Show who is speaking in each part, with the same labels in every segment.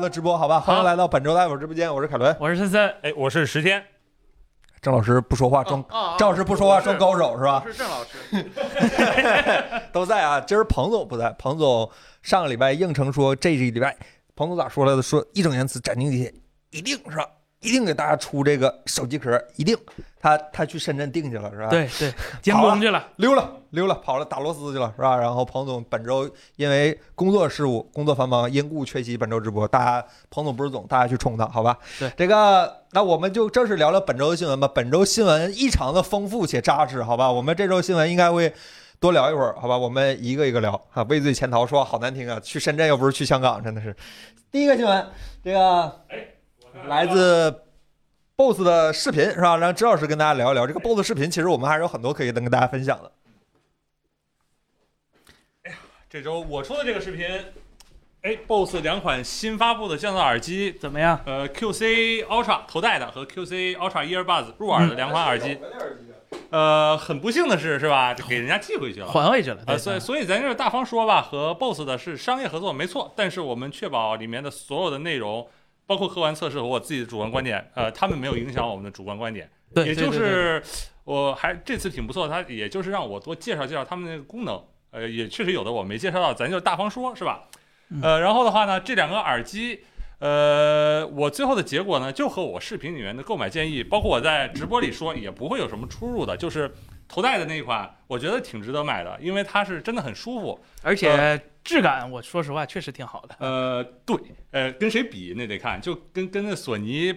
Speaker 1: 的直播，好吧？欢迎来到本周的爱否直播间，我是凯伦。
Speaker 2: 我是森森，
Speaker 3: 哎，我是时间，
Speaker 1: 郑老师不说话
Speaker 4: 哦
Speaker 1: 装，郑老师不说话装高手是吧？
Speaker 4: 是郑老师，
Speaker 1: 都在啊。今儿彭总不在，彭总上个礼拜应承说这一礼拜，彭总咋说来的？说义正言辞，斩钉截铁，一定是吧？一定给大家出这个手机壳，一定。他他去深圳定去了是吧？，
Speaker 2: 对对，监工去了，
Speaker 1: 溜了溜了，跑了打螺丝去了是吧？然后彭总本周因为工作事务、工作繁忙，因故缺席本周直播。大家彭总不是总，大家去冲他好吧？
Speaker 2: 对，
Speaker 1: 这个那我们就正式聊聊本周的新闻吧。本周新闻异常的丰富且扎实，好吧？我们这周新闻应该会。多聊一会儿，好吧？我们一个一个聊啊。畏罪潜逃说好难听啊，去深圳又不是去香港，真的是。第一个新闻，这个来自 BOSS 的视频是吧？让支老师跟大家聊一聊这个 BOSS 视频，其实我们还是有很多可以能跟大家分享的。
Speaker 3: 这周我出的这个视频，哎，BOSS 两款新发布的降噪耳机，
Speaker 2: 怎么样？
Speaker 3: 呃，QC Ultra 头戴的和 QC Ultra Earbuds 入耳的两款耳机，
Speaker 2: 嗯
Speaker 3: 呃，很不幸的是，是吧？这给人家寄回去了。
Speaker 2: 还回去了，
Speaker 3: 啊，
Speaker 2: 对
Speaker 3: 所以所以咱就是大方说吧，和 BOSS 的是商业合作没错，但是我们确保里面的所有的内容，包括客观测试和我自己的主观观点，呃，他们没有影响我们的主观观点，
Speaker 2: 对，
Speaker 3: 也
Speaker 2: 对
Speaker 3: 就
Speaker 2: 对对
Speaker 3: 是我还这次挺不错，他也就是让我多介绍介绍他们那个功能，呃，也确实有的我没介绍到，咱就大方说，是吧？
Speaker 2: 嗯
Speaker 3: 呃，然后的话呢，这两个耳机，呃，我最后的结果呢，就和我视频里面的购买建议，包括我在直播里说，也不会有什么出入的，就是。头戴的那一款，我觉得挺值得买的，因为它是真的很舒服。
Speaker 2: 而且呃质感，我说实话确实挺好的，
Speaker 3: 呃，对，呃，跟谁比那得看，就跟跟那索尼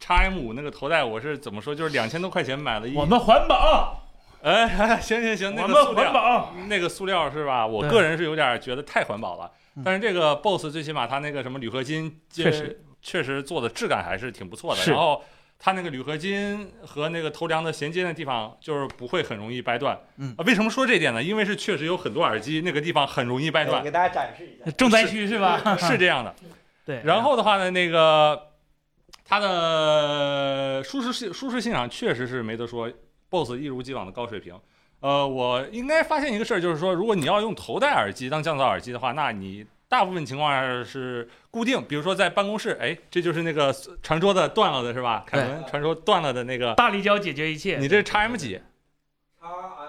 Speaker 3: X M 五那个头戴，我是怎么说，就是两千多块钱买了一
Speaker 2: 我们环保，
Speaker 3: 哎，哎行行行，那
Speaker 2: 我
Speaker 3: 个
Speaker 2: 们
Speaker 3: 塑
Speaker 2: 环
Speaker 3: 料，
Speaker 2: 保，
Speaker 3: 那个塑料是吧？我
Speaker 2: 对
Speaker 3: 个人是有点觉得太环保了
Speaker 2: 嗯，
Speaker 3: 但是这个 BOSS 最起码它那个什么铝合金，
Speaker 2: 确
Speaker 3: 这
Speaker 2: 实
Speaker 3: 确实做的质感还是挺不错的。
Speaker 2: 是
Speaker 3: 然后它那个铝合金和那个头梁的衔接的地方，就是不会很容易掰断。
Speaker 2: 嗯
Speaker 3: 啊，为什么说这点呢？因为是确实有很多耳机那个地方很容易掰断，
Speaker 1: 给大家展示一下。
Speaker 2: 重灾区是吧？
Speaker 3: 是这样的。
Speaker 2: 对，
Speaker 3: 然后的话呢，那个它的舒适性舒适性上确实是没得说，BOSS 一如既往的高水平。呃，我应该发现一个事儿，就是说，如果你要用头戴耳机当降噪耳机的话，那你大部分情况下是固定，比如说在办公室，哎，这就是那个传说的断了的是吧？凯
Speaker 2: 对
Speaker 3: 文传说断了的那个，
Speaker 2: 大力胶解决一切，
Speaker 3: 你这 x M 几？
Speaker 1: x M 二，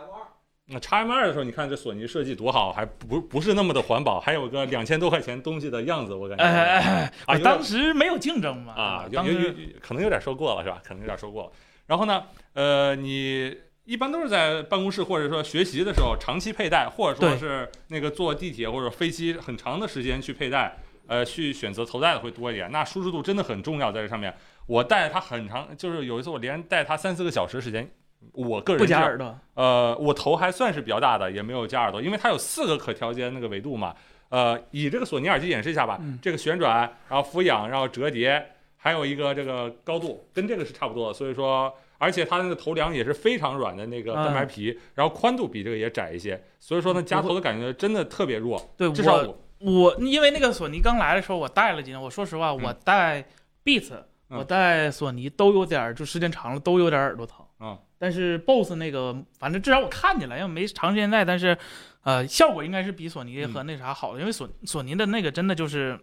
Speaker 3: 那 x M 二的时候，你看这索尼设计多好，还不不是那么的环保，还有个两千多块钱东西的样子，我感觉。
Speaker 2: 哎哎哎，
Speaker 3: 啊
Speaker 2: 我
Speaker 3: 有点
Speaker 2: 当时没有竞争嘛，
Speaker 3: 啊，有
Speaker 2: 当
Speaker 3: 有有
Speaker 2: 时
Speaker 3: 可能有点说过了是吧？可能有点说过了。然后呢，呃，你一般都是在办公室或者说学习的时候长期佩戴，或者说
Speaker 2: 对
Speaker 3: 是那个坐地铁或者飞机很长的时间去佩戴，呃，去选择头戴的会多一点。那舒适度真的很重要，在这上面，我戴它很长，就是有一次我连戴它三四个小时时间。我个人
Speaker 2: 不夹
Speaker 3: 是
Speaker 2: 耳朵，
Speaker 3: 呃，我头还算是比较大的，也没有加耳朵，因为它有四个可调节那个维度嘛。呃，以这个索尼耳机演示一下吧，
Speaker 2: 嗯
Speaker 3: 这个旋转，然后俯仰，然后折叠，还有一个这个高度，跟这个是差不多的。所以说，而且它那个头梁也是非常软的那个蛋白皮，然后宽度比这个也窄一些，所以说呢，夹头的感觉真的特别弱，
Speaker 2: 对
Speaker 3: 至少
Speaker 2: 我
Speaker 3: 我
Speaker 2: 我因为那个索尼刚来的时候，我带了几年。我说实话，我带 Beats，、
Speaker 3: 嗯
Speaker 2: 我带索尼都有点儿，就时间长了都有点儿耳朵疼。
Speaker 3: 嗯
Speaker 2: 但是 BOSS 那个，反正至少我看见了，因为没长时间戴，但是，呃，效果应该是比索尼
Speaker 3: 嗯
Speaker 2: 和那啥好的，因为索索尼的那个真的就是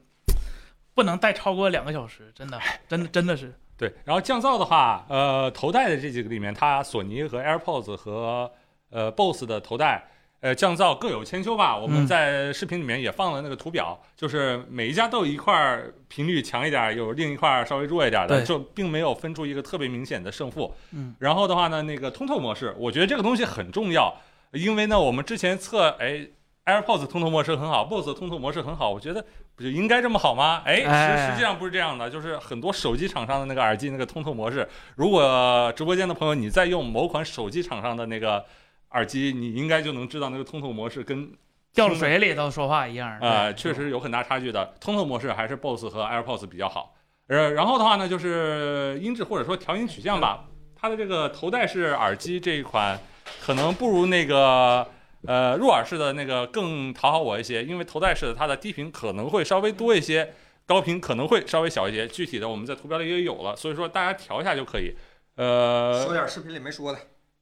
Speaker 2: 不能戴超过两个小时，真的， 真的真的是
Speaker 3: 对。然后降噪的话，呃，头戴的这几个里面，它索尼和 AirPods 和呃 BOSS 的头戴，呃，降噪各有千秋吧。我们
Speaker 2: 嗯
Speaker 3: 在视频里面也放了那个图表，就是每一家都有一块儿频率强一点儿，有另一块儿稍微弱一点儿的，
Speaker 2: 对
Speaker 3: 就并没有分出一个特别明显的胜负。
Speaker 2: 嗯，
Speaker 3: 然后的话呢，那个通透模式，我觉得这个东西很重要，因为呢，我们之前测哎。AirPods 通透模式很好，BOSS 通透模式很好，我觉得不就应该这么好吗？哎，
Speaker 2: 哎
Speaker 3: 实实际上不是这样的，就是很多手机厂商的那个耳机那个通透模式，如果直播间的朋友你在用某款手机厂商的那个耳机，你应该就能知道那个通透模式跟
Speaker 2: 掉了水里头说话一样。
Speaker 3: 呃，
Speaker 2: 对嗯
Speaker 3: 确，实有很大差距的。通透模式还是 BOSS 和 AirPods 比较好。呃，然后的话呢，就是音质或者说调音取向吧，
Speaker 2: 嗯
Speaker 3: 它的这个头戴式耳机这一款，可能不如那个呃入耳式的那个更讨好我一些，因为头戴式的它的低频可能会稍微多一些，高频可能会稍微小一些。具体的我们在图标里也有了，所以说大家调一下就可以。呃，
Speaker 1: 说点视频里没说的。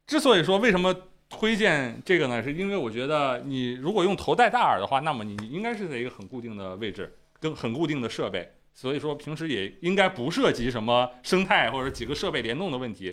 Speaker 3: 之所以说为什么推荐这个呢，是因为我觉得你如果用头戴大耳的话，那么你应该是在一个很固定的位置，跟很固定的设备。所以说平时也应该不涉及什么生态或者几个设备联动的问题，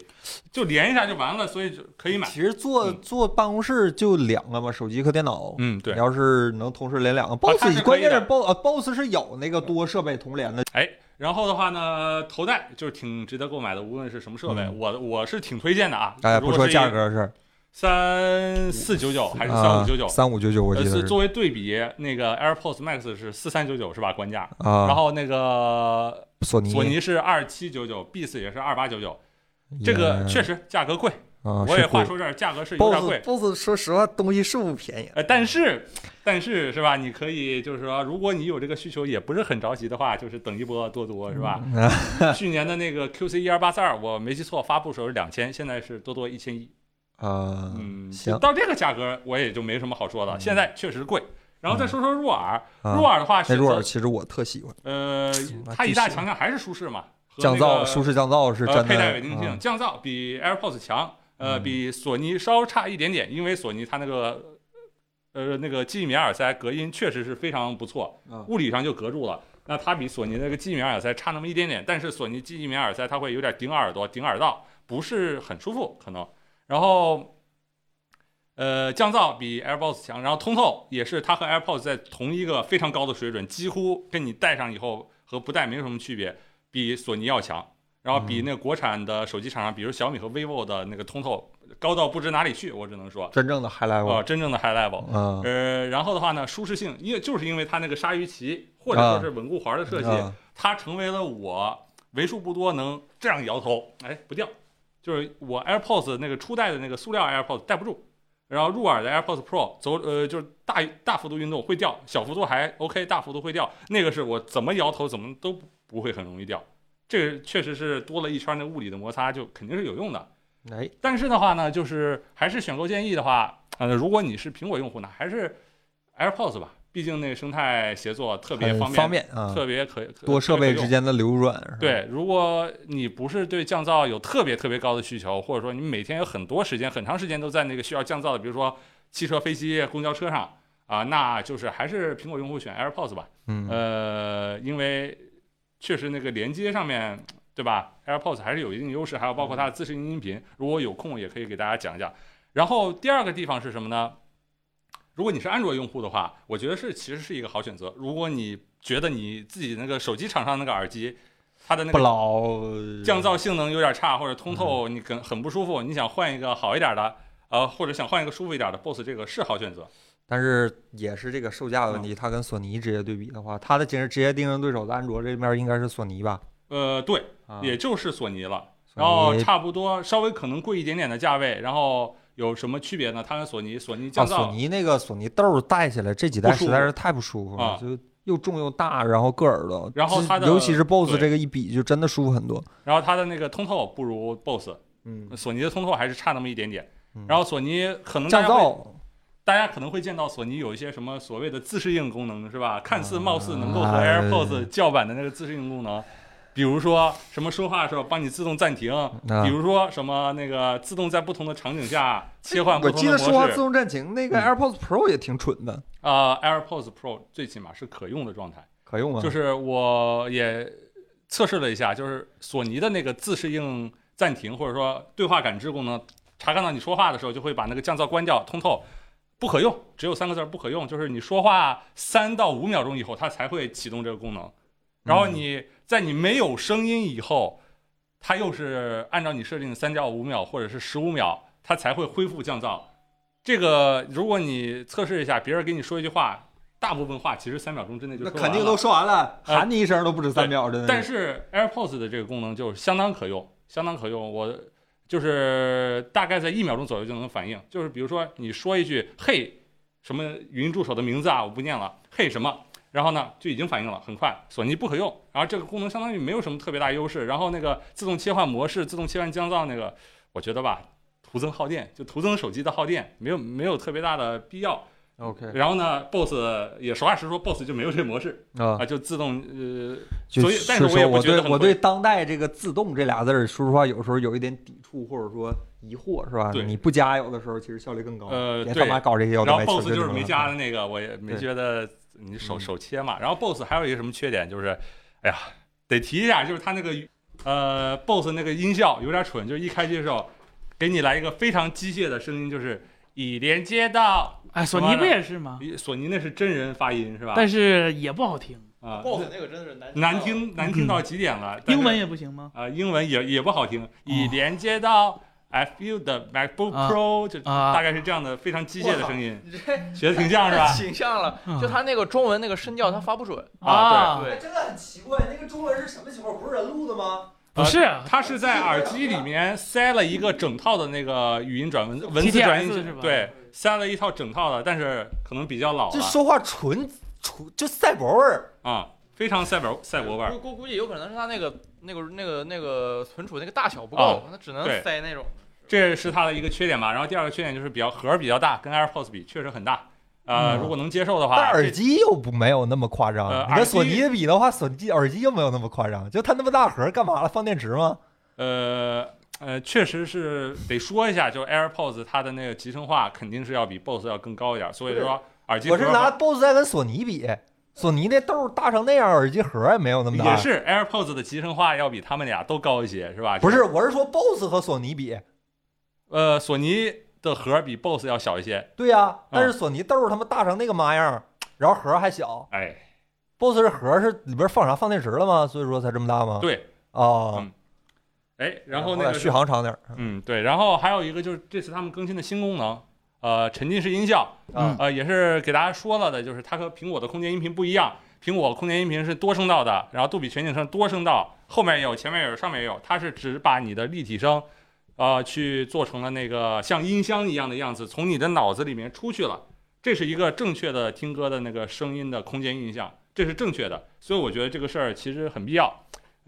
Speaker 3: 就连一下就完了，所以就可以买。
Speaker 1: 其实坐
Speaker 3: 嗯
Speaker 1: 坐办公室就两个嘛，手机和电脑。
Speaker 3: 嗯，对啊
Speaker 1: 你。要是能同时连两个
Speaker 3: 它
Speaker 1: ，BOSS
Speaker 3: 是可以
Speaker 1: 关键是
Speaker 3: 的
Speaker 1: BOSS 啊，BOSS 是有那个多设备同连的。
Speaker 3: 哎，然后的话呢，头戴就是挺值得购买的，无论是什么设备，
Speaker 1: 嗯
Speaker 3: 我我是挺推荐的啊。
Speaker 1: 哎，
Speaker 3: 如果
Speaker 1: 不说
Speaker 3: 是一
Speaker 1: 价格的事儿，
Speaker 3: 三四九九还是三
Speaker 1: 啊
Speaker 3: 五九九？
Speaker 1: 三五九九，我
Speaker 3: 呃，
Speaker 1: 记得
Speaker 3: 是
Speaker 1: 是
Speaker 3: 作为对比，那个 AirPods Max 是四三九九是吧？官价，然
Speaker 1: 啊，
Speaker 3: 后那个
Speaker 1: 索尼，
Speaker 3: 索尼是二七九九，Beats 也是二八九九，这个
Speaker 1: 也
Speaker 3: 确实价格贵。
Speaker 1: 啊，
Speaker 3: 我也
Speaker 1: 是
Speaker 3: 话
Speaker 1: 贵。
Speaker 3: 说这儿，价格是有点
Speaker 1: boss
Speaker 3: 贵，
Speaker 1: boss 说实话，东西是不便宜。
Speaker 3: 呃，但是但是是吧？你可以就是说，如果你有这个需求，也不是很着急的话，就是等一波多多是吧？
Speaker 1: 嗯
Speaker 3: 去年的那个 QC 一二八四二，我没记错，发布时候是两千，现在是多多一千一。
Speaker 1: 啊，
Speaker 3: 嗯，
Speaker 1: 行
Speaker 3: 到这个价格我也就没什么好说的，
Speaker 1: 嗯
Speaker 3: 现在确实贵。然后再说说入耳，
Speaker 1: 啊
Speaker 3: 入耳的话，
Speaker 1: 那
Speaker 3: 选
Speaker 1: 入
Speaker 3: 择
Speaker 1: 耳其实我特喜欢，
Speaker 3: 呃
Speaker 1: 那，
Speaker 3: 它
Speaker 1: 必
Speaker 3: 一大
Speaker 1: 须
Speaker 3: 强项还是舒适嘛，和
Speaker 1: 降
Speaker 3: 那
Speaker 1: 噪
Speaker 3: 个
Speaker 1: 舒适降噪是
Speaker 3: 呃
Speaker 1: 真
Speaker 3: 佩戴
Speaker 1: 的
Speaker 3: 稳定性，
Speaker 1: 啊
Speaker 3: 降噪比 AirPods 强，呃，
Speaker 1: 嗯
Speaker 3: 比索尼稍差一点点，因为索尼它那个呃那个记忆棉耳塞隔音确实是非常不错
Speaker 1: 啊，
Speaker 3: 物理上就隔住了。那它比索尼那个记忆棉耳塞差那么一点点，但是索尼记忆棉耳塞它会有点顶耳朵、顶耳道，不是很舒服可能。然后，呃，降噪比 AirPods 强，然后通透也是它和 AirPods 在同一个非常高的水准，几乎跟你戴上以后和不戴没有什么区别，比索尼要强。然后比那国产的手机厂商，比如小米和 vivo 的那个通透高到不知哪里去，我只能说，
Speaker 1: 真正的 high level
Speaker 3: 呃，真正的 high level。
Speaker 1: 啊
Speaker 3: 呃，然后的话呢，舒适性，因为就是因为它那个鲨鱼鳍或者说是稳固环的设计，
Speaker 1: 啊
Speaker 3: 它成为了我为数不多能这样摇头，哎，不掉，就是我 AirPods 那个初代的那个塑料 AirPods 戴不住，然后入耳的 AirPods Pro 走呃就是大大幅度运动会掉，小幅度还 OK，大幅度会掉，那个是我怎么摇头怎么都不会很容易掉，这个确实是多了一圈那物理的摩擦，就肯定是有用的。
Speaker 1: 哎
Speaker 3: 但是的话呢，就是还是选购建议的话，呃，如果你是苹果用户呢，还是 AirPods 吧，毕竟那个生态协作特别
Speaker 1: 很
Speaker 3: 方
Speaker 1: 方便啊，
Speaker 3: 特别可可
Speaker 1: 多设备
Speaker 3: 特别可
Speaker 1: 之
Speaker 3: 用
Speaker 1: 间的流转是吧
Speaker 3: 对，如果你不是对降噪有特别特别高的需求，或者说你每天有很多时间、很长时间都在那个需要降噪的，比如说汽车、飞机、公交车上啊、那就是还是苹果用户选 AirPods 吧。
Speaker 1: 嗯
Speaker 3: 呃，因为确实那个连接上面，对吧？AirPods 还是有一定优势，还有包括它的自适应音频，如果有空也可以给大家讲一讲。然后第二个地方是什么呢？如果你是安卓用户的话，我觉得是其实是一个好选择。如果你觉得你自己那个手机厂商那个耳机，它的那
Speaker 1: 不
Speaker 3: 个
Speaker 1: 老
Speaker 3: 降噪性能有点差，或者通透你很很不舒服，你想换一个好一点的，呃，或者想换一个舒服一点的，BOSS 这个是好选择。
Speaker 1: 但是也是这个售价的问
Speaker 3: 嗯
Speaker 1: 题，它跟索尼直接对比的话，它的直直接竞争对手在安卓这面应该是索尼吧？
Speaker 3: 呃，对，
Speaker 1: 啊
Speaker 3: 也就是索尼了。
Speaker 1: 索
Speaker 3: 然后
Speaker 1: 尼
Speaker 3: 差不多稍微可能贵一点点的价位，然后有什么区别呢？它跟索尼，索尼
Speaker 1: 啊，
Speaker 3: 降
Speaker 1: 索
Speaker 3: 噪，
Speaker 1: 尼那个索尼豆儿戴起来这几代
Speaker 3: 不舒
Speaker 1: 实
Speaker 3: 服
Speaker 1: 在是太不舒服了，
Speaker 3: 啊
Speaker 1: 就又重又大，然后硌耳朵。
Speaker 3: 然后
Speaker 1: 这
Speaker 3: 它的
Speaker 1: 尤其是 BOSS
Speaker 3: 对
Speaker 1: 这个一比，就真的舒服很多。
Speaker 3: 然后它的那个通透不如 BOSS，
Speaker 1: 嗯，
Speaker 3: 索尼的通透还是差那么一点点
Speaker 1: 嗯。
Speaker 3: 然后索尼可能大
Speaker 1: 降
Speaker 3: 家会，
Speaker 1: 噪
Speaker 3: 大家可能会见到索尼有一些什么所谓的自适应功能，是吧？看似
Speaker 1: 啊
Speaker 3: 貌似能够和 AirPods 叫板的那个自适应功能，比如说什么说话的时候帮你自动暂停，
Speaker 1: 嗯啊
Speaker 3: 比如说什么那个自动在不同的场景下切换不
Speaker 1: 我
Speaker 3: 同
Speaker 1: 记
Speaker 3: 的
Speaker 1: 得
Speaker 3: 模
Speaker 1: 说话
Speaker 3: 式
Speaker 1: 自。动暂停那个
Speaker 3: 嗯
Speaker 1: AirPods Pro 也挺蠢的，
Speaker 3: 啊、a i r p o d s Pro 最起码是可用的状态。
Speaker 1: 可用吗？啊
Speaker 3: 就是我也测试了一下，就是索尼的那个自适应暂停或者说对话感知功能，查看到你说话的时候，就会把那个降噪关掉，通透。不可用，只有三个字儿不可用，就是你说话三到五秒钟以后，它才会启动这个功能。然后
Speaker 1: 嗯
Speaker 3: 你在你没有声音以后，它又是按照你设定的三到五秒或者是十五秒，它才会恢复降噪。这个如果你测试一下，别人给你说一句话，大部分话其实三秒钟之内就
Speaker 1: 那
Speaker 3: 说
Speaker 1: 肯
Speaker 3: 完
Speaker 1: 定
Speaker 3: 了
Speaker 1: 都说完了，
Speaker 3: 呃
Speaker 1: 喊你一声都不止三
Speaker 3: 对
Speaker 1: 秒，真的。
Speaker 3: 但是 AirPods 的这个功能就相当可用，相当可用。我就是大概在一秒钟左右就能反应，就是比如说你说一句“嘿”，什么语音助手的名字啊，我不念了，“嘿”什么，然后呢就已经反应了，很快。索尼不可用，然后这个功能相当于没有什么特别大优势。然后那个自动切换模式、自动切换降噪那个，我觉得吧，徒增耗电，就徒增手机的耗电，没有没有特别大的必要。
Speaker 1: OK
Speaker 3: 然后呢，BOSS 也实话实说，BOSS 就没有这模式
Speaker 1: 啊
Speaker 3: 啊，，就自动呃
Speaker 1: 就
Speaker 3: 所以但是我
Speaker 1: 说
Speaker 3: 也不
Speaker 1: 我
Speaker 3: 觉得
Speaker 1: 对
Speaker 3: 很
Speaker 1: 我
Speaker 3: 贵
Speaker 1: 对当代这个“自动”这俩字儿，说实话，有时候有一点抵触或者说疑惑，是吧？
Speaker 3: 对
Speaker 1: 你不加，有的时候其实效率更高。
Speaker 3: 呃
Speaker 1: 别
Speaker 3: 对
Speaker 1: 他妈搞这些有的
Speaker 3: 然
Speaker 1: 没
Speaker 3: 后
Speaker 1: 球
Speaker 3: BOSS
Speaker 1: 队
Speaker 3: 就是
Speaker 1: 的啊
Speaker 3: 没
Speaker 1: 了
Speaker 3: 加的那个，我也没
Speaker 1: 对
Speaker 3: 觉得你手
Speaker 1: 嗯
Speaker 3: 手切嘛。然后 BOSS 还有一个什么缺点就是哎呀，得提一下，就是它那个呃 BOSS 那个音效有点蠢，就是一开机的时候给你来一个非常机械的声音，就是已连接到
Speaker 2: 哎，索尼不也是吗？
Speaker 3: 索尼那是真人发音是吧？
Speaker 2: 但是也不好听，
Speaker 3: 啊、
Speaker 4: BOSS 那个真的是难
Speaker 3: 难，听难听到极点了。但是
Speaker 2: 嗯英文也不行吗？
Speaker 3: 啊、英文也也不好听，已连接到 FU 的 MacBook
Speaker 2: 啊
Speaker 3: Pro，、就
Speaker 2: 啊
Speaker 3: 大概是这样的非常机械的声音，
Speaker 4: 你这
Speaker 3: 学的挺像是吧
Speaker 4: 太？形象了。
Speaker 3: 嗯
Speaker 4: 就他那个中文那个声调，他发不准。
Speaker 3: 啊
Speaker 4: 对，
Speaker 1: 哎真的很奇怪，那个中文是什么情况？不是人录的吗？
Speaker 2: 不是啊
Speaker 3: 它是在耳机里面塞了一个整套的那个语音转文字文字
Speaker 2: TTS
Speaker 3: 转音
Speaker 2: 是吧
Speaker 3: 对，塞了一套整套的，但是可能比较老
Speaker 1: 这
Speaker 3: 了
Speaker 1: 说话纯纯就赛博味儿，
Speaker 3: 啊、非常赛博赛博味儿。
Speaker 4: 估估估计有可能是他那个那个那个那个存储那个大小不够
Speaker 3: 哦，
Speaker 4: 他只能
Speaker 3: 对
Speaker 4: 塞那种。
Speaker 3: 这是它的一个缺点吧。然后第二个缺点就是比较盒儿比较大，跟 AirPods 比确实很大。呃，
Speaker 1: 嗯
Speaker 3: 如果能接受的话，
Speaker 1: 但耳
Speaker 3: 这
Speaker 1: 机又不没有那么夸张。
Speaker 3: 呃
Speaker 1: 你跟索
Speaker 3: 耳机
Speaker 1: 尼比的话，索尼耳机又没有那么夸张，就它那么大盒儿干嘛了？放电池吗？
Speaker 3: 呃呃，确实是得说一下，就 AirPods 它的那个集成化肯定是要比 BOSS 要更高一点儿，所以说耳机
Speaker 1: 我是
Speaker 3: 盒儿
Speaker 1: 拿
Speaker 3: 和
Speaker 1: BOSS 在跟索尼比，索尼那豆儿大成那样，耳机盒儿也没有那么
Speaker 3: 也
Speaker 1: 大。
Speaker 3: 是 AirPods 的集成化要比他们俩都高一些，是吧？
Speaker 1: 不是，，我是说 BOSS 和索尼比，
Speaker 3: 呃，索尼的盒儿比 BOSS 要小一些，
Speaker 1: 对呀、但是
Speaker 3: 啊
Speaker 1: 索尼豆儿他妈大成那个妈样儿，然后盒儿还小
Speaker 3: 哎，
Speaker 1: ，BOSS 这盒儿是里边放啥放电池了吗？所以说才这么大吗？
Speaker 3: 对，
Speaker 1: 哦
Speaker 3: 嗯，哎，然后那个
Speaker 1: 续，航长点儿，
Speaker 3: 嗯，对，然后还有一个就是这次他们更新的新功能，呃，沉浸式音效，
Speaker 1: 嗯
Speaker 3: 呃，也是给大家说了的，就是它和苹果的空间音频不一样，苹果空间音频是多声道的，然后杜比全景声多声道，后面也有，前面也有，上面也有，它是只把你的立体声，呃，去做成了那个像音箱一样的样子，从你的脑子里面出去了，这是一个正确的听歌的那个声音的空间印象，这是正确的，所以我觉得这个事儿其实很必要，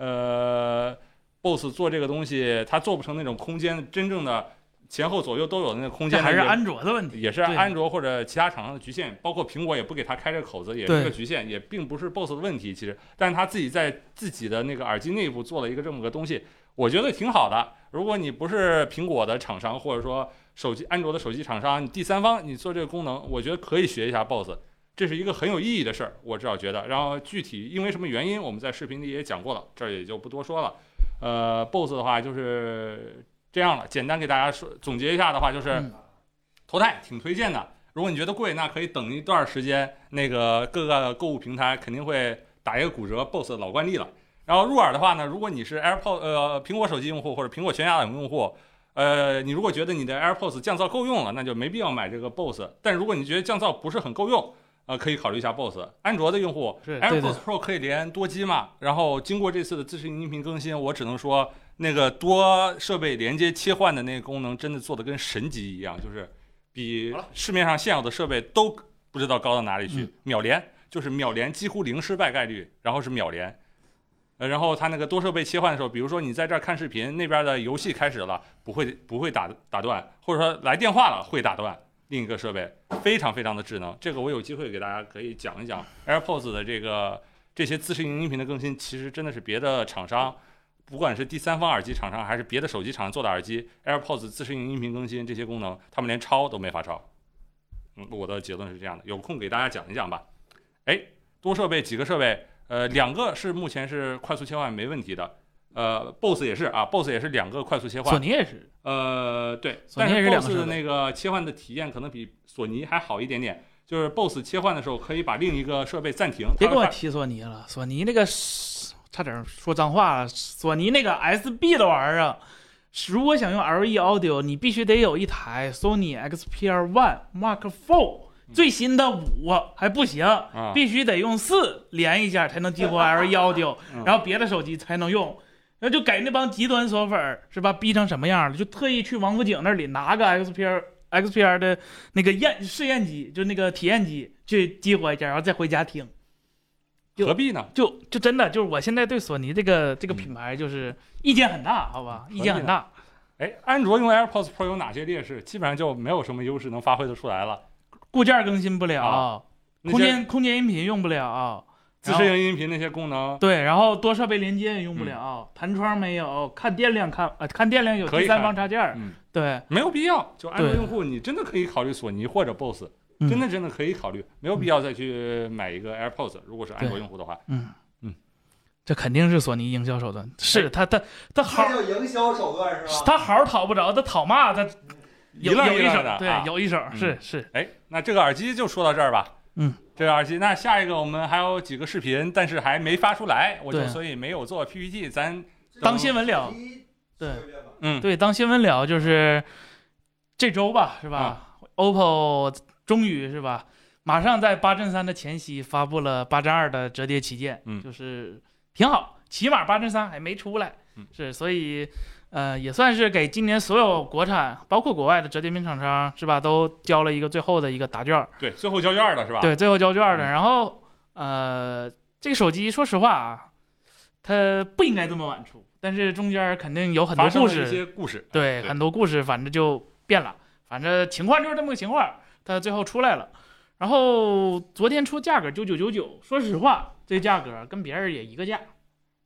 Speaker 3: 呃，BOSS 做这个东西，它做不成那种空间真正的前后左右都有的那个空
Speaker 2: 这
Speaker 3: 间的
Speaker 2: 还是
Speaker 3: 原
Speaker 2: 安卓的问题，
Speaker 3: 也是
Speaker 2: 对
Speaker 3: 安卓或者其他厂商的局限，包括苹果也不给他开这口子，也是
Speaker 2: 对
Speaker 3: 个局限，也并不是 BOSS 的问题。其实，但是他自己在自己的那个耳机内部做了一个这么个东西，我觉得挺好的。如果你不是苹果的厂商，或者说手机安卓的手机厂商，你第三方你做这个功能，我觉得可以学一下 BOSS，这是一个很有意义的事儿，我至少觉得。然后具体因为什么原因，我们在视频里也讲过了，这儿也就不多说了。呃，BOSS 的话就是这样了，简单给大家说总结一下的话就是。
Speaker 2: 嗯
Speaker 3: 头戴挺推荐的。如果你觉得贵，那可以等一段时间，那个各个购物平台肯定会打一个骨折，BOSS 的老惯例了。然后入耳的话呢，如果你是 AirPod 呃苹果手机用户或者苹果全家桶用户，呃，你如果觉得你的 AirPods 降噪够用了，那就没必要买这个 BOSS。但如果你觉得降噪不是很够用，呃，可以考虑一下 BOSS。安卓的用户
Speaker 2: 是对对
Speaker 3: ，AirPods Pro 可以连多机嘛？然后经过这次的自适应音频更新，我只能说那个多设备连接切换的那个功能真的做的跟神级一样，就是比
Speaker 4: 好了
Speaker 3: 市面上现有的设备都不知道高到哪里去。
Speaker 2: 嗯
Speaker 3: 秒连就是秒连几乎零失败概率，然后是秒连。呃，然后它那个多设备切换的时候，比如说你在这儿看视频，那边的游戏开始了，不会不会打打断，或者说来电话了会打断另一个设备，非常非常的智能。这个我有机会给大家可以讲一讲 AirPods 的这个这些自适应音频的更新，其实真的是别的厂商，不管是第三方耳机厂商还是别的手机厂商做的耳机，AirPods 自适应音频更新这些功能，他们连抄都没法抄。嗯，我的结论是这样的，有空给大家讲一讲吧。哎，多设备几个设备，呃，两个是目前是快速切换没问题的，呃，BOSS 也是啊，BOSS 也是两个快速切换
Speaker 2: 索，尼也是，
Speaker 3: 呃，对，
Speaker 2: 索
Speaker 3: 但
Speaker 2: 尼也
Speaker 3: 是
Speaker 2: 是两个
Speaker 3: BOSS
Speaker 2: 设
Speaker 3: 的
Speaker 2: 备
Speaker 3: 那个切换的体验可能比索尼还好一点点，就是 BOSS 切换的时候可以把另一个设备暂停，
Speaker 2: 别
Speaker 3: 它
Speaker 2: 跟我
Speaker 3: 会
Speaker 2: 提索尼了，索尼那个差点说脏话了，索尼那个 SB 的玩意儿啊，如果想用 LE Audio，你必须得有一台 Sony XPR One Mark Four
Speaker 3: 嗯
Speaker 2: 最新的五还不行，
Speaker 3: 啊，
Speaker 2: 必须得用四连一下才能激活 LE Audio，
Speaker 3: 嗯
Speaker 2: 然后别的手机才能用。然后就给那帮极端索粉儿是吧，逼成什么样了？就特意去王府井那里拿个 XPR XPR 的那个验试验机，就那个体验机去激活一下，然后再回家听。
Speaker 3: 何必呢？
Speaker 2: 就就真的就是我现在对索尼这个这个品牌就是意见很大，好吧，意见很大。
Speaker 3: 哎，安卓用 AirPods Pro 有哪些劣势？基本上就没有什么优势能发挥得出来了。
Speaker 2: 固件更新不
Speaker 3: 啊
Speaker 2: 了，
Speaker 3: 那
Speaker 2: 空
Speaker 3: 些
Speaker 2: 间空间音频用不了，
Speaker 3: 自适应音频那些功能
Speaker 2: 对，然后多设备连接也用不
Speaker 3: 嗯
Speaker 2: 了，弹窗没有，看电量看呃看电量有
Speaker 3: 可以
Speaker 2: 第三方插件儿
Speaker 3: 看嗯，
Speaker 2: 对，
Speaker 3: 没有必要，就安卓
Speaker 2: 对
Speaker 3: 用户你真的可以考虑索尼或者 BOSS，
Speaker 2: 嗯
Speaker 3: 真的真的可以考虑，没有必要再去买一个 AirPods。如果是安卓用户的话，
Speaker 2: 嗯
Speaker 3: 嗯，哎
Speaker 2: 这肯定是索尼营销手段。是他他他好
Speaker 1: 这，叫营销手段是吧？
Speaker 2: 他好讨不着，他讨骂他有
Speaker 3: 一愣
Speaker 2: 有
Speaker 3: 一
Speaker 2: 一手
Speaker 3: 愣的，啊
Speaker 2: 对，有一手是是，
Speaker 3: 哎，那这个耳机就说到这儿吧。
Speaker 2: 嗯，
Speaker 3: 这个耳机，那下一个我们还有几个视频，但是还没发出来，我就
Speaker 2: 对
Speaker 3: 所以没有做 PPT，咱
Speaker 2: 当新闻聊。对
Speaker 3: 嗯
Speaker 2: 对，当新闻聊就是这周吧，是吧、o
Speaker 3: 嗯
Speaker 2: p p o 终于是吧，马上在八阵三的前夕发布了八阵二的折叠旗舰，
Speaker 3: 嗯
Speaker 2: 就是挺好，起码八阵三还没出来，
Speaker 3: 嗯
Speaker 2: 是，所以呃也算是给今年所有国产包括国外的折叠屏厂商是吧，都交了一个最后的一个答卷儿，
Speaker 3: 对最后交卷了是吧？
Speaker 2: 对，最后交卷儿的。
Speaker 3: 嗯
Speaker 2: 然后呃，这个手机说实话啊，它不应该这么晚出，但是中间儿肯定有很多
Speaker 3: 发生
Speaker 2: 故
Speaker 3: 了
Speaker 2: 事
Speaker 3: 一，些故事，
Speaker 2: 对，
Speaker 3: 对
Speaker 2: 很多故事反正就变了，反正情况就是这么个情况，它最后出来了。然后昨天出价格九九九九，说实话，这价格跟别人也一个价，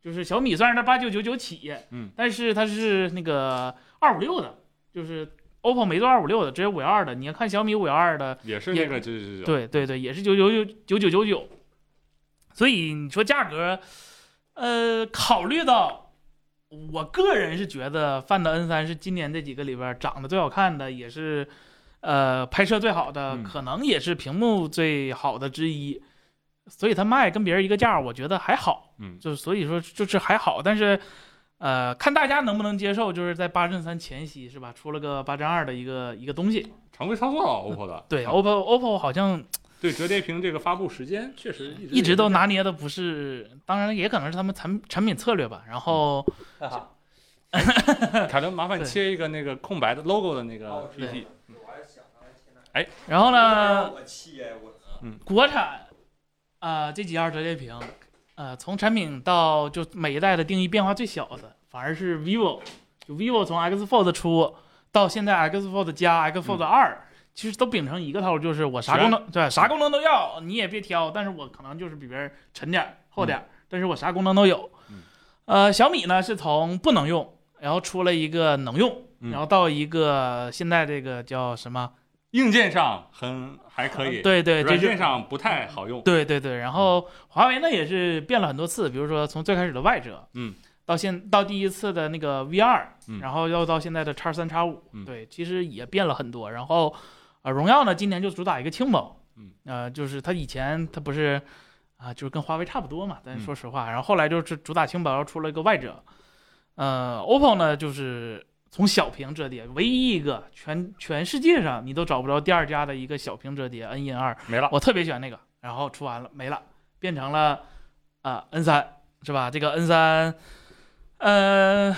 Speaker 2: 就是小米虽然它八九九九起，
Speaker 3: 嗯，
Speaker 2: 但是它是那个二五六的，就是 OPPO 没做二五六的，只有五幺二的。你要看小米五幺二的，
Speaker 3: 也是那
Speaker 2: 也
Speaker 3: 个九九九九，
Speaker 2: 对对对，也是九九九九九九九。所以你说价格，呃，考虑到我个人是觉得范德 N 三是今年这几个里边儿长得最好看的，也是呃拍摄最好的，
Speaker 3: 嗯
Speaker 2: 可能也是屏幕最好的之一。所以它卖跟别人一个价儿，我觉得还好，
Speaker 3: 嗯，
Speaker 2: 就是所以说就是还好，但是。呃，看大家能不能接受，就是在八阵三前夕是吧？出了个八阵二的一个一个东西，
Speaker 3: 常规操作了 OPPO 的，
Speaker 2: 对
Speaker 3: 啊
Speaker 2: ，OPPO OPPO 好像
Speaker 3: 对折叠屏这个发布时间确实一直
Speaker 2: 一直都拿捏的不是，当然也可能是他们产产品策略吧。然后
Speaker 3: 凯伦，麻烦
Speaker 2: 对
Speaker 3: 切一个那个空白的 logo 的那个 PPT，
Speaker 2: 然后呢，
Speaker 1: 我气哎，我
Speaker 2: 国产啊、呃这几样折叠屏，呃从产品到就每一代的定义变化最小的，反而是 vivo，就 vivo 从 X Fold 出到现在 X Fold 加 X
Speaker 3: 嗯
Speaker 2: Fold 二、其实都秉承一个套路，就是我啥
Speaker 3: 全
Speaker 2: 功能对啥功能都要，你也别挑，但是我可能就是比别人沉点儿厚点儿，但是我啥功能都有。
Speaker 3: 嗯
Speaker 2: 呃，小米呢是从不能用，然后出了一个能用，
Speaker 3: 嗯
Speaker 2: 然后到一个现在这个叫什么？
Speaker 3: 硬件上很还可以，
Speaker 2: 对对，这
Speaker 3: 软
Speaker 2: 就
Speaker 3: 件上不太好用，
Speaker 2: 对对对，然
Speaker 3: 嗯
Speaker 2: 后华为呢也是变了很多次，比如说从最开始的外折，
Speaker 3: 嗯，
Speaker 2: 到现到第一次的那个 V 二、
Speaker 3: 嗯
Speaker 2: 然后又到现在的叉三叉五
Speaker 3: 嗯，
Speaker 2: 对，其实也变了很多。然后，呃，荣耀呢今年就主打一个轻薄，
Speaker 3: 嗯，
Speaker 2: 呃，就是它以前它不是啊、就是跟华为差不多嘛，但
Speaker 3: 嗯
Speaker 2: 是说实话，然后后来就是主打轻薄，然后出了一个外折，呃，OPPO 呢就是。从小屏折叠，唯一一个全全世界上你都找不着第二家的一个小屏折叠 N 1 N 二，
Speaker 3: 没了，
Speaker 2: 我特别喜欢那个，然后出完了没了，变成了啊 N 三是吧？这个 N 三，呃，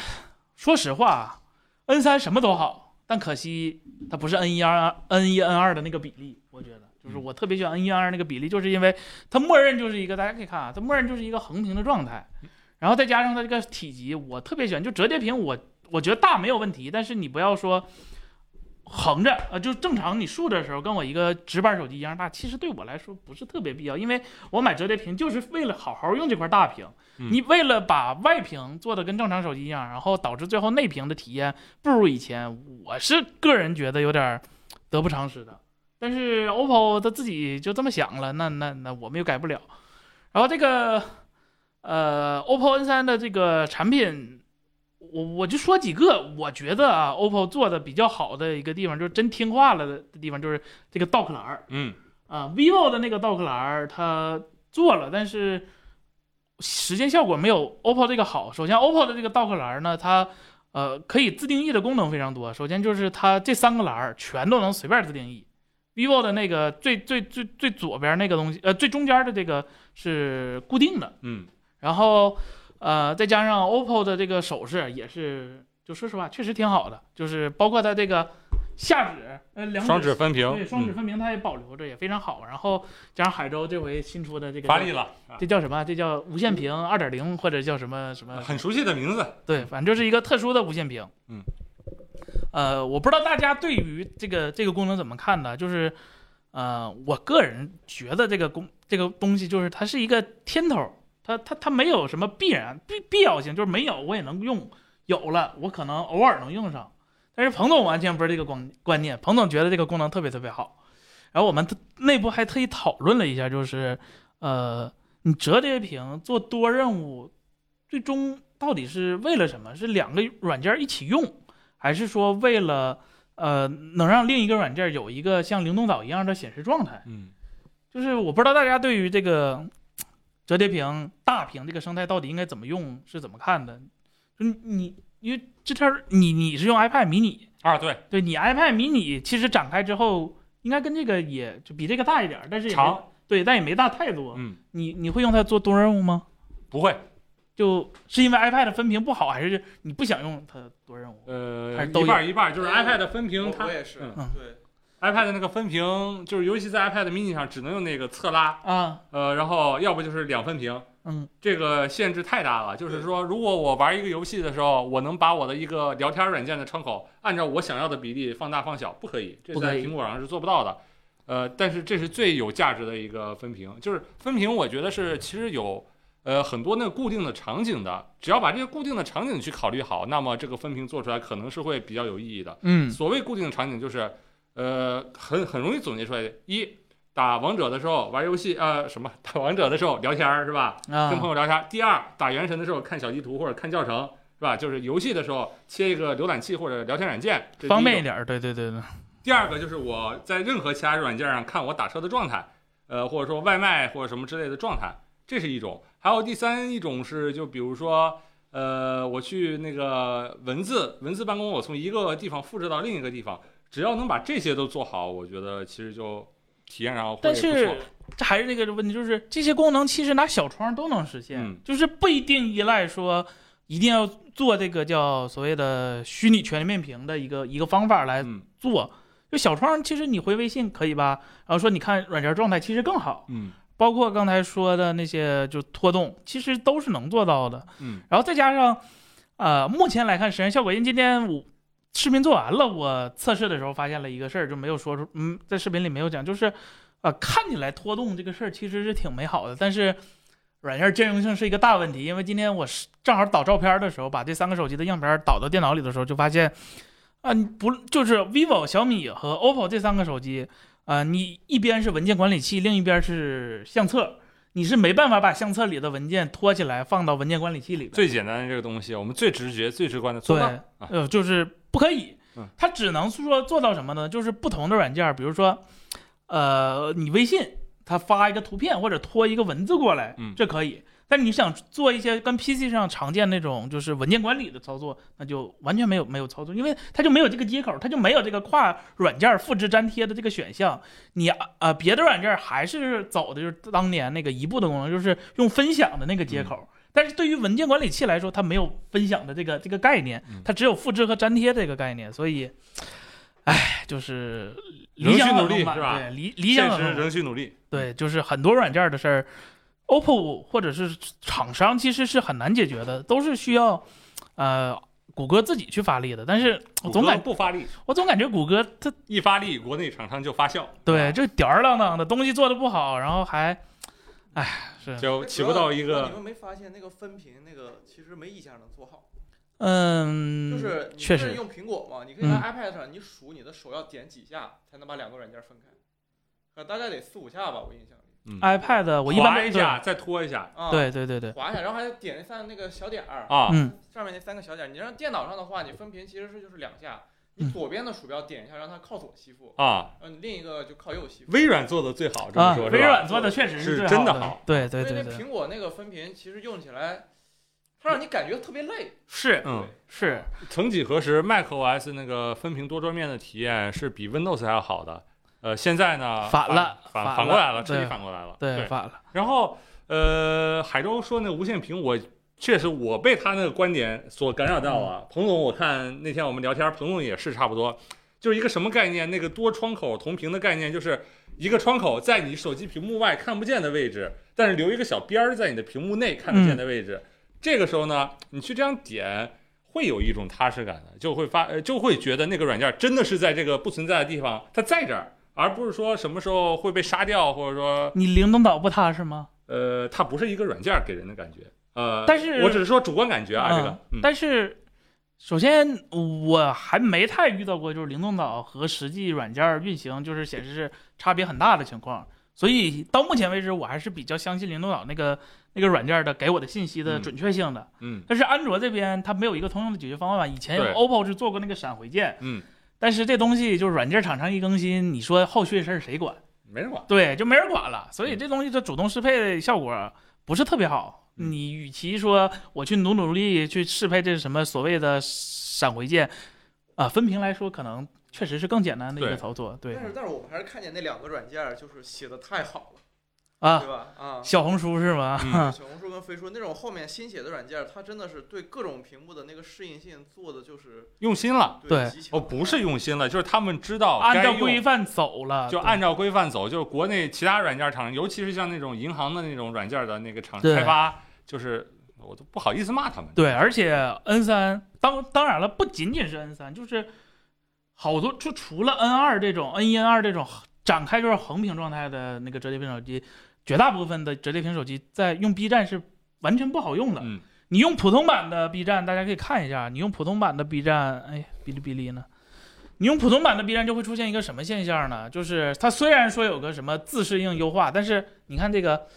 Speaker 2: 说实话，N 三什么都好，但可惜它不是 N 一 N N 一 N 二的那个比例，我觉得就是我特别喜欢 N 一 N 二那个比例，就是因为它默认就是一个大家可以看啊，它默认就是一个横屏的状态，然后再加上它这个体积，我特别喜欢，就折叠屏我我觉得大没有问题，但是你不要说。横着，呃，就正常你竖着的时候，跟我一个直板手机一样大，其实对我来说不是特别必要，因为我买折叠屏就是为了好好用这块大屏。
Speaker 3: 嗯
Speaker 2: 你为了把外屏做的跟正常手机一样，然后导致最后内屏的体验不如以前，我是个人觉得有点儿得不偿失的。但是 OPPO 他自己就这么想了，那那那我们又改不了。然后这个呃 OPPO N 3的这个产品我我就说几个，我觉得啊，OPPO 做的比较好的一个地方，就是真听话了的地方，就是这个 dock 栏儿
Speaker 3: 嗯，
Speaker 2: 啊，vivo 的那个 dock 栏儿它做了，但是实践效果没有 OPPO 这个好。首先，OPPO 的这个 dock 栏儿呢，它呃可以自定义的功能非常多。首先就是它这三个栏儿全都能随便自定义，vivo 的那个最最最最左边那个东西，呃，最中间的这个是固定的。
Speaker 3: 嗯，
Speaker 2: 然后呃，再加上 OPPO 的这个手势也是，就说实话确实挺好的，就是包括它这个下指呃两
Speaker 3: 双指分屏，
Speaker 2: 对双指
Speaker 3: 嗯
Speaker 2: 分明它也保留着，也非常好。然后加上海州这回新出的这个
Speaker 3: 发力，了，啊
Speaker 2: 这叫什么？这叫无线屏二点零或者叫什么什么？
Speaker 3: 啊很熟悉的名字，
Speaker 2: 对，反正就是一个特殊的无线屏。
Speaker 3: 嗯，
Speaker 2: 呃，我不知道大家对于这个这个功能怎么看的，就是呃，我个人觉得这个功这个东西就是它是一个天头儿，它它它没有什么必然必必要性，就是没有我也能用，有了我可能偶尔能用上。但是彭总完全不是这个观观念，彭总觉得这个功能特别特别好。然后我们特内部还特意讨论了一下，就是呃，你折叠屏做多任务最终到底是为了什么？是两个软件一起用，还是说为了呃能让另一个软件有一个像灵动岛一样的显示状态？
Speaker 3: 嗯，
Speaker 2: 就是我不知道大家对于这个折叠屏、大屏这个生态到底应该怎么用是怎么看的？就你因为这天儿你你是用 iPad mini，
Speaker 3: 啊对，
Speaker 2: 对你 iPad mini 其实展开之后应该跟这个也就比这个大一点儿，但是也没
Speaker 3: 长
Speaker 2: 对，但也没大太多。
Speaker 3: 嗯，
Speaker 2: 你你会用它做多任务吗？
Speaker 3: 不会，
Speaker 2: 就是因为 iPad 分屏不好，还是你不想用它多任务？还
Speaker 3: 呃，
Speaker 2: 是都有
Speaker 3: 一半儿一半儿，就是 iPad 的分屏，
Speaker 4: 我
Speaker 3: 它
Speaker 4: 我也是，
Speaker 3: 嗯
Speaker 4: 对，
Speaker 3: iPad 的那个分屏，就是尤其在 iPad mini 上，只能用那个侧拉，
Speaker 2: 啊，
Speaker 3: 呃，然后要不就是两分屏，
Speaker 2: 嗯，
Speaker 3: 这个限制太大了。就是
Speaker 4: 对
Speaker 3: 说，如果我玩一个游戏的时候，我能把我的一个聊天软件的窗口按照我想要的比例放大放小，不可以，这
Speaker 2: 不可
Speaker 3: 在
Speaker 2: 以
Speaker 3: 苹果上是做不到的。呃，但是这是最有价值的一个分屏，就是分屏，我觉得是其实有呃很多那个固定的场景的，只要把这些固定的场景去考虑好，那么这个分屏做出来可能是会比较有意义的。
Speaker 2: 嗯
Speaker 3: 所谓固定的场景就是，呃，很很容易总结出来的。一打王者的时候玩游戏，呃，什么打王者的时候聊天儿是吧？跟朋
Speaker 2: 啊，
Speaker 3: 友聊天儿。第二打原神的时候看小地图或者看教程是吧？就是游戏的时候切一个浏览器或者聊天软件，这是
Speaker 2: 方
Speaker 3: 一
Speaker 2: 便
Speaker 3: 种
Speaker 2: 一点儿，对对对对，
Speaker 3: 第二个就是我在任何其他软件上看我打车的状态，呃，或者说外卖或者什么之类的状态，这是一种。还有第三一种是，就比如说，呃，我去那个文字文字办公，我从一个地方复制到另一个地方，只要能把这些都做好，我觉得其实就体验上会
Speaker 2: 但
Speaker 3: 不错
Speaker 2: 是。这还是那个问题，就是这些功能其实拿小窗都能实现，
Speaker 3: 嗯
Speaker 2: 就是不一定依赖说一定要做这个叫所谓的虚拟全面屏的一个一个方法来
Speaker 3: 嗯
Speaker 2: 做。就小窗，其实你回微信可以吧，然后说你看软件状态其实更好，
Speaker 3: 嗯
Speaker 2: 包括刚才说的那些就拖动，其实都是能做到的。
Speaker 3: 嗯
Speaker 2: 然后再加上，呃，目前来看实验效果，因为今天我视频做完了，我测试的时候发现了一个事儿，就没有说出，嗯，在视频里没有讲，就是，呃，看起来拖动这个事儿其实是挺美好的，但是软件兼容性是一个大问题，因为今天我是正好导照片的时候，把这三个手机的样片导到电脑里的时候，就发现，啊、你不就是 vivo、小米和 OPPO 这三个手机，啊，你一边是文件管理器，另一边是相册。你是没办法把相册里的文件拖起来放到文件管理器里边的，
Speaker 3: 最简单的这个东西，我们最直觉、最直观的做到啊
Speaker 2: 对。，呃，就是不可以
Speaker 3: 嗯，
Speaker 2: 它只能是说做到什么呢？就是不同的软件儿，比如说，呃，你微信它发一个图片或者拖一个文字过来，
Speaker 3: 嗯
Speaker 2: 这可以。但你想做一些跟 PC 上常见那种就是文件管理的操作，那就完全没有没有操作，因为它就没有这个接口，它就没有这个跨软件儿复制粘贴的这个选项。你啊、呃别的软件儿还是走的就是当年那个一步的功能，就是用分享的那个
Speaker 3: 嗯
Speaker 2: 接口。但是对于文件管理器来说，它没有分享的这个这个概念
Speaker 3: 嗯，
Speaker 2: 它只有复制和粘贴这个概念，所以，哎，就是
Speaker 3: 仍
Speaker 2: 理
Speaker 3: 需
Speaker 2: 想
Speaker 3: 努
Speaker 2: 很
Speaker 3: 力
Speaker 2: 丰满
Speaker 3: 是吧
Speaker 2: 对，理理
Speaker 3: 现
Speaker 2: 想很
Speaker 3: 实
Speaker 2: 丰满
Speaker 3: 仍需努力。
Speaker 2: 对，就是很多软件的事儿，OPPO 或者是厂商其实是很难解决的，都是需要，呃，谷歌自己去发力的。但是我
Speaker 3: 谷
Speaker 2: 总
Speaker 3: 歌
Speaker 2: 感
Speaker 3: 不发力，
Speaker 2: 我总感觉谷歌它
Speaker 3: 一发力，国内厂商就发啊酵。
Speaker 2: 对这吊儿郎当的东西做的不好，然后还，哎，是
Speaker 3: 就起不到一
Speaker 4: 主要你
Speaker 3: 个
Speaker 4: 们没发现那个分屏那个其实没一项能做好，
Speaker 2: 嗯，
Speaker 4: 就是你
Speaker 2: 确
Speaker 4: 不是
Speaker 2: 实
Speaker 4: 用苹果嘛，你可以
Speaker 3: 嗯
Speaker 4: 在 iPad 上，你数你的手要点几下才能把两个软件分开，呃，大概得四五下吧，我印象里。
Speaker 2: iPad 哎我一般
Speaker 3: 嗯滑
Speaker 2: 都
Speaker 3: 一下，再拖一下
Speaker 4: 啊，，
Speaker 2: 对对对对，
Speaker 4: 划一下，然后还得点那三那个小点儿，
Speaker 3: 啊。
Speaker 2: 嗯，
Speaker 4: 上面那三个小点儿。你让电脑上的话，你分屏其实是就是两下，
Speaker 2: 嗯
Speaker 4: 你左边的鼠标点一下，让它靠左吸附，
Speaker 3: 啊，
Speaker 4: 嗯，另一个就靠右吸附。
Speaker 3: 微软做的最好，这么
Speaker 2: 啊，
Speaker 3: 说、是吧
Speaker 2: 微软做的确实
Speaker 3: 是
Speaker 2: 最
Speaker 3: 真的
Speaker 2: 的
Speaker 3: 好，
Speaker 2: 对对
Speaker 4: 所
Speaker 2: 对
Speaker 4: 以
Speaker 2: 对，
Speaker 4: 那苹果那个分屏其实用起来，它让你感觉特别累。
Speaker 2: 是
Speaker 3: 嗯，
Speaker 2: 是，
Speaker 3: 曾几何时，macOS 那个分屏多桌面的体验是比 Windows 还要好的。呃，现在呢，
Speaker 2: 反了
Speaker 3: 反
Speaker 2: 反
Speaker 3: 反过
Speaker 2: 了
Speaker 3: 来了，彻底
Speaker 2: 对
Speaker 3: 反过来了。
Speaker 2: 对，反了，
Speaker 3: 然后呃，海州说那个无线屏，我确实我被他那个观点所感染到了。彭总，我看那天我们聊天，彭总也是差不多，就是一个什么概念？那个多窗口同屏的概念，就是一个窗口在你手机屏幕外看不见的位置，但是留一个小边儿在你的屏幕内看得见的位置。这个时候呢，你去这样点。会有一种踏实感的，就会发，呃，就会觉得那个软件真的是在这个不存在的地方，它在这儿，而不是说什么时候会被杀掉，或者说
Speaker 2: 你灵动岛不踏实吗？
Speaker 3: 呃，它不是一个软件儿给人的感觉，呃，
Speaker 2: 但是
Speaker 3: 我只是说主观感觉啊，这个，嗯，
Speaker 2: 但是，首先我还没太遇到过就是灵动岛和实际软件运行就是显示是差别很大的情况，所以到目前为止我还是比较相信灵动岛那个那个软件的给我的信息的准确性的。
Speaker 3: 嗯
Speaker 2: 但是安卓这边它没有一个通用的解决方案，以前有
Speaker 3: 对
Speaker 2: OPPO 是做过那个闪回键，
Speaker 3: 嗯，
Speaker 2: 但是这东西就是软件厂商一更新，你说后续的事儿谁管？
Speaker 3: 没人管。
Speaker 2: 对，就没人管了。所以这东西的主动适配效果不是特别好。
Speaker 3: 嗯
Speaker 2: 你与其说我去努努力去适配这什么所谓的闪回键，啊、分屏来说可能确实是更简单的一个
Speaker 3: 对
Speaker 2: 操作。对
Speaker 4: 但是但是我们还是看见那两个软件儿就是写的太好了，
Speaker 2: 啊
Speaker 4: 对，吧？啊，
Speaker 2: 小红书是啊吗？
Speaker 3: 嗯
Speaker 4: 小红书跟飞书那种后面新写的软件儿，它真的是对各种屏幕的那个适应性做的就是
Speaker 3: 用心了，
Speaker 2: 对
Speaker 4: 极强
Speaker 3: 哦，不是用心了，就是他们知道
Speaker 2: 按
Speaker 3: 该
Speaker 2: 照
Speaker 3: 用
Speaker 2: 规范走了，
Speaker 3: 就
Speaker 2: 对
Speaker 3: 按照规范走，就是国内其他软件厂，尤其是像那种银行的那种软件的那个厂
Speaker 2: 对
Speaker 3: 开发，就是我都不好意思骂他们。
Speaker 2: 对，而且 N 三当当然了，不仅仅是 N 三，就是好多就除了 N 二这种 N 一 N 二这种展开就是横屏状态的那个折叠屏手机，绝大部分的折叠屏手机在用 B 站是完全不好用的。
Speaker 3: 嗯
Speaker 2: 你用普通版的 B 站，大家可以看一下，你用普通版的 B 站，哎，哔哩哔哩呢？你用普通版的 B 站就会出现一个什么现象呢？就是它虽然说有个什么自适应优化，但是你看这个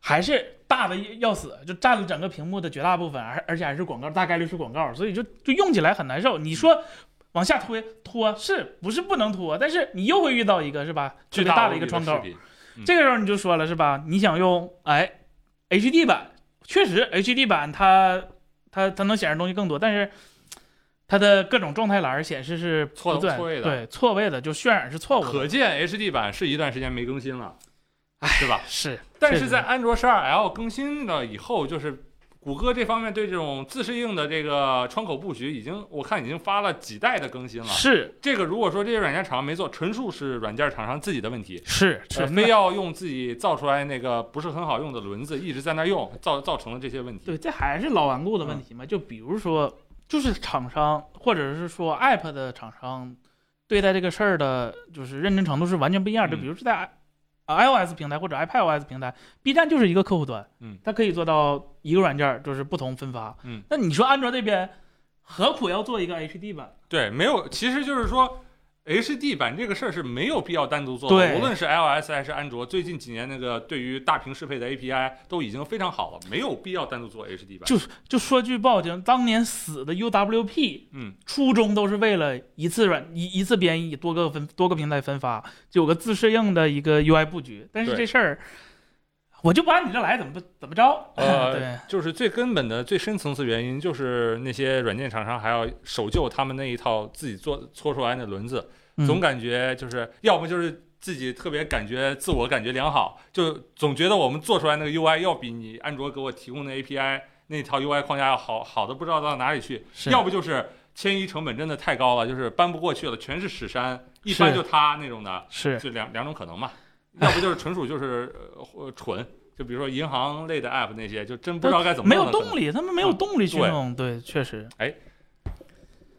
Speaker 2: 还是大的要死，就占了整个屏幕的绝大部分，而而且还是广告，大概率是广告，所以就就用起来很难受。你说往下推拖是不是不能拖？但是你又会遇到一个是吧，特
Speaker 3: 巨
Speaker 2: 别大
Speaker 3: 无
Speaker 2: 的一
Speaker 3: 比
Speaker 2: 个
Speaker 3: 的
Speaker 2: 窗
Speaker 3: 视
Speaker 2: 口，
Speaker 3: 频嗯
Speaker 2: 这个时候你就说了是吧？你想用哎 HD 版，确实 HD 版它它它能显示东西更多，但是它的各种状态栏显示是不
Speaker 3: 错
Speaker 2: 对
Speaker 3: 错位的
Speaker 2: 对错位的，就渲染是错误的，
Speaker 3: 可见 HD 版是一段时间没更新了，是吧？
Speaker 2: 是。
Speaker 3: 但
Speaker 2: 确
Speaker 3: 是
Speaker 2: 实
Speaker 3: 在安卓十二 L 更新了以后，就是谷歌这方面对这种自适应的这个窗口布局，已经我看已经发了几代的更新了。
Speaker 2: 是
Speaker 3: 这个如果说这些软件厂商没做，纯属是软件厂商自己的问题。
Speaker 2: 是
Speaker 3: 呃
Speaker 2: 是，
Speaker 3: 非要用自己造出来那个不是很好用的轮子一直在那儿用，造造成了这些问题。
Speaker 2: 对，这还是老顽固
Speaker 3: 嗯
Speaker 2: 的问题嘛。就比如说，就是厂商或者是说 App 的厂商对待这个事儿的，就是认真程度是完全不一样
Speaker 3: 嗯
Speaker 2: 的。就比如说在 i- 呃 iOS 平台或者 iPadOS 平台，B 站就是一个客户端，
Speaker 3: 嗯，
Speaker 2: 它可以做到一个软件儿就是不同分发，
Speaker 3: 嗯。
Speaker 2: 那你说安卓这边何苦要做一个 HD 版？
Speaker 3: 对，没有，其实就是说，HD 版这个事儿是没有必要单独做
Speaker 2: 对
Speaker 3: 的。无论是 iOS 还是安卓，最近几年那个对于大屏适配的 API 都已经非常好了，没有必要单独做 HD 版。
Speaker 2: 就是就说句不好听，当年死的 UWP
Speaker 3: 嗯，
Speaker 2: 初衷都是为了一次软一一次编译，多个分多个平台分发，就有个自适应的一个 UI 布局。但是
Speaker 3: 对
Speaker 2: 这事儿，我就不按你这来，怎么怎么着？
Speaker 3: 呃
Speaker 2: 对，
Speaker 3: 就是最根本的、最深层次原因，就是那些软件厂商还要守旧他们那一套自己做搓出来的轮子，
Speaker 2: 嗯
Speaker 3: 总感觉就是要么就是自己特别感觉自我感觉良好，就总觉得我们做出来那个 UI 要比你安卓给我提供的 API 那套 UI 框架要好好的不知道到哪里去，
Speaker 2: 是
Speaker 3: 要不就是迁移成本真的太高了，就是搬不过去了，全是屎山，一翻
Speaker 2: 是
Speaker 3: 就塌那种的，
Speaker 2: 是
Speaker 3: 就两两种可能嘛，要不就是纯属就是呃蠢，就比如说银行类的 app 那些，就真不知道该怎么
Speaker 2: 没
Speaker 3: 弄
Speaker 2: 有
Speaker 3: 了可能
Speaker 2: 动力，他们没有
Speaker 3: 嗯
Speaker 2: 动力去
Speaker 3: 对
Speaker 2: 弄。对，确实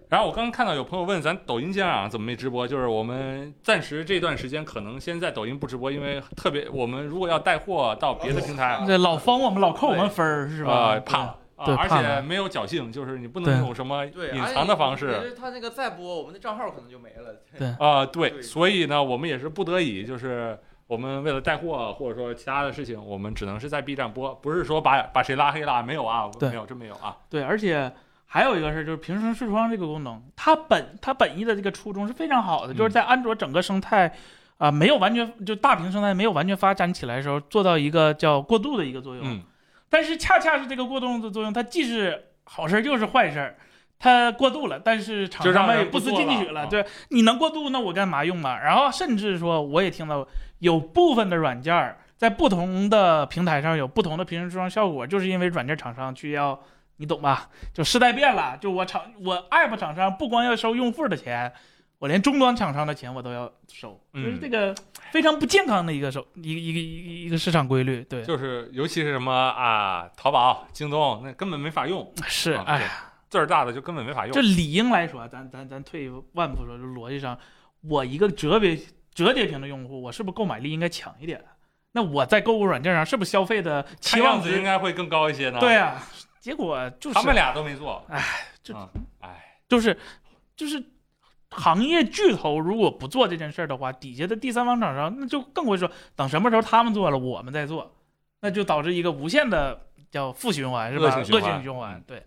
Speaker 3: 然后我刚刚看到有朋友问咱抖音家长怎么没直播，就是我们暂时这段时间可能先在抖音不直播，因为特别我们如果要带货到别的平台，
Speaker 2: 这老封我们，老扣我们
Speaker 3: 啊对
Speaker 2: 分儿是吧？
Speaker 3: 呃，怕。啊
Speaker 2: 对
Speaker 3: 而
Speaker 2: 怕
Speaker 3: 且
Speaker 2: 了
Speaker 3: 没有侥幸，就是你不
Speaker 2: 对
Speaker 3: 能用什么
Speaker 4: 对哎
Speaker 3: 隐藏的方
Speaker 4: 而且
Speaker 3: 式
Speaker 4: 他那个再播，我们的账号可能就没了。
Speaker 2: 对
Speaker 3: 啊、对，
Speaker 4: 对
Speaker 3: 所以呢，我们也是不得已，就是我们为了带货或者说其他的事情，我们只能是在 B 站播，不是说把把谁拉黑了，没有啊，
Speaker 2: 对
Speaker 3: 没有，真没有啊，
Speaker 2: 对，而且还有一个事儿就是平行视窗这个功能，它本它本意的这个初衷是非常好的，就是
Speaker 3: 嗯
Speaker 2: 在安卓整个生态啊、没有完全就大屏生态没有完全发展起来的时候，做到一个叫过渡的一个作用。
Speaker 3: 嗯，
Speaker 2: 但是恰恰是这个过渡的作用，它既是好事儿又是坏事儿。它过渡了，但是厂
Speaker 3: 就
Speaker 2: 商
Speaker 3: 让
Speaker 2: 们
Speaker 3: 人
Speaker 2: 也不
Speaker 3: 不
Speaker 2: 思
Speaker 3: 做
Speaker 2: 进
Speaker 3: 了
Speaker 2: 取了。
Speaker 3: 啊
Speaker 2: 对，你能过渡，那我干嘛用嘛？然后甚至说，我也听到有部分的软件儿在不同的平台上有不同的平行视窗效果，就是因为软件厂商去要，你懂吧？就时代变了，就我厂我 app 厂商不光要收用户的钱，我连终端厂商的钱我都要收，就是
Speaker 3: 嗯
Speaker 2: 这个非常不健康的一个手一个一个一个一个市场规律。对，
Speaker 3: 就是尤其是什么啊，淘宝、京东那根本没法用，
Speaker 2: 是
Speaker 3: 啊
Speaker 2: 哎
Speaker 3: 对。字儿大的就根本没法用
Speaker 2: 这，理应来说啊，咱咱咱退一万步说，就逻辑上，我一个折叠折叠屏的用户，我是不是购买力应该强一点？那我在购物软件上是不是消费的
Speaker 3: 看
Speaker 2: 期
Speaker 3: 样
Speaker 2: 望
Speaker 3: 子应
Speaker 2: 值？
Speaker 3: 该会更高一些呢。
Speaker 2: 对啊，结果就是
Speaker 3: 他们俩都嗯哎没做，
Speaker 2: 就是就是行业巨头如果不做这件事儿的话，底下的第三方厂商那就更会说，等什么时候他们做了，我们再做。那就导致一个无限的叫负循环是吧？
Speaker 3: 恶
Speaker 2: 恶
Speaker 3: 性
Speaker 2: 性
Speaker 3: 循环
Speaker 2: 循环，对，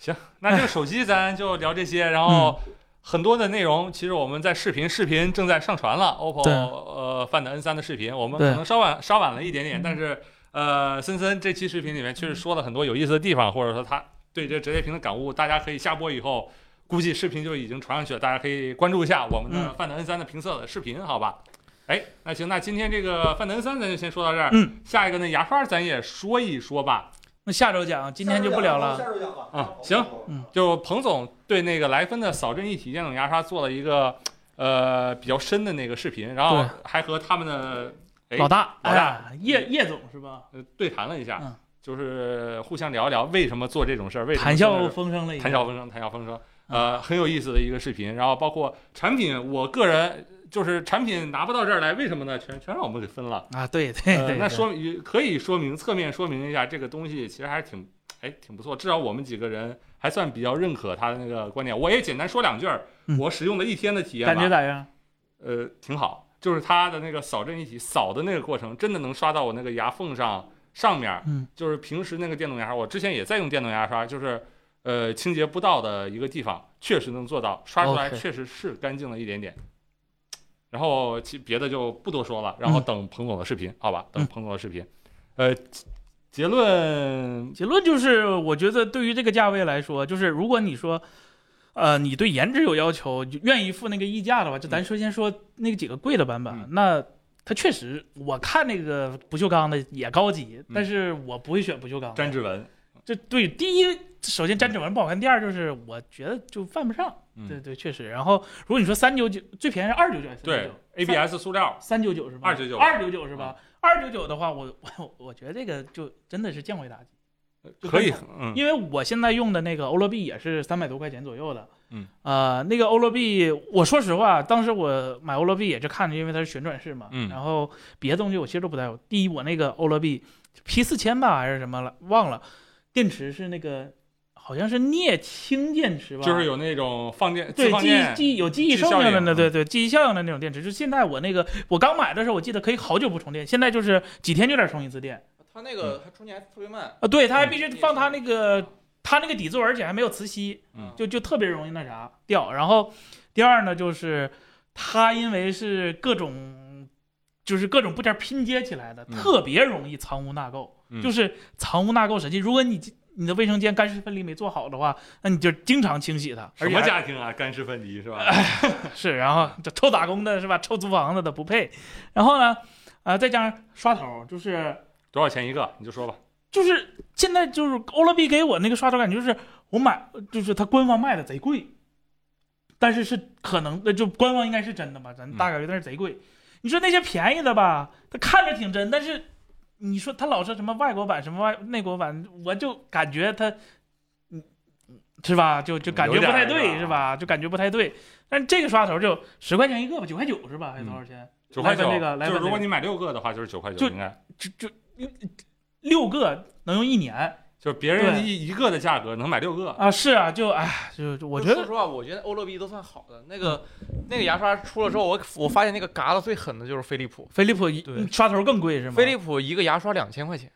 Speaker 3: 行， 那这个手机咱就聊这些，然后
Speaker 2: 嗯
Speaker 3: 很多的内容其实我们在视频，视频正在上传了，OPPO
Speaker 2: 对
Speaker 3: 呃 Find N 3的视频，我们可
Speaker 2: 对嗯
Speaker 3: 能稍晚稍晚了一点点，但是呃森森这期视频里面确实说了很多有意思的地方，或者说他对这折叠屏的感悟，大家可以下播以后。估计视频就已经传上去了，大家可以关注一下我们
Speaker 2: 嗯
Speaker 3: 的 Find N 3的评测的视频，好吧？哎，那行，那今天这个 Find N 3咱就先说到这儿。
Speaker 2: 嗯，
Speaker 3: 下一个呢，牙刷咱也说一说吧。
Speaker 2: 那下周讲，今天就不聊
Speaker 1: 下
Speaker 2: 了。
Speaker 1: 周讲吧。
Speaker 3: 嗯行就彭总对那个莱芬的扫振一体电动牙刷做了一个呃比较深的那个视频，然后
Speaker 2: 对
Speaker 3: 还和他们的哎
Speaker 2: 老大，
Speaker 3: 老
Speaker 2: 哎
Speaker 3: 大
Speaker 2: 呀，叶叶总是吧？
Speaker 3: 呃对谈了一下，
Speaker 2: 嗯
Speaker 3: 就是互相聊一聊为什么做这种事儿，为什么
Speaker 2: 谈
Speaker 3: 做这
Speaker 2: 笑
Speaker 3: 种事
Speaker 2: 风生了
Speaker 3: 儿
Speaker 2: 已
Speaker 3: 谈
Speaker 2: 经。
Speaker 3: 笑风生，谈笑风生，呃，很有意思的一个视频。然后包括产品，我个人就是产品拿不到这儿来，为什么呢？全全让我们给分了。
Speaker 2: 啊，对对
Speaker 3: 呃
Speaker 2: 对，
Speaker 3: 那
Speaker 2: 对
Speaker 3: 说明可以说明侧面说明一下，这个东西其实还是挺哎挺不错，至少我们几个人还算比较认可他的那个观点。我也简单说两句儿，
Speaker 2: 嗯
Speaker 3: 我使用的一天的体验吧，
Speaker 2: 感觉咋样？
Speaker 3: 呃挺好，就是它的那个扫振一体扫的那个过程，真的能刷到我那个牙缝上上面儿。
Speaker 2: 嗯
Speaker 3: 就是平时那个电动牙刷，我之前也在用电动牙刷，就是呃清洁不到的一个地方，确实能做到，刷出来
Speaker 2: OK
Speaker 3: 确实是干净了一点点。然后其别的就不多说了，然后
Speaker 2: 嗯
Speaker 3: 等彭总的视频，好吧，等
Speaker 2: 嗯
Speaker 3: 彭总的视频。呃，结结论
Speaker 2: 结论就是，我觉得对于这个价位来说，就是如果你说，呃，你对颜值有要求，你愿意付那个溢价的话，就咱说先说那几个贵的版本，啊
Speaker 3: 嗯
Speaker 2: 那它确实，我看那个不锈钢的也高级，但是我不会选不锈钢的。
Speaker 3: 粘嗯指纹，
Speaker 2: 这对第一，首先粘指纹不好看，第二就是我觉得就犯不上，对
Speaker 3: 嗯，
Speaker 2: 对，确实。然后如果你说三九九，最便宜是二九九还是
Speaker 3: 对
Speaker 2: 399
Speaker 3: ，ABS 塑料，
Speaker 2: 三九九是吧？
Speaker 3: 299
Speaker 2: 二九九是吧？二九九的话，我 我我觉得这个就真的是降维打击。就
Speaker 3: 可以
Speaker 2: 跟，
Speaker 3: 嗯，
Speaker 2: 因为我现在用的那个欧乐 B 也是三百多块钱左右的，
Speaker 3: 嗯，
Speaker 2: 呃，那个欧乐 B，我说实话，当时我买欧乐 B 也是看着，因为它是旋转式嘛，
Speaker 3: 嗯
Speaker 2: 然后别的东西我其实都不太有。第一，我那个欧乐 B P 四千吧还是什么了，忘了，电池是那个好像是镍氢电池吧，
Speaker 3: 就是有那种放电自
Speaker 2: 对
Speaker 3: 放
Speaker 2: 记忆
Speaker 3: 电，
Speaker 2: 记忆有记忆
Speaker 3: 记忆效
Speaker 2: 效应的
Speaker 3: 应
Speaker 2: 那
Speaker 3: 嗯
Speaker 2: 对对记忆效应的那种电池，就现在我那个我刚买的时候，我记得可以好久不充电，现在就是几天就得充一次电
Speaker 4: 它那
Speaker 2: 嗯
Speaker 4: 个还充电还特别慢，
Speaker 2: 啊。对，它还必须
Speaker 4: 嗯
Speaker 2: 放它那个它那个底座，而且还没有磁吸，
Speaker 3: 嗯
Speaker 2: 就就特别容易那啥掉。然后第二呢，就是它因为是各种就是各种部件拼接起来的，
Speaker 3: 嗯
Speaker 2: 特别容易藏污纳垢，
Speaker 3: 嗯
Speaker 2: 就是藏污纳垢神器。如果你你的卫生间干湿分离没做好的话，那你就经常清洗它，
Speaker 3: 什
Speaker 2: 而且
Speaker 3: 么
Speaker 2: 还
Speaker 3: 家庭啊，干湿分离 是吧？
Speaker 2: 是，然后这臭打工的是吧？臭 租房子的不配。然后呢，啊、再加上刷头，就是
Speaker 3: 多少钱一个？你就说吧。
Speaker 2: 就是现在就是欧乐 B 给我那个刷头感觉就是我买就是它官方卖的贼贵，但是是可能那就官方应该是真的吧，咱
Speaker 3: 嗯
Speaker 2: 大概率但是贼贵。你说那些便宜的吧，它看着挺真，但是你说它老说什么外国版什么外内国版，我就感觉它，嗯，是吧？就就感觉
Speaker 3: 有
Speaker 2: 不
Speaker 3: 点儿
Speaker 2: 太
Speaker 3: 是吧
Speaker 2: 对，是吧？就感觉不太对。但这个刷头就十块钱一个吧，九块九是吧？还是
Speaker 3: 嗯
Speaker 2: 多少钱？
Speaker 3: 九块
Speaker 2: 来
Speaker 3: 九，
Speaker 2: 份这个来
Speaker 3: 就是
Speaker 2: 份
Speaker 3: 如
Speaker 2: 这
Speaker 3: 果
Speaker 2: 个
Speaker 3: 你买六个的话，就是九块九，
Speaker 2: 就
Speaker 3: 应该
Speaker 2: 就就六个能用一年
Speaker 3: 就是别人
Speaker 2: 对
Speaker 3: 一一个的价格能买六个，
Speaker 2: 啊！是啊，就哎，就就我觉
Speaker 4: 说
Speaker 2: 得
Speaker 4: 实话，我觉得欧乐 B 都算好的。那个
Speaker 2: 嗯
Speaker 4: 那个牙刷出了之后，我我发现那个嘎的最狠的就是飞利浦，
Speaker 2: 飞利浦一
Speaker 4: 对
Speaker 2: 刷头更贵是吗？
Speaker 4: 飞利浦一个牙刷两千块钱，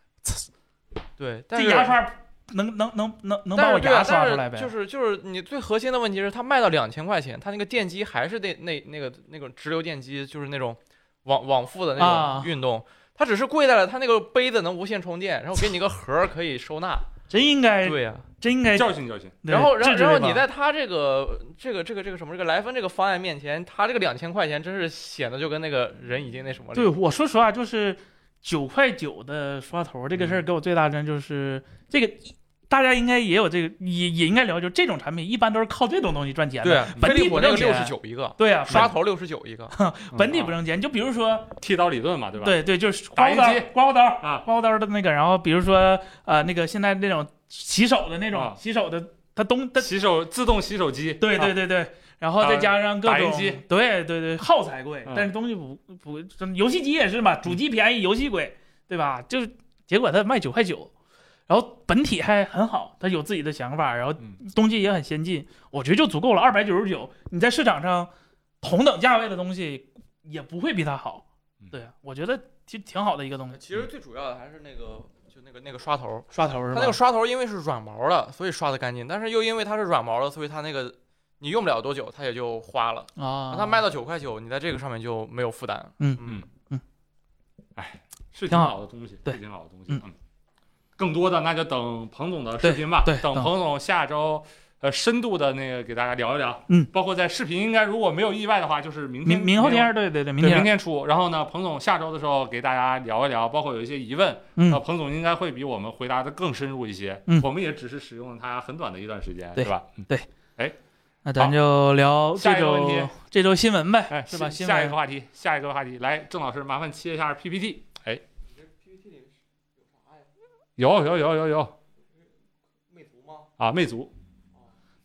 Speaker 4: 对，但
Speaker 2: 这
Speaker 4: 是
Speaker 2: 牙刷能能能能能把
Speaker 4: 但
Speaker 2: 我
Speaker 4: 是对啊
Speaker 2: 牙刷
Speaker 4: 但
Speaker 2: 出
Speaker 4: 是
Speaker 2: 来呗？
Speaker 4: 就是就是你最核心的问题是，它卖到两千块钱，它那个电机还是那那那个那种直流电机，就是那种往往复的那
Speaker 2: 啊
Speaker 4: 种运动。它只是贵在了它那个杯子能无线充电，然后给你个盒儿可以收纳。
Speaker 2: 真应该
Speaker 4: 对呀、
Speaker 2: 真应该
Speaker 3: 教训教训。
Speaker 2: 对
Speaker 4: 然后然后
Speaker 2: 制止
Speaker 4: 然
Speaker 2: 这
Speaker 4: 后
Speaker 2: 帮
Speaker 4: 你在它这个这个这个这个什么这个莱芬这个方案面前，它这个两千块钱真是显得就跟那个人已经那什么了。
Speaker 2: 对我说实话就是九块九的刷头这个事儿给我最大的就是这个大家应该也有这个也也应该了解，就是这种产品一般都是靠这种东西赚钱
Speaker 4: 对
Speaker 2: 的。
Speaker 4: 啊，
Speaker 2: 本
Speaker 4: 飞利
Speaker 2: 地
Speaker 4: 浦
Speaker 2: 不
Speaker 4: 那个
Speaker 2: 挣
Speaker 4: 六
Speaker 2: 钱啊
Speaker 4: 十九一个，
Speaker 2: 对呀、
Speaker 4: 刷头六十 九一个，
Speaker 2: 本
Speaker 3: 嗯
Speaker 2: 地
Speaker 3: 啊
Speaker 2: 不挣钱，就比如说，
Speaker 3: 剃刀理论嘛，对吧？
Speaker 2: 对对，就是
Speaker 3: 打
Speaker 2: 刮
Speaker 3: 印
Speaker 2: 胡
Speaker 3: 机
Speaker 2: 刀、刮胡刀、
Speaker 3: 啊，
Speaker 2: 刮胡刀的那个，然后比如说呃那个现在那种洗手的那
Speaker 3: 啊
Speaker 2: 种洗手的，它东它
Speaker 3: 洗手自动洗手机，
Speaker 2: 对
Speaker 3: 啊
Speaker 2: 对，对对，然后再加上各
Speaker 3: 打印
Speaker 2: 种
Speaker 3: 机
Speaker 2: 对对对耗材贵
Speaker 3: 嗯，
Speaker 2: 但是东西不不，游戏机也是嘛，主机便宜，游戏贵，对吧？就是结果它卖九块九，然后本体还很好，它有自己的想法，然后
Speaker 3: 嗯
Speaker 2: 东西也很先进，我觉得就足够了。二百九十九，你在市场上同等价位的东西也不会比它好
Speaker 3: 嗯，
Speaker 2: 对啊，我觉得其实挺好的一个东西。
Speaker 4: 其实最主要的还是那个，就那个那个刷头儿，
Speaker 2: 刷头是
Speaker 4: 它
Speaker 2: 吧？
Speaker 4: 那个刷头儿因为是软毛的，所以刷的干净，但是又因为它是软毛的，所以它那个你用不了多久它也就花了。
Speaker 2: 啊，
Speaker 4: 它卖到九块九，你在这个上面就没有负担。
Speaker 2: 嗯
Speaker 3: 嗯
Speaker 2: 嗯，
Speaker 3: 哎，是
Speaker 2: 挺
Speaker 3: 挺
Speaker 2: 好
Speaker 3: 好的东西，
Speaker 2: 对
Speaker 3: 是挺好的东西。
Speaker 2: 嗯
Speaker 3: 嗯，更多的那就等彭总的视频吧，
Speaker 2: 对对
Speaker 3: 等
Speaker 2: 等
Speaker 3: 彭总下周呃深度的那个给大家聊一聊。
Speaker 2: 嗯，
Speaker 3: 包括在视频应该如果没有意外的话，就是嗯明天
Speaker 2: 明明后
Speaker 3: 天
Speaker 2: 天，对对对，明
Speaker 3: 对明
Speaker 2: 天
Speaker 3: 天出。然后呢，彭总下周的时候给大家聊一聊，包括有一些疑问，那、
Speaker 2: 嗯，
Speaker 3: 彭总应该会比我们回答的更深入一些。
Speaker 2: 嗯
Speaker 3: 我们也只是使用了它很短的一段时间，
Speaker 2: 对
Speaker 3: 是吧？嗯
Speaker 2: 那咱就聊
Speaker 3: 下
Speaker 2: 这
Speaker 3: 一个问
Speaker 2: 周
Speaker 3: 题
Speaker 2: 这周新闻
Speaker 3: 哎
Speaker 2: 呗，，是
Speaker 3: 下
Speaker 2: 吧？新
Speaker 3: 下一个
Speaker 2: 闻
Speaker 3: 话题，下一个话题，来，郑老师麻烦切一下 PPT。哎，有有有有有
Speaker 4: 魅族吗？
Speaker 3: 啊，魅族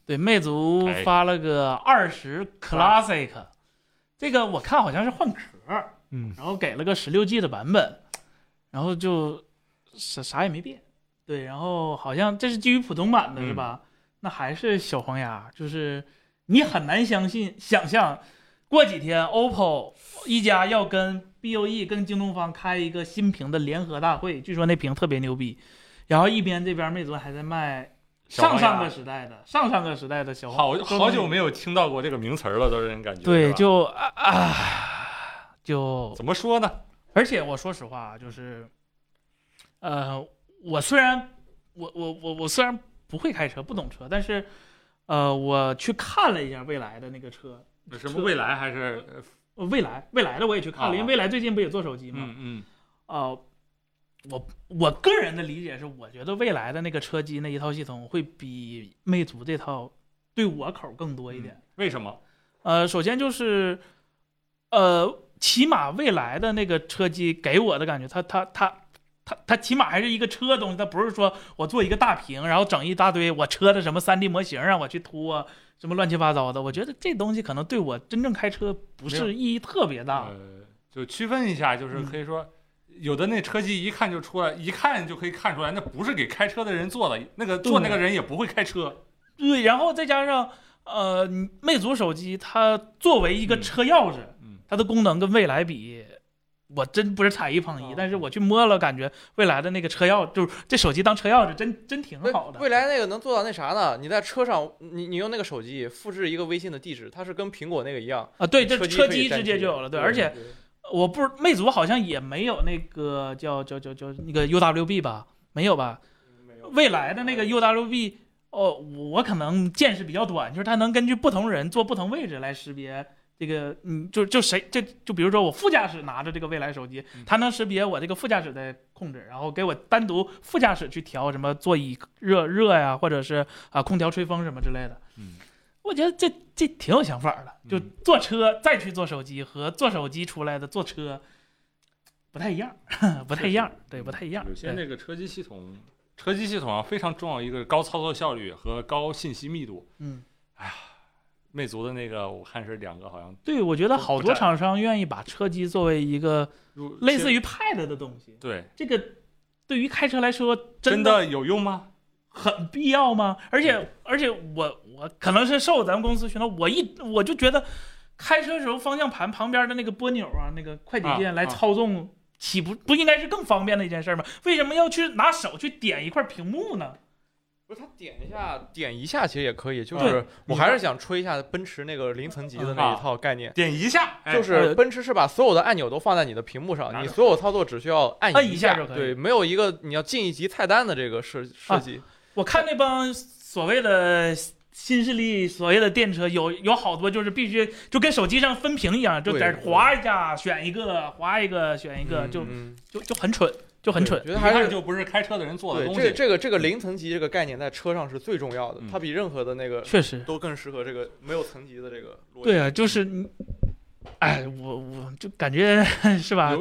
Speaker 2: 对魅族
Speaker 3: 哎啊
Speaker 2: 发了个二十 Classic，这个我看好像是换壳，
Speaker 3: 嗯，
Speaker 2: 然后给了个十六 G 的版本，然后就啥啥也没变，对，然后好像这是基于普通版的是
Speaker 3: 嗯
Speaker 2: 吧？那还是小黄鸭，就是你很难相信想象。过几天，OPPO 一加要跟 BOE 跟京东方开一个新屏的联合大会，据说那屏特别牛逼。然后一边这边魅族还在卖
Speaker 3: 小
Speaker 2: 上
Speaker 3: 黄鸭
Speaker 2: 上个时代的上上个时代的小黄，
Speaker 3: 好好久没有听到过这个名词儿了，都是人感觉是
Speaker 2: 对，
Speaker 3: 吧
Speaker 2: 就啊啊，就
Speaker 3: 怎么说呢？
Speaker 2: 而且我说实话，啊就是，呃，我虽然我我我我虽然不会开车，不懂车，但是，呃，我去看了一下蔚来的那个车，
Speaker 3: 什么未来还是呃
Speaker 2: 呃蔚来蔚来的我也去看了，因
Speaker 3: 啊
Speaker 2: 为蔚来最近不也做手机吗？
Speaker 3: 嗯嗯
Speaker 2: 呃，我我个人的理解是，我觉得未来的那个车机那一套系统会比魅族这套对我口儿更多一点。
Speaker 3: 嗯为什么？
Speaker 2: 呃，首先就是，呃，起码未来的那个车机给我的感觉，它它它它它起码还是一个车东西，它不是说我做一个大屏，然后整一大堆我车的什么3 D 模型啊让我去拖什么乱七八糟的。我觉得这东西可能对我真正开车不
Speaker 3: 没有
Speaker 2: 是意义特别大。
Speaker 3: 呃，就区分一下，就是
Speaker 2: 嗯
Speaker 3: 可以说。有的那车机一看就出来，一看就可以看出来，那不是给开车的人做的，那个做那
Speaker 2: 对
Speaker 3: 个人也不会开车。
Speaker 2: 对，然后再加上呃，你魅族手机它作为一个车钥匙，
Speaker 3: 嗯
Speaker 2: 它的功能跟蔚来比，我真不是踩一捧一，
Speaker 4: 哦
Speaker 2: 但是我去摸了，感觉蔚来的那个车钥，就是这手机当车钥匙真真挺
Speaker 4: 未
Speaker 2: 好的。
Speaker 4: 未来那个能做到那啥呢？你在车上，你你用那个手机复制一个微信的地址，它是跟苹果那个一样，
Speaker 2: 啊，对，这
Speaker 4: 车机
Speaker 2: 车
Speaker 4: 可以
Speaker 2: 机
Speaker 4: 占
Speaker 2: 直接
Speaker 4: 据
Speaker 2: 就有了，对，而且
Speaker 4: 对
Speaker 2: 我不是魅族好像也没有那个叫叫叫叫那个 UWB 吧，嗯没有吧？未来的那个 UWB，哦，我可能见识比较短，就是它能根据不同人坐不同位置来识别这个，嗯，就就谁这就比如说我副驾驶拿着这个未来手机
Speaker 3: 嗯，
Speaker 2: 它能识别我这个副驾驶在控制，然后给我单独副驾驶去调什么座椅热热呀，或者是啊空调吹风什么之类的。
Speaker 3: 嗯，
Speaker 2: 我觉得这这挺有想法的，就
Speaker 3: 嗯
Speaker 2: 坐车再去做手机和做手机出来的坐车不太一样， 不太一样，对，不太一样。
Speaker 3: 有些
Speaker 2: 对
Speaker 3: 那个车机系统，车机系统上非常重要一个高操作效率和高信息密度。
Speaker 2: 嗯，
Speaker 3: 魅族的那个我看是两个，好像
Speaker 2: 对，我觉得好
Speaker 3: 不
Speaker 2: 多
Speaker 3: 占
Speaker 2: 厂商愿意把车机作为一个
Speaker 3: 入
Speaker 2: 类似
Speaker 3: 于
Speaker 2: 于 Pad 的东西，
Speaker 3: 对，
Speaker 2: 这个对于开车来说
Speaker 3: 真
Speaker 2: 真的
Speaker 3: 的有用吗？
Speaker 2: 很必要吗？而且而且我我可能是受咱们公司熏陶，我一我就觉得开车时候方向盘旁边的那个拨钮啊，那个快捷键
Speaker 3: 啊
Speaker 2: 来操纵，岂不不应该是更方便的一件事吗？为什么要去拿手去点一块屏幕呢？
Speaker 4: 不是它点一下，点一下其实也可以，就
Speaker 3: 对
Speaker 4: 是我还是想吹一下奔驰那个零层级的那一套概念。
Speaker 3: 点一下，哎
Speaker 4: 就
Speaker 2: 哎
Speaker 4: 是奔驰是把所有的按钮都放在你的屏幕
Speaker 3: 哪
Speaker 4: 上，你
Speaker 3: 有
Speaker 4: 所有操作只需要按
Speaker 2: 按一
Speaker 4: 下
Speaker 2: 下就可以啊
Speaker 4: 对，没有一个你要进一级菜单的这个设设计。
Speaker 2: 我看那帮所谓的新势力，所谓的电车，有有好多就是必须就跟手机上分屏一样，就
Speaker 4: 对
Speaker 2: 在这划一下选一个，划一个选一个，
Speaker 4: 嗯
Speaker 2: 就
Speaker 4: 嗯
Speaker 2: 就就很蠢，就很蠢
Speaker 4: 对。觉
Speaker 3: 一
Speaker 4: 得还
Speaker 3: 看
Speaker 4: 是
Speaker 3: 就不是开车的人做的
Speaker 4: 对
Speaker 3: 东
Speaker 4: 这个
Speaker 3: 西。
Speaker 4: 这个这个零层级这个概念在车上是最重要的
Speaker 3: 嗯，
Speaker 4: 它比任何的那个
Speaker 2: 确实，
Speaker 4: 都更适合这个没有层级的这个逻辑。
Speaker 2: 对啊，就是你，哎，我我就感觉 是吧？
Speaker 3: 尤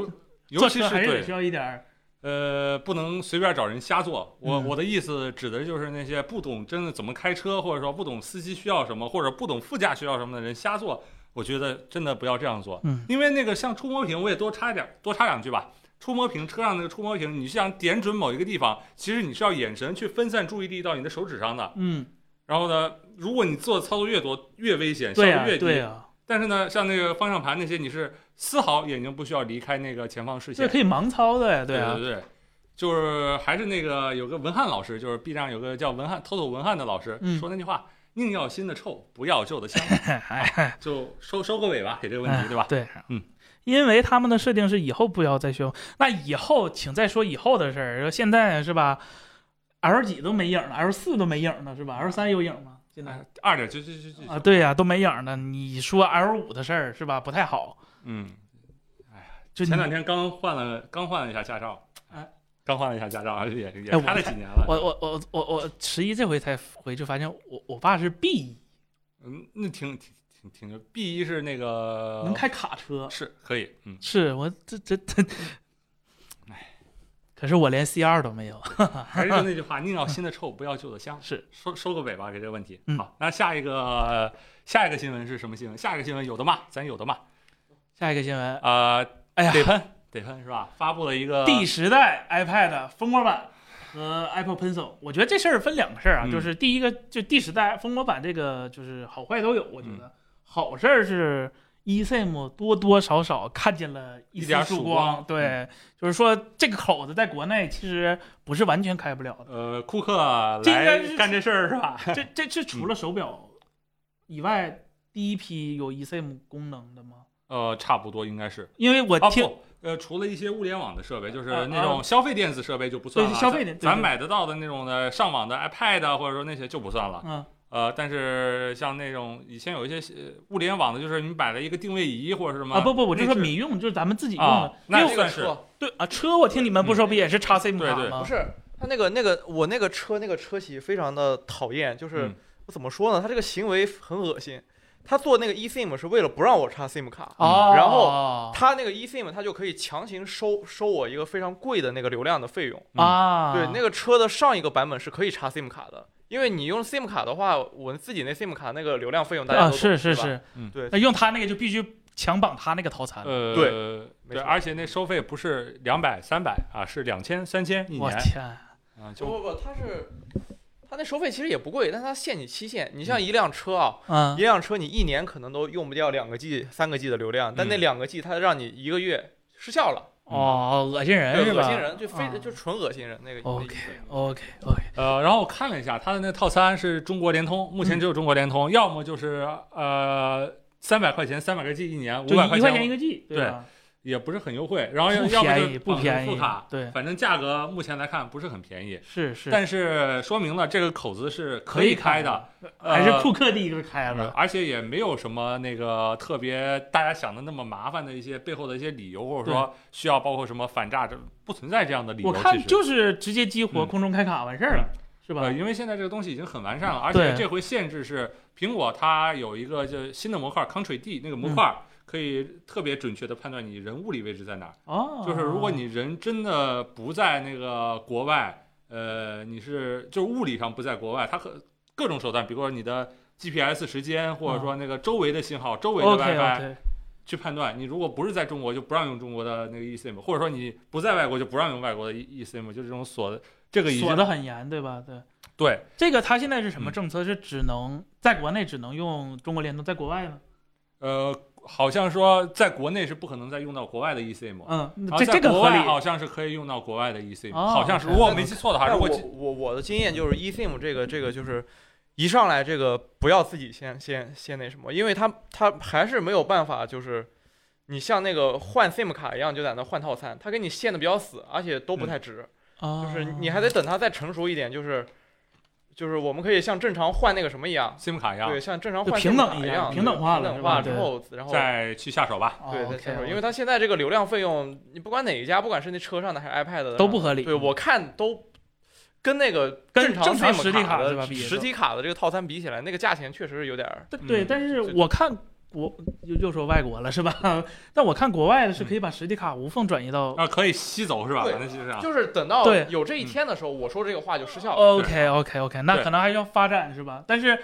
Speaker 3: 尤
Speaker 2: 啊坐
Speaker 3: 其
Speaker 2: 车
Speaker 3: 是
Speaker 2: 还是得
Speaker 3: 对
Speaker 2: 需要一点儿，
Speaker 3: 呃，不能随便找人瞎做。我、
Speaker 2: 嗯
Speaker 3: 我的意思指的就是那些不懂真的怎么开车，或者说不懂司机需要什么，或者不懂副驾需要什么的人瞎做。我觉得真的不要这样做，
Speaker 2: 嗯，
Speaker 3: 因为那个像触摸屏，我也多插一点，多插两句吧。触摸屏车上那个触摸屏，你想点准某一个地方，其实你是要眼神去分散注意力到你的手指上的。
Speaker 2: 嗯，
Speaker 3: 然后呢，如果你做的操作越多，越危险，效
Speaker 2: 对
Speaker 3: 率
Speaker 2: 呀、
Speaker 3: 越低。
Speaker 2: 对呀、啊
Speaker 3: 但是呢，像那个方向盘那些，你是丝毫眼睛不需要离开那个前方视
Speaker 2: 这
Speaker 3: 线。
Speaker 2: 可以盲操的呀，
Speaker 3: 对
Speaker 2: 啊
Speaker 3: 对，对，就是还是那个有个文翰老师，就是 B 站有个叫文翰偷偷文翰的老师、
Speaker 2: 嗯
Speaker 3: 说那句话：宁要新的臭，不要旧的 香。
Speaker 2: 哎，
Speaker 3: 就收收个尾吧，给这个问题，对吧？
Speaker 2: 对，
Speaker 3: 嗯。
Speaker 2: 因为他们的设定是以后不要再修，那以后请再说以后的事儿。说现在是吧？L 几都没影了，L 四都没影了，是吧？L 三有影吗？现在
Speaker 3: 二点就就就就
Speaker 2: 啊，对呀、都没影了。你说 L 五的事儿是吧？不太好。
Speaker 3: 嗯，
Speaker 2: 就你
Speaker 3: 前两天刚换了，刚换了一下驾照，
Speaker 2: 哎，
Speaker 3: 刚换了一下驾照，而且也也
Speaker 2: 哎我
Speaker 3: 开了几年了。
Speaker 2: 我我我我我十一这回才回去，发现我我爸是 B 一，
Speaker 3: 嗯，那挺挺挺挺牛。B 一是那个
Speaker 2: 能开卡车。
Speaker 3: 是可以，嗯，
Speaker 2: 是我这这这，哎可是我连 C 二都没有。
Speaker 3: 还是就那句话，宁要新的臭，不要旧的香。
Speaker 2: 是
Speaker 3: 收收个尾吧，给这个问题。
Speaker 2: 嗯
Speaker 3: 好，那下一个下一个新闻是什么新闻？下一个新闻有的骂，咱有的骂。
Speaker 2: 下一个新闻，
Speaker 3: 啊，
Speaker 2: 哎呀，
Speaker 3: 得喷得喷是吧？发布了一个
Speaker 2: 第十代 iPad 蜂窝版和 Apple Pencil，我觉得这事儿分两个事儿啊，
Speaker 3: 嗯
Speaker 2: 就是第一个就第十代蜂窝版这个就是好坏都有，我觉
Speaker 3: 嗯
Speaker 2: 得、好事儿是 eSIM 多多少少看见了一
Speaker 3: 一点
Speaker 2: 丝
Speaker 3: 儿
Speaker 2: 曙
Speaker 3: 曙光嗯
Speaker 2: 对，就是说这个口子在国内其实不是完全开不了的。
Speaker 3: 呃，库克
Speaker 2: 这应该
Speaker 3: 来
Speaker 2: 是
Speaker 3: 干这事儿是吧？
Speaker 2: 这这是
Speaker 3: 嗯
Speaker 2: 除了手表以外，第一批有 eSIM 功能的吗？
Speaker 3: 呃，差不多应该是。
Speaker 2: 因为我
Speaker 3: 啊
Speaker 2: 听、
Speaker 3: 不，呃，除了一些物联网的设备，就是
Speaker 2: 啊啊
Speaker 3: 那种消费电子设备就不算了。
Speaker 2: 对消费
Speaker 3: 咱
Speaker 2: 电对对
Speaker 3: 咱买得到的那种的上网的 iPad 啊或者说那些就不算了。
Speaker 2: 嗯
Speaker 3: 呃，但是像那种以前有一些呃物联网的，就是你买了一个定位仪或者是什么
Speaker 2: 啊不不，我就
Speaker 3: 嗯那
Speaker 2: 说
Speaker 3: 是
Speaker 2: 民用就是咱们自己用
Speaker 3: 啊
Speaker 2: 的，，
Speaker 3: 那
Speaker 2: 因
Speaker 3: 这
Speaker 2: 为
Speaker 3: 个
Speaker 4: 个
Speaker 3: 是
Speaker 4: 车
Speaker 2: 对啊车，我听你们不说不也是插 SIM
Speaker 3: 对
Speaker 2: 卡吗？
Speaker 3: 对
Speaker 4: 不是他那个那个我那个车那个车企非常的讨厌，就是、
Speaker 3: 嗯
Speaker 4: 我怎么说呢？他这个行为很恶心。他做那个 eSIM 是为了不让我插 SIM 卡，
Speaker 2: 哦，
Speaker 4: 然后他那个 eSIM 他就可以强行收收我一个非常贵的那个流量的费用。
Speaker 3: 嗯
Speaker 2: 啊，
Speaker 4: 对，那个车的上一个版本是可以插 SIM 卡的，因为你用 SIM 卡的话，我自己那 SIM 卡那个流量费用大家都
Speaker 2: 啊
Speaker 4: 懂
Speaker 2: 是是
Speaker 4: 吧
Speaker 2: 是，
Speaker 3: 嗯
Speaker 4: 对
Speaker 2: 那用他那个就必须强绑他那个套餐。
Speaker 3: 呃
Speaker 4: 对没
Speaker 3: 对，
Speaker 4: 错
Speaker 3: 而且那收费不是两百三百啊，是两千三千一
Speaker 2: 我
Speaker 3: 年
Speaker 2: 天，
Speaker 3: 啊，
Speaker 4: 不
Speaker 3: 就
Speaker 4: 不不，它是它那收费其实也不贵，但它限你期限。你像一辆车啊，
Speaker 2: 嗯
Speaker 4: 一辆车你一年可能都用不掉两个 G、三个 G 的流量，但那
Speaker 3: 嗯
Speaker 4: 两个 G 它让你一个月失效了，
Speaker 2: 哦，恶心人
Speaker 4: 对，
Speaker 2: 是
Speaker 4: 恶
Speaker 2: 吧？
Speaker 4: 心人，就非
Speaker 2: 啊
Speaker 4: 就纯恶心人那个。那个意
Speaker 2: OK
Speaker 4: 思
Speaker 2: OK OK，
Speaker 3: 呃，然后我看了一下，它的那套餐是中国联通，目前只有中国联通，要么就是呃三百块钱三百个 G 一年，五
Speaker 2: 就
Speaker 3: 百
Speaker 2: 一块
Speaker 3: 钱
Speaker 2: 钱一个 G，吧？
Speaker 3: 也不是很优惠，然后要
Speaker 2: 不
Speaker 3: 要么
Speaker 2: 便
Speaker 3: 就
Speaker 2: 宜
Speaker 3: 是
Speaker 2: 不
Speaker 3: 绑定
Speaker 2: 便
Speaker 3: 副
Speaker 2: 宜
Speaker 3: 卡，，
Speaker 2: 对，
Speaker 3: 反正价格目前来看不是很便宜，
Speaker 2: 是是，
Speaker 3: 但是说明了这个口子是
Speaker 2: 可
Speaker 3: 以开
Speaker 2: 开
Speaker 3: 的，，呃
Speaker 2: 还是库克第一个开
Speaker 3: 呃
Speaker 2: 的。
Speaker 3: 而且也没有什么那个特别大家想的那么麻烦的一些背后的一些理由，或者说需要包括什么反诈，这不存在这样的理由。
Speaker 2: 我看
Speaker 3: 其实
Speaker 2: 就是直接激活
Speaker 3: 嗯
Speaker 2: 空中开卡完事儿了，是吧
Speaker 3: 呃，？因为现在这个东西已经很完善了，而
Speaker 2: 对
Speaker 3: 且这回限制是苹果它有一个就新的模块 Ctrl D 那个
Speaker 2: 嗯
Speaker 3: 模块。可以特别准确的判断你人物理位置在哪儿，
Speaker 2: 哦，
Speaker 3: 就是如果你人真的不在那个国外，呃，你是就是物理上不在国外，它可各种手段，比如说你的 GPS 时间，或
Speaker 2: 嗯
Speaker 3: 者说那个周围的信号、周围的
Speaker 2: OK
Speaker 3: WiFi
Speaker 2: OK，
Speaker 3: 去判断。你如果不是在中国，就不让用中国的那个 eSIM，或者说你不在外国就不让用外国的 E，eSIM，就这种锁的这个已
Speaker 2: 锁
Speaker 3: 经
Speaker 2: 的很严，对吧？对，
Speaker 3: 对
Speaker 2: 这个它现在是什么
Speaker 3: 嗯
Speaker 2: 政策？是只能在国内只能用中国联通，在国外呢？
Speaker 3: 呃，好像说在国内是不可能再用到国外的 eSIM，、
Speaker 2: 嗯，
Speaker 3: 然后
Speaker 2: 这
Speaker 3: 在
Speaker 2: 这个
Speaker 3: 国
Speaker 2: 合
Speaker 3: 外
Speaker 2: 理。
Speaker 3: 好像是可以用到国外的 eSIM，、
Speaker 2: 哦
Speaker 3: 好像是，
Speaker 2: OK
Speaker 3: 如果我没记错的话，
Speaker 4: 但
Speaker 3: 如
Speaker 4: 我
Speaker 3: 果记
Speaker 4: 我我的经验就是 eSIM 这个这个就是一上来这个不要自己先先先那什么，因为它它还是没有办法就是。你像那个换 SIM 卡一样，就在那换套餐，它给你限的比较死，而且都不太值，
Speaker 2: 啊
Speaker 4: 就是你还得等它再成熟一点，就是，就是我们可以像正常换那个什么一样，
Speaker 3: SIM 卡一样
Speaker 4: 对，，像正常
Speaker 2: 就
Speaker 4: 换
Speaker 2: 平
Speaker 4: SIM
Speaker 2: 等
Speaker 4: 卡
Speaker 2: 一
Speaker 4: 一
Speaker 2: 样
Speaker 4: 样，
Speaker 2: 平等化
Speaker 4: 平
Speaker 2: 了
Speaker 4: 等
Speaker 2: 是吧
Speaker 4: 化
Speaker 2: 对
Speaker 4: 之后，然后
Speaker 3: 再去下手吧。
Speaker 4: 对再
Speaker 2: 哦 OK，
Speaker 4: 牵
Speaker 3: 哦
Speaker 4: 手，因为它现在这个流量费用，你不管哪一家，不管是那车上的还是 iPad 的，
Speaker 2: 都不合理
Speaker 4: 对我看都跟那个
Speaker 2: 跟
Speaker 4: 正
Speaker 2: 正常
Speaker 4: SIM
Speaker 2: 实体卡
Speaker 4: 的
Speaker 2: 是吧比
Speaker 4: 实体卡的这个套餐比起来，那个价钱确实是有点儿。
Speaker 2: 对，
Speaker 3: 嗯
Speaker 2: 但是
Speaker 4: 这
Speaker 2: 我看国又又说外国了是吧？ 但我看国外的是可以把实体卡无缝转移到。
Speaker 3: 嗯啊，可以吸走是吧？
Speaker 4: 对
Speaker 3: 那就是啊，嗯
Speaker 4: 就是等到
Speaker 2: 对呃
Speaker 4: 有这一天的时候，我说这个话就失效了。
Speaker 2: 哦 OK OK OK，那
Speaker 3: 对
Speaker 2: 可能还要发展是吧？但是。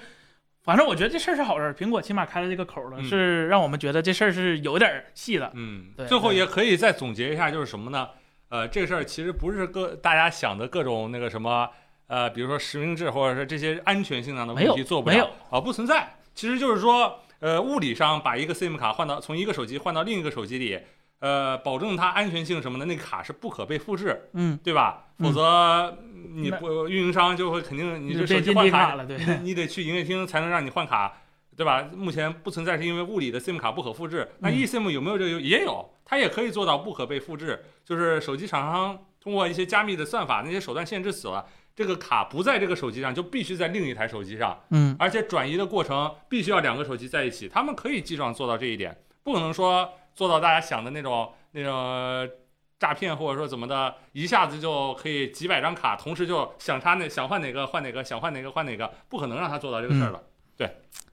Speaker 2: 反正我觉得这事儿是好事儿，苹果起码开了这个口儿了，
Speaker 3: 嗯
Speaker 2: 是让我们觉得这事儿是有点儿细的。
Speaker 3: 嗯
Speaker 2: 对，
Speaker 3: 最后也可以再总结一下，就是什么呢？呃，这个事儿其实不是各大家想的各种那个什么，呃，比如说实名制或者是这些安全性上的
Speaker 2: 没
Speaker 3: 问
Speaker 2: 有
Speaker 3: 题做不了，
Speaker 2: 没有
Speaker 3: 啊、不存在。其实就是说，呃，物理上把一个 SIM 卡换到从一个手机换到另一个手机里，呃，保证它安全性什么的，那个卡是不可被复制，
Speaker 2: 嗯，
Speaker 3: 对吧？
Speaker 2: 嗯
Speaker 3: 否则你
Speaker 2: 那
Speaker 3: 不运营商就会肯定你这手
Speaker 2: 变
Speaker 3: 机
Speaker 2: 金
Speaker 3: 换
Speaker 2: 地
Speaker 3: 卡
Speaker 2: 卡，了，对，
Speaker 3: 你得去营业厅才能让你换卡，对吧？目前不存在是因为物理的 SIM 卡不可复制。那
Speaker 2: 嗯
Speaker 3: eSIM 有没有这个？也有，它也可以做到不可被复制，就是手机厂商通过一些加密的算法，那些手段限制死了。这个卡不在这个手机上，就必须在另一台手机上，
Speaker 2: 嗯
Speaker 3: 而且转移的过程必须要两个手机在一起。他们可以技术上做到这一点，不可能说做到大家想的那种那种诈骗或者说怎么的，一下子就可以几百张卡同时就想插哪想换哪个换哪个想换哪个换哪个，不可能让他做到这个事儿了。对，
Speaker 2: 嗯哎哦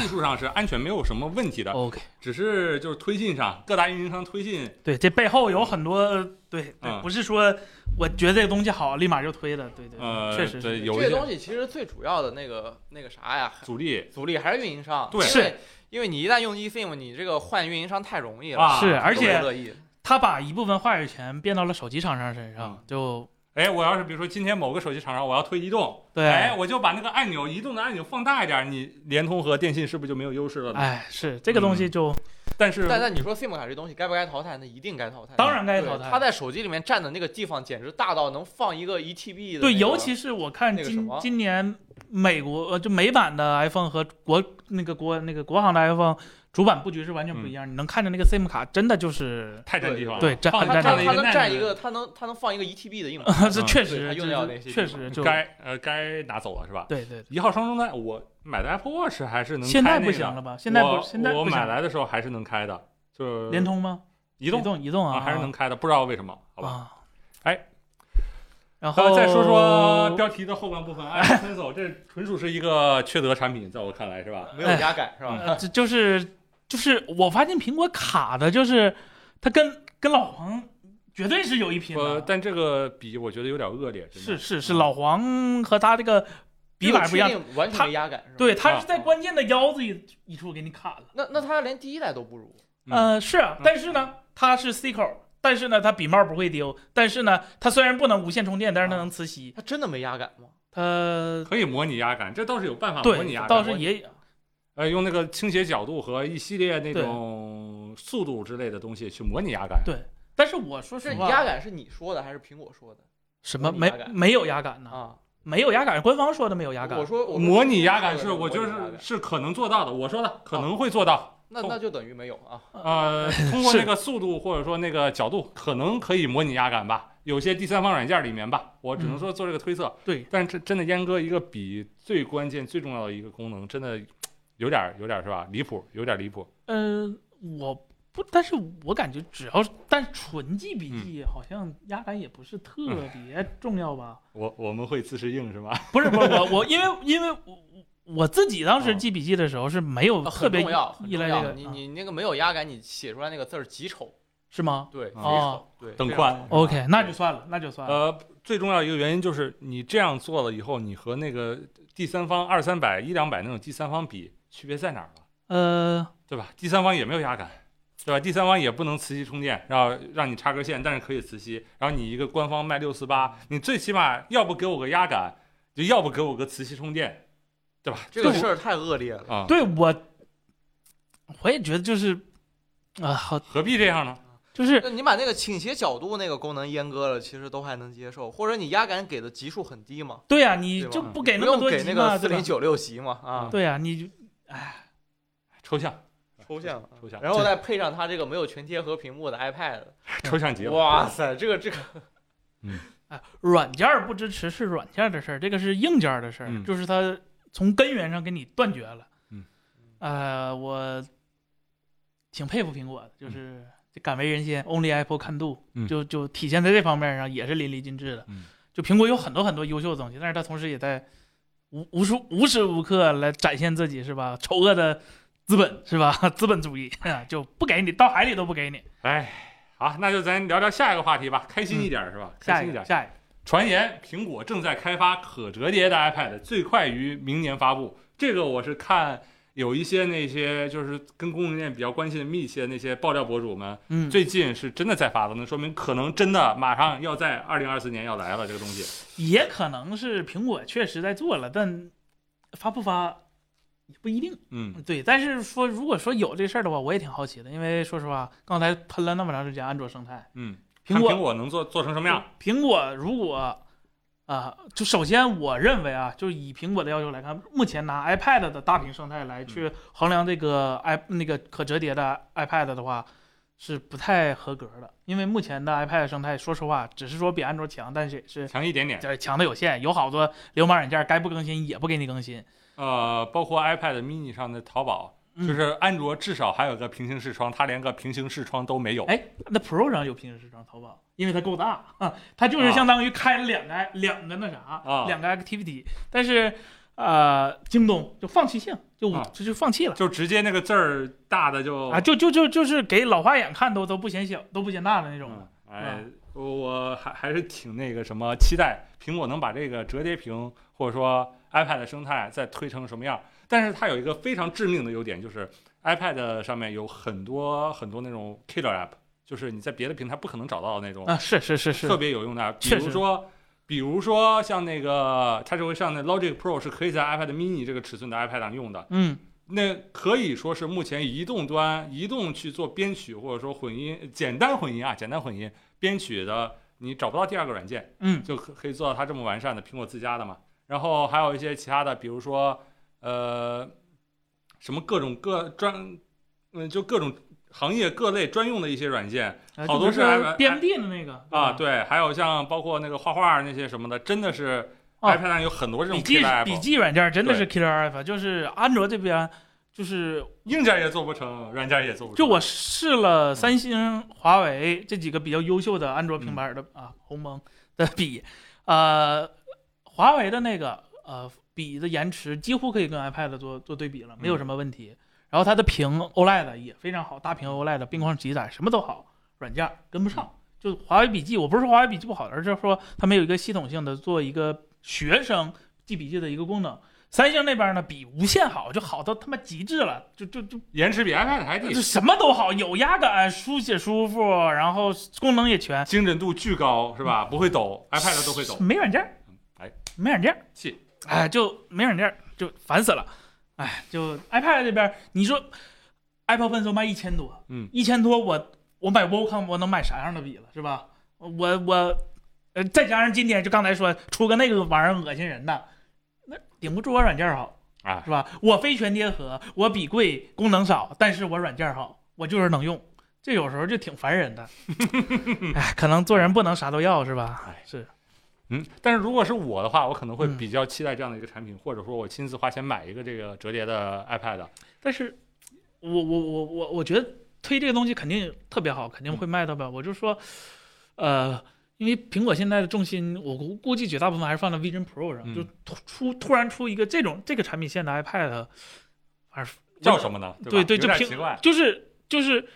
Speaker 3: 技术上是安全没有什么问题的，
Speaker 2: ，OK，
Speaker 3: 只是就是推进上各大运营商推进
Speaker 2: 对，这背后有很多，呃对，对
Speaker 3: 嗯
Speaker 2: 不是说我觉得这个东西好，立马就推的，对对，
Speaker 3: 呃
Speaker 2: 对确实
Speaker 3: 对
Speaker 2: 是
Speaker 3: 有
Speaker 4: 这
Speaker 3: 一
Speaker 4: 个东
Speaker 3: 些
Speaker 4: 西其实最主要的那个那个啥呀，
Speaker 3: 阻力
Speaker 4: 阻力还是运营商，
Speaker 3: 对
Speaker 4: 因为
Speaker 2: 是
Speaker 4: 因为你一旦用 eSIM，你这个换运营商太容易了，
Speaker 3: 啊。
Speaker 2: 是
Speaker 4: 都不
Speaker 2: 而且
Speaker 4: 乐意。
Speaker 2: 他把一部分话语权变到了手机厂商身上，就
Speaker 3: 哎，我要是比如说今天某个手机厂商我要推移动，
Speaker 2: 对，
Speaker 3: 哎，我就把那个按钮移动的按钮放大一点，你联通和电信是不是就没有优势了呢？
Speaker 2: 哎，是这个东
Speaker 3: 嗯
Speaker 2: 西就
Speaker 3: 但是
Speaker 4: 但但你说 SIM 卡这东西该不该淘汰？那一定该淘汰。
Speaker 2: 当然该
Speaker 4: 对
Speaker 2: 淘汰
Speaker 4: 它在手机里面占的那个地方简直大到能放一个一 TB 的那个。
Speaker 2: 对，尤其是我看
Speaker 4: 那个什
Speaker 2: 今
Speaker 4: 么
Speaker 2: 今年美国呃就美版的 iPhone 和国那个国那个国行的 iPhone 主板布局是
Speaker 3: 嗯
Speaker 2: 完全不一样，你能看着那个 SIM 卡真的就是
Speaker 3: 太占地方了，
Speaker 2: 对占
Speaker 3: 哦放
Speaker 4: 它
Speaker 2: 占
Speaker 3: 占了
Speaker 2: 地
Speaker 4: 它
Speaker 3: 一
Speaker 4: 它
Speaker 3: 个
Speaker 4: 能
Speaker 3: 耐
Speaker 4: 占
Speaker 3: 力
Speaker 4: 一个，它能它能放一个一 TB 的硬盘。
Speaker 2: 这
Speaker 3: 嗯
Speaker 2: 确
Speaker 4: 对
Speaker 2: 实
Speaker 4: 它用
Speaker 2: 这
Speaker 4: 掉
Speaker 2: 这
Speaker 4: 那些
Speaker 2: 确
Speaker 4: 地
Speaker 2: 实
Speaker 4: 方
Speaker 2: 就
Speaker 3: 该呃该拿走了是吧？
Speaker 2: 对对对，
Speaker 3: 一号双中带，我买的 Apple Watch 还是能开
Speaker 2: 现在
Speaker 3: 那
Speaker 2: 不
Speaker 3: 个
Speaker 2: 行了吧？现在不
Speaker 3: 我
Speaker 2: 现在
Speaker 3: 我
Speaker 2: 不行
Speaker 3: 买
Speaker 2: 了，
Speaker 3: 来的时候还是能开的，就是
Speaker 2: 联通吗？
Speaker 3: 移
Speaker 2: 移
Speaker 3: 动
Speaker 2: 动移动
Speaker 3: 啊
Speaker 2: 啊，
Speaker 3: 还是能开的，不知道为什么，好吧？
Speaker 2: 啊。
Speaker 3: 哎，呃，
Speaker 2: 然后
Speaker 3: 再说说
Speaker 2: 哦
Speaker 3: 标题的后半部分，哎，分手这纯属是一个缺德产品，在我看来是吧？
Speaker 4: 没有压感是吧？
Speaker 2: 呃，这就是就是我发现苹果卡的就是它跟跟老黄绝对是有一拼
Speaker 3: 呃，
Speaker 2: 的，
Speaker 3: 但这个比我觉得有点恶劣，真的
Speaker 2: 是是是老黄和他这个笔法不一样
Speaker 4: 这，个确定完全没压感是吧？
Speaker 2: 对，
Speaker 3: 啊
Speaker 2: 它是在关键的腰子一一处给你砍了。
Speaker 4: 那那它连第一代都不如。
Speaker 2: 呃，是啊
Speaker 3: 嗯，
Speaker 2: 但是呢，它是 C 口，但是呢，它笔帽不会丢，但是呢，它虽然不能无线充电，但是
Speaker 3: 啊
Speaker 2: 它能磁吸。
Speaker 4: 它真的没压感吗？
Speaker 2: 它
Speaker 3: 可以模拟压感，这倒是有办法啊模拟
Speaker 2: 对
Speaker 3: 压，感。
Speaker 2: 倒是也
Speaker 3: 呃，用那个倾斜角度和一系列那种速度之类的东西去模拟压感。
Speaker 2: 对但是我说实
Speaker 4: 是
Speaker 2: 话
Speaker 4: 压，感是你说的还是苹果说的
Speaker 2: 什么
Speaker 4: 模拟
Speaker 2: 没
Speaker 4: 压感
Speaker 2: 没有压感呢？
Speaker 4: 啊？
Speaker 2: 没有压感，官方说的没有压
Speaker 4: 我
Speaker 2: 感。
Speaker 4: 说我说
Speaker 3: 模拟压感是
Speaker 4: 苹果
Speaker 3: 我
Speaker 4: 说
Speaker 3: 就
Speaker 4: 的模拟压
Speaker 3: 是
Speaker 4: 感
Speaker 3: 是可能做到的，我说的可能会做 到。
Speaker 4: 那那就等于没有啊。
Speaker 3: 呃，通过
Speaker 2: 是
Speaker 3: 那个速度或者说那个角度，可能可以模拟压感吧。有些第三方软件里面吧，我只能说做这个推测。
Speaker 2: 对，
Speaker 3: 但这真的阉割一个比最关键、最重要的一个功能，真的有点儿有点儿是吧？离谱，有点儿离谱。
Speaker 2: 嗯，我不，但是我感觉只要是，但纯 G 笔记好像压感也不是特别重要吧。
Speaker 3: 我我们会自适应是吗？
Speaker 2: 不是不是我我因为因为我我我自己当时记笔记的时候是没有
Speaker 4: 啊
Speaker 2: 特别
Speaker 4: 很重要，很
Speaker 2: 依
Speaker 4: 重
Speaker 2: 赖
Speaker 4: 要
Speaker 2: 这个，
Speaker 4: 你
Speaker 2: 啊
Speaker 4: 你那个没有压感，你写出来那个字儿极丑，
Speaker 2: 是吗
Speaker 4: 对，
Speaker 3: 啊
Speaker 4: 贼丑，对，
Speaker 3: 等
Speaker 4: 非常
Speaker 3: 宽
Speaker 4: 丑。
Speaker 2: ？OK，那就算了，那就算了。
Speaker 3: 呃，最重要一个原因就是你这样做了以后，你和那个第三方二三百、一两百那种第三方比，区别在哪儿了？
Speaker 2: 呃，
Speaker 3: 对吧？第三方也没有压感，对吧？第三方也不能磁吸充电，然后让你插根线，但是可以磁吸。然后你一个官方卖六四八，你最起码要不给我个压感，就要不给我个磁吸充电，对吧？
Speaker 4: 这个事儿太恶劣了。
Speaker 3: 啊，
Speaker 2: 呃对我，我也觉得就是啊，好，
Speaker 3: 何必这样呢？
Speaker 2: 就 是
Speaker 4: 就你把那个倾斜角度那个功能阉割了，其实都还能接受，或者你压感给的级数很低嘛，
Speaker 2: 对呀、你
Speaker 4: 对吧嗯
Speaker 2: 就不给
Speaker 4: 不
Speaker 2: 那么
Speaker 4: 用
Speaker 2: 多
Speaker 4: 给
Speaker 2: 级
Speaker 4: 那
Speaker 2: 嘛，
Speaker 4: 个四
Speaker 2: 对吧嗯
Speaker 4: 零？九六级嘛啊，
Speaker 2: 对呀、你就哎，
Speaker 3: 抽象，
Speaker 4: 抽象啊
Speaker 3: 抽象
Speaker 4: 然后再配上它这个没有全贴合屏幕的 iPad，
Speaker 3: 抽象极了。
Speaker 4: 哇塞，这个这个
Speaker 2: 哎软件儿不支持是软件儿的事儿，这个是硬件儿的事儿，
Speaker 3: 嗯
Speaker 2: 就是它从根源上给你断绝了。
Speaker 3: 嗯，
Speaker 2: 呃，我挺佩服苹果的，
Speaker 4: 嗯
Speaker 2: 就是这敢为人先，Only Apple can do，、
Speaker 3: 嗯
Speaker 2: 就就体现在这方面上也是淋漓尽致的。
Speaker 3: 嗯
Speaker 2: 就苹果有很多很多优秀的东西，但是它同时也在无无数无时无刻来展现自己，是吧？丑恶的资本是吧？ 资本主义啊就不给你，到海里都不给你。
Speaker 3: 哎，好，那就咱聊聊下一个话题吧，开心一点儿是吧？开
Speaker 2: 下
Speaker 3: 心
Speaker 2: 一
Speaker 3: 一点儿。
Speaker 2: 个，下一个，
Speaker 3: 传言苹果正在开发可折叠的 iPad，最快于明年发布。这个我是看有一些那些就是跟供应链比较关系密切的那些爆料博主们，
Speaker 2: 嗯，
Speaker 3: 最近是真的在发的，那说明可能真的马上要在二零二四年要来了。这个东西，
Speaker 2: 也可能是苹果确实在做了，但发不发不一定。
Speaker 3: 嗯
Speaker 2: 对，但是说如果说有这事儿的话，我也挺好奇的，因为说实话，刚才喷了那么长时间安卓生态，
Speaker 3: 嗯，看
Speaker 2: 苹果
Speaker 3: 苹果能做做成什么样？
Speaker 2: 苹果如果啊、就首先我认为啊，就是以苹果的要求来看，目前拿 iPad 的大屏生态来去
Speaker 3: 嗯
Speaker 2: 衡量这个 i 那个可折叠的 iPad 的话，是不太合格的，因为目前的 iPad 生态，说实话，只是说比安卓强，但是也是
Speaker 3: 强一点点，
Speaker 2: 呃强的有限，有好多流氓软件该不更新也不给你更新。
Speaker 3: 呃，包括 iPad mini 上的淘宝，
Speaker 2: 嗯
Speaker 3: 就是安卓至少还有个平行视窗，它连个平行视窗都没有。
Speaker 2: 哎那 Pro 上有平行市场淘宝，因为它够大啊，它就是相当于开了两个、两个那啥、
Speaker 3: 啊
Speaker 2: 两个 activity，但是呃，京东就放弃性，就、
Speaker 3: 啊哦
Speaker 2: 就就放弃了
Speaker 3: 就直接那个字儿大的就
Speaker 2: 啊，就就就就是给老花眼看都都不嫌小，都不嫌大的那种。
Speaker 3: 嗯，哎，我我还还是挺那个什么，期待苹果能把这个折叠屏或者说 iPad 的生态再推成什么样。但是它有一个非常致命的优点，就是 iPad 上面有很多很多那种 killer app，就是你在别的平台不可能找到的那种
Speaker 2: 啊，是是是是
Speaker 3: 特，别有用的 app，比
Speaker 2: 确
Speaker 3: 如
Speaker 2: 实
Speaker 3: 说。比如说像那个，它这回上的 Logic Pro 是可以在 iPad mini 这个尺寸的 iPad 上用的，
Speaker 2: 嗯，
Speaker 3: 那可以说是目前移动端移动去做编曲或者说混音，简单混音啊，简单混音编曲的，你找不到第二个软件，
Speaker 2: 嗯
Speaker 3: 就可可以做到它这么完善的苹果自家的嘛。然后还有一些其他的，比如说呃，什么各种各专，嗯，就各种行业各类专用的一些软件
Speaker 2: 啊
Speaker 3: 好
Speaker 2: 就
Speaker 3: 多
Speaker 2: 比
Speaker 3: 是
Speaker 2: 如说
Speaker 3: iPad-
Speaker 2: 编辑的那个
Speaker 3: 啊，
Speaker 2: 对吧
Speaker 3: 对，还有像包括那个画画那些什么的，真的是
Speaker 2: 哦
Speaker 3: iPad 上有很多这种
Speaker 2: 笔
Speaker 3: K
Speaker 2: 记
Speaker 3: i app，
Speaker 2: 笔记软件真的是 killer app，就是安卓这边就是
Speaker 3: 硬件也做不成，软件也做不成。
Speaker 2: 就我试了三星、华为这几个比较优秀的安卓平板的、啊，鸿蒙的笔，呃，华为的那个呃笔的延迟几乎可以跟 iPad 做做对比了，没有什么问题。然后它的屏 OLED 也非常好，大屏 OLED 边框极窄，什么都好，软件跟不上。就华为笔记，我不是说华为笔记不好，而是说它没有一个系统性的做一个学生记笔记的一个功能。三星那边呢，比无限好，就好到他妈极致了，就就就
Speaker 3: 延迟比 iPad 还低
Speaker 2: 就，什么都好，有压感，书写舒服，然后功能也全，
Speaker 3: 精准度巨高，是
Speaker 2: 嗯
Speaker 3: 吧？不会抖，iPad 都会抖。
Speaker 2: 没软件儿
Speaker 3: 嗯哎，
Speaker 2: 没软件儿
Speaker 3: 气，
Speaker 2: 哎，就没软件儿就烦死了，哎，就 iPad 这边儿，你说 Apple Pencil 卖一千多，
Speaker 3: 嗯
Speaker 2: 一千多我我买 Wacom 我能买啥样的笔了，是吧？我我呃，再加上今天就刚才说出个那个玩意儿恶心人的，那顶不住我软件儿好，
Speaker 3: 啊
Speaker 2: 是吧？我非全贴合，我笔贵，功能少，但是我软件好，我就是能用。这有时候就挺 烦人的，哎，可能做人不能啥都要，是吧？
Speaker 3: 嗯，但是如果是我的话，我可能会
Speaker 2: 嗯
Speaker 3: 比较期待这样的一个产品，或者说我亲自花钱买一个这个折叠的 iPad。
Speaker 2: 但是我我我我我觉得推这个东西肯定特别好，肯定
Speaker 3: 嗯
Speaker 2: 会卖到吧。我就说，呃，因为苹果现在的重心，我估估计绝大部分还是放在 Vision Pro 上，
Speaker 3: 嗯
Speaker 2: 就突出突然出一个这种这个产品线的 iPad，而
Speaker 3: 叫什么呢？吧
Speaker 2: 对对，
Speaker 3: 有
Speaker 2: 就
Speaker 3: 点
Speaker 2: 苹
Speaker 3: 奇怪。
Speaker 2: 就是就是，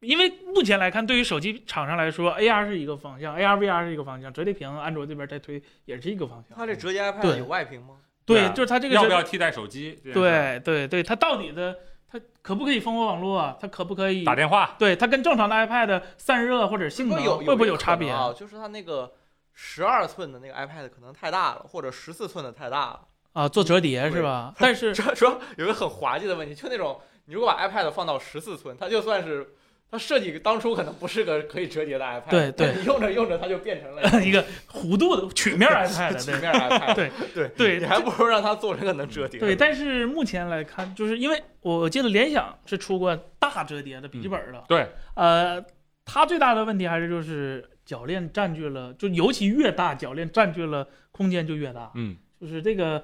Speaker 2: 因为目前来看，对于手机厂商来说，AR 是一个方向，AR VR 是一个方向，折叠屏安卓这边在推也是一个方向。
Speaker 4: 它这折叠 iPad
Speaker 2: 对嗯
Speaker 4: 有外屏吗？
Speaker 3: 对啊
Speaker 2: 就是它这个
Speaker 3: 要
Speaker 2: 折
Speaker 3: 不要替代手机？这件事儿，
Speaker 2: 对对对，它到底的它可不可以蜂窝网络啊？它可不可以
Speaker 3: 打电话
Speaker 2: 对它跟正常的 iPad 散热或者性能
Speaker 4: 会有
Speaker 2: 会不会有
Speaker 4: 这个
Speaker 2: 差
Speaker 4: 可能
Speaker 2: 别？
Speaker 4: 啊？就是它那个十二寸的那个 iPad 可能太大了，或者十四寸的太大了。
Speaker 2: 啊，做折叠是吧？ 但是
Speaker 4: 主要主要有个很滑稽的问题，就那种你如果把 iPad 放到十四寸，它就算是它设计当初可能不是个可以折叠的 iPad，
Speaker 2: 对对
Speaker 4: 但你用着用着它就变成 了
Speaker 2: 一个弧度的曲面 iPad，
Speaker 4: 曲
Speaker 2: 对
Speaker 4: 面 iPad，
Speaker 2: 对
Speaker 4: 对
Speaker 2: 对
Speaker 4: 你还不如让它做成个能折叠的。
Speaker 2: 对，但是目前来看，就是因为我记得联想是出过大折叠的笔记本的，
Speaker 3: 对，
Speaker 2: 呃，它最大的问题还是就是铰链占据了，就尤其越大铰链占据了空间就越大，
Speaker 3: 嗯，
Speaker 2: 就是这个，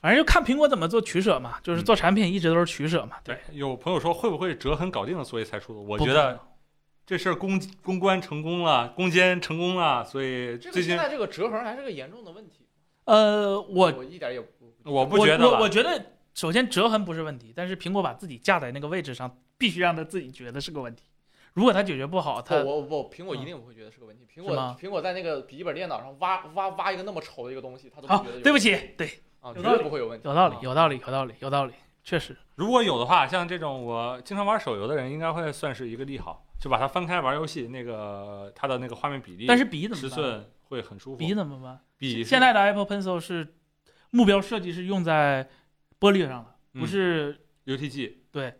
Speaker 2: 反正就看苹果怎么做取舍嘛，就是做产品一直都是取舍嘛，
Speaker 3: 对
Speaker 2: 对，。
Speaker 3: 哎有朋友说会不会折痕搞定了，所以才出的？我
Speaker 2: 不
Speaker 3: 觉得这事儿公公关成功了，攻坚成功了，所以
Speaker 4: 这
Speaker 3: 最
Speaker 4: 个现
Speaker 3: 近
Speaker 4: 在这个折痕还是个严重的问题。
Speaker 2: 呃，我
Speaker 4: 我一点也不
Speaker 3: 我不
Speaker 2: 我
Speaker 3: 觉得
Speaker 2: 我我
Speaker 3: 了。
Speaker 2: 觉得首先折痕不是问题，但是苹果把自己架在那个位置上，必须让他自己觉得是个问题。如果他解决不好，他
Speaker 4: 不，我不，苹果一定不会觉得是个问题。苹果
Speaker 2: 嗯是吗
Speaker 4: 苹果在那个笔记本电脑上挖挖挖一个那么丑的一个东西，它都不
Speaker 2: 好
Speaker 4: 觉得有，
Speaker 2: 对不起，对，
Speaker 4: 啊，
Speaker 2: 有
Speaker 4: 绝
Speaker 2: 道理
Speaker 4: 对不会有问题。
Speaker 2: 有
Speaker 4: 啊
Speaker 3: 啊
Speaker 2: 道理，有道理，有道理，有道理，确实，
Speaker 3: 如果有的话，像这种我经常玩手游的人，应该会算是一个利好，就把它翻开玩游戏，那个它的那个画面比例，
Speaker 2: 但是笔怎
Speaker 3: 十
Speaker 2: 么办？
Speaker 3: 寸会很舒服。
Speaker 2: 笔怎么办？
Speaker 3: 比
Speaker 2: 现在的 Apple Pencil 是目标设计是用在玻璃上的，
Speaker 3: 嗯
Speaker 2: 不是
Speaker 3: UTG。
Speaker 2: 对，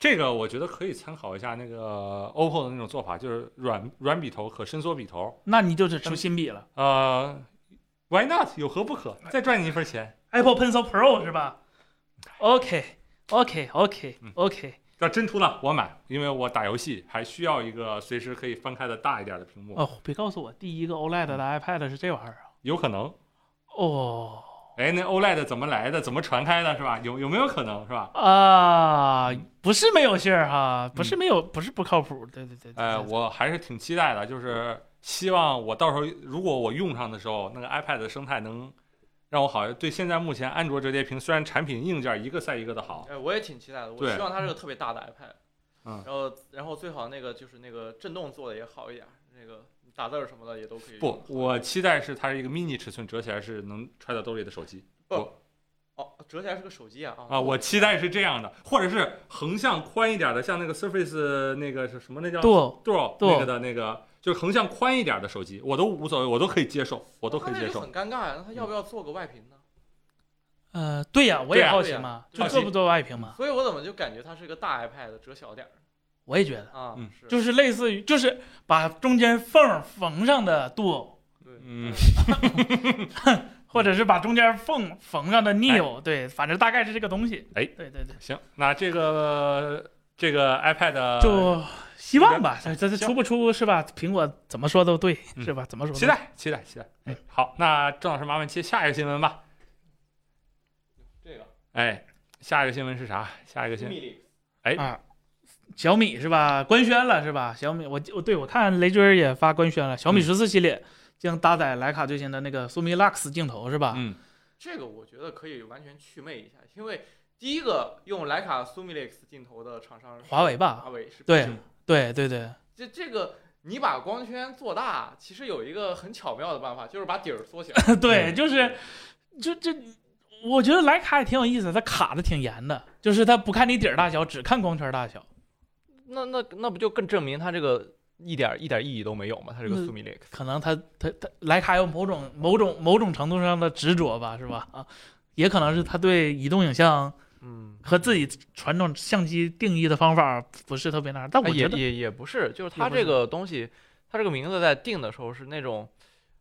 Speaker 3: 这个我觉得可以参考一下那个 OPPO 的那种做法，就是软软笔头可伸缩笔头。
Speaker 2: 那你就是出新笔了
Speaker 3: 呃，Why not？有何不可？再赚你一分钱。
Speaker 2: ，Apple Pencil Pro 是吧？OK OK OK
Speaker 3: 嗯
Speaker 2: OK，
Speaker 3: 要真出了我买，因为我打游戏还需要一个随时可以翻开的大一点的屏幕。
Speaker 2: 哦，别告诉我第一个 OLED 的 iPad 是这玩意儿啊？
Speaker 3: 有可能，
Speaker 2: 哦。
Speaker 3: 哎，那 OLED 怎么来的？怎么传开的？是吧？有有没有可能是吧？
Speaker 2: 啊，不是没有信儿哈，不是没有，不是不靠谱，对对对。对
Speaker 3: 呃，
Speaker 2: 对
Speaker 3: 嗯
Speaker 2: 对
Speaker 3: 我还是挺期待的，就是希望我到时候如果我用上的时候，那个 iPad 的生态能让我好。对，现在目前安卓折叠屏虽然产品硬件一个赛一个的好，
Speaker 4: 哎，我也挺期待的，我
Speaker 3: 对
Speaker 4: 希望它是个特别大的 iPad，
Speaker 3: 嗯
Speaker 4: 然后然后最好那个就是那个震动做的也好一点，那个打字儿什么的也都可以用。
Speaker 3: 不，我期待是它是一个 mini 尺寸折起来是能揣到兜里的手机
Speaker 4: 哦，折起来是个手机啊
Speaker 3: 啊，我期待是这样的，或者是横向宽一点的，像那个 Surface 那个是什么那叫
Speaker 2: 度
Speaker 3: Duo
Speaker 2: 对
Speaker 3: 那个的那个，就是横向宽一点的手机，我都无所谓，我都可以接受，我都可以接
Speaker 4: 哦那就
Speaker 3: 受。
Speaker 4: 很尴尬呀，那他要不要做个外屏呢？
Speaker 2: 呃，对呀，我
Speaker 3: 对
Speaker 2: 也
Speaker 3: 呀
Speaker 2: 好
Speaker 4: 对
Speaker 2: 奇
Speaker 4: 呀
Speaker 2: 嘛，
Speaker 4: 对
Speaker 2: 就
Speaker 3: 呀
Speaker 2: 做不做外屏
Speaker 3: 嗯
Speaker 2: 嘛？
Speaker 4: 所以我怎么就感觉它是个大 iPad 折小点儿
Speaker 2: 我也觉得，
Speaker 4: 啊？
Speaker 3: 嗯
Speaker 4: 是，
Speaker 2: 就是类似于，就是把中间缝儿缝上的度偶，
Speaker 4: 对，
Speaker 3: 嗯，
Speaker 2: 或者是把中间缝缝上的 neo，对，反正大概是这个东西。
Speaker 3: 哎
Speaker 2: 对对对，
Speaker 3: 行，那这个这个 iPad
Speaker 2: 就希望吧，
Speaker 3: 嗯
Speaker 2: 这这
Speaker 3: 行
Speaker 2: 出不出是吧？苹果怎么说都对，
Speaker 3: 嗯
Speaker 2: 是吧？怎么说？
Speaker 3: 期。待期待期待。哎，好，那郑老师麻烦切下一个新闻吧。
Speaker 4: 这个
Speaker 3: 哎，下一个新闻是啥？下一个新闻
Speaker 4: 秘密
Speaker 2: 小米是吧？官宣了是吧？小米，我我对我看雷军儿也发官宣了，小米
Speaker 3: 嗯
Speaker 2: 十四系列将搭载徕卡最新的那个苏米 Lux 镜头是
Speaker 4: 啊
Speaker 2: 吧？
Speaker 3: 嗯
Speaker 4: 这个我觉得可以完全祛魅一下，因为第一个用徕卡 Lumilix 镜头的厂商是
Speaker 2: 华为吧
Speaker 4: 华为是
Speaker 2: 对
Speaker 4: 苹果
Speaker 2: 对对 对，
Speaker 4: 这这个你把光圈做大，其实有一个很巧妙的办法，就是把底儿缩小。
Speaker 2: 对， 就是就这，我觉得徕卡也挺有意思，它卡的挺严的，就是它不看你底儿大小，只看光圈大小。
Speaker 4: 那那那不就更证明它这个一点一点意义都没有吗？它这个
Speaker 2: 嗯
Speaker 4: Lumilix
Speaker 2: 可能它它它徕卡有某种某种某种程度上的执着吧，是吧？啊，也可能是它对移动影像
Speaker 4: 嗯，
Speaker 2: 和自己传统相机定义的方法不是特别那啥，但
Speaker 4: 哎
Speaker 2: 我
Speaker 4: 也
Speaker 2: 觉得
Speaker 4: 也也不是，就是
Speaker 2: 也
Speaker 4: 它
Speaker 2: 不
Speaker 4: 这
Speaker 2: 是
Speaker 4: 个东西，它这个名字在定的时候是那种，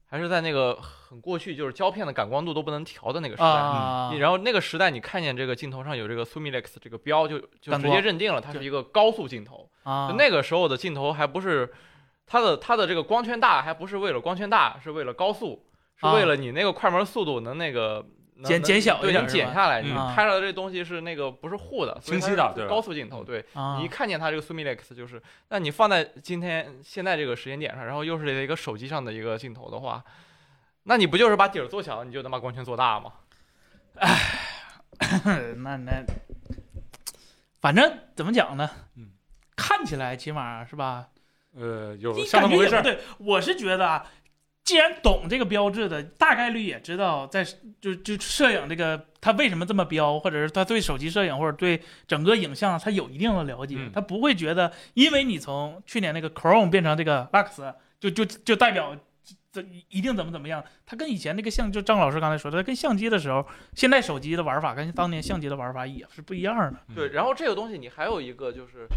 Speaker 4: 还是在那个很过去就是胶片的感光度都不能调的那个时代。
Speaker 2: 啊
Speaker 4: 你，然后那个时代，你看见这个镜头上有这个 Sumilex 这个标就，就
Speaker 2: 感
Speaker 4: 直接
Speaker 2: 光
Speaker 4: 认定了它是
Speaker 2: 对
Speaker 4: 一个高速镜头。
Speaker 2: 啊
Speaker 4: 就，那个时候的镜头还不是它的它的这个光圈大，还不是为了光圈大，是为了高速，是
Speaker 2: 啊
Speaker 4: 为了你那个快门速度能那个能
Speaker 2: 减
Speaker 4: 能
Speaker 2: 减小
Speaker 4: 对，
Speaker 2: 一点
Speaker 4: 能
Speaker 2: 是吧
Speaker 4: 减下来。你
Speaker 2: 嗯
Speaker 4: 拍到的这东西是那个不是糊的，所以它
Speaker 3: 清晰的
Speaker 4: 是
Speaker 3: 对吧嗯
Speaker 4: 高速镜头。对
Speaker 2: 啊
Speaker 4: 你一看见它这个 Sumilex 就是，那你放在今天现在这个时间点上，然后又是一个手机上的一个镜头的话。那你不就是把底儿做小，你就能把光圈做大吗？
Speaker 2: 嗯那那，反正怎么讲呢？
Speaker 3: 嗯，
Speaker 2: 看起来起码是吧？
Speaker 3: 呃，有
Speaker 2: 你
Speaker 3: 像那
Speaker 2: 感
Speaker 3: 么回
Speaker 2: 觉也
Speaker 3: 事
Speaker 2: 不
Speaker 4: 啊
Speaker 3: 儿。
Speaker 2: 对，我是觉得啊，既然懂这个标志的，大概率也知道在就就摄影这个他为什么这么标，或者是他对手机摄影或者对整个影像他有一定的了解，
Speaker 3: 嗯
Speaker 2: 他不会觉得因为你从去年那个 Chrome 变成这个 Lux，就就就代表。这一定怎么怎么样？它跟以前那个相，就张老师刚才说的，它跟相机的时候，现在手机的玩法跟当年相机的玩法也是不一样的。
Speaker 4: 对，然后这个东西你还有一个就是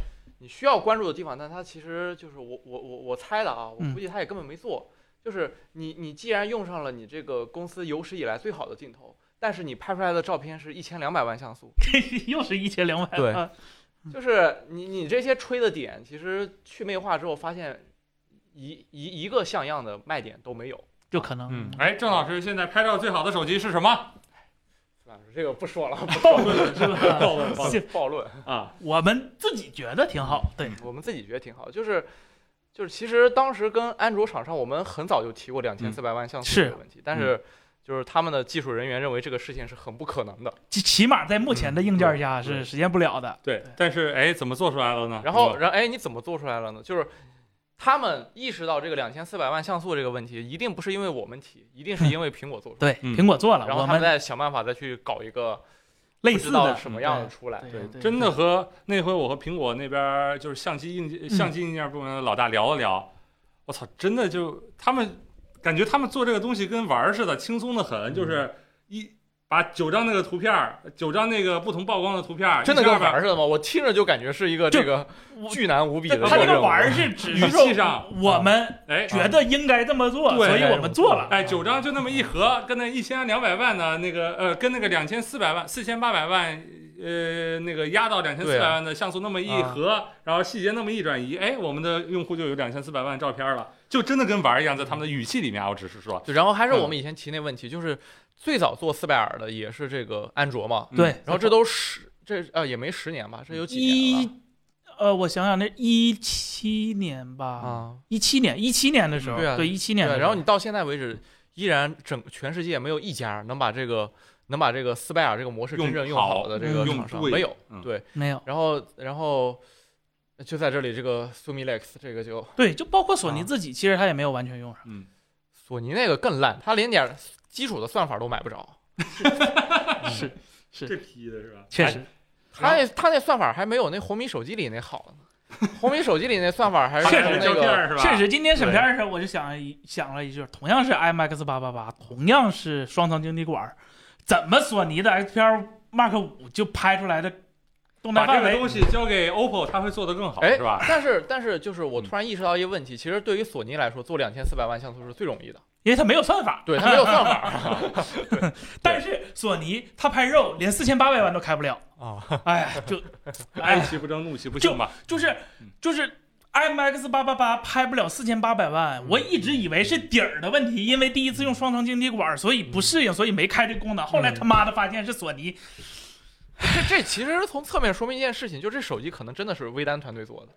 Speaker 4: 你需要关注的地方，但它其实就是我我我我猜的啊，我
Speaker 2: 嗯
Speaker 4: 估计它也根本没做。就是你你既然用上了你这个公司有史以来最好的镜头，但是你拍出来的照片是一千两百万像素，
Speaker 2: 又是一千两百
Speaker 4: 对
Speaker 2: 万，
Speaker 4: 就是你你这些吹的点，其实去魅化之后发现一一一个像样的卖点都没有。
Speaker 2: 就可能。
Speaker 3: 嗯，哎，郑老师现在拍照最好的手机是什么？
Speaker 4: 老师，这个不 说了，
Speaker 2: 暴论 是吧？
Speaker 4: 暴论
Speaker 2: 是
Speaker 4: 暴论。
Speaker 3: 啊，
Speaker 2: 我们自己觉得挺好，对，
Speaker 4: 我们自己觉得挺好，就是就是其实当时跟安卓厂商，我们很早就提过两千四百万像
Speaker 2: 嗯
Speaker 4: 素
Speaker 2: 是
Speaker 4: 这个问题，但是就是他们的技术人员认为这个事情是很不可能的。
Speaker 2: 起起码在目前的硬件下是实现不了的。
Speaker 3: 对
Speaker 2: 对，
Speaker 3: 但是哎，怎么做出来了呢？
Speaker 4: 然后，然后哎，你怎么做出来了呢？就是他们意识到这个两千四百万像素这个问题，一定不是因为我们提，一定是因为苹果做出来。
Speaker 2: 对，
Speaker 3: 嗯
Speaker 2: 苹果 做了，
Speaker 4: 然
Speaker 2: 我
Speaker 4: 后他们
Speaker 2: 们
Speaker 4: 再想办法再去搞一个
Speaker 2: 类
Speaker 4: 不知
Speaker 2: 似
Speaker 4: 道
Speaker 2: 的
Speaker 4: 什么样的出来。
Speaker 2: 对对，
Speaker 3: 真的和那回我和苹果那边儿就是相机硬
Speaker 4: 嗯
Speaker 3: 件相机硬件部门的老大聊了聊，我操，真的
Speaker 4: 嗯
Speaker 3: 就他们感觉他们做这个东西跟玩儿似的，轻松的很，就是一。把九张那个图片儿，九张那个不同曝光的图片儿，
Speaker 4: 真的跟玩
Speaker 3: 吧？
Speaker 4: 儿似的吗？我听着就感觉是一个
Speaker 2: 就
Speaker 4: 这个
Speaker 2: 我
Speaker 4: 巨难无比的。
Speaker 2: 他这
Speaker 4: 任
Speaker 2: 个
Speaker 4: 务
Speaker 2: 玩儿是只是
Speaker 3: 语气
Speaker 2: 说
Speaker 3: 上
Speaker 2: 我们
Speaker 3: 哎，
Speaker 2: 觉得应该这么做，
Speaker 3: 对
Speaker 2: 所以我们做了。
Speaker 3: 哎，九张就那么一合，跟那一千两百万的那个呃，跟那个两千四百万、四千八百万呃那个压到两千四
Speaker 4: 对
Speaker 3: 百
Speaker 4: 啊
Speaker 3: 万的像素那么一合，然后细节那么一转移，哎，我们的用户就有两千四百万照片了，就真的跟玩儿一样，在他们的语气里面啊，我只是说，
Speaker 4: 就然后还是
Speaker 3: 嗯
Speaker 4: 我们以前提那问题，就是最早做四百耳的也是这个安卓嘛，
Speaker 3: 嗯
Speaker 2: 对，
Speaker 4: 然后这都十这呃也没十年吧，这有几年了吧
Speaker 2: 一，呃，我想想，那一七年吧，
Speaker 4: 啊？
Speaker 2: 一七年，一七年的时候，
Speaker 4: 对啊
Speaker 2: 对，一七
Speaker 4: 对
Speaker 2: 年的时候。
Speaker 4: 然后你到现在为止，依然整全世界没有一家能把这个能把这个四百耳这个模式真正
Speaker 3: 用
Speaker 4: 用
Speaker 3: 好
Speaker 4: 好的这个
Speaker 2: 嗯
Speaker 4: 厂商
Speaker 3: 用对
Speaker 4: 没有
Speaker 3: 嗯，
Speaker 4: 对，
Speaker 2: 没有，
Speaker 4: 然后然后就在这里，这个 Sumilex 这个就
Speaker 2: 对，就包括索尼
Speaker 4: 啊
Speaker 2: 自己，其实他也没有完全用上。
Speaker 3: 嗯，
Speaker 4: 索尼那个更烂，它连点基础的算法都买不着。
Speaker 2: 是，
Speaker 3: 这批的是吧？
Speaker 2: 确实，
Speaker 4: 他那他那算法还没有那红米手机里那好呢。红米手机里那算法还是
Speaker 2: 确
Speaker 3: 确
Speaker 2: 实
Speaker 3: 实
Speaker 4: 那
Speaker 3: 胶
Speaker 4: 个
Speaker 3: 片是吧？
Speaker 2: 确实，今天审片的时候，我就想了一想了一句，同样是 IMX 八八八，同样是双层晶体管儿，怎么索尼的 XPR Mark 五就拍出来的动态
Speaker 3: 把
Speaker 2: 范
Speaker 3: 这个
Speaker 2: 围
Speaker 3: 东西交给 OPPO，他会做得更好，
Speaker 4: 哎
Speaker 3: 是吧？
Speaker 4: 但是嗯但是就是我突然意识到一个问题，其实对于索尼来说，做两千四百万像素是最容易 的，
Speaker 2: 因为它没有算法，
Speaker 4: 对它没有算 法
Speaker 2: 但是索尼它拍肉连四千八百万都开不了，
Speaker 3: 哦
Speaker 4: 啊。
Speaker 2: 哎呀，就，
Speaker 3: 爱
Speaker 2: 哎，
Speaker 3: 其不争，怒其不争吧。
Speaker 2: 就是
Speaker 3: 嗯
Speaker 2: 就是 IMX 八八八拍不了四千八百万，我一直以为是底儿的问题，因为第一次用双层晶体管，所以不适应，所以没开这功能。后来
Speaker 3: 嗯
Speaker 2: 他妈的发现是索尼，
Speaker 4: 这这其实从侧面说明一件事情，就这手机可能真的是微单团队做的，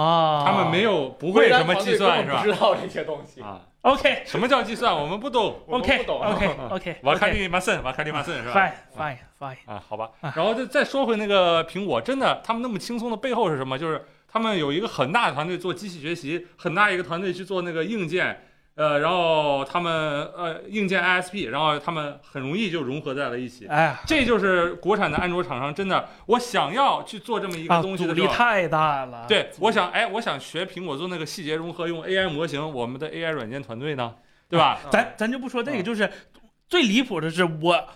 Speaker 2: 啊
Speaker 3: 他们没有不会什么计算是吧
Speaker 4: 不？知道这些东西。
Speaker 3: 啊，
Speaker 2: 哦 OK
Speaker 3: 什么叫计算？我们不懂。
Speaker 4: 我
Speaker 2: OK
Speaker 4: 们不懂
Speaker 2: OK OK
Speaker 3: 瓦卡利马森，瓦卡利马森是吧？
Speaker 2: fine fine fine，
Speaker 3: 啊，好吧，
Speaker 2: 啊
Speaker 3: 然后再再说回那个苹果，真的，他们那么轻松的背后是什么？就是他们有一个很大的团队做机器学习，很大一个团队去做那个硬件，呃，然后他们呃硬件 ISP，然后他们很容易就融合在了一起。
Speaker 2: 哎呀，
Speaker 3: 这就是国产的安卓厂商，真的，我想要去做这么一个
Speaker 2: 啊，
Speaker 3: 东西
Speaker 2: 阻
Speaker 3: 的时
Speaker 2: 力
Speaker 3: 候，
Speaker 2: 太大了。
Speaker 3: 对，我想，哎，我想学苹果做那个细节融合，用 AI 模型，我们的 AI 软件团队呢，对吧？
Speaker 2: 咱咱就不说这个，
Speaker 3: 啊
Speaker 2: 就是最离谱的是我。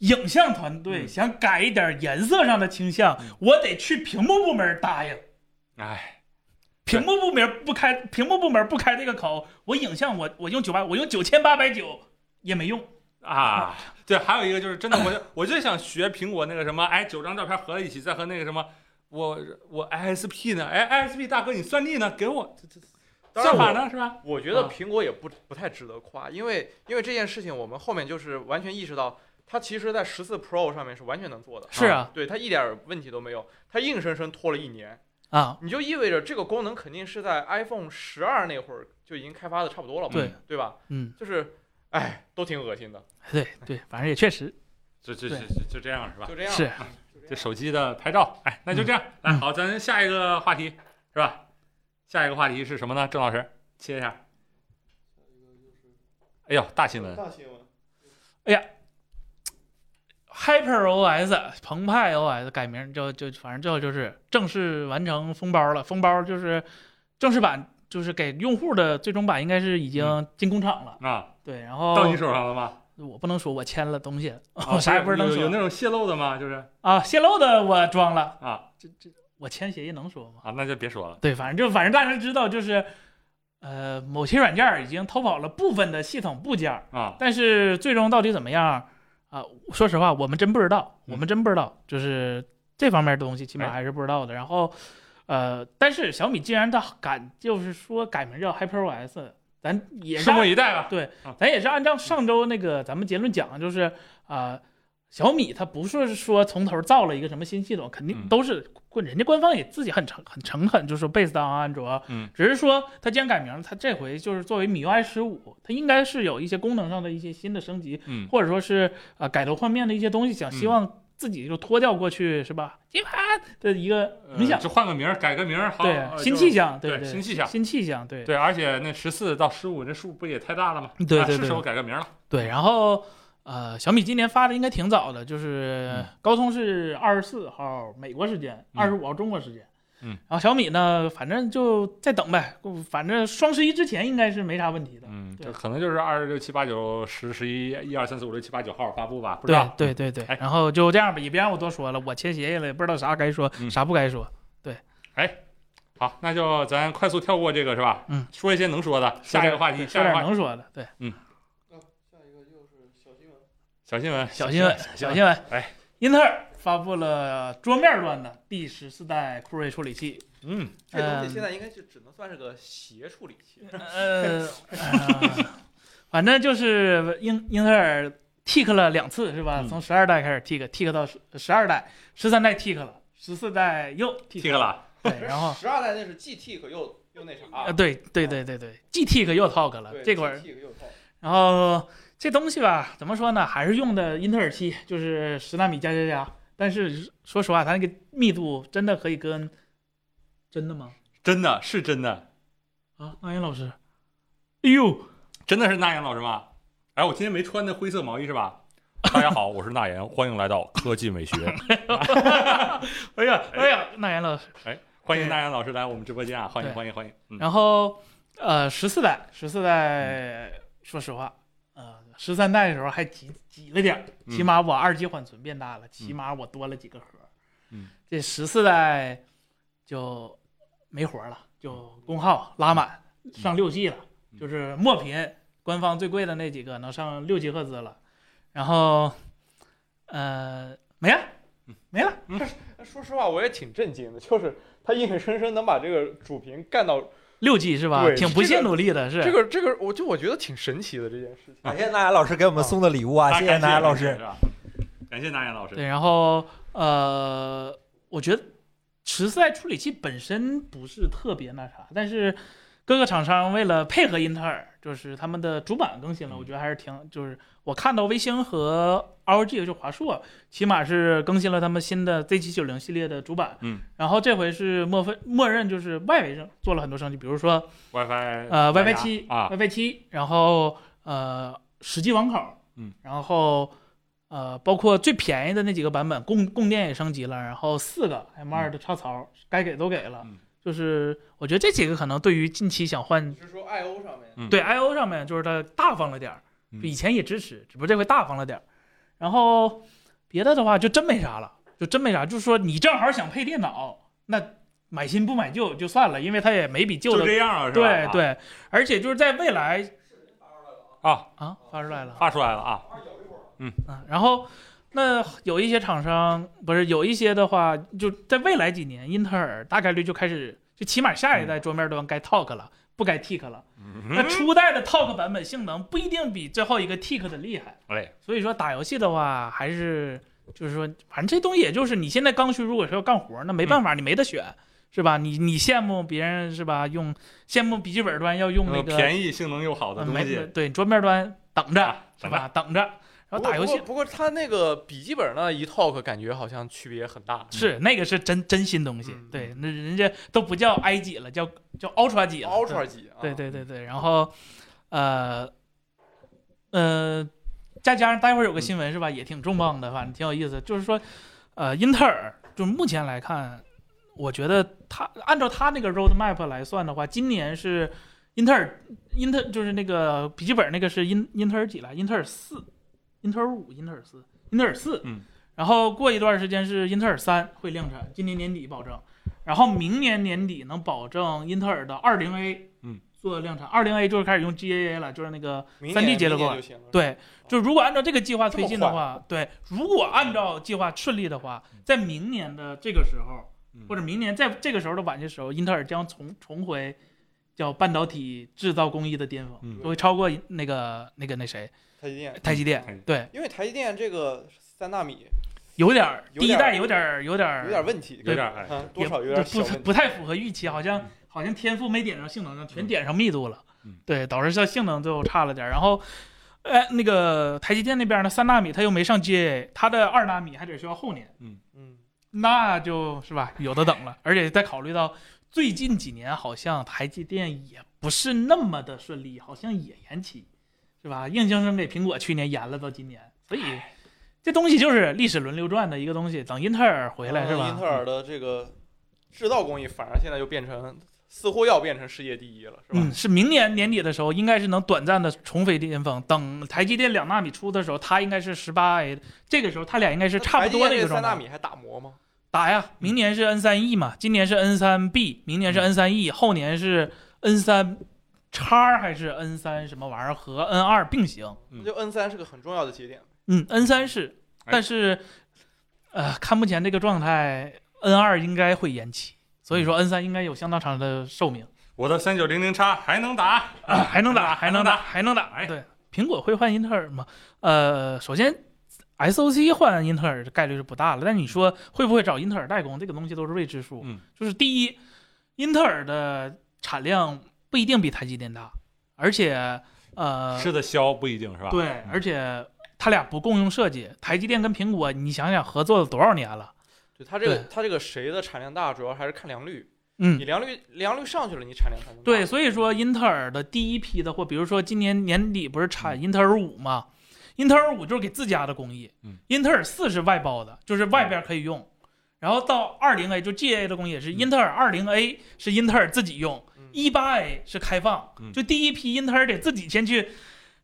Speaker 2: 影像团队
Speaker 3: 嗯
Speaker 2: 想改一点颜色上的倾向，我得去屏幕部门答应。
Speaker 3: 哎，
Speaker 2: 屏幕部门不开，屏幕部门不开这个口，我影像我我用九八，我用九千八百九也没用。
Speaker 3: 啊，对，还有一个就是真的，我就我就想学苹果那个什么，哎，九张照片合在一起，再和那个什么，我我 ISP 呢？哎，ISP 大哥，你算力呢？给我这这
Speaker 4: 当
Speaker 3: 算
Speaker 4: 然
Speaker 3: 法
Speaker 4: 我，嗯
Speaker 3: 呢？是吧？
Speaker 4: 我觉得苹果也不不太值得夸，因为因为这件事情，我们后面就是完全意识到，它其实在十四 Pro 上面是完全能做的。
Speaker 2: 是啊
Speaker 4: 对它一点儿问题都没有，它硬生生拖了一年，
Speaker 2: 啊，
Speaker 4: 你就意味着这个功能肯定是在 iPhone 十二那会儿就已经开发的差不多了嘛，
Speaker 2: 对
Speaker 4: 对吧？
Speaker 2: 嗯，
Speaker 4: 就是，哎，都挺恶心的，
Speaker 2: 对对，反正也确实
Speaker 3: 就就就
Speaker 2: 对
Speaker 3: 就这样是吧？
Speaker 4: 就这样。
Speaker 2: 是
Speaker 3: 这手机的拍照，哎，那就这样。
Speaker 2: 嗯
Speaker 3: 哎，好，咱下一个话题是吧？下一个话题是什么呢？郑老师切一下。哎呦，大新
Speaker 4: 嗯
Speaker 3: 闻！
Speaker 5: 大新闻，
Speaker 2: Hyper OS 澎湃 OS 改名就就反正最后就是正式完成封包了，封包就是正式版，就是给用户的最终版应该是已
Speaker 3: 嗯
Speaker 2: 经进工厂了。
Speaker 3: 啊，
Speaker 2: 对，然后
Speaker 3: 到你手上了吗？
Speaker 2: 我不能说我签了东西，
Speaker 3: 啊
Speaker 2: 我啥也不能
Speaker 3: 有有
Speaker 2: 说
Speaker 3: 那种泄露的吗？就是
Speaker 2: 啊。泄露的我装了，
Speaker 3: 啊
Speaker 2: 这这我签协议能说吗？
Speaker 3: 啊，那就别说了。
Speaker 2: 对，反正就反正大家知道，就是呃，某些软件儿已经偷跑了部分的系统部件儿，
Speaker 3: 啊
Speaker 2: 但是最终到底怎么样啊、说实话，我们真不知道，我们真不知道，就是这方面的东西，起
Speaker 3: 嗯
Speaker 2: 码
Speaker 3: 哎
Speaker 2: 还是不知道的。然后，呃，但是小米既然它敢，就是说改名叫 HyperOS，咱也是
Speaker 3: 拭目
Speaker 2: 按，
Speaker 3: 以待吧。啊
Speaker 2: 咱也是按照上周那个咱们结论讲，就是啊、呃小米它不是说从头造了一个什么新系统，肯定
Speaker 3: 嗯
Speaker 2: 都是人家官方也自己很诚很诚恳，就是说 based on 安卓，
Speaker 3: 嗯
Speaker 2: 只是说它既然改名了，它这回就是作为 MIUI 十五，它应该是有一些功能上的一些新的升级，
Speaker 3: 嗯，
Speaker 2: 或者说是呃改头换面的一些东西，想希
Speaker 3: 嗯
Speaker 2: 望自己就脱掉过去是吧？鸡盘的一个
Speaker 3: 呃
Speaker 2: 影响，
Speaker 3: 就换个名儿，改个名儿，好，
Speaker 2: 对
Speaker 3: 呃
Speaker 2: 新
Speaker 3: 就
Speaker 2: 气象，
Speaker 3: 对
Speaker 2: 对，
Speaker 3: 新气象
Speaker 2: 新气象，对
Speaker 3: 对，而且那十四到十五这数不也太大了吗？
Speaker 2: 对
Speaker 3: 啊
Speaker 2: 对
Speaker 3: 是
Speaker 2: 对
Speaker 3: 时候改个名儿了。
Speaker 2: 对。然后呃，小米今年发的应该挺早的，就是
Speaker 3: 嗯
Speaker 2: 高通是二十四号美国时间，二十五号中国时间。
Speaker 3: 嗯，
Speaker 2: 然后小米呢，反正就再等呗，反正双十一之前应该是没啥问题的。
Speaker 3: 嗯，
Speaker 2: 对
Speaker 3: 这可能就是二六七八九十十一一二三四五六七八九号发布吧，不知
Speaker 2: 对
Speaker 3: 道。
Speaker 2: 对对对
Speaker 3: 哎，
Speaker 2: 然后就这样吧，也别让我多说了，我签协议了，也不知道啥该说，
Speaker 3: 嗯
Speaker 2: 啥不该说。
Speaker 3: 好，那就咱快速跳过这个是吧？
Speaker 2: 嗯，
Speaker 3: 说一些能说的，下一个话题，
Speaker 2: 说
Speaker 3: 下一个
Speaker 2: 点
Speaker 3: 话题，
Speaker 2: 能说的，对，
Speaker 4: 下一个就是小新闻，
Speaker 3: 小新闻，
Speaker 2: 小新闻，小新闻。
Speaker 3: 哎，
Speaker 2: 英特尔发布了桌面端的第十四代酷睿处理器，
Speaker 3: 嗯，
Speaker 4: 这东
Speaker 2: 嗯
Speaker 4: 西现在应该就只能算是个协处理器。
Speaker 2: 呃，呃 反正就是英英特尔 tick 了两次是吧？
Speaker 3: 嗯
Speaker 2: 从十二代开始 tick，tick 到十十二代，十三代 tick 了，十四代又 tick
Speaker 3: 听了，
Speaker 2: 对，然后
Speaker 4: 十二代那是 GT 可又又那
Speaker 3: 啊
Speaker 4: 啥，
Speaker 2: 呃，对对对对对，G tick 又 talk 了
Speaker 4: 对，
Speaker 2: 这会儿，
Speaker 4: GT 可又套
Speaker 2: 然后这东西吧，怎么说呢？还是用的英特尔七，就是十纳米加加加，但是说实话，它那个密度真的可以跟真的吗？
Speaker 3: 真的是真的，
Speaker 2: 啊，那英老师，哎呦，
Speaker 3: 真的是那言老师吗？哎，我今天没穿那灰色毛衣是吧？大家好，我是那言，欢迎来到科技美 学，
Speaker 2: 哎呀哎呀，那英老师。
Speaker 3: 欢迎那言老师来我们直播间啊，欢迎
Speaker 2: 对
Speaker 3: 欢迎欢迎，嗯，
Speaker 2: 然后呃，十四代，十四代，说实话，呃，十三代的时候还挤挤了点儿，
Speaker 3: 嗯
Speaker 2: 起码我二级缓存变大了，
Speaker 4: 嗯
Speaker 2: 起码我多了几个核儿。
Speaker 3: 嗯，
Speaker 2: 这十四代就没活儿了，就功耗拉满，上六 G 了，
Speaker 3: 嗯
Speaker 2: 就是墨频官方最贵的那几个能上六 G 赫兹了，然后呃没了，没了。
Speaker 4: 那说实话，我也挺震惊的，就是他硬生生能把这个主屏干到
Speaker 2: 六 G 是吧？
Speaker 4: 对
Speaker 2: 挺不
Speaker 4: 这
Speaker 2: 懈
Speaker 4: 个
Speaker 2: 努力的，是
Speaker 4: 这个这个，我就我觉得挺神奇的这件事情。
Speaker 1: 感谢大家老师给我们送的礼物啊，谢谢大家老
Speaker 3: 感谢
Speaker 1: 师。
Speaker 3: 是吧感谢那言老师，
Speaker 2: 对，然后呃，我觉得十四代处理器本身不是特别那啥，但是各个厂商为了配合英特尔，就是他们的主板更新了，我觉得还是挺，就是我看到微星和 ROG 就华硕，起码是更新了他们新的 Z 7 9 0系列的主板，
Speaker 3: 嗯，
Speaker 2: 然后这回是默分默认就是外围上做了很多升级，比如说
Speaker 3: WiFi 蓝牙
Speaker 2: 呃，WiFi 七
Speaker 3: 啊，
Speaker 2: ，WiFi 七，然后呃实际网口，
Speaker 3: 嗯，
Speaker 2: 然后呃包括最便宜的那几个版本，供供电也升级了，然后四个 M 2的插槽该给都给了，
Speaker 3: 嗯
Speaker 2: 就是我觉得这几个可能对于近期想换
Speaker 4: 是说 I O 上面
Speaker 3: 嗯
Speaker 2: 对 I O 上面就是它大方了点儿，
Speaker 3: 嗯
Speaker 2: 就以前也支持，只不过这回大方了点儿。然后别的的话就真没啥了，就真没啥。就是说你正好想配电脑，那买新不买旧就算了，因为它也没比旧
Speaker 3: 就
Speaker 2: 的
Speaker 3: 这样了是吧？
Speaker 2: 对
Speaker 3: 啊
Speaker 2: 对，而且就是在未来
Speaker 3: 啊，
Speaker 2: 啊发出来了
Speaker 3: 发出来了啊，
Speaker 2: 啊，然后那有一些厂商不是有一些的话，就在未来几年，英特尔大概率就开始，就起码下一代桌面端该 Talk 了，不该 Tick 了。那
Speaker 3: 嗯，
Speaker 2: 初代的 Talk 版本性能不一定比最后一个 Tick 的厉害，
Speaker 3: 哎，
Speaker 2: 所以说打游戏的话，还是就是说，反正这东西也就是你现在刚需，如果是要干活，那没
Speaker 3: 嗯
Speaker 2: 办法，你没得选。是吧？你你羡慕别人是吧？用羡慕笔记本端要用那
Speaker 3: 呃
Speaker 2: 个
Speaker 3: 便宜、性能又好的
Speaker 2: 啊
Speaker 3: 东
Speaker 2: 没
Speaker 3: 西，
Speaker 2: 对桌面端等着、
Speaker 3: 啊
Speaker 2: 是
Speaker 3: 等
Speaker 2: 吧？等着，然后
Speaker 4: 哎不过
Speaker 2: 打游
Speaker 4: 不
Speaker 2: 戏
Speaker 4: 过不过他那个笔记本呢一 talk 感觉好像区别很大。
Speaker 2: 是那个是真真新东西，
Speaker 4: 嗯
Speaker 2: 对，那人家都不叫 i 几了，叫叫 Ultra 几了
Speaker 4: Ultra 级啊，
Speaker 2: 对对对对，然后呃呃，再加上待会儿有个新闻是吧，也挺重磅的，反正挺有意思，就是说呃，英特尔就是目前来看，我觉得它按照它那个 road map 来算的话，今年是。英特尔，英特就是那个笔记本那个是英英特尔几来？英特尔四，英特尔五，英特尔四，英特尔四。
Speaker 3: 嗯。
Speaker 2: 然后过一段时间是英特尔三会量产，今年年底保证，然后明年年底能保证英特尔的二零 A，
Speaker 3: 嗯，
Speaker 2: 做量产。二零 A 就是开始用 GAA 了，就是那个
Speaker 4: 明
Speaker 2: 三 D
Speaker 4: 年
Speaker 2: 结
Speaker 4: 明
Speaker 2: 构
Speaker 4: 年
Speaker 2: 啊
Speaker 4: 就行了。
Speaker 2: 对，就如果按照这个计划
Speaker 4: 这
Speaker 2: 推
Speaker 4: 么
Speaker 2: 进的
Speaker 4: 快
Speaker 2: 话，对，如果按照计划顺利的话，在明年的这个时候，
Speaker 3: 嗯
Speaker 2: 或者明年在这个时候的晚些时候，英特尔将重重回叫半导体制造工艺的巅峰，
Speaker 3: 嗯
Speaker 2: 都会超过那个那个那谁
Speaker 4: 台积电，
Speaker 2: 台积
Speaker 3: 台积
Speaker 2: 电。对，
Speaker 4: 因为台积电这个三纳米
Speaker 2: 有点儿
Speaker 4: 有
Speaker 2: 第一
Speaker 4: 点儿
Speaker 2: 代有点儿有点儿
Speaker 4: 有点问题，
Speaker 3: 有点哎，
Speaker 4: 嗯，
Speaker 2: 也
Speaker 4: 多少有点小
Speaker 2: 不
Speaker 4: 问题。
Speaker 2: 不太符合预期，好像
Speaker 3: 嗯
Speaker 2: 好像天赋没点上性能上，全点上密度了，
Speaker 3: 嗯
Speaker 2: 对，导致它性能最后差了点儿。然后，哎，那个台积电那边呢，三纳米它又没上 GA，它的二纳米还得需要后年，
Speaker 4: 嗯，
Speaker 2: 那就是吧，有的等了。而且再考虑到最近几年好像台积电也不是那么的顺利，好像也延期，是吧？硬生生给苹果去年延了到今年，所以
Speaker 4: 嗯
Speaker 2: 这东西就是历史轮流转的一个东西。等英特尔回来是吧？
Speaker 4: 英特尔的这个制造工艺反而现在就变成似乎要变成世界第一了，是吧？
Speaker 2: 嗯，是明年年底的时候，应该是能短暂的重飞巅峰。等台积电两纳米出的时候，它应该是十八 A，这个时候它俩应该是差不多的一个
Speaker 4: 三
Speaker 2: 状
Speaker 4: 纳
Speaker 2: 态。
Speaker 4: 米还打磨吗？
Speaker 2: 打呀，明年是 N 三 E 嘛，今年是 N 三 B，明年是 N 三 E，后年是 N 三叉还是 N 三什么玩意儿和 N 二并行？
Speaker 3: 嗯
Speaker 4: 就 N 三是个很重要的节点，
Speaker 2: 嗯，N 哎三是，但是，呃，看目前这个状态，N 二应该会延期，所以说 N 三应该有相当长的寿命，
Speaker 3: 我的三九零零叉还能打，
Speaker 2: 啊还能打，还能打，
Speaker 3: 还能打
Speaker 2: 还能打。
Speaker 3: 哎
Speaker 2: 对，苹果会换英特尔吗？呃，首先，SOC 换英特尔的概率是不大了，但你说会不会找英特尔代工，这个东西都是未知数。
Speaker 3: 嗯，
Speaker 2: 就是第一，英特尔的产量不一定比台积电大，而且，呃，
Speaker 3: 吃的嗯消不一定是吧？
Speaker 2: 对，而且他俩不共用设计，台积电跟苹果，你想想合作了多少年了？
Speaker 4: 就它这个
Speaker 2: 对
Speaker 4: 它这个谁的产量大，主要还是看良率。
Speaker 2: 嗯
Speaker 4: 你，良率良率上去了，你产量才能大
Speaker 2: 对，所以说英特尔的第一批的货，比如说今年年底不是产英特尔五嘛，英特尔五就是给自家的工艺
Speaker 3: 嗯，
Speaker 2: 英特尔四是外包的，就是外边可以用。然后到二零 A 就 GA 的工艺也是，
Speaker 3: 嗯
Speaker 2: 英特尔二零 A 是英特尔自己用
Speaker 4: 嗯，
Speaker 2: 一八 A 是开放
Speaker 3: 嗯，
Speaker 2: 就第一批英特尔得自己先去，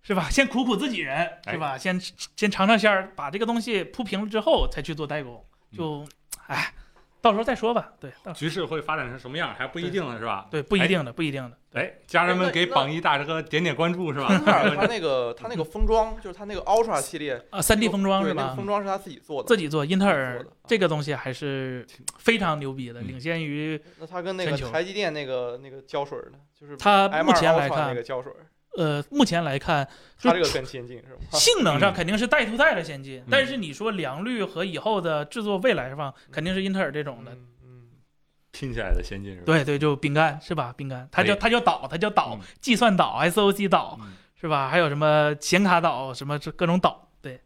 Speaker 2: 是吧？先苦苦自己人，
Speaker 3: 哎
Speaker 2: 是吧？先先尝尝鲜儿，把这个东西铺平了之后再去做代工，就，哎，到时候再说吧。对，到时候
Speaker 3: 局势会发展成什么样还不一定呢是吧？
Speaker 2: 对，不一定的，不一定的。
Speaker 3: 哎，家人们给榜一大哥点点关注是吧？
Speaker 4: 英特 尔它那个它那个封装，就是它那个 Ultra 系列
Speaker 2: 啊，三 D 封装
Speaker 4: 对
Speaker 2: 是
Speaker 4: 那个
Speaker 2: 吧？
Speaker 4: 封装是它自己做的，
Speaker 2: 自己做，英特
Speaker 4: 自己
Speaker 2: 尔
Speaker 4: 做的
Speaker 2: 这个东西还是非常牛逼的，
Speaker 3: 嗯
Speaker 2: 领先于
Speaker 4: 那它跟那个
Speaker 2: 全球
Speaker 4: 台积电那个那个胶水呢，就是
Speaker 2: 它
Speaker 4: M
Speaker 2: 目
Speaker 4: 2
Speaker 2: 前来
Speaker 4: Ultra 那
Speaker 2: 看
Speaker 4: 个，胶水，
Speaker 2: 呃，目前来看，就
Speaker 4: 它这个更先进是吧？
Speaker 2: 性能上肯定是带图带的先进
Speaker 3: 嗯，
Speaker 2: 但是你说良率和以后的制作未来上，肯定是英特尔这种的。
Speaker 4: 嗯嗯，
Speaker 3: 拼起来的先进是吧？
Speaker 2: 对对，就饼干是吧？饼干，它叫
Speaker 3: 哎
Speaker 2: 它叫岛，它叫岛
Speaker 3: 嗯，
Speaker 2: 计算岛，SOC 岛
Speaker 3: 嗯
Speaker 2: 是吧？还有什么显卡岛，什么这各种岛，对，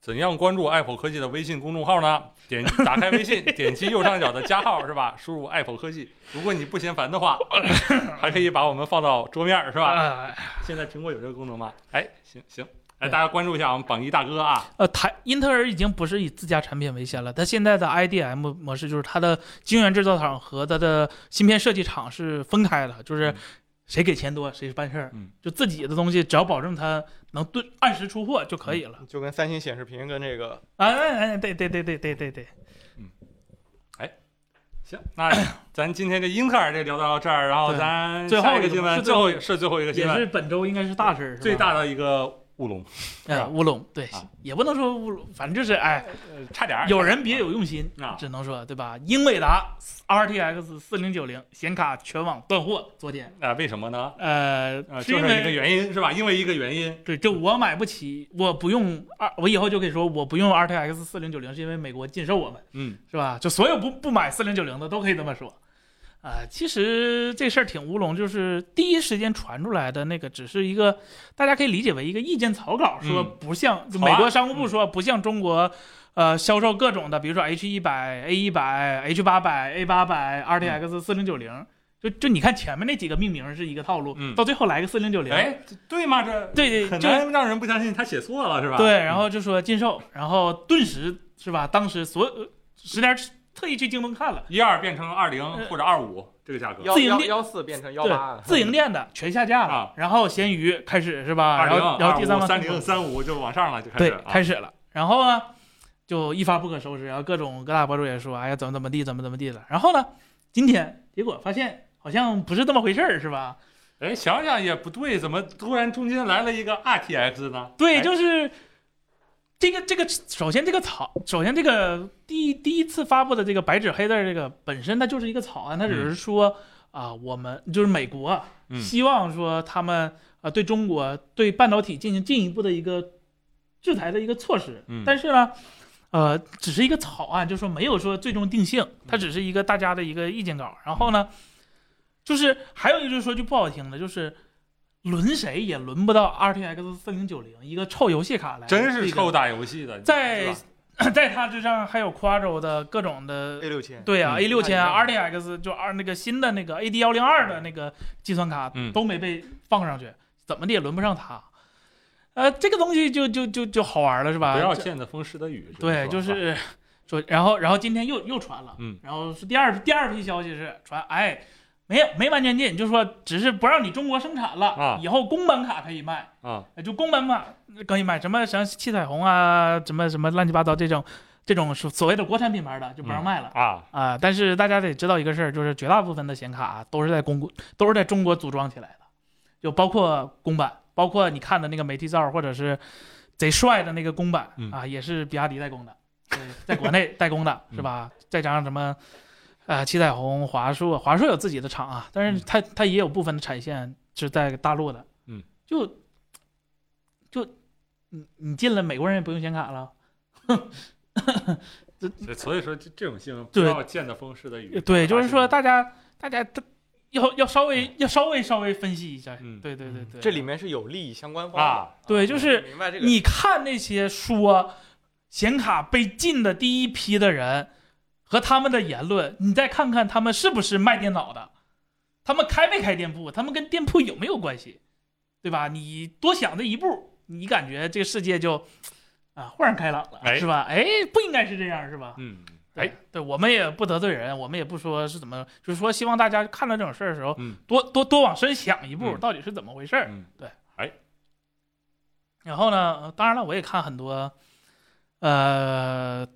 Speaker 3: 怎样关注 Apple 科技的微信公众号呢？点 打开微信， 点击右上角的加号是吧？输入 Apple 科技。如果你不嫌烦的 话，还可以把我们放到桌面儿是吧？
Speaker 2: 吧？
Speaker 3: 现在苹果有这个功能吗？哎，行行，哎，大家关注一下我们榜一大哥啊。
Speaker 2: 呃，台英特尔已经不是以自家产品为先了，它现在的 IDM 模式就是它的晶圆制造厂和它的芯片设计厂是分开的，就是
Speaker 3: 嗯
Speaker 2: 谁给钱多谁办事儿，
Speaker 3: 嗯
Speaker 2: 就自己的东西只要保证它能对按时出货就可以了。
Speaker 4: 就跟三星显示屏跟这个
Speaker 2: 哎哎哎，对对对对对对对，
Speaker 3: 行， 那咱今天这英特尔这聊到这儿，然后
Speaker 2: 对
Speaker 3: 咱
Speaker 2: 最后
Speaker 3: 下一
Speaker 2: 一
Speaker 3: 个
Speaker 2: 个
Speaker 3: 新
Speaker 2: 吧
Speaker 3: 闻，
Speaker 2: 是
Speaker 3: 最
Speaker 2: 最后
Speaker 3: 后一是最后一个新
Speaker 2: 也是
Speaker 3: 闻，
Speaker 2: 本周应该是大事儿，是吧
Speaker 3: 最大的一个乌龙，
Speaker 2: 哎乌龙，对
Speaker 3: 啊，
Speaker 2: 也不能说乌龙，反正就是哎，
Speaker 3: 呃差点儿
Speaker 2: 有人别有用心，
Speaker 3: 啊，
Speaker 2: 只能说对吧？英伟达 RTX 四零九零显卡全网断货，昨天。
Speaker 3: 啊，为什么呢？
Speaker 2: 呃
Speaker 3: 呃，，
Speaker 2: 是
Speaker 3: 就
Speaker 2: 因
Speaker 3: 是一个
Speaker 2: 为
Speaker 3: 原因是吧？因为一个原因，
Speaker 2: 对，就我买不起，我不用二，我以后就可以说我不用 RTX 四零九零，是因为美国禁售我们，
Speaker 3: 嗯，
Speaker 2: 是吧？就所有不不买四零九零的都可以这么说。啊、其实这事儿挺乌龙，就是第一时间传出来的那个，只是一个大家可以理解为一个意见草稿，说
Speaker 3: 嗯
Speaker 2: 不像、就
Speaker 3: 草案嗯
Speaker 2: 美国商务部说不像中国，呃，销售各种的，比如说 H 一百、A 一百、H 八百、A 八百、RTX
Speaker 3: 嗯
Speaker 2: 四零九零，就就你看前面那几个命名是一个套路，
Speaker 3: 嗯
Speaker 2: 到最后来个四零九零，
Speaker 3: 哎，对吗？这
Speaker 2: 对对
Speaker 3: 很
Speaker 2: 就
Speaker 3: 难让人不相信他写错了是吧？嗯
Speaker 2: 对，然后就说禁售，然后顿时是吧？当时所有十点特意去京东看了，
Speaker 3: 一二变成二零
Speaker 2: 呃
Speaker 3: 或者二五这个价格，
Speaker 4: 幺
Speaker 2: 自营
Speaker 4: 幺
Speaker 2: 店
Speaker 4: 幺四变成幺八
Speaker 2: 对，，自营店的全下架
Speaker 3: 啊
Speaker 2: 了，然后闲鱼开始是吧？
Speaker 3: 二
Speaker 2: 然
Speaker 3: 零
Speaker 2: 后然后第三方
Speaker 3: 三零三五就往上了，就开始
Speaker 2: 对
Speaker 3: 啊
Speaker 2: 开始了，然后呢就一发不可收拾，然后各种各大博主也说，哎呀怎么怎么地，怎么怎么地了，然后呢，今天结果发现好像不是这么回事儿，是吧？
Speaker 3: 哎，想想也不对，怎么突然中间来了一个 RTX 呢？
Speaker 2: 对，
Speaker 3: 哎
Speaker 2: 就是这个这个，首先这个草，首先这个第一第一次发布的这个白纸黑字儿这个本身它就是一个草案，它只是说啊、我们就是美国啊
Speaker 3: 嗯
Speaker 2: 希望说他们啊、对中国对半导体进行进一步的一个制裁的一个措施，
Speaker 3: 嗯
Speaker 2: 但是呢。呃，只是一个草案，就说没有说最终定性，
Speaker 3: 嗯
Speaker 2: 它只是一个大家的一个意见稿。然后呢，就是还有一个就是说句不好听的，就是轮谁也轮不到 RTX 四零九零一个臭游戏卡来，
Speaker 3: 真是臭
Speaker 2: 的。
Speaker 3: 打游戏的，
Speaker 2: 在
Speaker 3: 是吧
Speaker 2: 在它之上还有 Quadro 的各种的
Speaker 4: A，六千，
Speaker 2: 对啊
Speaker 3: 嗯
Speaker 2: ，A 六千
Speaker 4: 看
Speaker 2: RTX 就二那个新的那个 AD 幺零二的那个计算卡
Speaker 3: 嗯
Speaker 2: 都没被放上去，怎么的也轮不上它。呃，这个东西就就就就好玩了是吧？
Speaker 3: 不要
Speaker 2: 这
Speaker 3: 见的风使的雨，
Speaker 2: 对，就是说，然后然后今天又又传了，
Speaker 3: 嗯，
Speaker 2: 然后是第二第二批消息是传，哎，没有没完全禁，就说只是不让你中国生产了，
Speaker 3: 啊
Speaker 2: 以后公版卡可以卖，呃
Speaker 3: 啊，
Speaker 2: 就公版卡可以卖，什么什么七彩虹啊，什么什么乱七八糟这种这种所所谓的国产品牌的就不让卖了。
Speaker 3: 啊，
Speaker 2: 啊、但是大家得知道一个事儿，就是绝大部分的显卡、啊都是在公国都是在中国组装起来的，就包括公版，包括你看的那个媒体照或者是贼帅的那个公版、
Speaker 3: 嗯
Speaker 2: 啊，也是比亚迪代工的，对，在国 内代工的是吧？再加上什么，呃，七彩虹、华硕，华硕有自己的厂啊，但是它它也有部分的产线是在大陆的，
Speaker 3: 嗯，
Speaker 2: 就就你你进了美国人也不用显卡了。
Speaker 3: 所所以说这这种新闻不
Speaker 2: 对呃
Speaker 3: 要见的风是的雨。
Speaker 2: 对，就是说
Speaker 3: 大
Speaker 2: 大家大家都要要稍微要稍微稍微分析一下，
Speaker 3: 嗯
Speaker 2: 对对对对，
Speaker 4: 这里面是有利益相关方的
Speaker 3: 啊，
Speaker 2: 对就是
Speaker 4: 明白这个
Speaker 2: 你看那些说显卡被禁的第一批的人和他们的言论，你再看看他们是不是卖电脑的，他们开没开店铺，他们跟店铺有没有关系，对吧？你多想这一步，你感觉这个世界就啊豁然开朗了，
Speaker 3: 哎
Speaker 2: 是吧？哎，不应该是这样，是吧？
Speaker 3: 嗯，哎
Speaker 2: 哎，，对，我们也不得罪人，我们也不说是怎么，就是说希望大家看到这种事儿的时候，
Speaker 3: 嗯
Speaker 2: 多多多往深想一步，
Speaker 3: 嗯
Speaker 2: 到底是怎么回事儿。
Speaker 3: 嗯
Speaker 2: 然后呢，呃当然了，我也看很多，呃，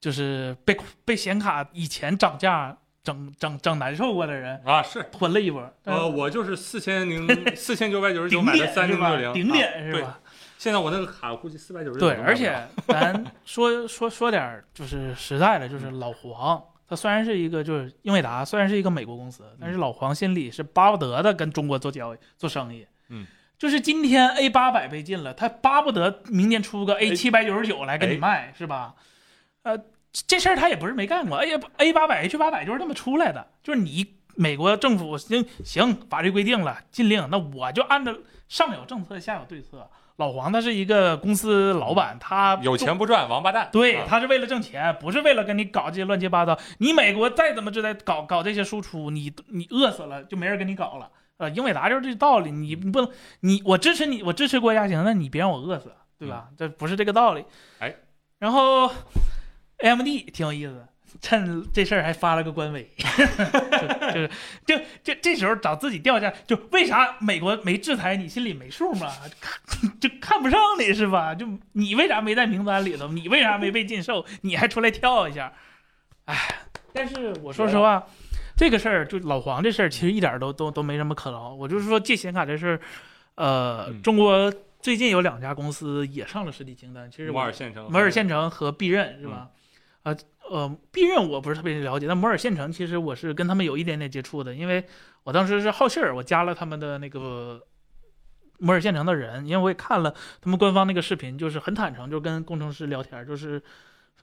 Speaker 2: 就是被被显卡以前涨价整整整难受过的人
Speaker 3: 啊是，
Speaker 2: 吞了一波，但是
Speaker 3: 呃，我就是四千 零四千九百九十九
Speaker 2: 嗯顶
Speaker 3: 买的
Speaker 2: 点
Speaker 3: 三
Speaker 2: 是
Speaker 3: 零
Speaker 2: 吧
Speaker 3: 六？零，啊
Speaker 2: 顶点是
Speaker 3: 对
Speaker 2: 吧？
Speaker 3: 现在我那个卡估计四百九十九。
Speaker 2: 对，而且 咱说说说点儿就是实在
Speaker 3: 嗯
Speaker 2: 的，就是老黄，他虽然是一个就是英伟达，虽然是一个美国公司，但是老黄心里是巴不得的跟中国做交易做生意。
Speaker 3: 嗯，
Speaker 2: 就是今天 A 八百被禁了，他巴不得明天出个 A 七百九十九来给你
Speaker 3: 哎
Speaker 2: 卖，是吧？呃，这事儿他也不是没干过，A A 八百 H 八百就是这么出来的，就是你美国政府行行法律规定了禁令，那我就按照上有政策下有对策。老黄他是一个公司老板，他
Speaker 3: 有钱不赚，王八蛋。
Speaker 2: 对，
Speaker 3: 啊
Speaker 2: 他是为了挣钱，不是为了跟你搞这些乱七八糟。你美国再怎么就在搞搞这些输出，你你饿死了就没人跟你搞了。呃，英伟达就是这道理，你你不能你我支持你，我支持国家行，那你别让我饿死，对吧？这不是这个道理。
Speaker 3: 嗯哎，
Speaker 2: 然后 AMD 挺有意思，趁这事儿还发了个官微，就就是就这这时候找自己掉价，就为啥美国没制裁你，心里没数吗？就看不上你是吧？就你为啥没在名单里头？你为啥没被禁售？你还出来跳一下？哎，但是我说实话，这个事儿就老黄这事儿，其实一点儿都都都没什么可挠。我就是说借显卡这事儿，呃，
Speaker 3: 嗯
Speaker 2: 中国最近有两家公司也上了实体清单，其实
Speaker 3: 摩
Speaker 2: 我
Speaker 3: 尔县城，
Speaker 2: 摩尔县城和必任是吧？呃呃，必任我不是特别了解，但摩尔县城其实我是跟他们有一点点接触的，因为我当时是好信儿，我加了他们的那个摩尔县城的人，因为我也看了他们官方那个视频，就是很坦诚，就跟工程师聊天儿，就是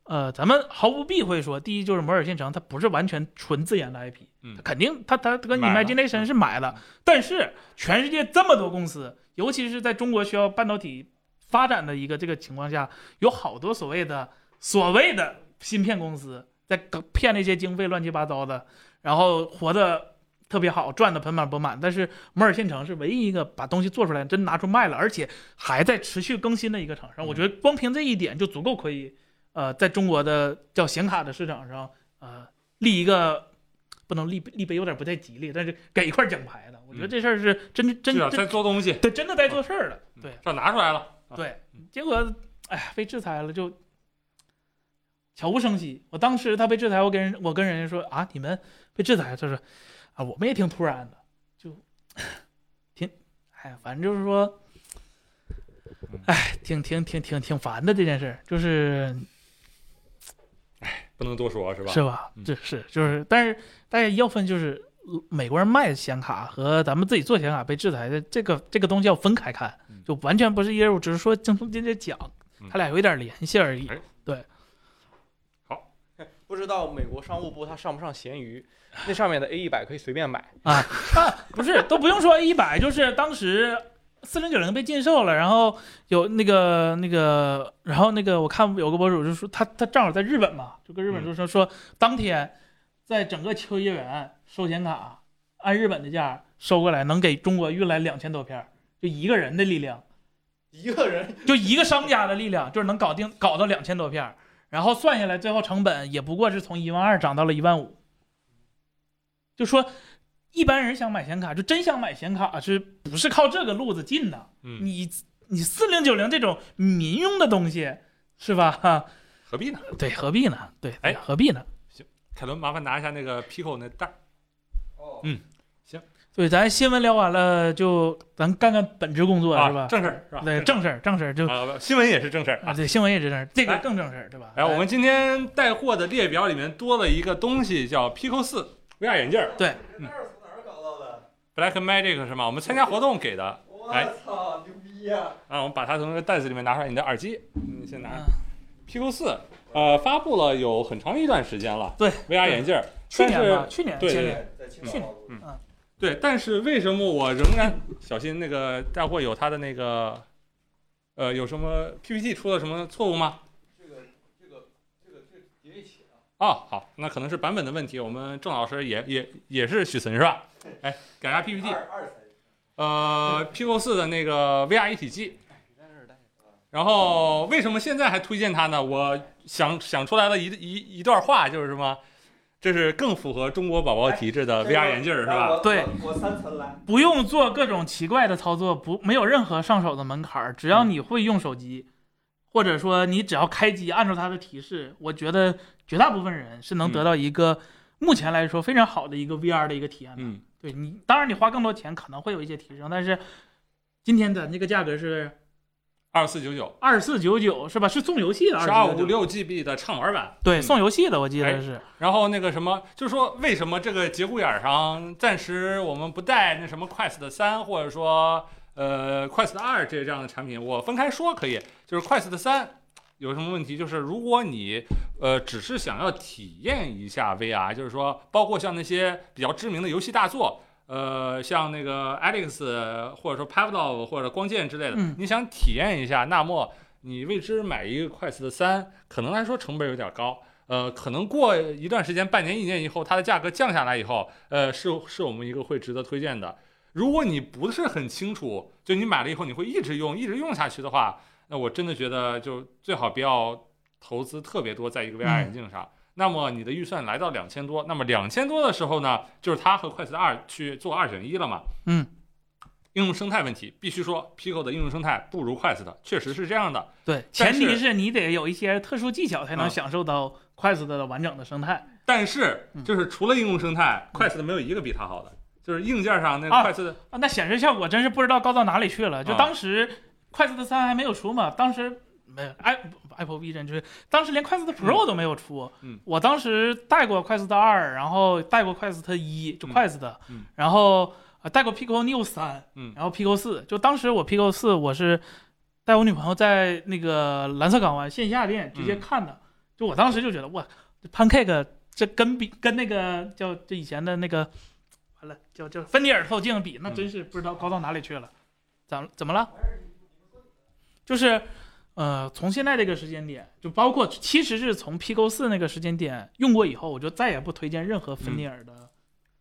Speaker 2: 呃，咱们毫不避讳说，第一就是摩尔县城它不是完全纯自研的 IP，
Speaker 3: 嗯
Speaker 2: 它肯定它它它跟
Speaker 3: 买了嗯
Speaker 2: Imagination 是买了，但是全世界这么多公司，尤其是在中国需要半导体发展的一个这个情况下，有好多所谓的所谓的芯片公司在搞骗那些经费乱七八糟的，然后活得特别好，赚得盆满钵满。但是摩尔县城是唯一一个把东西做出来真拿出卖了，而且还在持续更新的一个厂商。
Speaker 3: 嗯
Speaker 2: 我觉得光凭这一点就足够可以，呃，在中国的叫显卡的市场上，呃，立一个。不能立立碑有点不太吉利，但是给一块奖牌的，我觉得
Speaker 3: 嗯
Speaker 2: 这事儿是真真
Speaker 3: 是啊，
Speaker 2: 真
Speaker 3: 在做嗯东西，
Speaker 2: 对，真的在做事儿了。对
Speaker 3: 这拿出来了，啊
Speaker 2: 对，结果哎被制裁了就悄无声息。我当时他被制裁，我跟人我跟人家说啊，你们被制裁，他说啊，我们也挺突然的，就挺哎，反正就是说，哎，挺挺挺挺挺烦的这件事儿，就是
Speaker 3: 不能多说，是吧？
Speaker 2: 是吧
Speaker 3: 嗯？
Speaker 2: 这是就是，但是大家要分就是呃美国人卖显卡和咱们自己做显卡被制裁的这个这个东西要分开看
Speaker 3: 嗯，
Speaker 2: 就完全不是一个，我只是说正中间这讲
Speaker 3: 嗯，
Speaker 2: 他俩有一点联系而已
Speaker 3: 哎。
Speaker 4: 不知道美国商务部它上不上闲鱼，那上面的 A 一百可以随便买。
Speaker 2: 啊， 不是，都不用说一百，就是当时四零九零被禁售了，然后有那个那个，然后那个我看有个博主就说他他正好在日本嘛，就跟日本就说、说当天在整个秋叶原收显卡，按日本的价收过来，能给中国运来两千多片儿，就一个人的力量。
Speaker 4: 一个人
Speaker 2: 就一个商家的力量，就是能搞定搞到两千多片儿。然后算下来最后成本也不过是从一万二涨到了一万五。就说一般人想买显卡，就真想买显卡，是不是靠这个路子进的？
Speaker 3: 嗯，
Speaker 2: 你你四零九零这种民用的东西，是吧？
Speaker 3: 何必呢？
Speaker 2: 对，何必呢？对，
Speaker 3: 哎
Speaker 2: 何必呢？
Speaker 3: 凯伦，麻烦拿一下那个 Pico 那袋儿。
Speaker 2: 对，咱新闻聊完了，就咱干干本职工作、
Speaker 3: 啊，
Speaker 2: 是吧？
Speaker 3: 正事儿是吧？
Speaker 2: 对，正事儿，正事儿就
Speaker 3: 啊，不新闻也是正事儿
Speaker 2: 啊，
Speaker 3: 啊。
Speaker 2: 对，新闻也是正事儿，这个
Speaker 3: 来
Speaker 2: 更正事儿，对吧？
Speaker 3: 哎，我们今天带货的列表里面多了一个东西，叫 Pico 四 VR 眼镜儿
Speaker 1: 那是从哪儿搞到的？
Speaker 3: ，Black Magic 是吗？我们参加活动给的
Speaker 1: 我
Speaker 3: 哎
Speaker 1: 操，牛逼呀！
Speaker 3: 啊。我们把它从那个袋子里面拿出来，你的耳机，你先拿
Speaker 2: 嗯。
Speaker 3: Pico 四，呃，发布了有很长一段时间了。
Speaker 2: 对
Speaker 3: ，VR 眼镜儿，
Speaker 2: 去
Speaker 3: 但
Speaker 2: 年吧，
Speaker 3: 是
Speaker 2: 去年
Speaker 3: 对
Speaker 2: 前
Speaker 3: 对
Speaker 2: 年，
Speaker 1: 在青
Speaker 2: 岛
Speaker 1: 岛，
Speaker 3: 嗯
Speaker 2: 嗯
Speaker 3: 对，但是为什么我仍然小心那个带货有它的那个，呃，有什么 PPT 出了什么错误吗？
Speaker 1: 这个这个这个这叠一起啊，
Speaker 3: 哦，好，那可能是版本的问题。我们郑老师也也也是许岑是吧？哎，改下 PPT，
Speaker 1: 二二三。
Speaker 3: 呃，Pico 四的那个 VR 一体机。然后为什么现在还推荐它呢？我想想出来了一一一段话，就是什么，这是更符合中国宝宝体质
Speaker 1: 呃哎
Speaker 3: 的 VR 眼镜儿是吧？？
Speaker 2: 对，
Speaker 1: 我三层来。
Speaker 2: 不用做各种奇怪的操作，不没有任何上手的门槛儿，只要你会用手机，或者说你只要开机，按照它的提示，我觉得绝大部分人是能
Speaker 3: 嗯
Speaker 2: 得到一个目前来说非常好的一个 VR 的一个体验的。
Speaker 3: 嗯，
Speaker 2: 对你，当然你花更多钱可能会有一些提升，但是今天咱这个价格是
Speaker 3: 二四九九
Speaker 2: 二四九九是吧？是送游戏的，
Speaker 3: 是二
Speaker 2: 2499
Speaker 3: 五六哎 GB 的畅玩版。
Speaker 2: 对送游戏的，我记得是。
Speaker 3: 然后那个什么，就是说为什么这个节骨眼儿上暂时我们不带那什么 Quest 三，或者说呃 Quest 二这这样的产品，我分开说可以。就是 Quest 三有什么问题？就是如果你呃只是想要体验一下 VR，就是说包括像那些比较知名的游戏大作。呃，像那个 Alex 或者说 Pavlov 或者光剑之类的，
Speaker 2: 嗯
Speaker 3: 你想体验一下，那么你为之买一个 Quest 三，可能来说成本有点高，呃，可能过一段时间，半年、一年以后，它的价格降下来以后，呃，是是我们一个会值得推荐的。如果你不是很清楚，就你买了以后你会一直用、一直用下去的话，那我真的觉得就最好不要投资特别多在一个 VR
Speaker 2: 嗯
Speaker 3: 眼镜上。那么你的预算来到两千多，那么两千多的时候呢，就是它和 Quest 二去做二选一了嘛。
Speaker 2: 嗯，
Speaker 3: 应用生态问题，必须说 Pico 的应用生态不如 Quest 的，确实是这样的。
Speaker 2: 对，
Speaker 3: 但
Speaker 2: 前提
Speaker 3: 是
Speaker 2: 是你得有一些特殊技巧才能
Speaker 3: 啊
Speaker 2: 享受到快速的完整的生态。
Speaker 3: 但是
Speaker 2: 嗯
Speaker 3: 就是除了应用生态、
Speaker 2: 嗯
Speaker 3: q u e s t 没有一个比它好的，就是硬件上那个
Speaker 2: 啊
Speaker 3: Quest，、
Speaker 2: 啊，那显示效果真是不知道高到哪里去了。就
Speaker 3: 啊
Speaker 2: 当时快速的三还没有出嘛，当时没有 i Apple Vision，就是当时连快速的 Pro 都没有出。
Speaker 3: 嗯
Speaker 2: 我当时带过快速的二，然后带过快速的一，就
Speaker 3: 嗯
Speaker 2: 快速的，
Speaker 3: 嗯
Speaker 2: 然后、呃、带过 Pico Neo 三，
Speaker 3: 嗯
Speaker 2: 然后 Pico 四，就当时我 Pico 四我是带我女朋友在那个蓝色港湾线下店直接
Speaker 3: 嗯
Speaker 2: 看的，就我当时就觉得哇，这 Pancake 这跟比跟那个叫这以前的那个完了叫叫芬尼尔透镜比，那
Speaker 3: 嗯
Speaker 2: 真是不知道高到哪里去了。怎怎么了？就是呃，从现在这个时间点，就包括其实是从 Pico 四那个时间点用过以后，我就再也不推荐任何芬尼尔的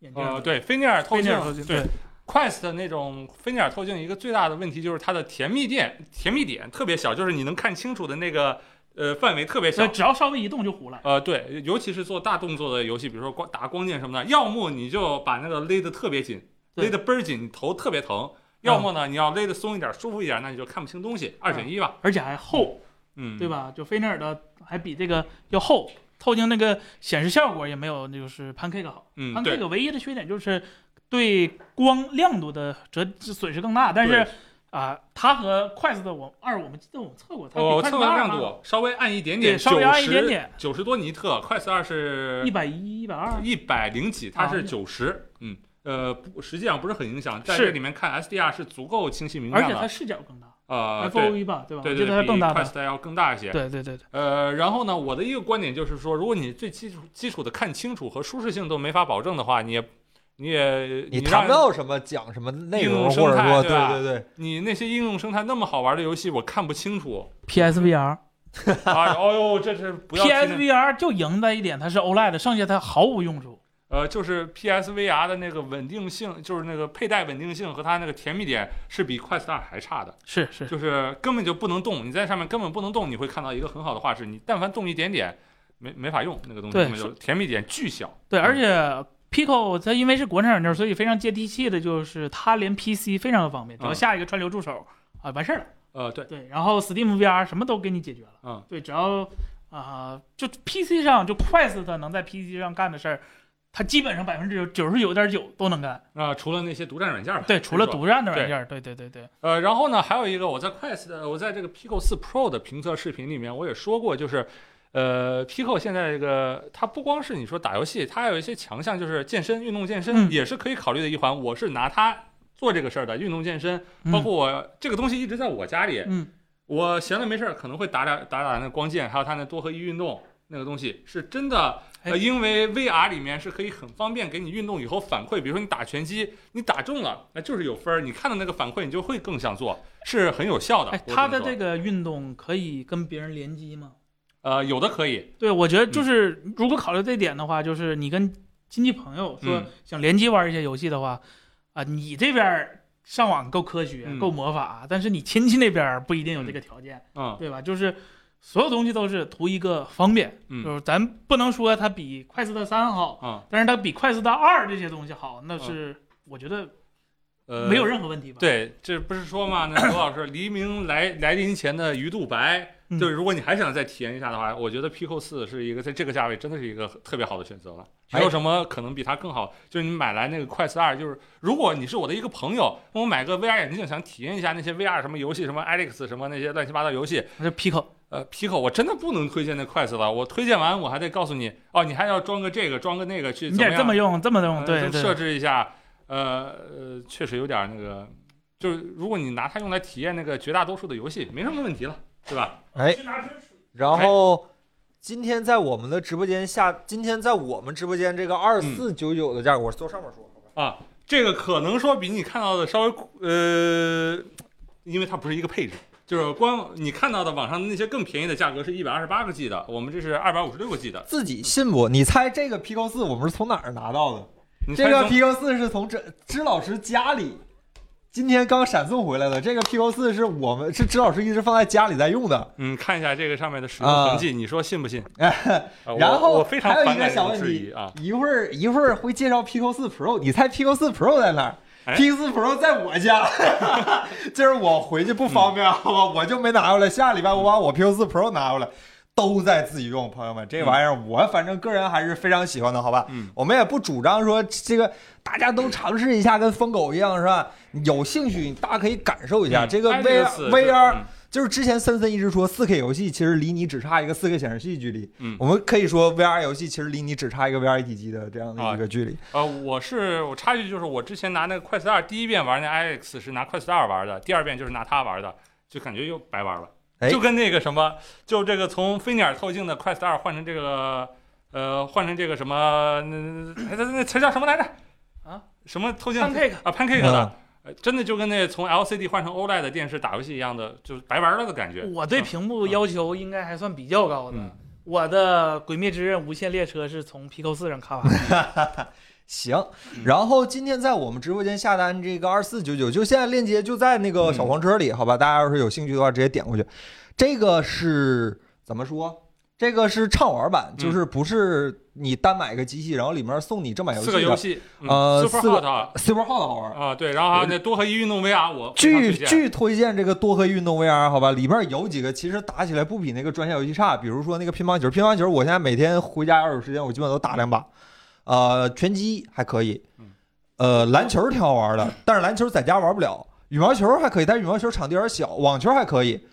Speaker 2: 眼镜了。
Speaker 3: 嗯呃，对，菲涅尔透
Speaker 2: 芬尼
Speaker 3: 镜啊
Speaker 2: 尔透镜，
Speaker 3: 对 Quest 那种菲涅尔透镜一个最大的问题就是它的甜蜜点，甜蜜点特别小，就是你能看清楚的那个呃范围特别
Speaker 2: 所
Speaker 3: 小
Speaker 2: 以。只要稍微一动就糊了。
Speaker 3: 呃，对，尤其是做大动作的游戏，比如说光打光剑什么的，要么你就把那个勒得特别紧，
Speaker 2: 对
Speaker 3: 勒得倍儿紧，你头特别疼；要么呢，你要勒得松一点，舒服一点，那你就看不清东西，二选一吧。
Speaker 2: 而且还厚，
Speaker 3: 嗯，
Speaker 2: 对？吧？就菲涅尔的还比这个要厚，透镜那个显示效果也没有就是 Pancake 好。
Speaker 3: 嗯，对
Speaker 2: Pancake 唯一的缺点就是对光亮度的折损失更大，但是
Speaker 3: 对
Speaker 2: 啊，它和筷子的我二，我们记得我们测过，它
Speaker 3: 哦我
Speaker 2: 比
Speaker 3: 测
Speaker 2: 快
Speaker 3: 完亮
Speaker 2: 度
Speaker 3: 度稍微暗一点
Speaker 2: 对
Speaker 3: 点，
Speaker 2: 稍微暗一点点，
Speaker 3: 九十多尼特，快四二是
Speaker 2: 一百一、一百二，
Speaker 3: 一百零几，它
Speaker 2: 啊
Speaker 3: 是九十，嗯，呃，不，实际上不是很影响，在
Speaker 2: 是
Speaker 3: 这里面看 SDR 是足够清晰明
Speaker 2: 而
Speaker 3: 亮
Speaker 2: 且它
Speaker 3: 的，
Speaker 2: 视角更大
Speaker 3: 呃，对。
Speaker 2: ，FOV 吧，对吧？
Speaker 3: 对对
Speaker 2: 我记得它
Speaker 3: 对，
Speaker 2: 更
Speaker 3: 比
Speaker 2: 大吧？
Speaker 3: Quest 要更大一些。
Speaker 2: 对对对对，
Speaker 3: 呃，然后呢，我的一个观点就是说，如果你最基础基础的看清楚和舒适性都没法保证的话，你也你也
Speaker 1: 你
Speaker 3: 让
Speaker 1: 谈不到什么讲什么内容，
Speaker 3: 应用
Speaker 1: 或者
Speaker 3: 生态
Speaker 1: 说，
Speaker 3: 对
Speaker 1: 对
Speaker 3: 吧
Speaker 1: 对对，
Speaker 3: 你那些应用生态那么好玩的游戏，我看不清楚
Speaker 2: PSVR
Speaker 3: 啊！哦呦，这是不要提那
Speaker 2: E PSVR 就赢在一点，它是 OLED，剩下它毫无用处。
Speaker 3: 呃，就是 PSVR 的那个稳定性，就是那个佩戴稳定性和它那个甜蜜点是比 Quest 二还差 的，
Speaker 2: 是是，
Speaker 3: 就是根本就不能动，你在上面根本不能动，你会看到一个很好的画质，你但凡动一点点，没没法用那个东西，
Speaker 2: 对
Speaker 3: 根本就甜蜜点巨小。
Speaker 2: 对，
Speaker 3: 嗯
Speaker 2: 而且 Pico 它因为是国产软件，所以非常接地气的，就是它连 PC 非常的方便，只要
Speaker 3: 嗯
Speaker 2: 下一个串流助手啊，完事儿了。
Speaker 3: 呃，对，
Speaker 2: 对，然后 Steam VR 什么都给你解决了。
Speaker 3: 嗯，
Speaker 2: 对，只要啊、就 PC 上就 Quest 能在 PC 上干的事儿，它基本上百分之九十九点九都能干。
Speaker 3: 那、除了那些独占软件吧，
Speaker 2: 对，除了
Speaker 3: 比如说
Speaker 2: 独占的软
Speaker 3: 对
Speaker 2: 件儿，对对对对，
Speaker 3: 呃，然后呢，还有一个我在 Quest，的我在这个 Pico 4 Pro 的评测视频里面我也说过，就是，呃，Pico 现在这个它不光是你说打游戏，它还有一些强项，就是健身、运动健身、
Speaker 2: 嗯
Speaker 3: 也是可以考虑的一环。我是拿它做这个事儿的，运动健身，
Speaker 2: 嗯
Speaker 3: 包括我、这个东西一直在我家里，
Speaker 2: 嗯
Speaker 3: 我闲了没事儿可能会打打打打那光剑，还有它那多合一运动那个东西，是真的。
Speaker 2: 哎
Speaker 3: 呃，因为 VR 里面是可以很方便给你运动以后反馈，比如说你打拳击，你打中了，那就是有分儿，你看到那个反馈，你就会更想做，是很有效的。
Speaker 2: 哎，
Speaker 3: 我
Speaker 2: 它
Speaker 3: 只能说
Speaker 2: 的这个运动可以跟别人联机吗？
Speaker 3: 呃，有的可以，
Speaker 2: 对，我觉
Speaker 3: 嗯
Speaker 2: 得就是如果考虑这一点的话，就是你跟亲戚朋友说
Speaker 3: 嗯
Speaker 2: 想联机玩一些游戏的话，啊，你这边儿上网够科学、
Speaker 3: 嗯
Speaker 2: 够魔法，但是你亲戚那边儿不一定有这个条件。
Speaker 3: 嗯
Speaker 2: 对吧？就是所有东西都是图一个方便，
Speaker 3: 嗯
Speaker 2: 就是咱不能说它比快速的三好，
Speaker 3: 嗯
Speaker 2: 但是它比快速的二这些东西好，那是、我觉得
Speaker 3: 呃，
Speaker 2: 没有任何问题吧？
Speaker 3: 对，这不是说嘛，那罗老师，黎明来来临前的鱼肚白，
Speaker 2: 嗯
Speaker 3: 就是如果你还想再体验一下的话，我觉得 Pico 四是一个在这个价位真的是一个特别好的选择了。
Speaker 1: 哎
Speaker 3: 还有什么可能比它更好？就是你买来那个快四二，就是如果你是我的一个朋友，那我买个 VR 眼镜想体验一下那些 VR 什么游戏，什么 Alex 什么那些乱七八糟游戏，
Speaker 2: 这 Pico
Speaker 3: 呃，Pico 我真的不能推荐那快四了。我推荐完我还得告诉你，哦，你还要装个这个装个那个去
Speaker 2: 你
Speaker 3: 怎么
Speaker 2: 得
Speaker 3: 样？
Speaker 2: 这么用，这么用，
Speaker 3: 呃
Speaker 2: 对
Speaker 3: 就
Speaker 2: 对
Speaker 3: 设置一下，呃呃，确实有点那个，就是如果你拿它用来体验那个绝大多数的游戏，没什么问题了，对吧？
Speaker 1: 哎，
Speaker 2: 去拿瓶水
Speaker 1: 然后今天在我们的直播间下，今天在我们直播间这个二四九九的价格，我坐上面说，好吧？
Speaker 3: 这个可能说比你看到的稍微呃，因为它不是一个配置，就是光你看到的网上的那些更便宜的价格是一百二十八个 G 的，我们这是二百五十六个 G 的。
Speaker 1: 自己信不？你猜这个 Pico 四我们是从哪儿拿到的？
Speaker 3: 你
Speaker 1: 这
Speaker 3: 猜
Speaker 1: 个
Speaker 3: 从
Speaker 1: Pico 四是从这支老师家里。今天刚闪送回来的这个 Pico 四是我们是支老师一直放在家里在用的，
Speaker 3: 嗯，看一下这个上面的使用痕迹，你说信不信？啊我
Speaker 1: 啊 然后
Speaker 3: 我非常
Speaker 1: 还有一
Speaker 3: 反
Speaker 1: 个
Speaker 3: 感这
Speaker 1: 小
Speaker 3: 种
Speaker 1: 问
Speaker 3: 质
Speaker 1: 题
Speaker 3: 疑啊，
Speaker 1: 一会儿一会儿会介绍 Pico 四 Pro，你猜 Pico 四 Pro 在哪儿、
Speaker 3: 哎
Speaker 1: p i c o 四 Pro 在我 家，今儿我回去不方
Speaker 3: 嗯
Speaker 1: 便，好吧，我就没拿回来。下礼拜我把我 Pico 四 Pro 拿回来，都在自己用。朋友们，这玩意儿我反正个人还是非常喜欢的，好吧？
Speaker 3: 嗯
Speaker 1: 我们也不主张说这个大家都尝试一下，跟疯狗一样是吧？有兴趣大家可以感受一下、
Speaker 3: 嗯
Speaker 1: 哎这个
Speaker 3: 它
Speaker 1: VR
Speaker 3: 四是
Speaker 1: VR
Speaker 3: 嗯
Speaker 1: 就是之前森森一直说，4 K 游戏其实离你只差一个4 K 显示器距离。
Speaker 3: 嗯
Speaker 1: 我们可以说 VR 游戏其实离你只差一个 VR 一体机的这样的一个距离。
Speaker 3: 呃，我是我插一句，就是我之前拿那个快 u 二，第一遍玩那 Alex 是拿快 u 二玩的，第二遍就是拿它玩的，就感觉又白玩了。
Speaker 1: 哎
Speaker 3: 就跟那个什么，就这个从菲涅尔透镜的快 u 二换成这个，呃，换成这个什么，那哎那那那词叫什么来着？
Speaker 2: 啊，
Speaker 3: 什么透镜
Speaker 2: Pancake
Speaker 3: 啊，Pancake
Speaker 1: 嗯
Speaker 3: 的，呃真的就跟那从 LCD 换成 OLED 的电视打游戏一样的，就是白玩了的感觉。
Speaker 2: 我对屏幕要求应该还算比较高的。
Speaker 3: 嗯
Speaker 2: 我的《鬼灭之刃》无限列车是从 Pico 四上看 完的，
Speaker 1: 行，
Speaker 3: 嗯
Speaker 1: 然后今天在我们直播间下单这个二四九九，就现在链接就在那
Speaker 3: 嗯
Speaker 1: 个小黄车里，好吧？大家要是有兴趣的话，直接点过去。这个是怎么说？这个是畅玩版，
Speaker 3: 嗯
Speaker 1: 就是不是你单买个机器，然后里面送你正版游戏
Speaker 3: 四
Speaker 1: 的。
Speaker 3: 个游戏，嗯
Speaker 1: 呃
Speaker 3: ，Super
Speaker 1: 四个
Speaker 3: Hot 啊、
Speaker 1: Super Hot 好玩。
Speaker 3: 对，然后还有那多合一运动 VR，我非常
Speaker 1: 巨
Speaker 3: 推荐
Speaker 1: 巨推荐这个多核运动 VR，好吧，里面有几个其实打起来不比那个专项游戏差，比如说那个乒乓球，乒乓球我现在每天回家要有时间，我基本都打两把，呃，拳击还可以
Speaker 3: 嗯，
Speaker 1: 呃，篮球挺好玩的，但是篮球在家玩不了，羽毛球还可以，但是羽毛球场地有点小，网球还可以，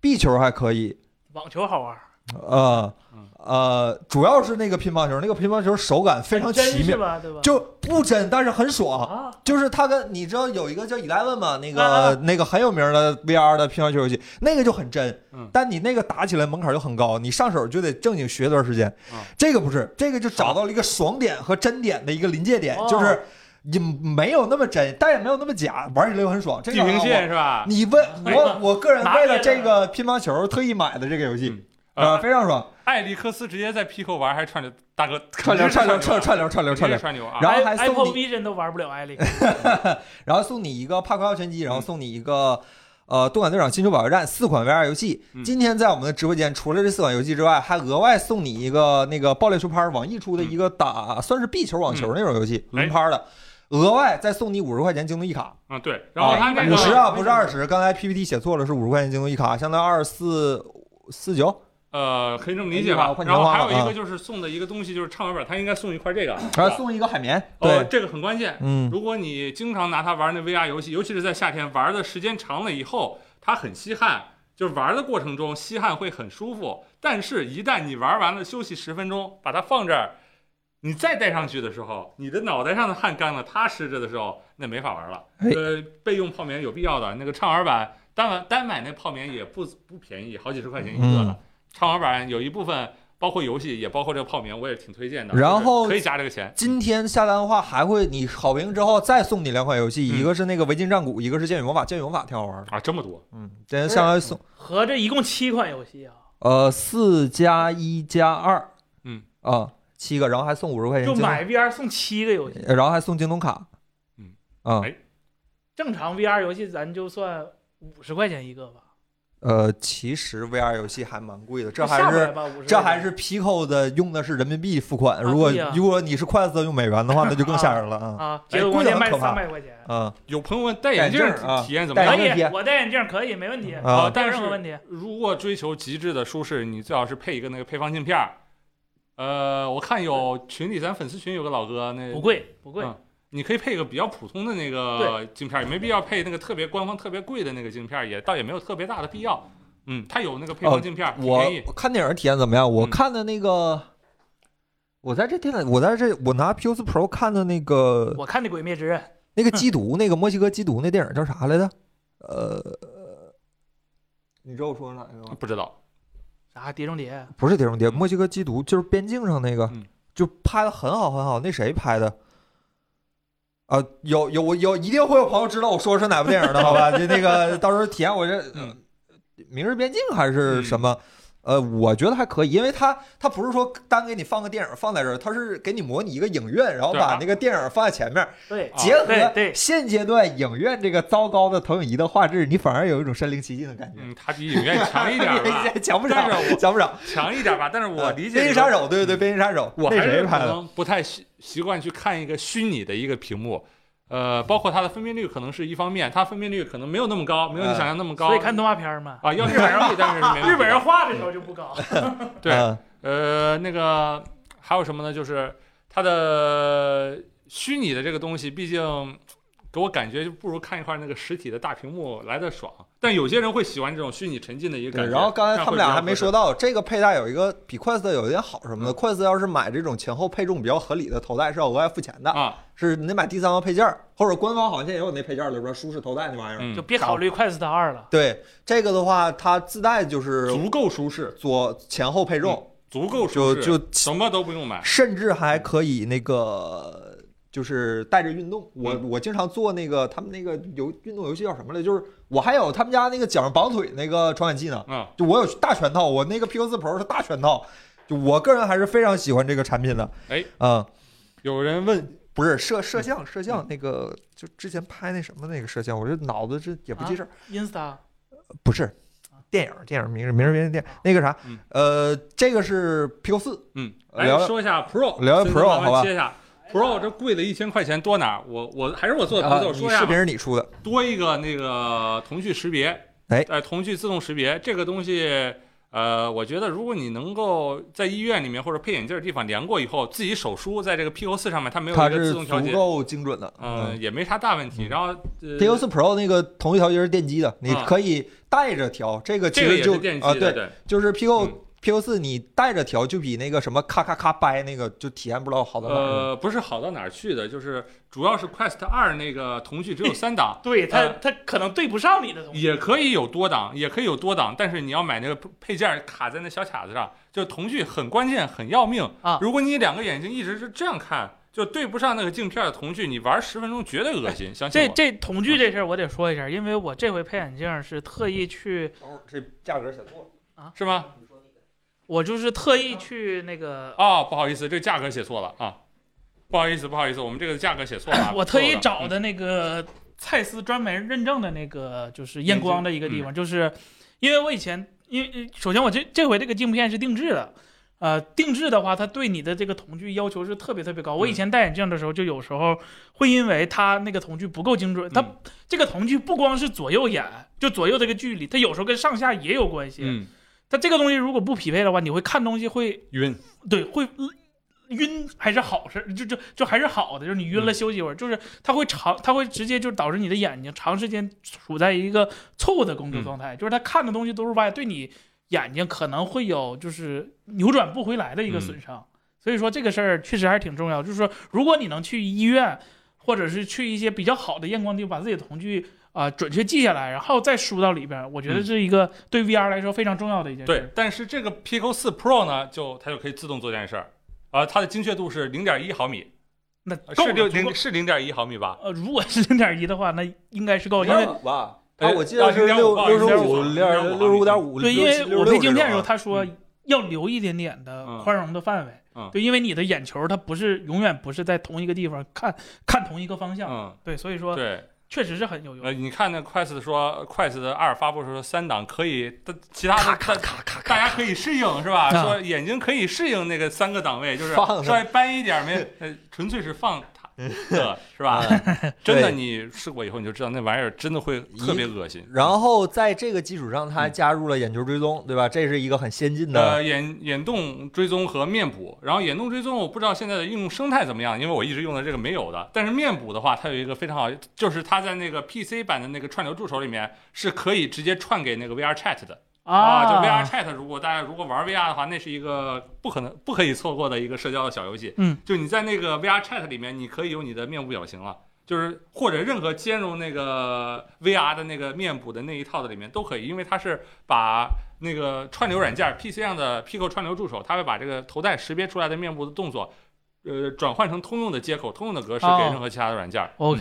Speaker 1: 壁球还可以，
Speaker 2: 网球好玩儿，
Speaker 1: 呃
Speaker 3: 嗯
Speaker 1: 呃，主要是那个乒乓球，那个乒乓球手感非常
Speaker 2: 真
Speaker 1: 奇
Speaker 2: 是
Speaker 1: 妙，
Speaker 2: 吧？对吧？
Speaker 1: 就不真，但是很爽。
Speaker 2: 啊，
Speaker 1: 就是他跟你知道有一个叫 Eleven 嘛，那个、
Speaker 2: 啊啊
Speaker 1: 那个很有名的 VR 的乒乓球游戏，那个就很真，
Speaker 3: 嗯
Speaker 1: 但你那个打起来门槛就很高，你上手就得正经学段时间。
Speaker 3: 嗯
Speaker 1: 这个不是，这个就找到了一个爽点和真点的一个临界点，
Speaker 2: 哦
Speaker 1: 就是也没有那么真，但也没有那么假，玩起来又很爽。这个
Speaker 3: 地平线
Speaker 1: 我。
Speaker 3: 是吧？
Speaker 1: 你问
Speaker 2: 哎
Speaker 1: 我，我个人
Speaker 2: 拿
Speaker 1: 为
Speaker 2: 捏
Speaker 1: 了
Speaker 2: 着
Speaker 1: 这个乒乓球特意买的这个游戏，
Speaker 3: 呃
Speaker 1: 啊，非常爽。
Speaker 3: 艾利克斯直接在 Pico 玩，还是串流，大哥
Speaker 1: 串流串流串
Speaker 3: 串
Speaker 1: 串流串流串流，
Speaker 3: 串流啊！
Speaker 1: 然后还送
Speaker 2: Apple
Speaker 1: 你，
Speaker 2: Vision 都玩不了艾利，
Speaker 1: 然后送你一个帕克号拳击，
Speaker 3: 嗯
Speaker 1: 然后送你一个。呃，动感队长新手保卫战四款 VR 游戏，
Speaker 3: 嗯
Speaker 1: 今天在我们的直播间，除了这四款游戏之外，还额外送你一个那个爆裂球拍，网易出的一个打算是壁球网球那种游戏，
Speaker 3: 嗯嗯哎
Speaker 1: 轮拍的，额外再送你五十块钱京东一卡，
Speaker 3: 嗯，对，然后他那
Speaker 2: 哎
Speaker 3: 个
Speaker 1: 五十啊，
Speaker 2: 为什么
Speaker 1: 不是二十，刚才 PPT 写错了，是五十块钱京东一卡，相当于二四四九。
Speaker 3: 呃，可以这么理解
Speaker 1: 哎
Speaker 3: 吧
Speaker 1: 换。钱
Speaker 3: 然后
Speaker 1: 花
Speaker 3: 还
Speaker 1: 了
Speaker 3: 有一个就是送的一个东西，就是畅玩本，他应该送一块这个，
Speaker 1: 然后
Speaker 3: 是吧
Speaker 1: 送一个海绵，
Speaker 3: 哦，
Speaker 1: 对，
Speaker 3: 这个很关键。
Speaker 1: 嗯，
Speaker 3: 如果你经常拿它玩那 VR 游戏，尤其是在夏天玩的时间长了以后，它很吸汗，就是玩的过程中吸汗会很舒服。但是，一旦你玩完了休息十分钟，把它放这儿，你再戴上去的时候，你的脑袋上的汗干了，它湿着的时候，那没法玩了。
Speaker 1: 哎
Speaker 3: 呃，备用泡棉有必要的，那个畅玩版单玩单买那泡棉也不不便宜，好几十块钱一个
Speaker 1: 嗯
Speaker 3: 了。畅玩版有一部分。包括游戏，也包括这个泡棉，我也挺推荐的。
Speaker 1: 然
Speaker 3: 就是
Speaker 1: 后
Speaker 3: 可以加这个钱。
Speaker 1: 今天下单的话还会，你好评之后再送你两款游戏，
Speaker 3: 嗯
Speaker 1: 一个是那个《维京战鼓》，一个是《剑与魔法》，《剑与魔法》挺好玩的。
Speaker 3: 啊，这么多，
Speaker 1: 嗯，今天相当于送
Speaker 2: 合着一共七款游戏啊，
Speaker 1: 呃四加一加二，
Speaker 3: 嗯
Speaker 1: 啊七个，然后还送五十块钱
Speaker 2: 就
Speaker 1: 京东，
Speaker 2: 买 VR 送七个游戏，
Speaker 1: 呃然后还送京东卡。
Speaker 3: 嗯
Speaker 1: 啊
Speaker 3: 哎
Speaker 2: 正常 VR 游戏咱就算五十块钱一个吧，
Speaker 1: 呃，其实 VR 游戏还蛮贵的，这
Speaker 2: 下
Speaker 1: 还
Speaker 2: 不
Speaker 1: 是
Speaker 2: 来吧50
Speaker 1: 这还是 Pico 的用的是人民币付款，
Speaker 2: 啊
Speaker 1: 如果
Speaker 2: 对呀
Speaker 1: 如果你是筷子用美元的话，那就更吓人了啊！
Speaker 2: 啊，
Speaker 3: 哎
Speaker 2: 结果光
Speaker 1: 贵得很
Speaker 2: 碟卖
Speaker 1: 可怕
Speaker 2: 三百块钱，
Speaker 1: 啊，
Speaker 3: 有朋友问戴眼镜
Speaker 1: 戴眼镜啊
Speaker 3: 体验怎么
Speaker 1: 戴
Speaker 3: 样
Speaker 1: 没眼？
Speaker 2: 可
Speaker 1: 问
Speaker 2: 以
Speaker 1: 题，
Speaker 2: 我戴眼镜可以，没问题
Speaker 1: 啊
Speaker 3: 啊，
Speaker 2: 没有
Speaker 3: 但
Speaker 2: 任何问
Speaker 3: 是
Speaker 2: 题。
Speaker 3: 如果追求极致的舒适，你最好是配一个那个配方镜片儿。呃，我看有群里咱粉丝群有个老哥，那
Speaker 2: 不贵不贵，
Speaker 3: 嗯你可以配一个比较普通的那个镜片儿，也没必要配那个特别官方特别贵的那个镜片儿，也倒也没有特别大的必要。嗯，它有那个配
Speaker 1: 哦
Speaker 3: 方镜片儿，挺
Speaker 1: 我
Speaker 3: 便宜。
Speaker 1: 我看电影体验怎么样？我
Speaker 3: 嗯
Speaker 1: 看的那个，我在这电脑，我在这我拿 PS Pro 看的那个
Speaker 2: 我看的《鬼灭之刃》
Speaker 1: 那
Speaker 3: 嗯
Speaker 1: 个缉毒，那个墨西哥缉毒那电影叫啥来着？呃，你知道我说哪个吗？
Speaker 3: 不知道，
Speaker 2: 啥《啊碟中谍》，
Speaker 1: 不是《碟中谍》，
Speaker 3: 嗯
Speaker 1: 墨西哥缉毒就是边境上那个
Speaker 3: 嗯，
Speaker 1: 就拍的很好很好。那谁拍的？啊，有有我有，一定会有朋友知道我说的是哪部电影的，好 吧？就那个到时候体验我这
Speaker 3: 嗯
Speaker 1: 《明日边境》还是什么？呃，我觉得还可以，因为它它不是说单给你放个电影放在这儿，它是给你模拟一个影院，然后
Speaker 3: 对啊
Speaker 1: 把那个电影放在前面，
Speaker 2: 对
Speaker 3: 啊
Speaker 1: 结合
Speaker 2: 对对
Speaker 1: 现阶段影院这个糟糕的投影仪的画质，你反而有一种身临其境的感觉。
Speaker 3: 嗯，它比影院强一 点儿吧，
Speaker 1: 讲不
Speaker 3: 但
Speaker 1: 上，
Speaker 3: 是
Speaker 1: 讲不上。
Speaker 3: 我强一点儿吧，但是我理
Speaker 1: 边
Speaker 3: 解这
Speaker 1: 境
Speaker 3: 个
Speaker 1: 杀手》，对对对，《边境杀手》，
Speaker 3: 我
Speaker 1: 那
Speaker 3: 还
Speaker 1: 谁
Speaker 3: 是嗯
Speaker 1: 拍
Speaker 3: 可
Speaker 1: 的？
Speaker 3: 能不太习习惯去看一个虚拟的一个屏幕，呃，包括它的分辨率可能是一方面，它分辨率可能没有那么高，没有你想象那么高。
Speaker 1: 呃
Speaker 2: 所以看动画片儿嘛，
Speaker 3: 啊，要是本上，但是是没问题的
Speaker 2: 日本人画的时候就不高，
Speaker 3: 对
Speaker 1: 嗯
Speaker 3: 呃，那个还有什么呢？就是它的虚拟的这个东西，毕竟给我感觉就不如看一块那个实体的大屏幕来的爽。但有些人会喜欢这种虚拟沉浸的一个
Speaker 1: 对，
Speaker 3: 感觉。
Speaker 1: 然后刚才他们俩还没说
Speaker 3: 到，
Speaker 1: 到，这个佩戴有一个比筷子有一点好什么
Speaker 3: 嗯
Speaker 1: 的，筷子要是买这种前后配重比较合理的头戴是要额外付钱的，
Speaker 3: 啊，
Speaker 1: 是你得买第三方配件儿，或者官方好像现在也有那配件儿了，说舒适头戴那玩意儿。
Speaker 3: 嗯
Speaker 2: 就别考虑《快速的二》了。
Speaker 1: 对这个的话，它自带就是
Speaker 3: 足够舒适，
Speaker 1: 左前后配重，
Speaker 3: 足够舒
Speaker 1: 就
Speaker 3: 适，
Speaker 1: 就
Speaker 3: 什么都不用买。
Speaker 1: 甚至还可以那个就是带着运动。我
Speaker 3: 嗯
Speaker 1: 我经常做那个他们那个游运动游戏叫什么来着？就是我还有他们家那个脚上绑腿那个传感器呢，
Speaker 3: 嗯，
Speaker 1: 就我有大全套，我那个 P Q 四 Pro 是大全套，就我个人还是非常喜欢这个产品的。
Speaker 3: 哎，
Speaker 1: 嗯，
Speaker 3: 有人问
Speaker 1: 不是摄摄像摄像那个，就之前拍那什么那个摄像，我这脑子这也不记
Speaker 2: 啊
Speaker 1: 事儿。
Speaker 2: Insta
Speaker 3: 啊
Speaker 1: 不是，电影儿电影儿明日明日别电影儿那个啥
Speaker 3: 嗯，
Speaker 1: 呃，这个是 P Q 四，
Speaker 3: 嗯，
Speaker 1: 聊
Speaker 3: 来
Speaker 1: 聊
Speaker 3: 说一下 Pro，
Speaker 1: 聊聊
Speaker 3: 森
Speaker 1: Pro，
Speaker 3: 森慢慢
Speaker 1: 好吧
Speaker 3: 切一下 Pro 这贵了一千块钱多哪儿？我我还是我做的
Speaker 1: 啊
Speaker 3: 朋友
Speaker 1: 你
Speaker 3: 说一下
Speaker 1: 视
Speaker 3: 吧
Speaker 1: 频，是你出的，
Speaker 3: 多一个那个瞳距识别，
Speaker 1: 哎
Speaker 3: 呃，瞳距自动识别这个东西，呃，我觉得如果你能够在医院里面或者配眼镜的地方量过以后，自己手输在这个 PO 四上面，它没有
Speaker 1: 它
Speaker 3: 一个
Speaker 1: 是
Speaker 3: 自动调
Speaker 1: 足
Speaker 3: 节，
Speaker 1: 够精准的。
Speaker 3: 嗯，也没啥大问题。
Speaker 1: 嗯
Speaker 3: 然后呃
Speaker 1: P Q 四 Pro 那个同一条街是电机的，你
Speaker 3: 啊
Speaker 1: 可以带着调，这个其
Speaker 3: 这个
Speaker 1: 实
Speaker 3: 也
Speaker 1: 就是
Speaker 3: 电
Speaker 1: 啊
Speaker 3: 机的，
Speaker 1: 对，
Speaker 3: 对，
Speaker 1: 就是 P Q
Speaker 3: 嗯
Speaker 1: P Q 四你带着调就比那个什么咔咔咔掰那个就体验不到好到哪儿去。
Speaker 3: 呃，不是好到哪儿去的，就是主要是 Quest 二那个瞳距只有三档。
Speaker 2: 对他
Speaker 3: 呃
Speaker 2: 他可能对不上你的东西，
Speaker 3: 也可以有多档，也可以有多档，但是你要买那个配件儿卡在那小卡子上，就是瞳距很关键，很要命
Speaker 2: 啊
Speaker 3: 如果你两个眼睛一直是这样看，就对不上那个镜片儿的瞳距，你玩十分钟绝对恶心。相信
Speaker 2: 这
Speaker 3: 我，
Speaker 2: 这瞳距这事儿我得说一下，因为我这回配眼镜是特意去
Speaker 1: 哦等会儿这价格写错了，
Speaker 3: 是吗？
Speaker 2: 我就是特意去那个，
Speaker 3: 啊、不好意思，这价格写错了啊，不好意思，不好意思，我们这个价格写错了啊
Speaker 2: 。我特意
Speaker 3: 错
Speaker 2: 找
Speaker 3: 了
Speaker 2: 的那个蔡司专门认证的那个就是验光的一个地
Speaker 3: 嗯
Speaker 2: 方，就是因为我以前因为首先我这这回这个镜片是定制的。呃，定制的话，它对你的这个瞳距要求是特别特别
Speaker 3: 嗯
Speaker 2: 高。我以前戴眼镜的时候，就有时候会因为它那个瞳距不够精准，它
Speaker 3: 嗯
Speaker 2: 这个瞳距不光是左右眼，就左右这个距离，它有时候跟上下也有关系。
Speaker 3: 嗯，
Speaker 2: 它这个东西如果不匹配的话，你会看东西会
Speaker 3: 晕，
Speaker 2: 对，会呃晕还是好事，就就就还是好的，就是你晕
Speaker 3: 嗯
Speaker 2: 了休息一会儿，就是它会长，它会直接就导致你的眼睛长时间处在一个错误的工
Speaker 3: 嗯
Speaker 2: 作状态，就是它看的东西都是歪，对你眼睛可能会有就是扭转不回来的一个
Speaker 3: 嗯
Speaker 2: 损伤。所以说这个事儿确实还是挺重要，就是说如果你能去医院，或者是去一些比较好的验光地方，把自己的瞳距。啊、准确记下来，然后再输到里边儿，我觉得
Speaker 3: 嗯
Speaker 2: 是一个对 VR 来说非常重要的一件事。
Speaker 3: 对，，但是这个 Pico 四 Pro 呢，就它就可以自动做这件事儿，啊、它的精确度是零点一毫米，呃
Speaker 2: 那够
Speaker 3: 啊是
Speaker 2: 了
Speaker 3: 六
Speaker 2: 足够
Speaker 3: 零是零点一毫米吧？
Speaker 2: 呃，如果是零点一的话，那应该是够，因为
Speaker 1: 吧，
Speaker 3: 呃
Speaker 1: 啊，我记得是
Speaker 3: 啊
Speaker 1: 六六十
Speaker 3: 0.5
Speaker 1: 五六六十五点
Speaker 3: 啊
Speaker 1: 五，
Speaker 2: 对，因为
Speaker 1: 66
Speaker 2: 我配镜片的时
Speaker 1: 这种
Speaker 2: 候，
Speaker 1: 啊
Speaker 2: 他说
Speaker 3: 嗯
Speaker 2: 要留一点点的
Speaker 3: 嗯
Speaker 2: 宽容的范围，
Speaker 3: 嗯
Speaker 2: 对，因为你的眼球它不是永远不是在同一个地方看看同一个方向，
Speaker 3: 嗯，
Speaker 2: 对，所以说
Speaker 3: 对，
Speaker 2: 确实是很有用。
Speaker 3: 呃，你看那 Quest 说 Quest 的二发布的时候，三档可以，但其他
Speaker 1: 咔
Speaker 3: 的
Speaker 1: 咔
Speaker 3: 大
Speaker 1: 咔咔
Speaker 3: 大
Speaker 1: 咔，
Speaker 3: 家可以适应是吧？
Speaker 2: 啊
Speaker 3: 说眼睛可以适应那个三个档位，就是
Speaker 1: 放
Speaker 3: 稍微掰一点没，呃，纯粹是放 它的是吧？
Speaker 1: 啊哎
Speaker 3: 真的，你试过以后你就知道那玩意儿真的会特别恶心。
Speaker 1: 然后在这个基础上，它还加入了眼球追踪，对吧？这是一个很先进的
Speaker 3: 呃，眼眼动追踪和面部，然后眼动追踪我不知道现在的应用生态怎么样，因为我一直用的这个没有的。但是面部的话，它有一个非常好，就是它在那个 PC 版的那个串流助手里面是可以直接串给那个 VR Chat 的啊，就 VR Chat，如果大家如果玩 VR 的话，那是一个不可能不可以错过的一个社交的小游戏。
Speaker 2: 嗯，
Speaker 3: 就你在那个 VR Chat 里面，你可以有你的面部表情了。就是或者任何兼容那个 VR 的那个面部的那一套的里面都可以，因为它是把那个串流软件 PC 上的 Pico 串流助手，它会把这个头戴识别出来的面部的动作，呃，转换成通用的接口、通用的格式
Speaker 2: 哦
Speaker 3: 给任何其他的软件。
Speaker 2: OK，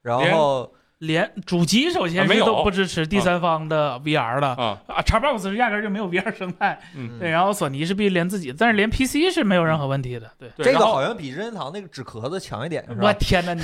Speaker 1: 然后
Speaker 2: 连主机首
Speaker 3: 啊
Speaker 2: 先
Speaker 3: 没
Speaker 2: 是
Speaker 3: 有
Speaker 2: 都不支持第
Speaker 3: 啊
Speaker 2: 三方的 VR 了。
Speaker 3: 啊，
Speaker 2: 啊，Xbox 是压根儿就没有 VR 生态，
Speaker 3: 嗯
Speaker 2: 对，然后索尼是必须连自己，但是连 PC 是没有任何问题的，对。
Speaker 3: 对
Speaker 1: 这个
Speaker 3: 然后
Speaker 1: 好像比任天堂那个纸壳子强一点，
Speaker 3: 嗯
Speaker 1: 是
Speaker 2: 我
Speaker 1: 吧？
Speaker 2: 天哪，你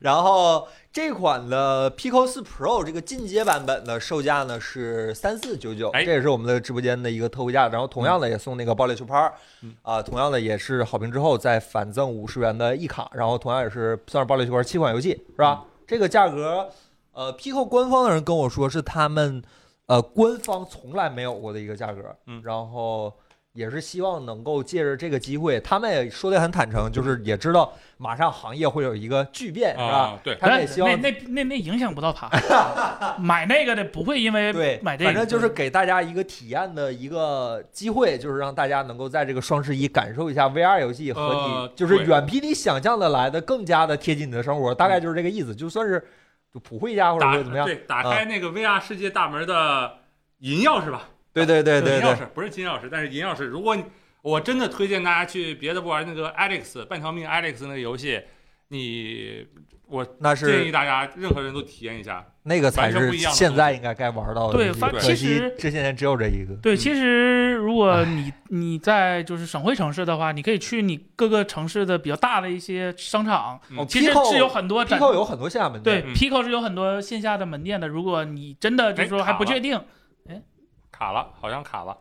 Speaker 1: 然后这款的 Pico 4 Pro 这个进阶版本的售价呢是三四九九，
Speaker 3: 哎
Speaker 1: 这也是我们的直播间的一个特惠价。然后同样的也送那个爆裂球拍儿
Speaker 3: 嗯，
Speaker 1: 啊，同样的也是好评之后再返赠五十元的一卡，然后同样也是算是爆裂球拍儿七款游戏，是吧？
Speaker 3: 嗯
Speaker 1: 这个价格，呃，Pico 官方的人跟我说是他们呃官方从来没有过的一个价格，
Speaker 3: 嗯
Speaker 1: 然后。也是希望能够借着这个机会，他们也说的很坦诚，就是也知道马上行业会有一个巨变，是吧？
Speaker 3: 啊，对，
Speaker 1: 他们也希望
Speaker 2: 哎那那那那影响不到他， 买那个的不会因为
Speaker 1: 对，
Speaker 2: 买这个，
Speaker 1: 反正就是给大家一个体验的一个机会，就是让大家能够在这个双十一感受一下 VR 游戏和你、
Speaker 3: 呃
Speaker 1: 就是
Speaker 3: 对嗯
Speaker 1: 远比你想象的来的更加的贴近你的生活，大概就是这个意思。就算是就普惠一下或者
Speaker 3: 打
Speaker 1: 说怎么样，啊
Speaker 3: 对，打开那个 VR 世界大门的银钥匙吧，
Speaker 1: 对对对对
Speaker 3: 银钥
Speaker 1: 对，
Speaker 3: 匙不是金钥匙，但是银钥匙。如果你我真的推荐大家去别的不玩那个 Alex 半条命 Alex 那个游戏，你我
Speaker 1: 那
Speaker 3: 建议
Speaker 1: 是
Speaker 3: 大家任何人都体验一下。
Speaker 1: 那个才
Speaker 3: 完全
Speaker 1: 是
Speaker 3: 不一样的
Speaker 1: 现在应该该玩到的
Speaker 2: 对
Speaker 1: 游戏
Speaker 2: 发
Speaker 1: 可
Speaker 2: 其
Speaker 1: 惜
Speaker 2: 实
Speaker 1: 这些年只有这一个。
Speaker 2: 对，
Speaker 3: 嗯
Speaker 2: 其实如果你你在就是省会城市的话，你可以去你各个城市的比较大的一些商场，
Speaker 3: 嗯
Speaker 2: 其实是有很多展
Speaker 1: Pico 有很多线下门
Speaker 2: 对
Speaker 1: 店，
Speaker 3: 嗯
Speaker 2: Pico 是有很多线下的门店的。如果你真的就是
Speaker 3: 哎
Speaker 2: 说还不
Speaker 3: 卡了
Speaker 2: 确定
Speaker 3: 卡了，好像卡了。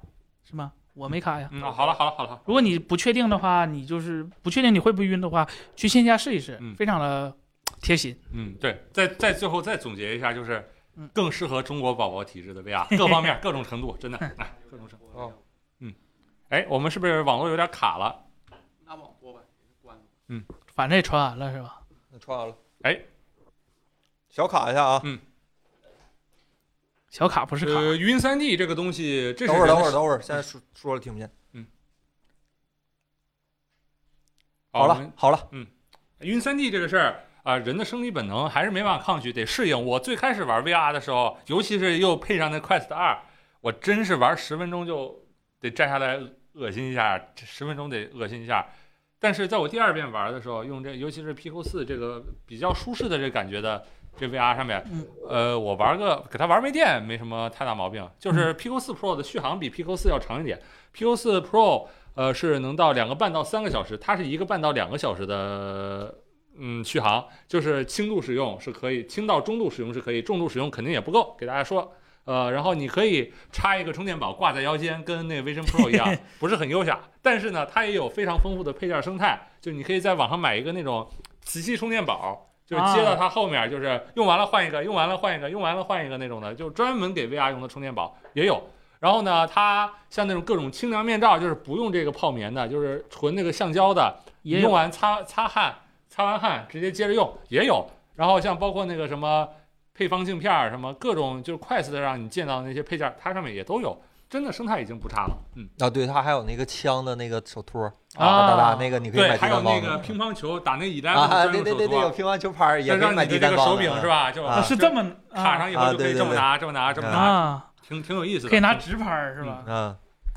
Speaker 2: 是吗？我没卡呀。
Speaker 3: 嗯，啊好了，好了，好了。
Speaker 2: 如果你不确定的话，你就是不确定你会不会晕的话，去线下试一试
Speaker 3: 嗯，
Speaker 2: 非常的贴心。
Speaker 3: 嗯，对，再再最后再总结一下，就是
Speaker 2: 嗯
Speaker 3: 更适合中国宝宝体质的 VR，各方面各种程度，真的，哎，各种程度。
Speaker 1: 哦
Speaker 3: 嗯，哎，我们是不是网络有点卡了？
Speaker 4: 拿网播吧，关了。
Speaker 2: 反正也传完了是吧？
Speaker 1: 那穿完了，
Speaker 3: 哎，
Speaker 1: 小卡一下啊，
Speaker 2: 小卡不是卡，
Speaker 3: 呃，云3 D 这个东西，这是
Speaker 1: 等会儿
Speaker 3: 人的
Speaker 1: 等会儿等会儿，现在说说了听不见。好
Speaker 3: 好哦我
Speaker 1: 了
Speaker 3: 们
Speaker 1: 好了，
Speaker 3: 晕三 D 这个事儿啊、人的生理本能还是没办法抗拒，得适应。我最开始玩 VR 的时候，尤其是又配上那 Quest 二，我真是玩十分钟就得摘下来恶心一下，十分钟得恶心一下。但是在我第二遍玩的时候，用这尤其是 Pico 四这个比较舒适的这感觉的这 VR 上面
Speaker 2: 嗯，
Speaker 3: 呃，我玩个给它玩没电，没什么太大毛病。就是 Pico 4 Pro 的续航比 Pico 4要长一点，Pico 4 Pro 呃是能到两个半到三个小时，它是一个半到两个小时的嗯续航，就是轻度使用是可以，轻到中度使用是可以，重度使用肯定也不够，给大家说。呃，然后你可以插一个充电宝挂在腰间，跟那 Vision Pro 一样，不是很优雅，但是呢，它也有非常丰富的配件生态，就你可以在网上买一个那种磁吸充电宝，就是接到它后面，就是用完了换一个，用完了换一个，用完了换一个那种的，就是专门给 VR 用的充电宝也有。然后呢，它像那种各种清凉面罩，就是不用这个泡棉的，就是纯那个橡胶的，
Speaker 2: 也
Speaker 3: 用啊
Speaker 2: 有
Speaker 3: 完擦擦汗，擦完汗直接接着用也有。然后像包括那个什么配方镜片儿，什么各种就是快速的让你见到那些配件儿，它上面也都有。真的生态已经不差了，嗯，
Speaker 1: 啊，对，它还有那个枪的那个手托儿，
Speaker 2: 啊
Speaker 1: 大大那个你可以
Speaker 3: 对，
Speaker 1: 买
Speaker 3: 还
Speaker 1: 低
Speaker 3: 有
Speaker 1: 单
Speaker 3: 那
Speaker 1: 棒
Speaker 3: 个
Speaker 1: 的。
Speaker 3: 乒乓球打那椅带
Speaker 1: 啊，
Speaker 3: 专
Speaker 1: 对
Speaker 3: 用
Speaker 1: 对
Speaker 3: 手
Speaker 1: 对对，有
Speaker 3: 镯，
Speaker 1: 乒乓球拍儿也
Speaker 3: 就
Speaker 1: 可以
Speaker 3: 让
Speaker 1: 买
Speaker 3: 你
Speaker 1: 低
Speaker 3: 的这
Speaker 1: 单
Speaker 3: 个
Speaker 1: 棒
Speaker 3: 手
Speaker 1: 的
Speaker 3: 柄是？吧？就
Speaker 1: 啊
Speaker 2: 是这么
Speaker 3: 卡上以后
Speaker 1: 啊
Speaker 3: 就可以
Speaker 1: 对
Speaker 3: 这么
Speaker 1: 对对
Speaker 3: 拿，这么拿，这么
Speaker 1: 啊
Speaker 3: 拿，
Speaker 2: 啊，
Speaker 3: 挺挺有意思的，
Speaker 2: 可以拿直拍儿是吧？
Speaker 1: 嗯，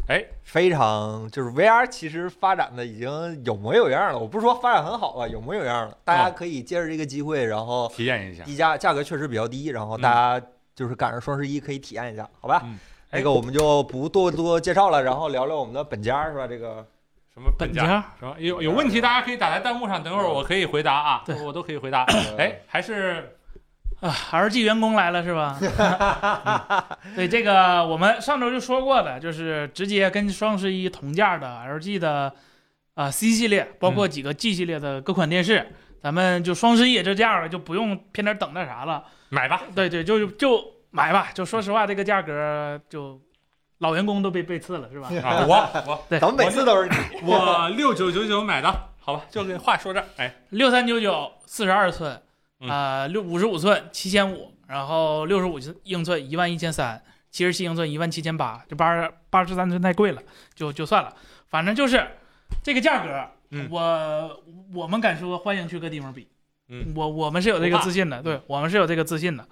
Speaker 3: 哎，
Speaker 1: 非常就是 VR 其实发展的已经有模有样了。我不是说发展很好吧，有模有样了。大
Speaker 3: 嗯
Speaker 1: 家可以借着这个机会，然后
Speaker 3: 体验一下。
Speaker 1: 低价价格确实比较低，然后
Speaker 3: 嗯
Speaker 1: 大家就是赶上双十一可以体验一下，好吧
Speaker 3: 嗯？哎
Speaker 1: 那个我们就不多多介绍了，然后聊聊我们的本家是吧？这个
Speaker 3: 什么
Speaker 2: 本
Speaker 3: 家
Speaker 2: 家
Speaker 3: 什么有有问题，大家可以打在弹幕上，等会儿我可以回答啊，
Speaker 2: 对
Speaker 3: 我都可以 回答。
Speaker 1: 呃
Speaker 3: 哎，还是
Speaker 2: 啊，LG 员工来了是吧？嗯对，这个我们上周就说过的，就是直接跟双十一同价的 LG 的啊、呃 C 系列，包括几个 G 系列的各款电视，咱们就双十一也这价了，就不用偏点等那啥了。
Speaker 3: 买吧，
Speaker 2: 对对，就就买吧。就说实话，这个价格就老员工都被背刺了是吧？
Speaker 3: 啊，我我
Speaker 2: 对
Speaker 1: 咱们每次都是你
Speaker 3: 哎我六九九九买的，好吧，就给话说这儿。哎，
Speaker 2: 六三九九四十二寸，
Speaker 3: 嗯
Speaker 2: 啊、六五十五寸七千五，然后六十五英寸一万一千三，七十七英寸一万七千八，这八十八十三寸太贵了，就就算了，反正就是这个价格，
Speaker 3: 嗯
Speaker 2: 我我们敢说欢迎去各地方比，
Speaker 3: 嗯，
Speaker 2: 我我们是有这
Speaker 3: 不
Speaker 2: 个
Speaker 3: 怕嗯
Speaker 2: 自信的，对我们是有这个自信的，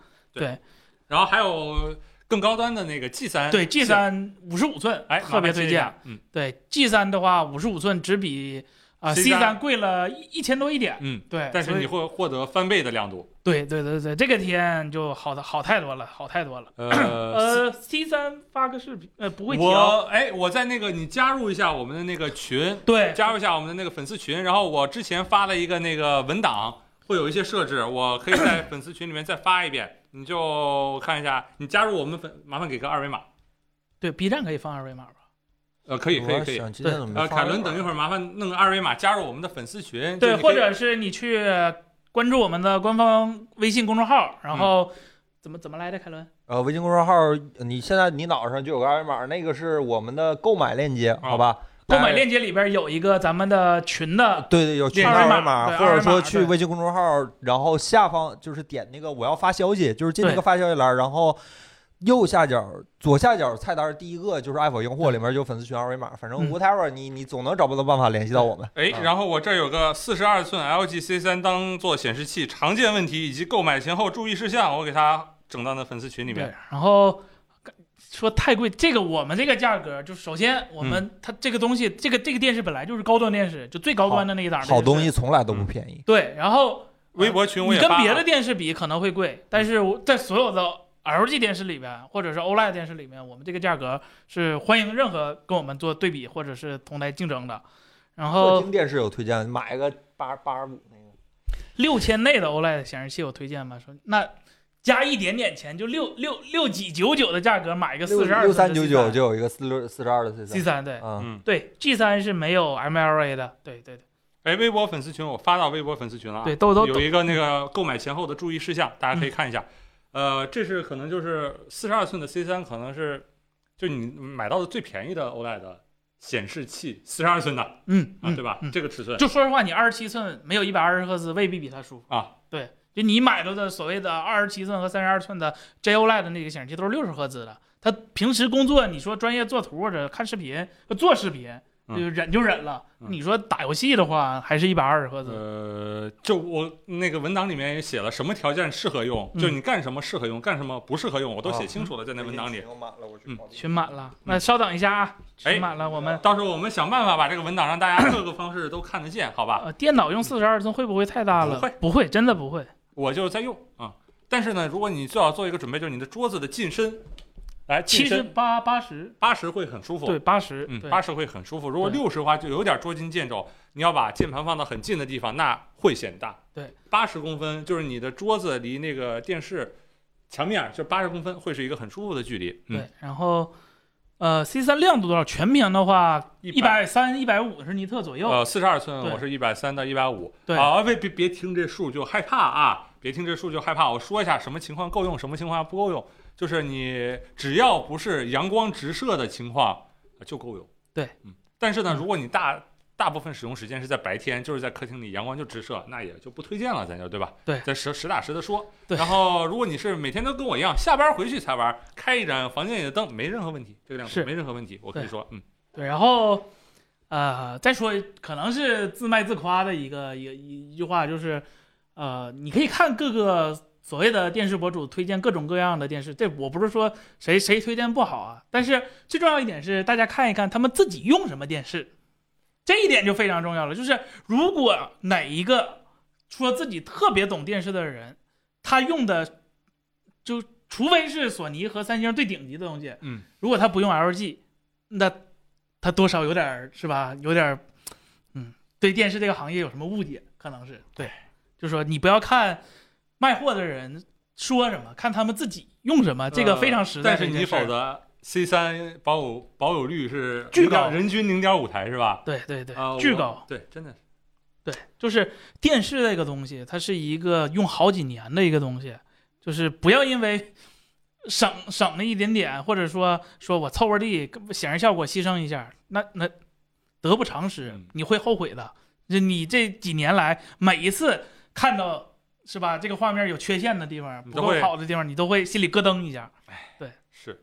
Speaker 3: 然后还有更高端的那个 G 三，
Speaker 2: 对 G 三五十五寸，
Speaker 3: 哎，
Speaker 2: 特别推荐，。
Speaker 3: 嗯
Speaker 2: 对 G 三的话，五十五寸只比啊 C
Speaker 3: C3
Speaker 2: 三贵了一一千多一点，
Speaker 3: 嗯，
Speaker 2: 对，
Speaker 3: 但是
Speaker 2: 所以
Speaker 3: 你会获得翻倍的亮度。
Speaker 2: 对对对对，这个天就好的好太多了，好太多了。
Speaker 3: 呃，
Speaker 2: 呃，C 三发个视频，呃，不会调。
Speaker 3: 我哎，我在那个你加入一下我们的那个群，
Speaker 2: 对，
Speaker 3: 加入一下我们的那个粉丝群，然后我之前发了一个那个文档，会有一些设置，我可以在粉丝群里面再发一遍，你就看一下，你加入我们粉，麻烦给个二维码。
Speaker 2: 对 B 站可以放二维码吧？
Speaker 3: 呃，可以，可以，可以。
Speaker 1: 我想今天
Speaker 2: 对
Speaker 1: 怎么没
Speaker 3: 呃，
Speaker 1: 发
Speaker 3: 凯伦，
Speaker 1: 这
Speaker 3: 等
Speaker 1: 玩
Speaker 3: 一
Speaker 1: 意
Speaker 3: 会儿麻烦弄个二维码加入我们的粉丝群，就
Speaker 2: 对，
Speaker 3: 你可
Speaker 2: 或
Speaker 3: 以
Speaker 2: 者是你去关注我们的官方微信公众号，
Speaker 3: 嗯
Speaker 2: 然后怎么怎么来着？凯伦，
Speaker 1: 呃，微信公众号，你现在你脑上就有个二维码，那个是我们的购买链
Speaker 2: 哦
Speaker 1: 接，好吧？
Speaker 2: 购买
Speaker 1: 哎
Speaker 2: 链接里边有一个咱们的群的，
Speaker 1: 对对，有群
Speaker 2: 二
Speaker 1: 二
Speaker 2: 维
Speaker 1: 维
Speaker 2: 码
Speaker 1: 码，
Speaker 2: 对
Speaker 1: 或
Speaker 2: 二维
Speaker 1: 者说
Speaker 2: 码
Speaker 1: 去
Speaker 2: 对
Speaker 1: 微信公众号，然后下方就是点那个我要发消息，就是进那个
Speaker 2: 对
Speaker 1: 发消息栏，然后右下角、左下角菜单第一个就是爱否硬货，里面有粉丝群二维码，反正
Speaker 2: 嗯
Speaker 1: whatever，你你总能找不到办法联系到我们。
Speaker 3: 哎，
Speaker 1: 啊
Speaker 3: 然后我这儿有个四十二寸 LG C 3当做显示器常见问题以及购买前后注意事项，我给它整到那粉丝群里
Speaker 2: 对
Speaker 3: 面。，
Speaker 2: 然后。说太贵，这个我们这个价格，就首先我们、
Speaker 3: 嗯
Speaker 2: 它这个东西，这个这个电视本来就是高端电视，就最高端的那一档。
Speaker 1: 好东西。从来都
Speaker 2: 嗯
Speaker 1: 不便宜，
Speaker 2: 对，然后
Speaker 3: 微博群我
Speaker 2: 你
Speaker 3: 也发
Speaker 2: 跟
Speaker 3: 了嗯
Speaker 2: 别的电视比可能会贵，但是我在所有的 LG 电视里边，或者是 OLED 电视里面，我们这个价格是欢迎任何跟我们做对比或者是同台竞争的。
Speaker 1: 客
Speaker 2: 然后
Speaker 1: 厅电视有推荐，买个八八十五那个。
Speaker 2: 六千内的 OLED 显示器我推荐嘛，说那加一点点钱就六六六几九九的价格买一个四十二
Speaker 1: 六三九九就有一个四六四十二的
Speaker 2: C
Speaker 1: C 三，
Speaker 2: 3对
Speaker 1: 嗯，
Speaker 3: 嗯，
Speaker 2: 对 G 3是没有 MLA 的，对对对
Speaker 3: 哎，微博粉丝群我发到微博粉丝群了啊，
Speaker 2: 对，都都嗯
Speaker 3: 有
Speaker 2: 都
Speaker 3: 一个那个购买前后的注意事项，大家可以看一下。呃，这是可能就是四十二寸的 C 3可能是就你买到的最便宜的 OLED 显示器，四十二寸的啊，
Speaker 2: 嗯嗯
Speaker 3: 对吧
Speaker 2: 嗯？
Speaker 3: 这个尺寸。
Speaker 2: 就说实话，你二十七寸没有一百二十赫兹，未必比它舒服
Speaker 3: 啊。
Speaker 2: 对，就你买到的所谓的二十七寸和三十二寸的 JOLED E 的那个显示器都是六十赫兹的。它平时工作，你说专业做图或者看视频、呃做视频，
Speaker 3: 嗯
Speaker 2: 就忍就忍了。
Speaker 3: 嗯
Speaker 2: 你说打游戏的话，还是一百二十赫兹。
Speaker 3: 呃，就我那个文档里面也写了什么条件适合用，
Speaker 2: 嗯哦
Speaker 3: 就你干什么适合用，干什么不适合用，我都写清楚了，在那文档里。
Speaker 1: 我满了，我去
Speaker 3: 嗯
Speaker 1: 搞定
Speaker 2: 群满了，那稍等一下啊，
Speaker 3: 哎
Speaker 2: 群满了，我们
Speaker 3: 到时候我们想办法把这个文档让大家各个方式都看得见，好吧？
Speaker 2: 呃电脑用四十二寸会不会太大了？
Speaker 3: 啊不会，
Speaker 2: 真的不会。
Speaker 3: 我就在用啊、但是呢，如果你最好做一个准备，就是你的桌子的近身，来
Speaker 2: 七
Speaker 3: 近
Speaker 2: 十
Speaker 3: 身
Speaker 2: 八八十，
Speaker 3: 八十会很舒服。
Speaker 2: 对，八十，
Speaker 3: 嗯，
Speaker 2: 对
Speaker 3: 八十会很舒服。如果
Speaker 2: 对
Speaker 3: 六十的话，就有点捉襟见肘。你要把键盘放到很近的地方，那会显大。
Speaker 2: 对，
Speaker 3: 八十公分就是你的桌子离那个电视墙面儿，就八十公分，会是一个很舒服的距离。嗯，
Speaker 2: 对，然后。呃，C 三亮度多少？全屏的话，一
Speaker 3: 100
Speaker 2: 百三、一百五十尼特左右。
Speaker 3: 呃，四十二寸
Speaker 2: 对
Speaker 3: 我是一百三到一百五。
Speaker 2: 对
Speaker 3: 啊，别别别听这数就害怕啊！别听这数就害怕。我说一下什么情况够用，什么情况不够用。就是你只要不是阳光直射的情况，呃就够用。
Speaker 2: 对，
Speaker 3: 嗯。但是呢，如果你大大部分使用时间是在白天，就是在客厅里阳光就直射，那也就不推荐了，咱就对吧？
Speaker 2: 对
Speaker 3: 咱实实打实的说。
Speaker 2: 对
Speaker 3: 然后，如果你是每天都跟我一样，下班回去才玩，开一盏房间里的灯，没任何问题，这个亮度
Speaker 2: 是
Speaker 3: 没任何问题，我可以
Speaker 2: 对
Speaker 3: 说，嗯，
Speaker 2: 对，然后呃，再说可能是自卖自夸的一个一个一一句话，就是呃，你可以看各个所谓的电视博主推荐各种各样的电视，这我不是说谁谁推荐不好啊，但是最重要一点是大家看一看他们自己用什么电视，这一点就非常重要了。就是如果哪一个说自己特别懂电视的人，他用的就除非是索尼和三星最顶级的东西，
Speaker 3: 嗯，
Speaker 2: 如果他不用 LG，那他多少有点儿是吧？有点儿，嗯，对电视这个行业有什么误解？可能是对，就说你不要看卖货的人说什么，看他们自己用什么，这个非常实在
Speaker 3: 呃但
Speaker 2: 的
Speaker 3: 是
Speaker 2: 一
Speaker 3: 你
Speaker 2: 件事儿。
Speaker 3: 否则 C 三保有保有率是
Speaker 2: 巨高
Speaker 3: 0.0人均零点五台是吧？
Speaker 2: 对对对，
Speaker 3: 啊，
Speaker 2: 巨
Speaker 3: 我
Speaker 2: 高。。
Speaker 3: 对，真的是。
Speaker 2: 对，就是电视这个东西，它是一个用好几年的一个东西，就是不要因为省省了一点点，或者说说我凑合地显示效果牺牲一下，那那得不偿失
Speaker 3: 嗯，
Speaker 2: 你会后悔的。就你这几年来，每一次看到是吧，这个画面有缺陷的地方，
Speaker 3: 你
Speaker 2: 不
Speaker 3: 都
Speaker 2: 够
Speaker 3: 会
Speaker 2: 好的地方，你都会心里咯噔一下。
Speaker 3: 是。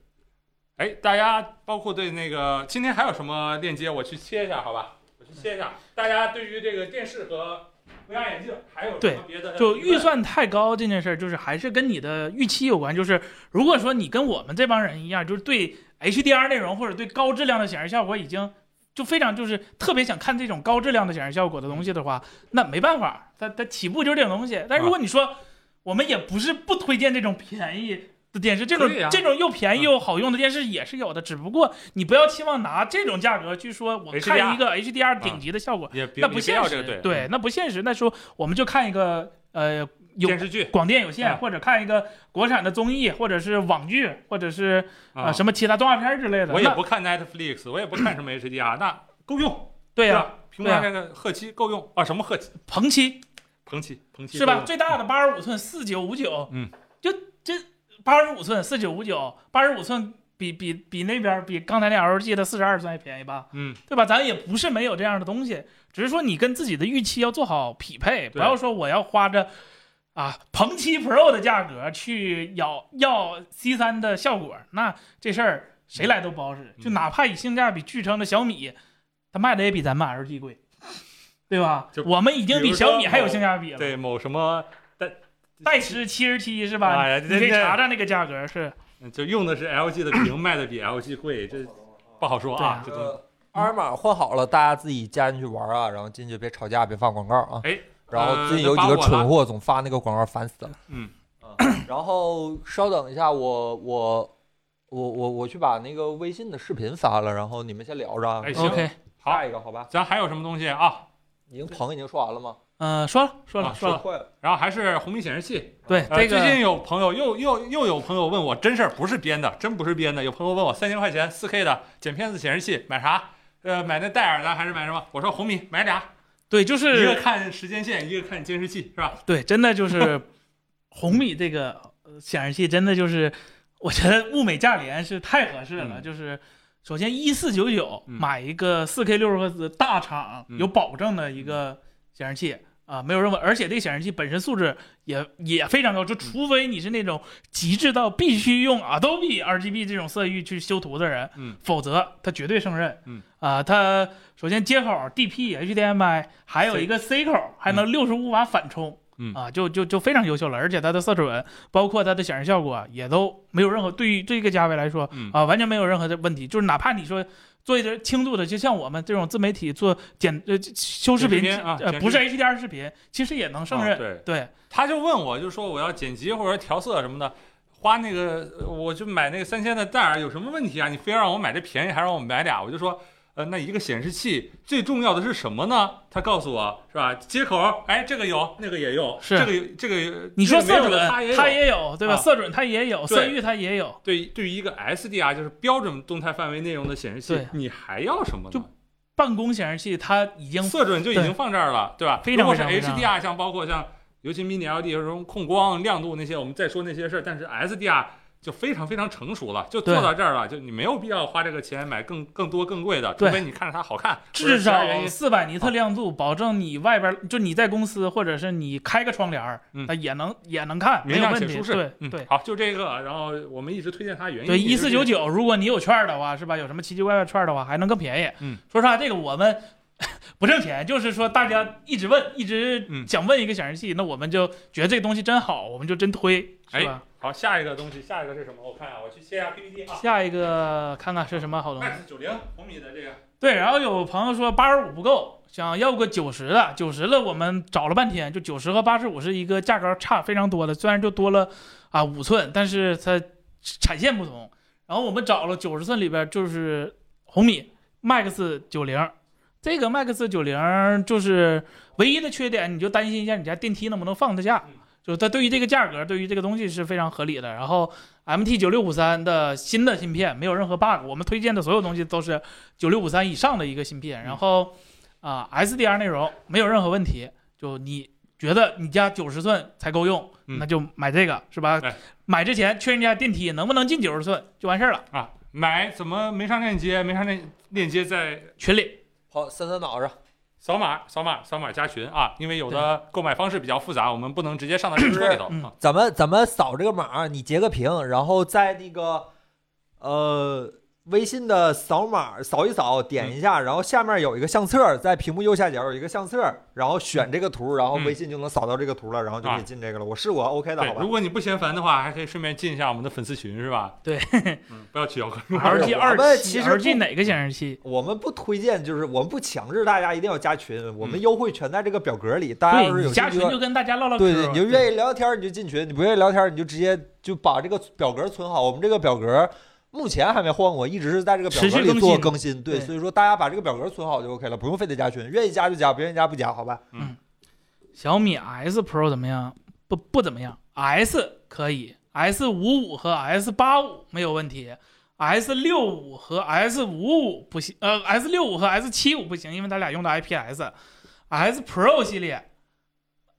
Speaker 3: 哎，大家包括对那个今天还有什么链接，我去切一下，好吧？我去切一下。大家对于这个电视和 VR 眼镜还有什
Speaker 2: 对
Speaker 3: 么别的
Speaker 2: 就
Speaker 3: 疑
Speaker 2: 预
Speaker 3: 问
Speaker 2: 算太高这件事儿，就是还是跟你的预期有关。就是如果说你跟我们这帮人一样，就是对 HDR 内容或者对高质量的显示效果已经就非常就是特别想看这种高质量的显示效果的东西的话，那没办法，它它起步就是这种东西。但如果你说我们也不是不推荐这种便宜。的电视这种
Speaker 3: 可以啊
Speaker 2: 这种又便宜又好用的电视也是有的，只不过你不要期望拿这种价格去说我
Speaker 3: HDR
Speaker 2: 看一个 HDR 顶级的效果，
Speaker 3: 也别也
Speaker 2: 那不
Speaker 3: 别
Speaker 2: 现
Speaker 3: 要
Speaker 2: 实，
Speaker 3: 这个嗯对
Speaker 2: 对，那不现实。那时候我们就看一个呃有
Speaker 3: 电视剧
Speaker 2: 广电有
Speaker 3: 嗯
Speaker 2: 线，或者看一个国产的综艺，或者是网剧，或者是啊、什么其他动画片之类的。
Speaker 3: 我也
Speaker 2: 那
Speaker 3: 不看 Netflix，我也不看什么 HDR，那够用。
Speaker 2: 对呀、
Speaker 3: 是吧，平板这个赫七够用啊，什么赫七？
Speaker 2: 鹏七
Speaker 3: 鹏七，鹏七
Speaker 2: 是
Speaker 3: 够
Speaker 2: 吧？
Speaker 3: 用
Speaker 2: 最大的八十五寸四九五九，
Speaker 3: 嗯，
Speaker 2: 就这八十五寸四九五九，八十五寸比比比那边比刚才那 LG 的四十二寸还便宜吧？
Speaker 3: 嗯，
Speaker 2: 对吧？咱也不是没有这样的东西，只是说你跟自己的预期要做好匹配，不
Speaker 3: 对
Speaker 2: 要说我要花着啊鹏七 Pro 的价格去要要 C 3的效果，那这事儿谁来都不好使。
Speaker 3: 嗯
Speaker 2: 就哪怕以性价比据称的小米，它卖的也比咱们 LG 贵，对吧
Speaker 3: 就？
Speaker 2: 我们已经
Speaker 3: 比
Speaker 2: 比
Speaker 3: 如说哦
Speaker 2: 小米还有性价比了。
Speaker 3: 对某什么
Speaker 2: 代驰七十七是吧？
Speaker 3: 哎呀
Speaker 2: 你
Speaker 3: 这
Speaker 2: 可以
Speaker 3: 这
Speaker 2: 查查那个价格是。
Speaker 3: 嗯就用的是 LG 的屏，卖的比 LG 贵，这不好说啊。这
Speaker 2: 对
Speaker 3: 东西
Speaker 1: 呃，二维码换好了，大家自己加进去玩啊，然后进去别吵架，别放广告啊。
Speaker 3: 哎，
Speaker 1: 然后最近有几个蠢货总发那个广告，烦死了。
Speaker 3: 嗯
Speaker 1: 嗯， 然后稍等一下，我我我我我去把那个微信的视频发了，然后你们先聊着啊。
Speaker 3: 哎行
Speaker 2: OK，
Speaker 3: 好
Speaker 1: 下，一个好吧？
Speaker 3: 咱还有什么东西啊？
Speaker 1: 已经鹏已经说完了吗？
Speaker 2: 呃，说了说
Speaker 3: 啊
Speaker 2: 了
Speaker 3: 说
Speaker 2: 说
Speaker 3: 了
Speaker 2: 了，
Speaker 1: 快了。
Speaker 3: 然后还是红米显示器。
Speaker 2: 对
Speaker 3: 呃最
Speaker 2: 这个
Speaker 3: 近有朋友又又又有朋友问我，真事儿不是编的，真不是编的。有朋友问我三千块钱四 K 的剪片子显示器买啥？呃，买那戴尔的还是买什么？我说红米买俩，
Speaker 2: 对，就
Speaker 3: 一
Speaker 2: 是
Speaker 3: 个看时间线，一个看监视器，是吧？
Speaker 2: 对，真的就是红米这个呃显示器，真的就是我觉得物美价廉是太合适了。
Speaker 3: 嗯
Speaker 2: 就是首先一四九九
Speaker 3: 嗯
Speaker 2: 买一个四 K 六十赫兹大厂
Speaker 3: 嗯
Speaker 2: 有保证的一个显示器啊、没有任何，而且这个显示器本身素质也也非常高，
Speaker 3: 嗯
Speaker 2: 就除非你是那种极致到必须用 Adobe RGB 这种色域去修图的人，
Speaker 3: 嗯
Speaker 2: 否则它绝对胜任。
Speaker 3: 嗯
Speaker 2: 啊、它首先接口 DP、HDMI，还有一个 C 口，还能六十五瓦反充。
Speaker 3: 嗯
Speaker 2: 啊，就就就非常优秀了，而且它的色准，包括它的显示效果也都没有任何对于这个价位来说
Speaker 3: 嗯
Speaker 2: 啊，完全没有任何的问题，就是哪怕你说。做一点轻度的，就像我们这种自媒体做剪呃修视
Speaker 3: 剪视
Speaker 2: 频，
Speaker 3: 频啊
Speaker 2: 呃
Speaker 3: 剪
Speaker 2: 不
Speaker 3: 视
Speaker 2: 是 HDR 视频，其实也能胜
Speaker 3: 啊
Speaker 2: 任。
Speaker 3: 对，
Speaker 2: 对，
Speaker 3: 他就问我，就说我要剪辑或者调色什么的，花那个我就买那个三千的戴尔有什么问题啊？你非要让我买这便宜，还让我买俩，我就说。呃，那一个显示器最重要的是什么呢？他告诉我是吧？接口，哎，这个有，那个也有，
Speaker 2: 是
Speaker 3: 这个有这个有
Speaker 2: 你说
Speaker 3: 这个
Speaker 2: 色
Speaker 3: 没有
Speaker 2: 准
Speaker 3: 的它也有，
Speaker 2: 它也有，对吧？
Speaker 3: 啊
Speaker 2: 色准它也有，
Speaker 3: 对
Speaker 2: 色域它也有，
Speaker 3: 对，对于一个 SDR 就是标准动态范围内容的显示器
Speaker 2: 对，
Speaker 3: 你还要什么呢？
Speaker 2: 就办公显示器它已经
Speaker 3: 色准就已经放这儿了，对吧？
Speaker 2: 非常
Speaker 3: 如果是
Speaker 2: 非常
Speaker 3: HDR，像包括像尤其 Mini LED 有这种控光亮度那些，我们再说那些事儿。但是 SDR 就非常非常成熟了，就做
Speaker 2: 对
Speaker 3: 到这儿了，就你没有必要花这个钱买更更多更贵的，除
Speaker 2: 对哦
Speaker 3: 非你看着它好看，或者
Speaker 2: 至
Speaker 3: 其他
Speaker 2: 少
Speaker 3: 原因。啊
Speaker 2: 四百尼特亮度，保证你外边儿就你在公司或者是你开个窗帘儿
Speaker 3: 嗯，
Speaker 2: 它也能也能看，没
Speaker 3: 明
Speaker 2: 有
Speaker 3: 亮
Speaker 2: 问
Speaker 3: 且
Speaker 2: 题。
Speaker 3: 舒适，
Speaker 2: 对
Speaker 3: 嗯
Speaker 2: 对
Speaker 3: 好，就这个。然后我们一直推荐它，原因
Speaker 2: 对，
Speaker 3: 也
Speaker 2: 一
Speaker 3: 是
Speaker 2: 四
Speaker 3: 这
Speaker 2: 九
Speaker 3: 个，
Speaker 2: 九，如果你有券儿的话，是吧？有什么奇奇怪怪券儿的话，还能更便宜。
Speaker 3: 嗯，
Speaker 2: 说实话，这个我们 不挣钱，就是说大家一直问，一直
Speaker 3: 嗯
Speaker 2: 想问一个显示器，那我们就觉得这个东西真好，我们就真推，是吧？
Speaker 3: 好，下一个东西，下一个是什么？我看啊，我去切一下 PPT 啊。
Speaker 2: 下一个看看是什么好东西。
Speaker 3: Max 九零红米的这个，
Speaker 2: 对，然后有朋友说八十五不够，想要个九十的，九十的我们找了半天，就九十和八十五是一个价格差非常多的，虽然就多了啊五寸，但是它产线不同。然后我们找了九十寸里边就是红米 Max 九零，这个 Max 九零就是唯一的缺点，你就担心一下你家电梯能不能放得下
Speaker 3: 嗯。
Speaker 2: 就是它对于这个价格，对于这个东西是非常合理的。然后 MT 九六五三的新的芯片没有任何 bug，我们推荐的所有东西都是九六五三以上的一个芯
Speaker 3: 嗯
Speaker 2: 片，然后啊、SDR 内容没有任何问题，就你觉得你家九十寸才够用，
Speaker 3: 嗯
Speaker 2: 那就买这个是吧？
Speaker 3: 哎
Speaker 2: 买之前确认一下电梯能不能进九十寸就完事儿了。
Speaker 3: 啊，买怎么没上链接？没上链链接在
Speaker 2: 群里
Speaker 1: 好，伸伸脑子，
Speaker 3: 扫码扫码扫码加群啊，因为有的购买方式比较复杂，我们不能直接上到这个车里头。
Speaker 2: 嗯
Speaker 3: 啊
Speaker 1: 咱们咱们扫这个码，你截个屏，然后在那个呃微信的扫码扫一扫，点一
Speaker 2: 嗯
Speaker 1: 下，然后下面有一个相册，在屏幕右下角有一个相册，然后选这个图，然后
Speaker 2: 嗯
Speaker 1: 微信就能扫到这个图了，然后就可以进这个了。我试过 OK 的，好
Speaker 3: 对，
Speaker 1: 吧
Speaker 3: 如？果你不嫌烦的话，还可以顺便进一下我们的粉丝群，是吧？
Speaker 2: 对，
Speaker 3: 嗯，不要取消关注。
Speaker 1: 而
Speaker 2: RG
Speaker 1: 且
Speaker 2: 二
Speaker 1: 我们
Speaker 2: 七
Speaker 1: 其实
Speaker 2: RG
Speaker 1: 不
Speaker 2: 哪个显示器？
Speaker 1: 我们不推荐，就是我们不强制大家一定要加群，我们优惠全在这个表格里，大家
Speaker 2: 嗯对
Speaker 1: 要是有
Speaker 2: 你
Speaker 1: 兴
Speaker 2: 加
Speaker 1: 趣
Speaker 2: 群
Speaker 1: 的话
Speaker 2: 就跟大家唠唠嗑
Speaker 1: 对
Speaker 2: 儿
Speaker 1: 对，
Speaker 2: 吧，
Speaker 1: 你就愿意聊天你就进群，你不愿意聊天你就直接就把这个表格存好。我们这个表格目前还没换过，一直是在这个表
Speaker 2: 持续
Speaker 1: 格里
Speaker 2: 更
Speaker 1: 做
Speaker 2: 新
Speaker 1: 更新。对，
Speaker 2: 对
Speaker 1: 所以说大家把这个表格存好就 OK 了，不用非得加群，愿意加就加，不愿意加不加，好吧？
Speaker 2: 小米 S Pro 怎么样？不不怎么样，S 可以，S 五五和 S 八五没有问题，S 六五和 S 五五不行，呃，S 六五和 S 七五不行，因为它俩用的 IPS，S Pro 系列，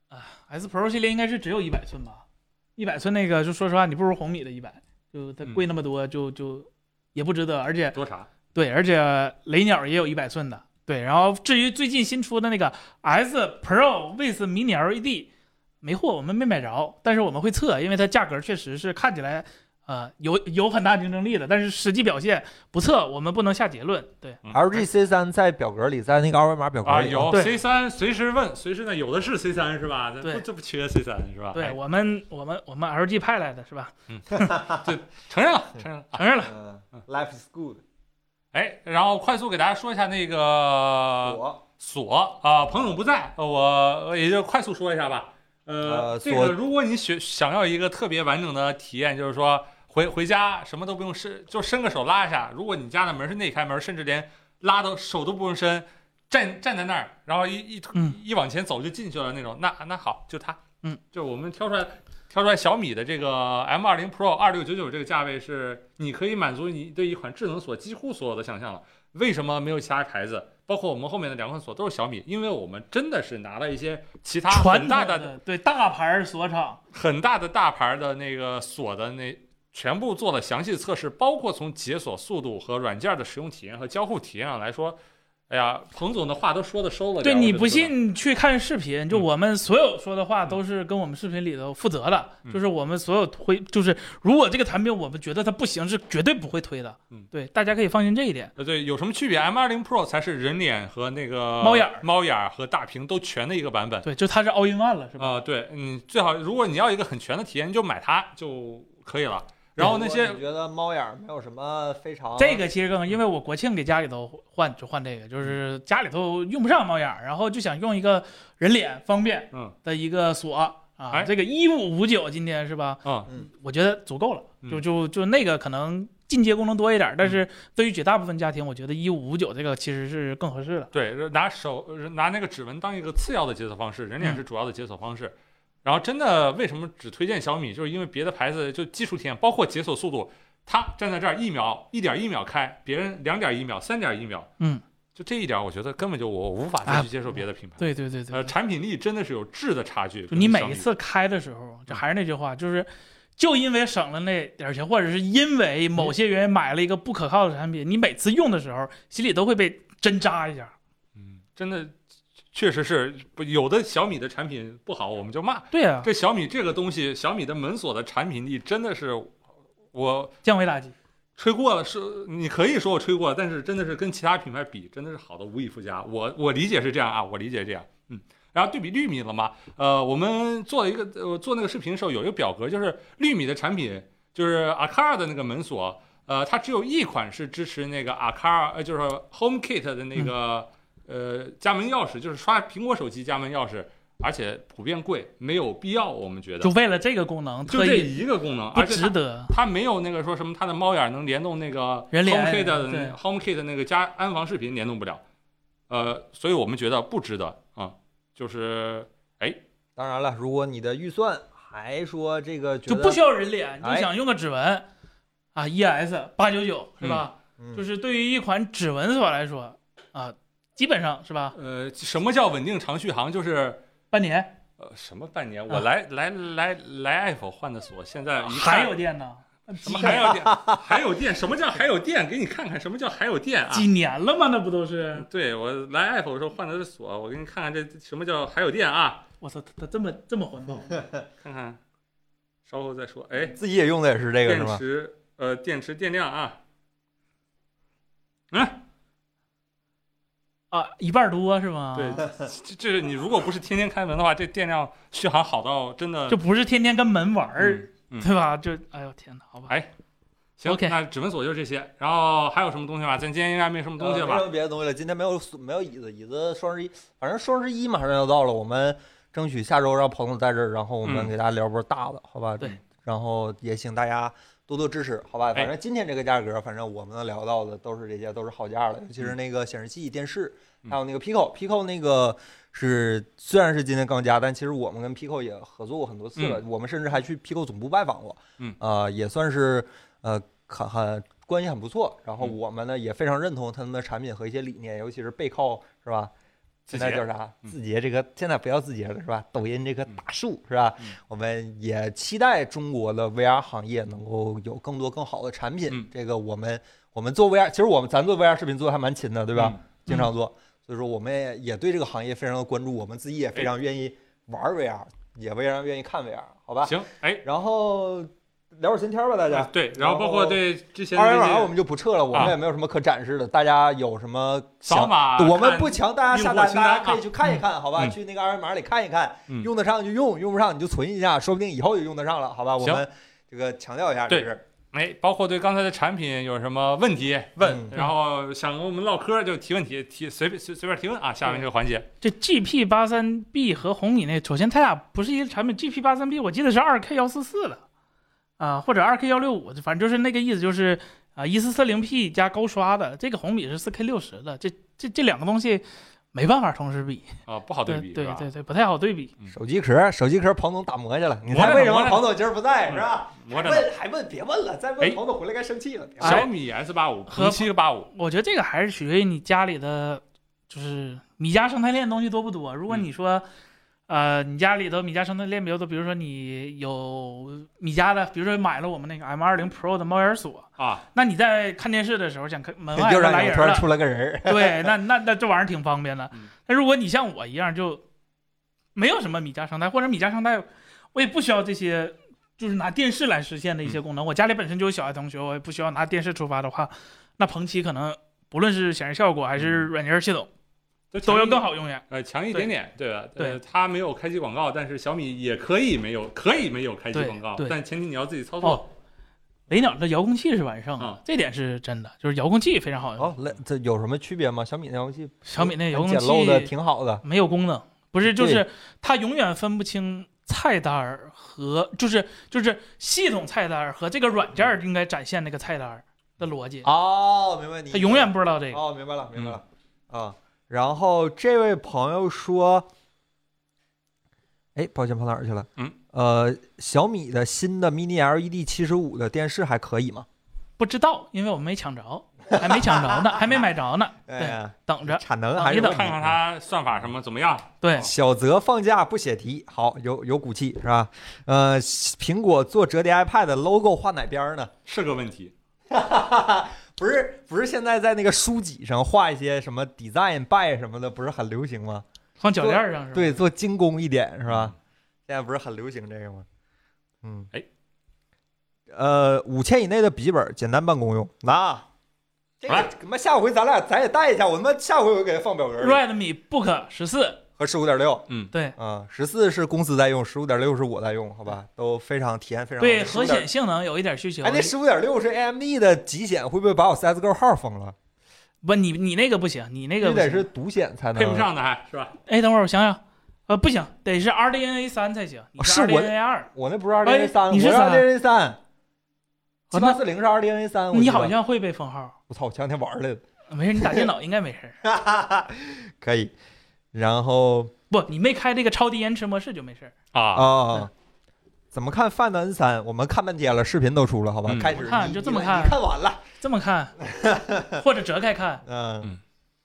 Speaker 2: 啊，S Pro 系列应该是只有一百寸吧，一百寸那个就说实话，你不如红米的一百，就它贵那么多，就就也不值得，而且
Speaker 3: 多查，
Speaker 2: 对，而且雷鸟也有一百寸的。对，然后至于最近新出的那个 S Pro with Mini LED，没货，我们没买着，但是我们会测，因为它价格确实是看起来，呃，有有很大竞争力的，但是实际表现不测，我们不能下结论。对，
Speaker 3: 嗯
Speaker 1: LG C 三在表格里，在那个二维码表格
Speaker 3: 啊，
Speaker 1: 里
Speaker 3: 有
Speaker 2: 哦对
Speaker 3: C 三，随时问，随时呢，有的是 C 三是吧？这不
Speaker 2: 对
Speaker 3: 这不缺 C 三是吧？
Speaker 2: 对
Speaker 3: 哎，
Speaker 2: 我们我们我们 LG 派来的是吧？
Speaker 3: 承认了，承认了。
Speaker 2: 承认了，
Speaker 1: 嗯，Life is good，
Speaker 3: 哎，然后快速给大家说一下那个
Speaker 1: 我
Speaker 3: 锁啊、彭总不在，呃我我也就快速说一下吧。呃，
Speaker 1: 呃
Speaker 3: 这
Speaker 1: 锁
Speaker 3: 个如果你想想要一个特别完整的体验，就是说回回家什么都不用伸，就伸个手拉一下。如果你家的门是内开门，甚至连拉都手都不用伸，站站在那儿，然后一一推
Speaker 2: 嗯
Speaker 3: 一往前走就进去了那种，那那好，就它，
Speaker 2: 嗯，
Speaker 3: 就我们挑出来挑出来小米的这个 M 2 0 Pro 二六九九这个价位是，你可以满足你对一款智能锁几乎所有的想象了。为什么没有其他牌子？包括我们后面的两款锁都是小米，因为我们真的是拿了一些其他啊很
Speaker 2: 传
Speaker 3: 大
Speaker 2: 统
Speaker 3: 的
Speaker 2: 的对大牌锁厂，
Speaker 3: 很大的大牌的那个锁的那全部做了详细测试，包括从解锁速度和软件的使用体验和交互体验上来说，哎呀，彭总的话都说的收了点儿。
Speaker 2: 对
Speaker 3: 我
Speaker 2: 你
Speaker 3: 真
Speaker 2: 不
Speaker 3: 觉得？
Speaker 2: 信，你去看视频。就
Speaker 3: 嗯
Speaker 2: 我们所有说的话都是跟我们视频里头负责的，
Speaker 3: 嗯
Speaker 2: 就是我们所有推，就是如果这个产品我们觉得它不行，是绝对不会推的。
Speaker 3: 嗯
Speaker 2: 对，大家可以放心这一点。
Speaker 3: 呃，对，有什么区别？M 2 0 Pro 才是人脸和那个
Speaker 2: 猫眼儿
Speaker 3: 猫眼儿和大屏都全的一个版本。
Speaker 2: 对，就它是 all in one 了，是吧？
Speaker 3: 啊、对，嗯，最好如果你要一个很全的体验，你就买它就可以了。然后那些
Speaker 1: 你觉得猫眼儿没有什么非
Speaker 4: 哦
Speaker 1: 常
Speaker 2: 这个其实更，因为我国庆给家里头换就换这个，就是家里头用不上猫眼儿，然后就想用一个人脸方便
Speaker 3: 嗯
Speaker 2: 的一个锁啊
Speaker 3: 哎，
Speaker 2: 这个一五五九今天是吧？
Speaker 3: 嗯
Speaker 1: 嗯，
Speaker 2: 我觉得足够了，
Speaker 3: 嗯
Speaker 2: 就就就那个可能进阶功能多一点，但是对于绝大部分家庭，我觉得一五五九这个其实是更合适的。
Speaker 3: 对，拿手呃拿那个指纹当一个次要的解锁方式，人脸
Speaker 2: 嗯
Speaker 3: 是主要的解锁方式。然后真的为什么只推荐小米，就是因为别的牌子就技术体验，包括解锁速度，它站在这儿一秒一点一秒开，别人两点一秒、三点一秒，
Speaker 2: 嗯，
Speaker 3: 就这一点我觉得根本就我无法
Speaker 2: 啊
Speaker 3: 再去接受别的品牌。
Speaker 2: 对对对对，
Speaker 3: 呃，产品力真的是有质的差距。
Speaker 2: 就你
Speaker 3: 跟
Speaker 2: 每
Speaker 3: 小
Speaker 2: 一
Speaker 3: 米
Speaker 2: 次开的时候，
Speaker 3: 嗯
Speaker 2: 这还是那句话，就是就因为省了那点儿钱，或者是因为
Speaker 3: 嗯
Speaker 2: 某些原因买了一个不可靠的产品，你每次用的时候心里都会被针扎一下。
Speaker 3: 嗯，真的确实是不有的小米的产品不好，我们就骂
Speaker 2: 对呀、
Speaker 3: 这小米这个东西，小米的门锁的产品力真的是我
Speaker 2: 降维打击。
Speaker 3: 吹过了，是你可以说我吹过了，但是真的是跟其他品牌比，真的是好的无以复加。我我理解是这样啊，我理解这样，嗯。然后对比绿米了嘛？呃，我们做了一个呃做那个视频的时候有一个表格，就是绿米的产品，就是阿卡尔的那个门锁，呃，它只有一款是支持那个阿卡尔，呃，就是 HomeKit 的那个、
Speaker 2: 嗯
Speaker 3: 呃家门钥匙，就是刷苹果手机家门钥匙，而且普遍贵，没有必要，我们觉得
Speaker 2: 就为了这个功能
Speaker 3: 就
Speaker 2: 特
Speaker 3: 这
Speaker 2: 意
Speaker 3: 一个功能，
Speaker 2: 不
Speaker 3: 而且它
Speaker 2: 值得。
Speaker 3: 它没有那个说什么它的猫眼儿能联动那个
Speaker 2: 人脸
Speaker 3: HomeKit 的
Speaker 2: 对
Speaker 3: HomeKit 的那个家安防视频联动不了，呃，所以我们觉得不值得啊、就是
Speaker 1: 当然了，如果你的预算还说这个觉
Speaker 2: 就
Speaker 1: 得
Speaker 2: 不需要人脸，你
Speaker 1: 哎
Speaker 2: 就想用个指纹啊，ES 八九九是吧？
Speaker 1: 嗯
Speaker 2: 就是对于一款指纹锁来说啊，基本上是吧？
Speaker 3: 呃，什么叫稳定长续航？就是
Speaker 2: 半年
Speaker 3: 呃什么半年，
Speaker 2: 啊
Speaker 3: 我来、来来来 Apple 换的锁，现在一看
Speaker 2: 还有电呢，
Speaker 3: 什么还有电，还有电，什么叫还有电？给你看看什么叫还有电啊！
Speaker 2: 几年了吗？那不都是？
Speaker 3: 对我来 Apple 的时候换的是锁，我给你看看这什么叫还有电啊！
Speaker 2: 我操，它它这么这么环
Speaker 3: 嗯
Speaker 2: 保，
Speaker 3: 看看，稍后再说。哎，
Speaker 1: 自己也用的也是这个是
Speaker 3: 电
Speaker 1: 吗？
Speaker 3: 池呃电池电量啊，嗯，
Speaker 2: 啊，一半多是吗？
Speaker 3: 对，这这是你如果不是天天开门的话，这电量续航好到真的
Speaker 2: 就不是天天跟门玩儿，
Speaker 3: 嗯嗯
Speaker 2: 对吧？就哎呦天哪，好吧
Speaker 3: 哎，行。
Speaker 2: OK
Speaker 3: 那指纹锁就是这些，然后还有什么东西吧？咱今天应该没什么东西
Speaker 1: 呃
Speaker 3: 了
Speaker 1: 没什
Speaker 3: 吧？
Speaker 1: 么别的东西了。今天没有没有椅子，椅子双十一，反正双十一马上要到了，我们争取下周让彭总在这儿，然后我们
Speaker 3: 嗯
Speaker 1: 给大家聊波大的，好吧？嗯
Speaker 2: 对。
Speaker 1: 然后也请大家多多支持，好吧？
Speaker 3: 哎
Speaker 1: 反正今天这个价格，反正我们能聊到的都是这些，都是好价了。尤其是那个显示器、电视，
Speaker 3: 嗯
Speaker 1: 还有那个 Pico，Pico 那个是虽然是今天刚加，但其实我们跟 Pico 也合作过很多次了，我们甚至还去 Pico 总部拜访过，
Speaker 3: 嗯，
Speaker 1: 呃，也算是呃很很关系很不错。然后
Speaker 3: 嗯
Speaker 1: 我们呢也非常认同他们的产品和一些理念，尤其是背靠是吧？
Speaker 3: 字
Speaker 1: 现在
Speaker 3: 节
Speaker 1: 叫啥？
Speaker 3: 嗯
Speaker 1: 字节这个现在不要字节了是吧？抖音这棵
Speaker 3: 嗯
Speaker 1: 大树是吧
Speaker 3: 嗯？
Speaker 1: 我们也期待中国的 VR 行业能够有更多更好的产品
Speaker 3: 嗯。
Speaker 1: 这个我们我们做 VR，其实我们咱做 VR 视频做的还蛮勤的，对吧？
Speaker 3: 嗯？
Speaker 1: 经常做，所以说我们也也对这个行业非常的关注，我们自己也非常愿意玩 VR，也非常愿意看 VR，好吧？
Speaker 3: 行，哎，
Speaker 1: 然后聊会儿闲天儿吧，大家
Speaker 3: 啊。对，然后包括对啊之前
Speaker 1: 二维码
Speaker 3: 这些
Speaker 1: 我们就不撤了，我们
Speaker 3: 啊
Speaker 1: 也没有什么可展示的。大家有什么
Speaker 3: 扫
Speaker 1: 想？
Speaker 3: 码，
Speaker 1: 我们不强，大家下
Speaker 3: 用
Speaker 1: 单
Speaker 3: 户，清
Speaker 1: 大
Speaker 3: 单
Speaker 1: 家可以去看一看，好吧？
Speaker 3: 嗯
Speaker 1: 去那个二维码里看一看，
Speaker 3: 嗯
Speaker 1: 用得上就用，用不上你就存一下，说不定以后就用得上了，好吧？我
Speaker 3: 行
Speaker 1: 们这个强调一下这
Speaker 3: 对
Speaker 1: 个事儿。
Speaker 3: 哎，包括对刚才的产品有什么问题问
Speaker 1: 嗯，
Speaker 3: 然后想跟我们唠嗑就提问题，提随便随随便提问啊。下面这个环节，
Speaker 2: 这 GP 八三 B 和红米那，首先它俩不是一个产品。GP 八三 B 我记得是二 K 幺四四的，啊，或者二 K 幺六五，反正就是那个意思，就是啊一四四零 P 加高刷的。这个红米是四 K 六十的，这这这两个东西没办法同时比，
Speaker 3: 啊，不好对
Speaker 2: 对
Speaker 3: 比，
Speaker 2: 对
Speaker 3: 是吧
Speaker 2: 对对，不太好对比。
Speaker 1: 手机壳，手机壳，彭总打磨去了。你
Speaker 3: 磨着
Speaker 1: 猜
Speaker 3: 呢
Speaker 1: 为什么
Speaker 3: 磨着呢嗯
Speaker 1: 彭总今儿不在是吧？
Speaker 3: 磨着呢。
Speaker 1: 问还问，别问了，再问
Speaker 3: 哎
Speaker 1: 彭总回来该生气了。别问了
Speaker 3: 小米 S 八五
Speaker 2: 哎和
Speaker 3: 和七八五，
Speaker 2: 我觉得这个还是
Speaker 1: 嗯
Speaker 2: 取决于你家里的，就是你家生态链东西多不多。如果你说，呃，你家里头米家生态链，比如说，比如说你有米家的，比如说买了我们那个 M 二零 Pro 的猫眼锁，
Speaker 3: 啊，
Speaker 2: 那你在看电视的时候想看门外
Speaker 1: 又让
Speaker 2: 来
Speaker 1: 你
Speaker 2: 人
Speaker 1: 突然
Speaker 2: 了，
Speaker 1: 出来个人 儿，
Speaker 2: 对，那那那这玩意儿挺方便的
Speaker 3: 嗯。
Speaker 2: 那如果你像我一样，就没有什么米家生态，或者米家生态，我也不需要这些，就是拿电视来实现的一些功能。我家里本身就有小爱同学，我也不需要拿电视出发的话，那鹏七可能不论是显示效果还是软件系统，
Speaker 3: 都
Speaker 2: 都要更好用呀。
Speaker 3: 呃，强一点点，对吧？
Speaker 2: 对
Speaker 3: 呃，它没有开机广告，但是小米也可以没有，可以没有开机
Speaker 2: 对
Speaker 3: 广告
Speaker 2: 对，
Speaker 3: 但前提你要自己操
Speaker 2: 哦
Speaker 3: 作。
Speaker 2: 雷鸟的遥控器是完胜的
Speaker 3: 啊，
Speaker 2: 哦这点是真的，就是遥控器非
Speaker 3: 嗯
Speaker 2: 常好用。
Speaker 1: 哦，那这有什么区别吗？小米那遥控器，
Speaker 2: 小米那遥控
Speaker 1: 简陋的
Speaker 2: 器
Speaker 1: 挺好的，
Speaker 2: 没有功能，不是就
Speaker 1: 对
Speaker 2: 是它永远分不清菜单儿和就是就是系统菜单儿和这个软件儿应该展现那个菜单儿的逻辑，
Speaker 1: 哦，明白你意思，
Speaker 2: 它永远不知道这个。
Speaker 1: 哦，明白了，明白了，
Speaker 2: 嗯
Speaker 1: 啊。然后这位朋友说，哎，抱歉，跑哪儿去了？
Speaker 3: 嗯，
Speaker 1: 呃，小米的新的 Mini LED 七十五的电视还可以吗？
Speaker 2: 不知道，因为我没抢
Speaker 1: 哦
Speaker 2: 着，还没 抢着呢，还没买着呢，
Speaker 1: 哎
Speaker 2: 对
Speaker 1: 呀，
Speaker 2: 等着。
Speaker 1: 产能还是
Speaker 2: 你等
Speaker 1: 问题
Speaker 3: 看看它算法什么怎么样？
Speaker 2: 对，
Speaker 1: 小泽放假不写题，好有有骨气是吧？呃，苹果做折叠 iPad 的 logo 画哪边儿呢？
Speaker 3: 是个问题。
Speaker 1: 不是不是，现在在那个书籍上画一些什么 design by 什么的，不是很流行吗？
Speaker 2: 放脚链儿上是吧？嗯
Speaker 1: 对，做精工一点是吧？现在不是很流行这个吗？嗯，
Speaker 3: 哎，
Speaker 1: 呃，五千以内的笔记本，简单办公用，拿。
Speaker 2: 啊
Speaker 1: 这
Speaker 3: 来
Speaker 1: 个他妈下回咱俩咱也带一下，我他妈下回我给他放表格里。
Speaker 2: ，Redmi Book 十四，
Speaker 1: 和十五点六，
Speaker 2: 对
Speaker 1: 啊，十四是公司在用，十五点六是我在用，好吧，都非常体验非常好。
Speaker 2: 对
Speaker 1: 15.6
Speaker 2: 核显性能有一点需求
Speaker 1: 哎，。那十五点六是 AMD 的极显，会不会把我 CSGO 号封了？
Speaker 2: 不，你你那个不行，你那个
Speaker 1: 你
Speaker 2: 不行
Speaker 1: 得是独显才能。
Speaker 3: 配不上的还是吧？
Speaker 2: 哎，等会儿我想想，呃，不行，得是 RDNA 三才行。你
Speaker 1: 哦是我
Speaker 2: RDNA 二，
Speaker 1: 我那不是二 DNA
Speaker 2: 哎
Speaker 1: 三，
Speaker 2: 你是
Speaker 1: 我
Speaker 2: 三啊
Speaker 1: DNA 三，
Speaker 2: 哦
Speaker 1: 七
Speaker 2: 那
Speaker 1: 八四零是 RDNA 三。
Speaker 2: 你好像会被封号。
Speaker 1: 我操，我前两天玩来的，
Speaker 2: 没事，你打电脑应该没事儿。
Speaker 1: 可以。然后
Speaker 2: 不，你没开这个超低延迟模式就没事儿。
Speaker 1: 啊、
Speaker 3: 啊，
Speaker 1: 怎么看 Find N 三？我们看半天了，视频都出了，好吧？
Speaker 3: 嗯
Speaker 1: 开始
Speaker 2: 我看
Speaker 1: 你
Speaker 2: 就这么
Speaker 1: 你
Speaker 2: 看
Speaker 1: 你看完了，
Speaker 2: 这 么看，或者折开看，
Speaker 1: 嗯。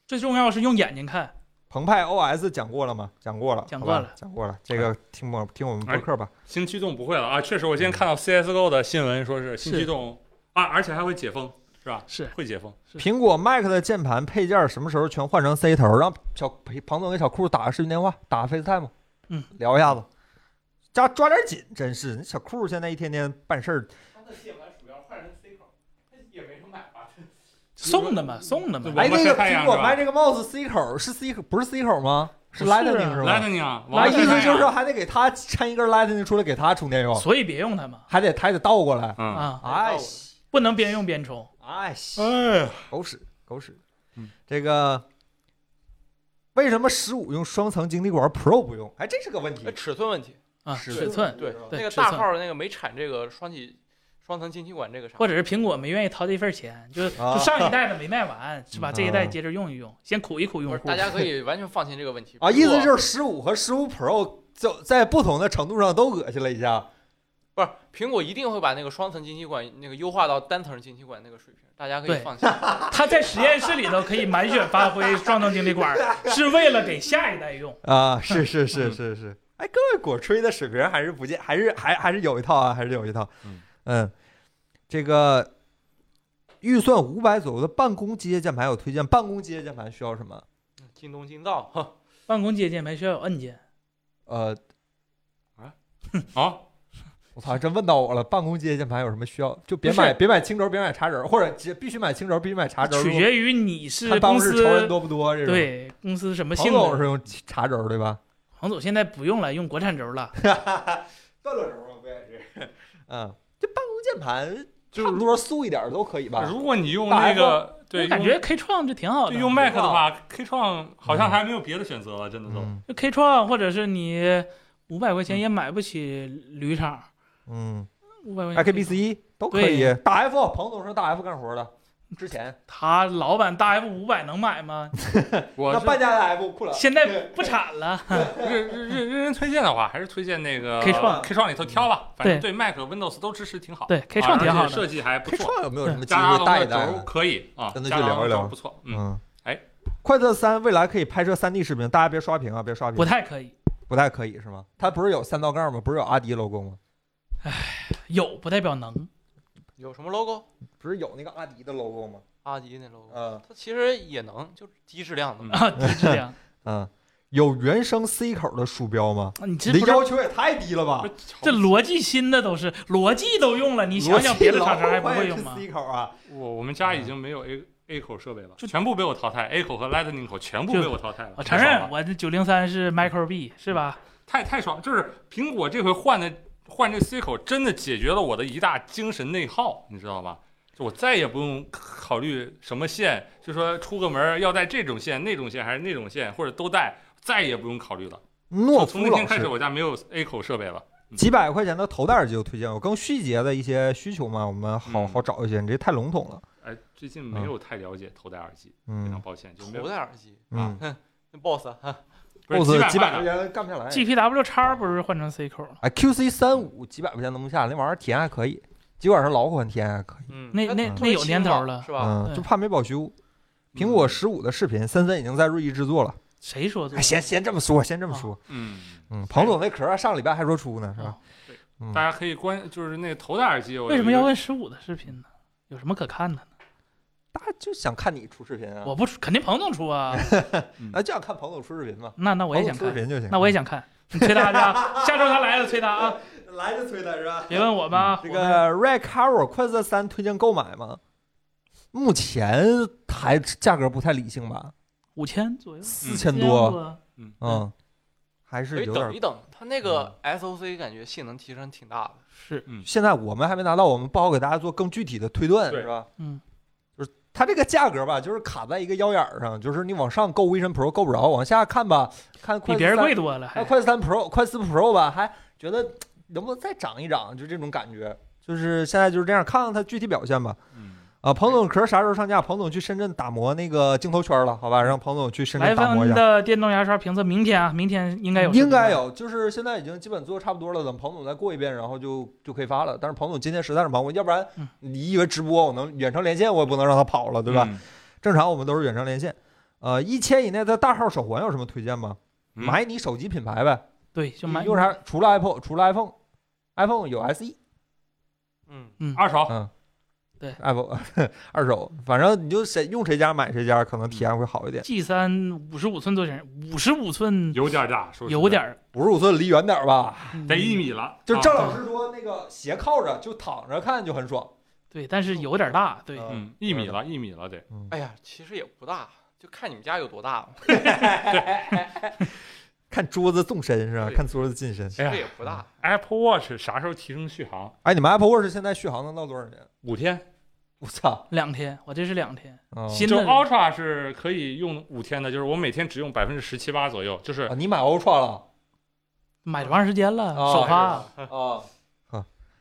Speaker 2: 最重要是用眼睛看。
Speaker 1: 澎湃 OS 讲过了吗？讲过了，
Speaker 2: 讲
Speaker 1: 好吧
Speaker 2: 过了
Speaker 1: 讲过了。这个听我听我们播客吧。
Speaker 3: 新驱动不会了啊！确实，我今天看到 CSGO 的新闻，说是新
Speaker 2: 是
Speaker 3: 驱动啊，而且还会解封，是吧？
Speaker 2: 是
Speaker 3: 会解封。
Speaker 2: 是
Speaker 1: 苹果 Mac 的键盘配件什么时候全换成 C 头？让小庞总给小库打个视频电话，打个 FaceTime，
Speaker 2: 嗯，
Speaker 1: 聊一下子。抓抓点紧，真是那小库现在一天天办事儿，
Speaker 4: 刚才写完鼠标换成 C 口，也没什么买吧？
Speaker 2: 送的嘛，送的
Speaker 3: 对吧。
Speaker 2: 嘛
Speaker 1: 哎，那
Speaker 3: 王八晒
Speaker 1: 个
Speaker 3: 太
Speaker 1: 苹
Speaker 3: 阳
Speaker 1: 果
Speaker 3: 是吧
Speaker 1: 卖这个帽子 C 口是 C 口，不是 C 口吗？是
Speaker 2: 不是啊
Speaker 1: Lightning 是吗？
Speaker 3: Lightning 啊，
Speaker 1: 那
Speaker 3: 王
Speaker 1: 意
Speaker 3: 者荣耀
Speaker 1: 思就是还得给它掺一根 Lightning 出来给它充电用，
Speaker 2: 所以别用它嘛。
Speaker 1: 还得还得倒过来。
Speaker 3: 嗯，
Speaker 2: 啊，
Speaker 1: 哎
Speaker 2: 不能边用边充。
Speaker 1: 哎，
Speaker 3: 哎，
Speaker 1: 狗屎狗屎
Speaker 3: 嗯！
Speaker 1: 这个为什么十五用双层经济管 Pro 不用？哎，这是个问题
Speaker 4: 呃。尺寸问题，
Speaker 2: 啊，
Speaker 1: 尺
Speaker 2: 尺
Speaker 1: 寸
Speaker 2: 寸，
Speaker 4: 对
Speaker 1: 是吧，
Speaker 4: 那
Speaker 2: 对
Speaker 4: 个
Speaker 2: 尺
Speaker 4: 大
Speaker 2: 寸
Speaker 4: 号的那个没产这个双体双层进气管这个啥，
Speaker 2: 或者是苹果没愿意掏这份钱，就
Speaker 1: 啊
Speaker 2: 就上一代的没卖完，是吧？
Speaker 1: 嗯
Speaker 2: 这一代接着用一用，先苦一苦用
Speaker 4: 不
Speaker 2: 户
Speaker 4: 是。大家可以完全放心这个问题
Speaker 1: 啊，意思
Speaker 4: 是
Speaker 1: 就是十五和十五 Pro 就在不同的程度上都恶心了一下。
Speaker 4: 不是苹果一定会把那个双层进气管那个优化到单层进气管那个水平，大家可
Speaker 2: 对
Speaker 4: 以放心。
Speaker 2: 他在实验室里头可以满血 发挥双层经济管儿，是为了给下一代用。
Speaker 1: 啊，是是是是是，哎，各位果吹的水平还是不见，还是还还是有一套啊，还是有一套。
Speaker 3: 嗯
Speaker 1: 这个预算五百左右的办公机械键盘有推荐？办公机械键盘需要什么？
Speaker 4: 京东京道，哼
Speaker 2: 办公机械键盘需要有按键，
Speaker 1: 呃，
Speaker 3: 啊，
Speaker 1: 我操，还真问到我了。办公机械键盘有什么需要？就别买别买青轴，别买茶轴，或者只必须买青轴，必须买茶轴。
Speaker 2: 取决于你
Speaker 1: 如
Speaker 2: 是
Speaker 1: 果看办
Speaker 2: 公
Speaker 1: 公室仇人
Speaker 2: 司
Speaker 1: 多不多这种。，
Speaker 2: 对公司什么
Speaker 1: 彭
Speaker 2: 性
Speaker 1: 总
Speaker 2: 格。
Speaker 1: 是用茶轴对吧？
Speaker 2: 黄总现在不用了，用国产轴了。
Speaker 1: 段落轴我不爱吃。 嗯，这办公键盘
Speaker 3: 就
Speaker 1: 差不多素一点儿都可以吧？
Speaker 3: 如果你用那个，对，
Speaker 2: 我感觉 K 创就挺好
Speaker 3: 用
Speaker 2: 的，
Speaker 3: 就用 Mac 的话，K 创好像还没有别的选择了，真的都。
Speaker 1: 嗯
Speaker 2: 就 K 创，或者是你五百块钱也买不起铝厂，
Speaker 1: 嗯
Speaker 2: 五百块钱。
Speaker 1: ，IKBC 都可以。大 F，彭总是大 F 干活的，之前
Speaker 2: 他老板大 F 五百能买吗？
Speaker 3: 我
Speaker 1: 那
Speaker 3: 是
Speaker 1: 半价的 F 酷了。
Speaker 2: 现在不产了。
Speaker 3: 认认认认真推荐的话，还是推荐那个
Speaker 2: K 创
Speaker 3: K 创里头挑吧，反正
Speaker 2: 对
Speaker 3: 对 Mac、Windows 都支持，挺好。啊
Speaker 2: 对，K 创挺
Speaker 3: 而
Speaker 2: 好
Speaker 3: 且
Speaker 2: 的。
Speaker 3: 设计还不
Speaker 1: 开
Speaker 3: 错。
Speaker 1: 创有没有什么机
Speaker 3: 加上
Speaker 1: 会
Speaker 3: 龙
Speaker 1: 带
Speaker 3: 的
Speaker 1: 一带
Speaker 3: 轴
Speaker 1: 呢？
Speaker 3: 可以啊，
Speaker 1: 跟他
Speaker 3: 加
Speaker 1: 去
Speaker 3: 上
Speaker 1: 聊一
Speaker 3: 龙的
Speaker 1: 聊
Speaker 3: 轴不错，嗯，
Speaker 1: 嗯，
Speaker 3: 哎，
Speaker 1: 快测三未来可以拍摄 3D 视频，大家别刷屏啊，别刷屏，
Speaker 2: 不太可以，
Speaker 1: 不不太可以是吗？它不是有三道杠吗？不是有阿迪 logo 吗？
Speaker 2: 有不代表能，
Speaker 4: 有什么 logo？
Speaker 1: 不是有那个阿迪的 logo 吗？
Speaker 4: 阿迪那 logo，、
Speaker 1: 嗯
Speaker 4: 它其实也能，就是低质量的。
Speaker 3: 嗯
Speaker 2: 啊，就是这样。
Speaker 1: 嗯，有原生 C 口的鼠标吗？
Speaker 2: 你这
Speaker 1: 你
Speaker 2: 不
Speaker 1: 的
Speaker 2: 知道
Speaker 1: 要求也太低了吧！
Speaker 2: 这逻辑新的都是逻辑都用了，你想想别的厂商还不会用吗？
Speaker 1: ？C 口啊，
Speaker 3: 我我们家已经没有 A A 口设备了，全部被我淘汰，A 口和 Lightning 口全部
Speaker 2: 就
Speaker 3: 被我淘汰了。
Speaker 2: 我承
Speaker 3: 太爽
Speaker 2: 认，
Speaker 3: 了
Speaker 2: 我这九零三是 micro B 是吧？
Speaker 3: 太太爽，就是苹果这回换的换这 C 口，真的解决了我的一大精神内耗，你知道吧？就我再也不用考虑什么线，就说出个门儿要带这种线、那种线还是那种线，或者都带，再也不用考虑了。
Speaker 1: 诺
Speaker 3: 从
Speaker 1: 夫
Speaker 3: 那
Speaker 1: 老
Speaker 3: 天开始，
Speaker 1: 师
Speaker 3: 我家没有 A 口设备了。
Speaker 2: 嗯
Speaker 1: 几百块钱的头戴耳机有推荐，有更细节的一些需求吗？我们好
Speaker 3: 嗯
Speaker 1: 好找一些，你这太笼统了。
Speaker 3: 哎，最近没有太了解头戴耳机，非常
Speaker 1: 嗯
Speaker 3: 抱歉，就没
Speaker 4: 头
Speaker 3: 有。
Speaker 4: 戴耳机，
Speaker 1: 嗯
Speaker 4: 那 boss 啊，
Speaker 3: 不是
Speaker 1: ，BOSS
Speaker 3: 几
Speaker 1: 几
Speaker 3: 百
Speaker 1: 百
Speaker 3: 块
Speaker 1: 块
Speaker 3: 的，
Speaker 1: 钱干不下来。
Speaker 2: GPW 叉不是换成 C 口了？
Speaker 1: 哎，QC 三五几百块钱弄不下，那玩意儿体验还可以，尽管是老款体验还可以。
Speaker 4: 嗯，
Speaker 2: 那
Speaker 4: 它
Speaker 2: 那
Speaker 4: 特
Speaker 2: 那
Speaker 4: 别
Speaker 2: 有
Speaker 4: 轻
Speaker 2: 年头
Speaker 4: 嘛
Speaker 2: 了
Speaker 4: 是吧？
Speaker 1: 嗯，
Speaker 2: 对
Speaker 1: 就怕没保修。苹果
Speaker 3: 嗯
Speaker 1: 十五的视频，森森已经在锐意制作了。
Speaker 2: 谁说的
Speaker 1: 哎，？先 先这么说，先这么
Speaker 2: 啊
Speaker 1: 说。
Speaker 3: 嗯，
Speaker 1: 嗯，彭总那壳儿上礼拜还说出呢，是吧？嗯
Speaker 3: 大家可以关，就是那个头戴耳机，我
Speaker 2: 为什么
Speaker 3: 有一
Speaker 2: 要
Speaker 3: 个
Speaker 2: 问十五的视频呢？有什么可看的呢？
Speaker 1: 大家就想看你出视频啊，
Speaker 2: 我不出肯定彭总 出啊，
Speaker 1: 那就想看彭总出视频嘛。
Speaker 2: 那那我也想
Speaker 1: 彭总出视
Speaker 2: 看，
Speaker 1: 频就行。
Speaker 2: 那我也想看。你催他 去啊！下周他来了，催他啊！
Speaker 1: 来就催他是吧？
Speaker 2: 别问我吧，
Speaker 1: 嗯这
Speaker 2: 我们
Speaker 1: 个 Red Cover 快色三推荐购买吗？目前还价格不太理性吧，
Speaker 2: 五千左右，
Speaker 1: 四千
Speaker 2: 这样
Speaker 1: 多，
Speaker 2: 子啊。
Speaker 1: 嗯，还
Speaker 4: 可
Speaker 1: 是
Speaker 4: 以
Speaker 1: 有
Speaker 4: 等
Speaker 1: 点。
Speaker 4: 一等，它那个 SOC 感觉性能提升挺大的。
Speaker 2: 是，
Speaker 1: 现在我们还没拿到，我们不好给大家做更具体的推断，
Speaker 3: 对
Speaker 1: 是吧？
Speaker 2: 嗯，
Speaker 1: 它这个价格吧，就是卡在一个腰眼儿上，就是你往上购 Vision Pro 够不着，往下看吧，看
Speaker 2: 比
Speaker 1: 快
Speaker 2: 别人
Speaker 1: 三
Speaker 2: 贵多了，
Speaker 1: 哎，
Speaker 2: 还
Speaker 1: 快三 Pro、快四 Pro 吧，还觉得嘖能不能再涨一涨，就这种感觉。就是现在就是这样，看看它具体表现吧。
Speaker 3: 嗯，
Speaker 1: 啊，彭总壳啥时候上架？彭总去深圳打磨那个镜头圈了，好吧？让彭总去深
Speaker 2: 莱
Speaker 1: 圳打磨一
Speaker 2: 芬
Speaker 1: 下。
Speaker 2: 的电动牙刷评测明天啊，明天应该有，
Speaker 1: 应该。有，就是现在已经基本做差不多了，等彭总再过一遍，然后就就可以发了。但是彭总今天实在是忙，我要不然
Speaker 2: 嗯
Speaker 1: 你以为直播我能远程连线，我也不能让他跑了，对吧？
Speaker 3: 嗯？
Speaker 1: 正常我们都是远程连线。呃，一千以内的大号手环有什么推荐吗？
Speaker 3: 嗯
Speaker 1: 买你手机品牌呗，
Speaker 2: 对，就
Speaker 1: 你
Speaker 2: 买
Speaker 1: 用啥？除了 Apple，除了 iPhone，iPhone 有 SE。
Speaker 4: 嗯，
Speaker 3: 二手，
Speaker 1: 嗯，
Speaker 2: 对
Speaker 1: ，Apple 二手，反正你就谁用谁家买谁家，可能体验会好一点。
Speaker 2: G 三五十五寸做成，五十五寸
Speaker 3: 有点大，说实
Speaker 2: 有
Speaker 3: 在
Speaker 2: 点儿嗯
Speaker 1: 五十五寸离远点儿吧，
Speaker 3: 得一。米了，
Speaker 1: 就
Speaker 3: 啊
Speaker 1: 赵老师说那个斜靠着就躺着看就很爽。
Speaker 2: 对，但是有点儿大，对，
Speaker 1: 嗯
Speaker 3: 嗯，一米了，一米了得。
Speaker 1: 嗯，
Speaker 4: 哎呀，其实也不大，就看你们家有多大嘛，
Speaker 1: 看桌子纵深是吧？
Speaker 4: 对
Speaker 1: 看桌子近身。
Speaker 4: 其实也不大。
Speaker 3: Apple Watch 啥时候提升续航？
Speaker 1: 哎，你们 Apple Watch 现在续航能到多少年？
Speaker 3: 五天，
Speaker 1: 我操！两
Speaker 2: 两天，我这是两天，
Speaker 1: 嗯
Speaker 2: 新
Speaker 3: 就
Speaker 2: 的
Speaker 3: Ultra 是可以用五天的，就是我每天只用百分之十七八左右，就是
Speaker 1: 啊，你买 Ultra 了
Speaker 2: 买多长时间了？
Speaker 1: 哦
Speaker 2: 首发
Speaker 1: 啊？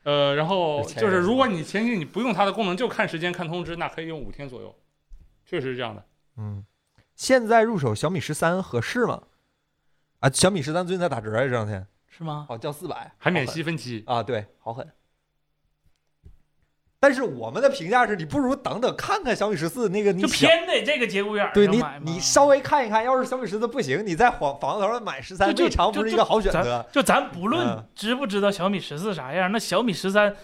Speaker 3: 呃，然后
Speaker 1: 有钱人
Speaker 3: 就是如果你前期你不用它的功能，就看时间看通知，那可以用五天左右，确实是这样的。
Speaker 1: 嗯，现在入手小米十三合适吗？啊，小米十三最近在打折呀，这两天
Speaker 2: 是吗？
Speaker 1: 好降四百，
Speaker 3: 还免
Speaker 1: 好狠
Speaker 3: 息分期，
Speaker 1: 啊，对，好狠。但是我们的评价是你不如等等看看小米十四那个你
Speaker 2: 就
Speaker 1: 想，
Speaker 2: 偏得这个节骨眼儿
Speaker 1: 对
Speaker 2: 上
Speaker 1: 你
Speaker 2: 买嘛
Speaker 1: 你稍微看一看，要是小米十四不行，你在房房子头上买十三，
Speaker 2: 就就
Speaker 1: 未尝不是一个好选择。
Speaker 2: 就咱不论
Speaker 1: 嗯
Speaker 2: 知不知道小米十四啥样，那小米十三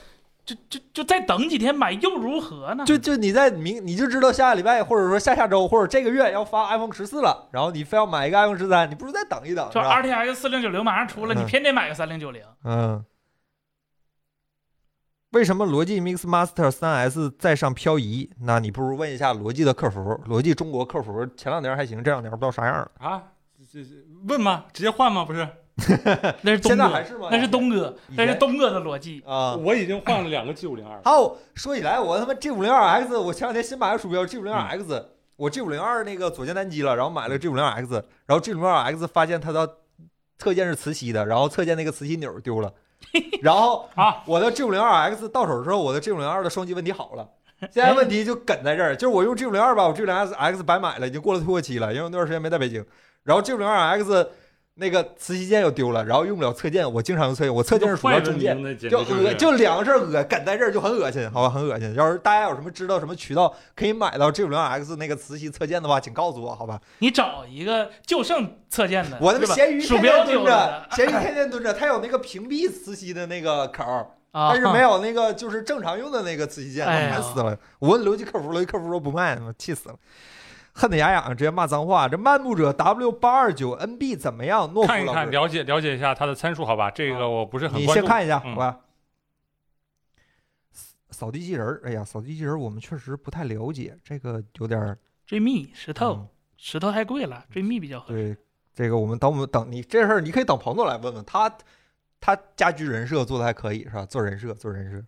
Speaker 2: 就就就再等几天买又如 何呢？
Speaker 1: 就就你在明你就知道下个礼拜或者说下下周或者这个月要发 iPhone 十四了，然后你非要买一个 iPhone 十三，你不如再等一等，是
Speaker 2: 就
Speaker 1: 吧？
Speaker 2: RTX 四零九零马上出了，
Speaker 1: 嗯
Speaker 2: 你偏得买个三零九 零，
Speaker 1: 嗯。为什么罗技 Mix Master 3S 在上漂移？那你不如问一下罗技的客服，罗技中国客服前两年还行，这两年不知道啥样了。
Speaker 3: 啊，这这这问吗？直接换吗？不是，
Speaker 2: 那是东
Speaker 1: 现在还
Speaker 2: 哥，
Speaker 1: 是吗？
Speaker 2: 那是东哥，
Speaker 1: 以前
Speaker 2: 那是东哥的逻辑。
Speaker 1: 啊。
Speaker 3: 我已经换了两个 G 五零二，
Speaker 1: 还有哦说起来，我他妈 G 五零二 X，我前两天新买个鼠标 G 五零二
Speaker 3: 嗯
Speaker 1: X，我 G 五零二那个左键单击了，然后买了 G 五零二 X，然后 G 五零二 X 发现它的侧键是磁吸的，然后侧键那个磁吸钮丢 了，然后
Speaker 3: 啊，
Speaker 1: 我的 G 五零二 X 到手之后，我的 G 五零二的双击问题好 了。现在问题就梗在这儿，就是我用 G 五零二吧，我 G 五零 X 白买了，已经过了退货期了，因为我那段时间没在北京。然后 G 五零二 X 那个磁吸键又丢了，然后用不了侧键，我经常用侧键，我侧键是鼠标
Speaker 3: 坏文
Speaker 1: 中键，
Speaker 3: 明的简直
Speaker 1: 就
Speaker 3: 就是
Speaker 1: 恶就两个事儿恶，梗在这儿就很恶心，好吧，很恶心。要是大家有什么知道什么渠道可以买到 G 五零 X 那个磁吸侧键的话，请告诉我，好吧？
Speaker 2: 你找一个就剩侧键的，
Speaker 1: 我那
Speaker 2: 哎是
Speaker 1: 个
Speaker 2: 吧
Speaker 1: 闲鱼
Speaker 2: 鼠
Speaker 1: 天
Speaker 2: 标
Speaker 1: 天
Speaker 2: 丢
Speaker 1: 蹲
Speaker 2: 了
Speaker 1: 着，闲鱼天天蹲着，它有那个屏蔽磁吸的那个口儿，
Speaker 2: 啊，
Speaker 1: 但是没有那个就是正常用的那个磁吸键，我
Speaker 2: 哎呀
Speaker 1: 烦死了。我问逻辑客服，逻辑客服说不卖，我气死了。恨得牙痒，直接骂脏话。这漫步者 W 八二九 NB 怎么样？懦夫老
Speaker 3: 看
Speaker 1: 师，
Speaker 3: 一看，了解了解一下它的参数，好吧？这个我不是 很
Speaker 1: 啊你
Speaker 3: 关
Speaker 1: 先
Speaker 3: 注。
Speaker 1: 看一下，
Speaker 3: 嗯
Speaker 1: 好吧？扫地机器人儿，哎呀，扫地机器人儿我们确实不太了解，这个有点儿
Speaker 2: 追蜜石
Speaker 1: 嗯
Speaker 2: 头，石头太贵了，追蜜比较合适。
Speaker 1: 对，这个我们等我们等你这事儿，你可以等彭总来问问他，他家居人设做的还可以是吧？做人设，做人设。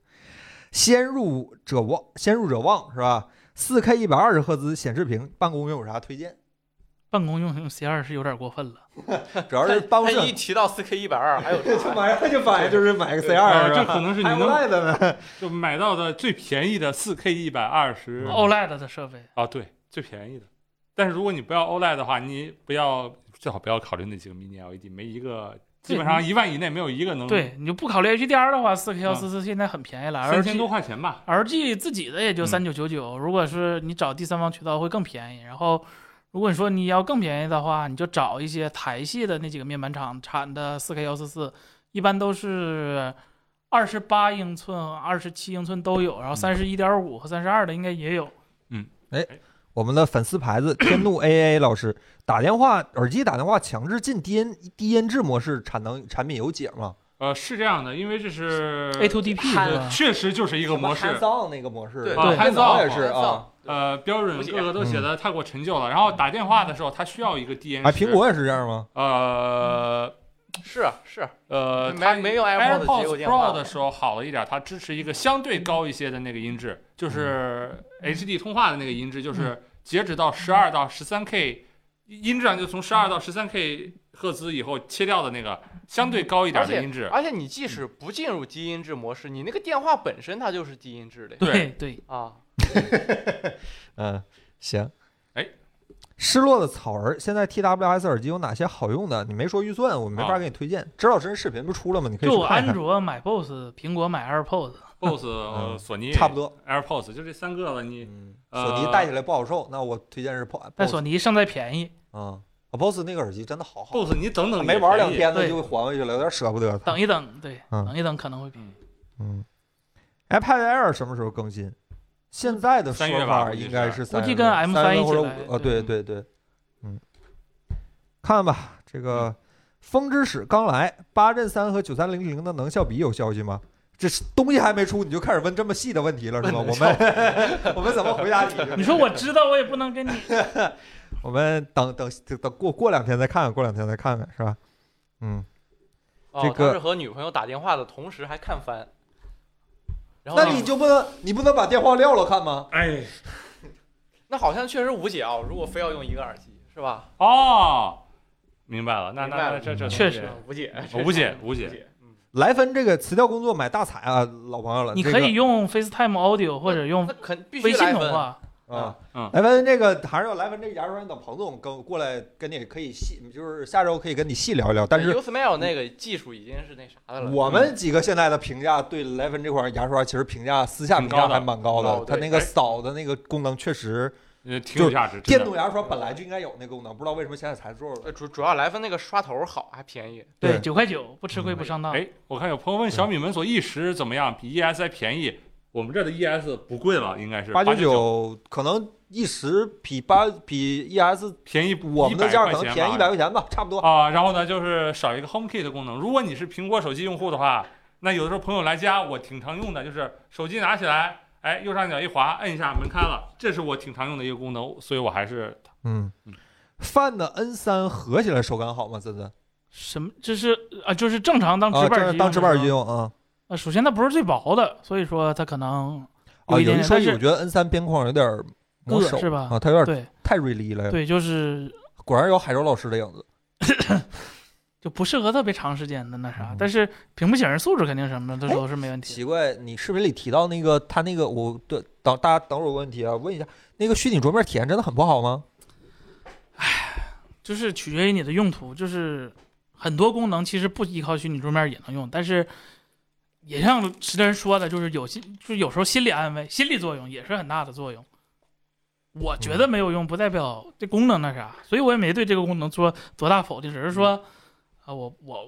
Speaker 1: 先入者望，先入者望是吧？四 K 一百二十赫兹显示屏，办公用有啥推荐？
Speaker 2: 办公用用 C 二是有点过分了，
Speaker 1: 主要是 办公室
Speaker 4: 他一提到四 K 一百二，还有这
Speaker 1: 就马上就反应就是买个 C
Speaker 3: 啊，
Speaker 1: 二，
Speaker 3: 这可能是你
Speaker 1: 还不
Speaker 3: 能
Speaker 1: 赖的呢。
Speaker 3: 就买到的最便宜的四 K 一百二十
Speaker 1: 嗯
Speaker 2: OLED 的设备，
Speaker 3: 啊，对，最便宜的。但是如果你不要 OLED 的话，你不要最好不要考虑那几个 Mini LED，没 E 一个基本上一万以内没有一个
Speaker 1: 嗯
Speaker 3: 能
Speaker 2: 对你就不考虑 HDR 的话，四 K 幺四四现在很便宜了，
Speaker 3: 三千
Speaker 2: LG
Speaker 3: 多块钱吧。
Speaker 2: LG 自己的也就
Speaker 3: 嗯
Speaker 2: 三九九九，如果是你找第三方渠道会更便宜。然后，如果你说你要更便宜的话，你就找一些台系的那几个面板厂产的四 K 幺四四，一般都是二十八英寸、二十七英寸都有，然后三十一点五和三十二的应该也有。
Speaker 1: 我们的粉丝牌子天怒 AA 老师打电话，耳机打电话强制进低音低音质模式，产能产品有解吗？
Speaker 3: 呃，是这样的，因为这是
Speaker 2: A2DP
Speaker 1: 它
Speaker 2: 是吧？
Speaker 3: 确实就是一
Speaker 1: 一
Speaker 3: 个模式。
Speaker 1: 那个模式，
Speaker 4: 对
Speaker 3: 对
Speaker 1: 电脑也
Speaker 3: 对
Speaker 1: 是啊。，
Speaker 3: 呃，标准
Speaker 4: 不写
Speaker 3: 各个都
Speaker 2: 嗯
Speaker 3: 写的太过陈旧了。然后打电话的时候，它需要一个低延时。
Speaker 2: 啊
Speaker 1: 哎，苹果也是这样吗？
Speaker 3: 呃
Speaker 4: 是啊是啊，
Speaker 3: 呃，它
Speaker 4: 没没有 AirPods 接过
Speaker 3: AirPods
Speaker 4: 电话
Speaker 3: Pro 的时候好了一点，它支持一个相对高一些的那个音质，就是 HD 通话的那个音质，就是截止到十二到十三 K 音质上，就从十二到十三 K 赫兹以后切掉的那个相对高一点
Speaker 4: 而且
Speaker 3: 的音质。
Speaker 4: 而且你即使不进入低音质模式，你那个电话本身它就是低音质的呀
Speaker 3: 对
Speaker 2: 对对，
Speaker 4: 啊。
Speaker 1: 嗯，行。
Speaker 3: 哎，
Speaker 1: 失落的草儿，现在 TWS 耳机有哪些好用的？你没说预算，我没法
Speaker 3: 啊
Speaker 1: 给你推荐。指导真人视频不出了吗？你可以
Speaker 2: 就
Speaker 1: 去
Speaker 2: 我
Speaker 1: 看一
Speaker 2: 安
Speaker 1: 看。
Speaker 2: 卓买 BOSS，苹果买 AirPods，
Speaker 3: BOSS、呃、索 尼
Speaker 1: 差不多。
Speaker 3: AirPods 就这三个了，你
Speaker 1: 嗯，
Speaker 3: 呃
Speaker 1: 索尼戴起来不好受，那我推荐是 p o
Speaker 2: 但索尼胜在便宜。
Speaker 1: 啊，BOSS 那个耳机真的好好，
Speaker 3: BOSS 你等等也
Speaker 1: 没玩两
Speaker 3: 便宜
Speaker 1: 天呢
Speaker 2: 对
Speaker 1: 就还回去了，有点舍不得。
Speaker 2: 等一等，对，
Speaker 1: 嗯
Speaker 2: 等一等可能会便宜。
Speaker 1: 嗯，iPad Air 什么时候更新？现在的说
Speaker 3: 三月吧
Speaker 1: 法
Speaker 3: 估计
Speaker 1: 应该是
Speaker 3: 是
Speaker 2: 估
Speaker 1: 三
Speaker 2: 计
Speaker 1: 月
Speaker 2: 跟
Speaker 1: 份
Speaker 2: M3
Speaker 1: 三月份
Speaker 2: 一
Speaker 1: 或
Speaker 2: 起
Speaker 1: 者
Speaker 2: 来
Speaker 1: 五呃，对对
Speaker 3: 对
Speaker 1: 对，嗯，看吧，这
Speaker 2: 嗯
Speaker 1: 个风之使刚来，八阵三和九三零零的能效比有消息吗？这是东西还没出，你就开始问这么细的问题了，是吧？
Speaker 2: 嗯
Speaker 1: 我们我们怎 么回答你？
Speaker 2: 你说我知道，我也不能跟你
Speaker 1: 我们等等等过过两天再看看，过两天再看看，是吧？嗯，
Speaker 4: 哦
Speaker 1: 这个
Speaker 4: 他是和女朋友打电话的同时还看番，然后
Speaker 1: 那你就不能你不能把电话撂了看吗？
Speaker 3: 哎
Speaker 4: 那好像确实无解啊。如果非要用一个耳机是吧？
Speaker 3: 哦，明白了，那
Speaker 4: 明白
Speaker 3: 那那
Speaker 4: 了
Speaker 3: 这这
Speaker 1: 嗯
Speaker 3: 这
Speaker 2: 确实
Speaker 4: 嗯无解，
Speaker 3: 我哦无解无解。
Speaker 4: 嗯
Speaker 1: 莱芬这个辞掉工作买大彩啊，老朋友了，
Speaker 2: 你
Speaker 1: 这
Speaker 2: 可
Speaker 1: 个
Speaker 2: 以用 FaceTime Audio 或者用
Speaker 4: 那肯必须
Speaker 2: 微信
Speaker 4: 来
Speaker 2: 通
Speaker 4: 分。
Speaker 2: 话，
Speaker 1: 啊，
Speaker 3: 嗯
Speaker 1: 莱文这个还是要莱文这个牙刷，等彭总跟过来跟你可以细，就是下周可以跟你细聊一聊。但是
Speaker 4: U Smile 那个技术已经是那啥的了。
Speaker 1: 我们几个现在的评价对莱文这款牙刷，其实评价私下评价还蛮高哎
Speaker 4: 挺高
Speaker 1: 的。
Speaker 4: 的
Speaker 1: 它那个扫的那个功能确实，
Speaker 3: 呃，挺有价值。真
Speaker 1: 电
Speaker 3: 的
Speaker 1: 动牙刷本来就应该有那功能，不知道为什么现在才做了。
Speaker 4: 呃主主要来分那个刷头好，还便宜。
Speaker 1: 对嗯
Speaker 2: 九块九不吃亏不
Speaker 1: 啊
Speaker 2: 上当。
Speaker 3: 哎，我看有朋友问小米门锁一时怎么样，比 ES 还便宜。我们这儿的 ES 不贵了，应该是
Speaker 1: 八九
Speaker 3: 九，
Speaker 1: 九可能一时比八比 ES
Speaker 3: 便宜
Speaker 1: 我们的价可能
Speaker 3: 100
Speaker 1: 便宜一百块钱吧，差不多。
Speaker 3: 啊。然后呢，就是少一个 HomeKit 的功能。如果你是苹果手机用户的话，那有的时候朋友来家，我挺常用的，就是手机拿起来，哎，右上角一滑，摁一下门开了，这是我挺常用的一个功能，所以我还是
Speaker 1: 嗯
Speaker 3: 嗯
Speaker 1: ，Find N 三合起来手感好吗？森森
Speaker 2: 什么？这是啊，就是正常当
Speaker 1: 啊，
Speaker 2: 直板
Speaker 1: 这
Speaker 2: 儿
Speaker 1: 是
Speaker 2: 机
Speaker 1: 当直板耳机
Speaker 2: 用的时候。
Speaker 1: 用啊。
Speaker 2: 呃，首先它不是最薄的，所以说它可能
Speaker 1: 啊，
Speaker 2: 有一
Speaker 1: 有一
Speaker 2: 点点
Speaker 1: 说
Speaker 2: 但
Speaker 1: 一，
Speaker 2: 是
Speaker 1: 我觉得 N 三边框有点儿磨
Speaker 2: 硌
Speaker 1: 手，
Speaker 2: 是吧
Speaker 1: 啊，它有点儿
Speaker 2: 对
Speaker 1: 太锐利了，
Speaker 2: 对，就是
Speaker 1: 果然有海州老师的影子。
Speaker 2: 就不适合特别长时间的那啥
Speaker 1: 嗯。哎
Speaker 2: 但是屏幕显示素质肯定什么的都都是没问题的。
Speaker 1: 奇怪，你视频里提到那个他那个，我对等大家等会儿有问题啊，问一下，那个虚拟桌面体验真的很不好吗？
Speaker 2: 就是取决于你的用途，就是很多功能其实不依靠虚拟桌面也能用，但是也像石真说的，就是有些就是有时候心理安慰、心理作用也是很大的作用。我觉
Speaker 1: 嗯
Speaker 2: 得没有用，不代表这功能那啥，所以我也没对这个功能做多大否定，只是
Speaker 1: 嗯
Speaker 2: 说啊，我我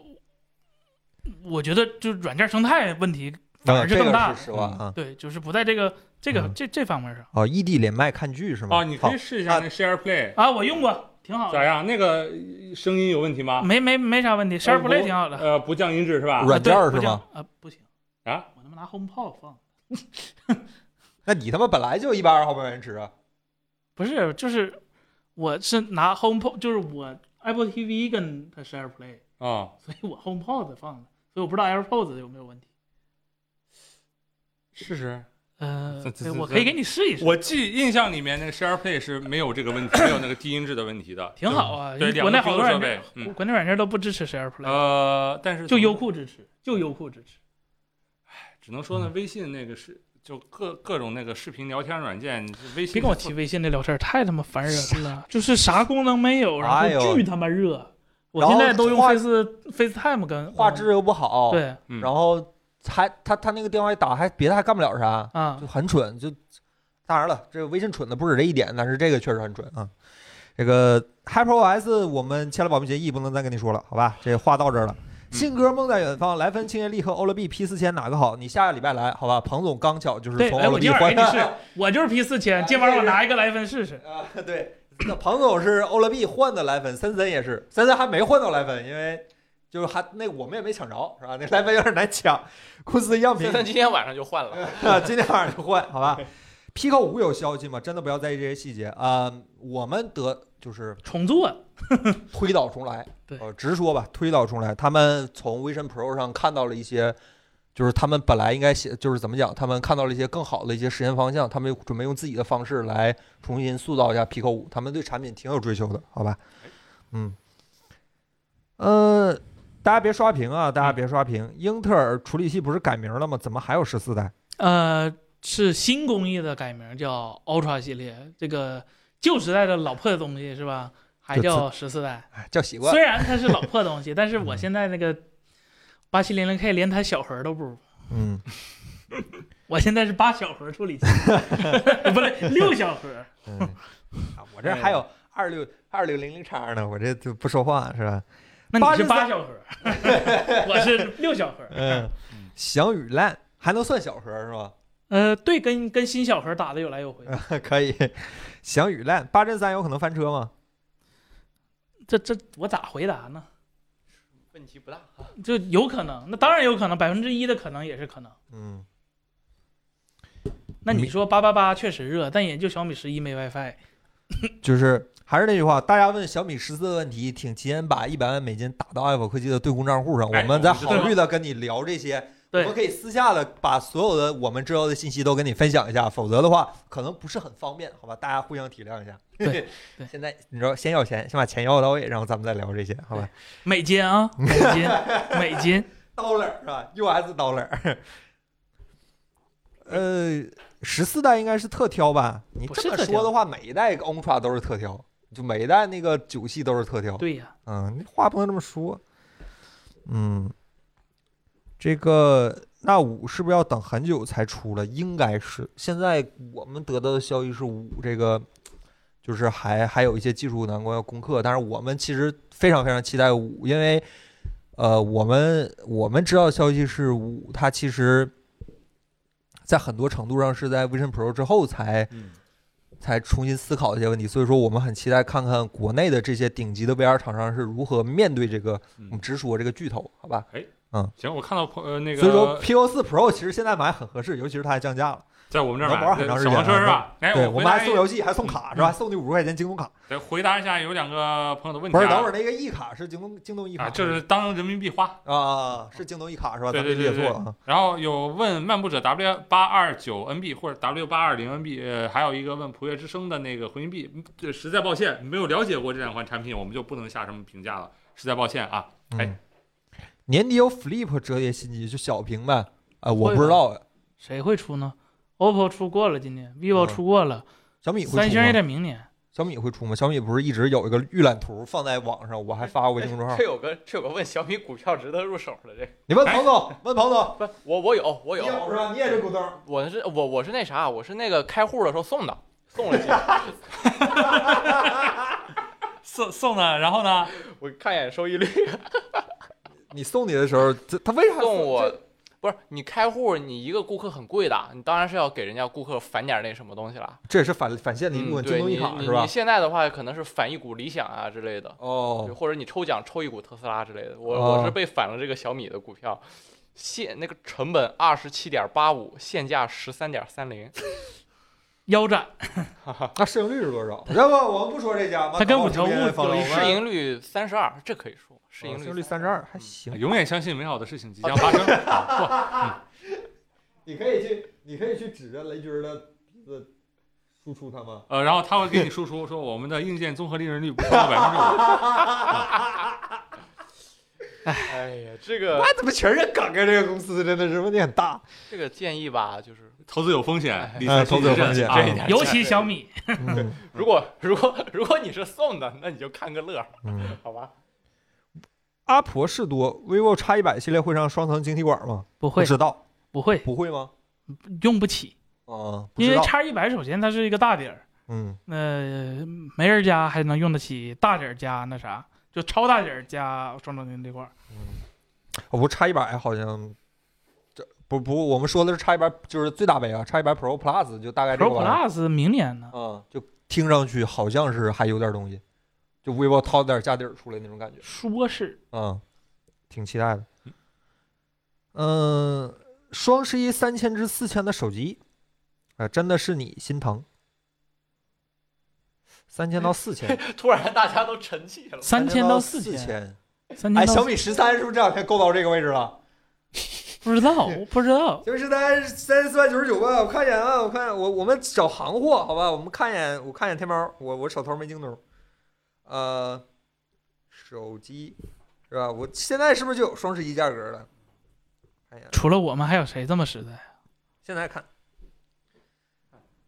Speaker 2: 我觉得就是软件生态问题反而
Speaker 1: 这
Speaker 2: 更大嗯
Speaker 1: 个
Speaker 2: 的
Speaker 1: 是，实话啊。
Speaker 2: 对，就是不在这个这个
Speaker 1: 嗯
Speaker 2: 这这方面上
Speaker 1: 哦，异地连麦看剧是吗？
Speaker 3: 哦，你可以试一下那 Share Play，
Speaker 2: 啊，我用过，挺好
Speaker 3: 咋
Speaker 2: 的，
Speaker 3: 样？那个声音有问题吗？
Speaker 2: 没没没啥问题
Speaker 3: 呃
Speaker 2: ，Share Play
Speaker 3: 不
Speaker 2: 挺好的。
Speaker 3: 呃，不降音质是吧？
Speaker 1: 嗯软件儿是吗
Speaker 2: 啊对不行啊，不行
Speaker 3: 啊，
Speaker 2: 我他妈拿 HomePod 放，
Speaker 1: 那你他妈本来就一百二毫半元池啊！
Speaker 2: 不是，就是我是拿 HomePod，就是我 Apple TV 跟它是 AirPlay，
Speaker 3: 啊，
Speaker 2: 所以我 HomePod 放的，所以我不知道 AirPods 有没有问题。
Speaker 3: 试试。
Speaker 2: 呃，
Speaker 3: 这这
Speaker 2: 对
Speaker 3: 这
Speaker 2: 我可以给你试一试，
Speaker 3: 我记印象里面那个 Share Play 是没有这个问题，没有那个低音质的问题的。
Speaker 2: 挺好啊。
Speaker 3: 对
Speaker 2: 因为
Speaker 3: 两个
Speaker 2: 国内好多
Speaker 3: 苹果
Speaker 2: 软
Speaker 3: 设备
Speaker 2: 件，
Speaker 3: 嗯
Speaker 2: 国内软件都不支持 AirPlay，
Speaker 3: 呃，但是
Speaker 2: 就优酷支持，就优酷支持。
Speaker 3: 只能说呢，微信那个是就各各种那个视频聊天软件，微信
Speaker 2: 别跟我提微信这聊天儿，太他妈烦人了， 就是啥功能没有，
Speaker 1: 哎
Speaker 2: 然
Speaker 1: 呦
Speaker 2: 后巨他妈热。我
Speaker 1: 然
Speaker 2: 现
Speaker 1: 后
Speaker 2: 在都用
Speaker 1: 画
Speaker 2: Face FaceTime 跟哦
Speaker 1: 画质又不好，，
Speaker 2: 嗯对
Speaker 3: 嗯
Speaker 1: 然后还他他那个电话一打还别的还干不了啥，
Speaker 2: 啊
Speaker 1: 就，很蠢。就当然了，这个微信蠢的不止这一点，但是这个确实很蠢啊。这个 HyperOS 我们签了保密协议，不能再跟你说了，好吧？这话到这儿了。
Speaker 2: 嗯
Speaker 1: 信鸽梦在远方，莱芬清叶力和欧乐 B P 四千哪个好？你下个礼拜来，好吧？彭总刚巧就是
Speaker 2: 对，
Speaker 1: 从
Speaker 2: 哎，
Speaker 1: 欧乐
Speaker 2: 我
Speaker 1: B
Speaker 2: 今晚
Speaker 1: 回
Speaker 2: 给你试
Speaker 1: 来，，
Speaker 2: 我就是 P 四千，今晚我拿一个来分试试。
Speaker 1: 啊，对，那彭总是欧乐 B 换的莱芬，森森也是，森森还没换到莱芬，因为就是还那我们也没抢着，是吧？那莱芬有点难抢，公司样品
Speaker 4: 森森今天晚上就 换了，
Speaker 1: 啊，今天晚上就换，好吧？Pico 五有消息吗？真的不要在意这些细节啊、我们得就是
Speaker 2: 重做，
Speaker 1: 推倒重来，
Speaker 2: 对
Speaker 1: 呃，直说吧，推倒重来。他们从 Vision Pro 上看到了一些，就是他们本来应该写，就是怎么讲，他们看到了一些更好的一些实验方向，他们准备用自己的方式来重新塑造一下 Pico 五。他们对产品挺有追求的，好吧？嗯，呃，大家别刷屏啊，大家别刷屏。英特尔处理器不是改名了吗？怎么还有十四代？
Speaker 2: 呃，是新工艺的改名叫 Ultra 系列，这个旧时代的老破东西是吧？还叫十四代，
Speaker 1: 哎，叫习惯了。
Speaker 2: 虽然它是老破东西，但是我现在那个八七零零 K 连它小核都不如，
Speaker 1: 嗯。
Speaker 2: 我现在是八小核处理器， 不对，六小核。
Speaker 1: 嗯， 啊我这还有二六二六零零叉呢，我这就不说话是吧？
Speaker 2: 那你是
Speaker 1: 83
Speaker 2: 八小核， 我是六小 核。
Speaker 1: 嗯，翔宇烂还能算小盒是吧？
Speaker 2: 呃，对，跟跟新小核打的有来有回，
Speaker 1: 可以，翔宇烂八阵三有可能翻车吗？
Speaker 2: 这这我咋回答呢？
Speaker 4: 问题不大。啊
Speaker 2: 就有可能，那当然有可能，百分之一的可能也是可能。
Speaker 1: 嗯，
Speaker 2: 那你说八八八确实热，但也就小米十一没 WiFi。
Speaker 1: 就是还是那句话，大家问小米十四的问题，挺急眼把一百万美金打到爱否科技的对公账户上，
Speaker 3: 哎
Speaker 1: 我们再
Speaker 3: 我知道
Speaker 1: 考虑的跟你聊这些。我
Speaker 2: 对
Speaker 1: 们可以私下的把所有的我们知道的信息都跟你分享一下，否则的话可能不是很方便，好吧？大家互相体谅一下。
Speaker 2: 对对
Speaker 1: 现在你知道，先要钱，先把钱要到位，然后咱们再聊这些， 好吧？
Speaker 2: 美 金啊，美金，美金。
Speaker 1: dollar 是吧？US
Speaker 2: 哎
Speaker 1: dollar。呃，十四代应该是特挑吧？你
Speaker 2: 不
Speaker 1: 这
Speaker 2: 是
Speaker 1: 么
Speaker 2: 特
Speaker 1: 说
Speaker 2: 挑
Speaker 1: 的话，每一代 Ultra 都是特挑，就每一代那个九系都是特挑。
Speaker 2: 对呀、
Speaker 1: 嗯，你话不能这么说。嗯，这个那五是不是要等很久才出了？应该是。现在我们得到的消息是五这个，就是还还有一些技术难关要攻克，但是我们其实非常非常期待五，因为呃，我们我们知道的消息是五，它其实在很多程度上是在 Vision Pro 之后才
Speaker 3: 嗯
Speaker 1: 才重新思考一些问题，所以说我们很期待看看国内的这些顶级的 VR 厂商是如何面对这个我们
Speaker 3: 嗯
Speaker 1: 直说这个巨头，好吧？
Speaker 3: 行，我看到朋呃那个，
Speaker 1: 所以说 PO 四 Pro 其实现在买很合适，尤其是它还降价了，
Speaker 3: 在我们这儿
Speaker 1: 能玩
Speaker 3: 买
Speaker 1: 很长时
Speaker 3: 小
Speaker 1: 间
Speaker 3: 黄车是吧？哎，
Speaker 1: 对，
Speaker 3: 我
Speaker 1: 我
Speaker 3: 回
Speaker 1: 们
Speaker 3: 答嗯
Speaker 1: 还送游戏，还送卡是吧？送你五十块钱京东卡，
Speaker 3: 得回答一下有两个朋友的问
Speaker 1: 不
Speaker 3: 题啊，
Speaker 1: 是，等会儿那个一卡是京东京东一 E 卡
Speaker 3: 啊，，这是当人民币花。
Speaker 1: 啊是京东一卡是吧？
Speaker 3: 对
Speaker 1: 咱们
Speaker 3: 对
Speaker 1: 理
Speaker 3: 对
Speaker 1: 解错了啊。
Speaker 3: 然后有问漫步者 W 八二九 NB 或者 W 八二零 NB，呃，还有一个问普月之声的那个回音壁，嗯这实在抱歉，没有了解过这两款产品，我们就不能下什么评价了，实在抱歉啊。哎
Speaker 1: 嗯，年底有 Flip 折叠新机，就小屏呗。啊，我
Speaker 2: 会
Speaker 1: 不知
Speaker 2: 吗
Speaker 1: 道，
Speaker 2: 谁会出呢？OPPO 出过了，今年
Speaker 1: 嗯
Speaker 2: vivo 出过了，
Speaker 1: 小米会
Speaker 2: 三
Speaker 1: 出
Speaker 2: 星也
Speaker 1: 吗
Speaker 2: 得明年。
Speaker 1: 小米会出吗？小米不是一直有一个预览图放在网上，我还发过微信公众号
Speaker 3: 哎
Speaker 4: 这。有个这有个问小米股票值得入手的这个，
Speaker 1: 你问彭总，问彭总，
Speaker 4: 不，我我有我
Speaker 1: 你
Speaker 4: 有，
Speaker 1: 是吧？你也是股东，
Speaker 4: 我是我我是那啥，我是那个开户的时候送的， 送了几个，
Speaker 3: 送送的，然后呢？
Speaker 4: 我看一眼收益率，
Speaker 1: 你送你的时候，这他为啥
Speaker 4: 送我
Speaker 1: 这？
Speaker 4: 不是你开户，你一个顾客很贵的，你当然是要给人家顾客返点那什么东西了。
Speaker 1: 这也是返返现的一部
Speaker 4: 嗯，
Speaker 1: 分，
Speaker 4: 对
Speaker 1: 京东
Speaker 4: 你
Speaker 1: 一卡
Speaker 4: 你
Speaker 1: 是吧
Speaker 4: 你？现在的话可能是返一股理想啊之类的，就
Speaker 1: 哦，
Speaker 4: 或者你抽奖抽一股特斯拉之类的。我、
Speaker 1: 哦
Speaker 4: 我是被返了这个小米的股票，现那个成本二十七点八五，现价十三点三零。
Speaker 2: 腰斩，
Speaker 1: 那市盈率是多少？ 要不我们不说这家吗？
Speaker 2: 它跟
Speaker 1: 搞不好
Speaker 2: 五条悟
Speaker 1: 这边也放了
Speaker 2: 有一
Speaker 1: 我们
Speaker 4: 市盈率三十二，这可以说市盈
Speaker 1: 哦
Speaker 4: 率
Speaker 1: 市盈率三十二，还
Speaker 4: 嗯
Speaker 1: 行。
Speaker 3: 永远相信美好的事情即将发生。 好，
Speaker 1: 你可以去，你可以去指着雷军的鼻子输出他 吗？
Speaker 3: 不，呃，然后他会给你输出说我们的硬件综合利润率不超过百分之五。
Speaker 4: 哎呀，这个
Speaker 1: 哇，怎么全是梗啊？这个公司真的是问题很大。
Speaker 4: 这个建议吧，就是
Speaker 3: 投资有风险，理
Speaker 1: 哎
Speaker 3: 财
Speaker 1: 投资有风险
Speaker 3: 谨慎
Speaker 1: 这一
Speaker 3: 啊
Speaker 1: 点
Speaker 2: 尤其小米，
Speaker 1: 嗯
Speaker 4: 如果 如果如果你是送的，那你就看个乐儿，
Speaker 1: 嗯，
Speaker 4: 好吧？
Speaker 1: 阿婆士多，vivo X 一百系列会上双层晶体管吗？
Speaker 2: 不
Speaker 1: 不
Speaker 2: 会
Speaker 1: 知道，
Speaker 2: 不会
Speaker 1: 不会吗？
Speaker 2: 用不起，
Speaker 1: 嗯，不
Speaker 2: 因
Speaker 1: 知
Speaker 2: 为
Speaker 1: 道。
Speaker 2: 叉一百首先它是一个大底儿，
Speaker 1: 嗯，
Speaker 2: 那、呃、没人家还能用得起大底儿加那啥，就超大底儿加双层钉这块儿。
Speaker 1: 哦，不，X 一百好像这不不，我们说的是 X 一百就是最大杯啊，X 一百 Pro Plus 就大概哎这
Speaker 2: Pro
Speaker 1: 个玩意儿。
Speaker 2: Plus 明年呢？
Speaker 1: 嗯，就听上去好像是还有点东西，就 vivo 掏点家底儿出来那种感觉。
Speaker 2: 说是
Speaker 1: 嗯，挺期待的。嗯，双十一三千至四千的手机，啊、真的是你心疼。三千到四千，
Speaker 4: 突然大家都沉寂了。
Speaker 2: 三千
Speaker 1: 到
Speaker 2: 四
Speaker 1: 四
Speaker 2: 千，
Speaker 1: 千。
Speaker 2: 三
Speaker 1: 哎，
Speaker 2: 千到
Speaker 1: 小米十三是不是这两天够到这个位置了？
Speaker 2: 不知道，我不知道。
Speaker 1: 小米十三三十四万九十九吧，我看一眼啊，我看一眼我我们找行货好吧，我们看一眼，我看一眼天猫，我我手头没京东。呃，手机是吧？我现在是不是就有双十一价格了？看一眼，
Speaker 2: 除了我们还有谁这么实在？
Speaker 1: 现在看。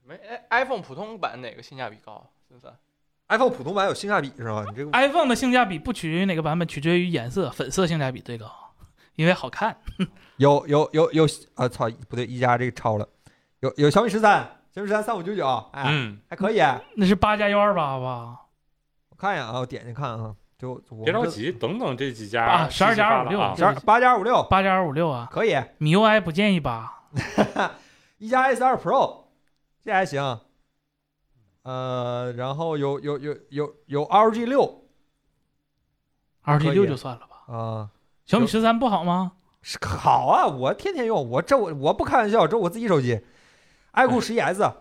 Speaker 4: 没哎，iPhone 普通版哪个性价比高啊？森森，
Speaker 1: iPhone 普通版有性价比是吧？你这个
Speaker 3: 哎
Speaker 2: iPhone 的性价比不取决于哪个版本，取决于颜色，粉色性价比最高，因为好看。
Speaker 1: 有有有有啊！操，不对，一加这个超了，有有小米十三，小米十三三五九九，哎，
Speaker 3: 嗯，
Speaker 1: 还可以。
Speaker 2: 那是八加幺二八吧？
Speaker 1: 我看一眼啊，我点进看啊，就
Speaker 3: 别着，急，等等这几家
Speaker 2: 啊
Speaker 3: 齐
Speaker 2: 12加
Speaker 3: 齐发了啊
Speaker 2: 26
Speaker 1: 十二八加五六
Speaker 2: 八加二五六啊
Speaker 1: 可以，
Speaker 2: ，MIUI 不建议吧？
Speaker 1: 一加 S 二 Pro 这还行。呃，然后有有有有有 RG 六
Speaker 2: r T
Speaker 1: 可以
Speaker 2: 六就算了吧。
Speaker 1: 啊，
Speaker 2: 小米十三不好吗？
Speaker 1: 是好啊，我天天用，我这我我不开玩笑，这我自己手机，爱酷十一 S
Speaker 2: 啊，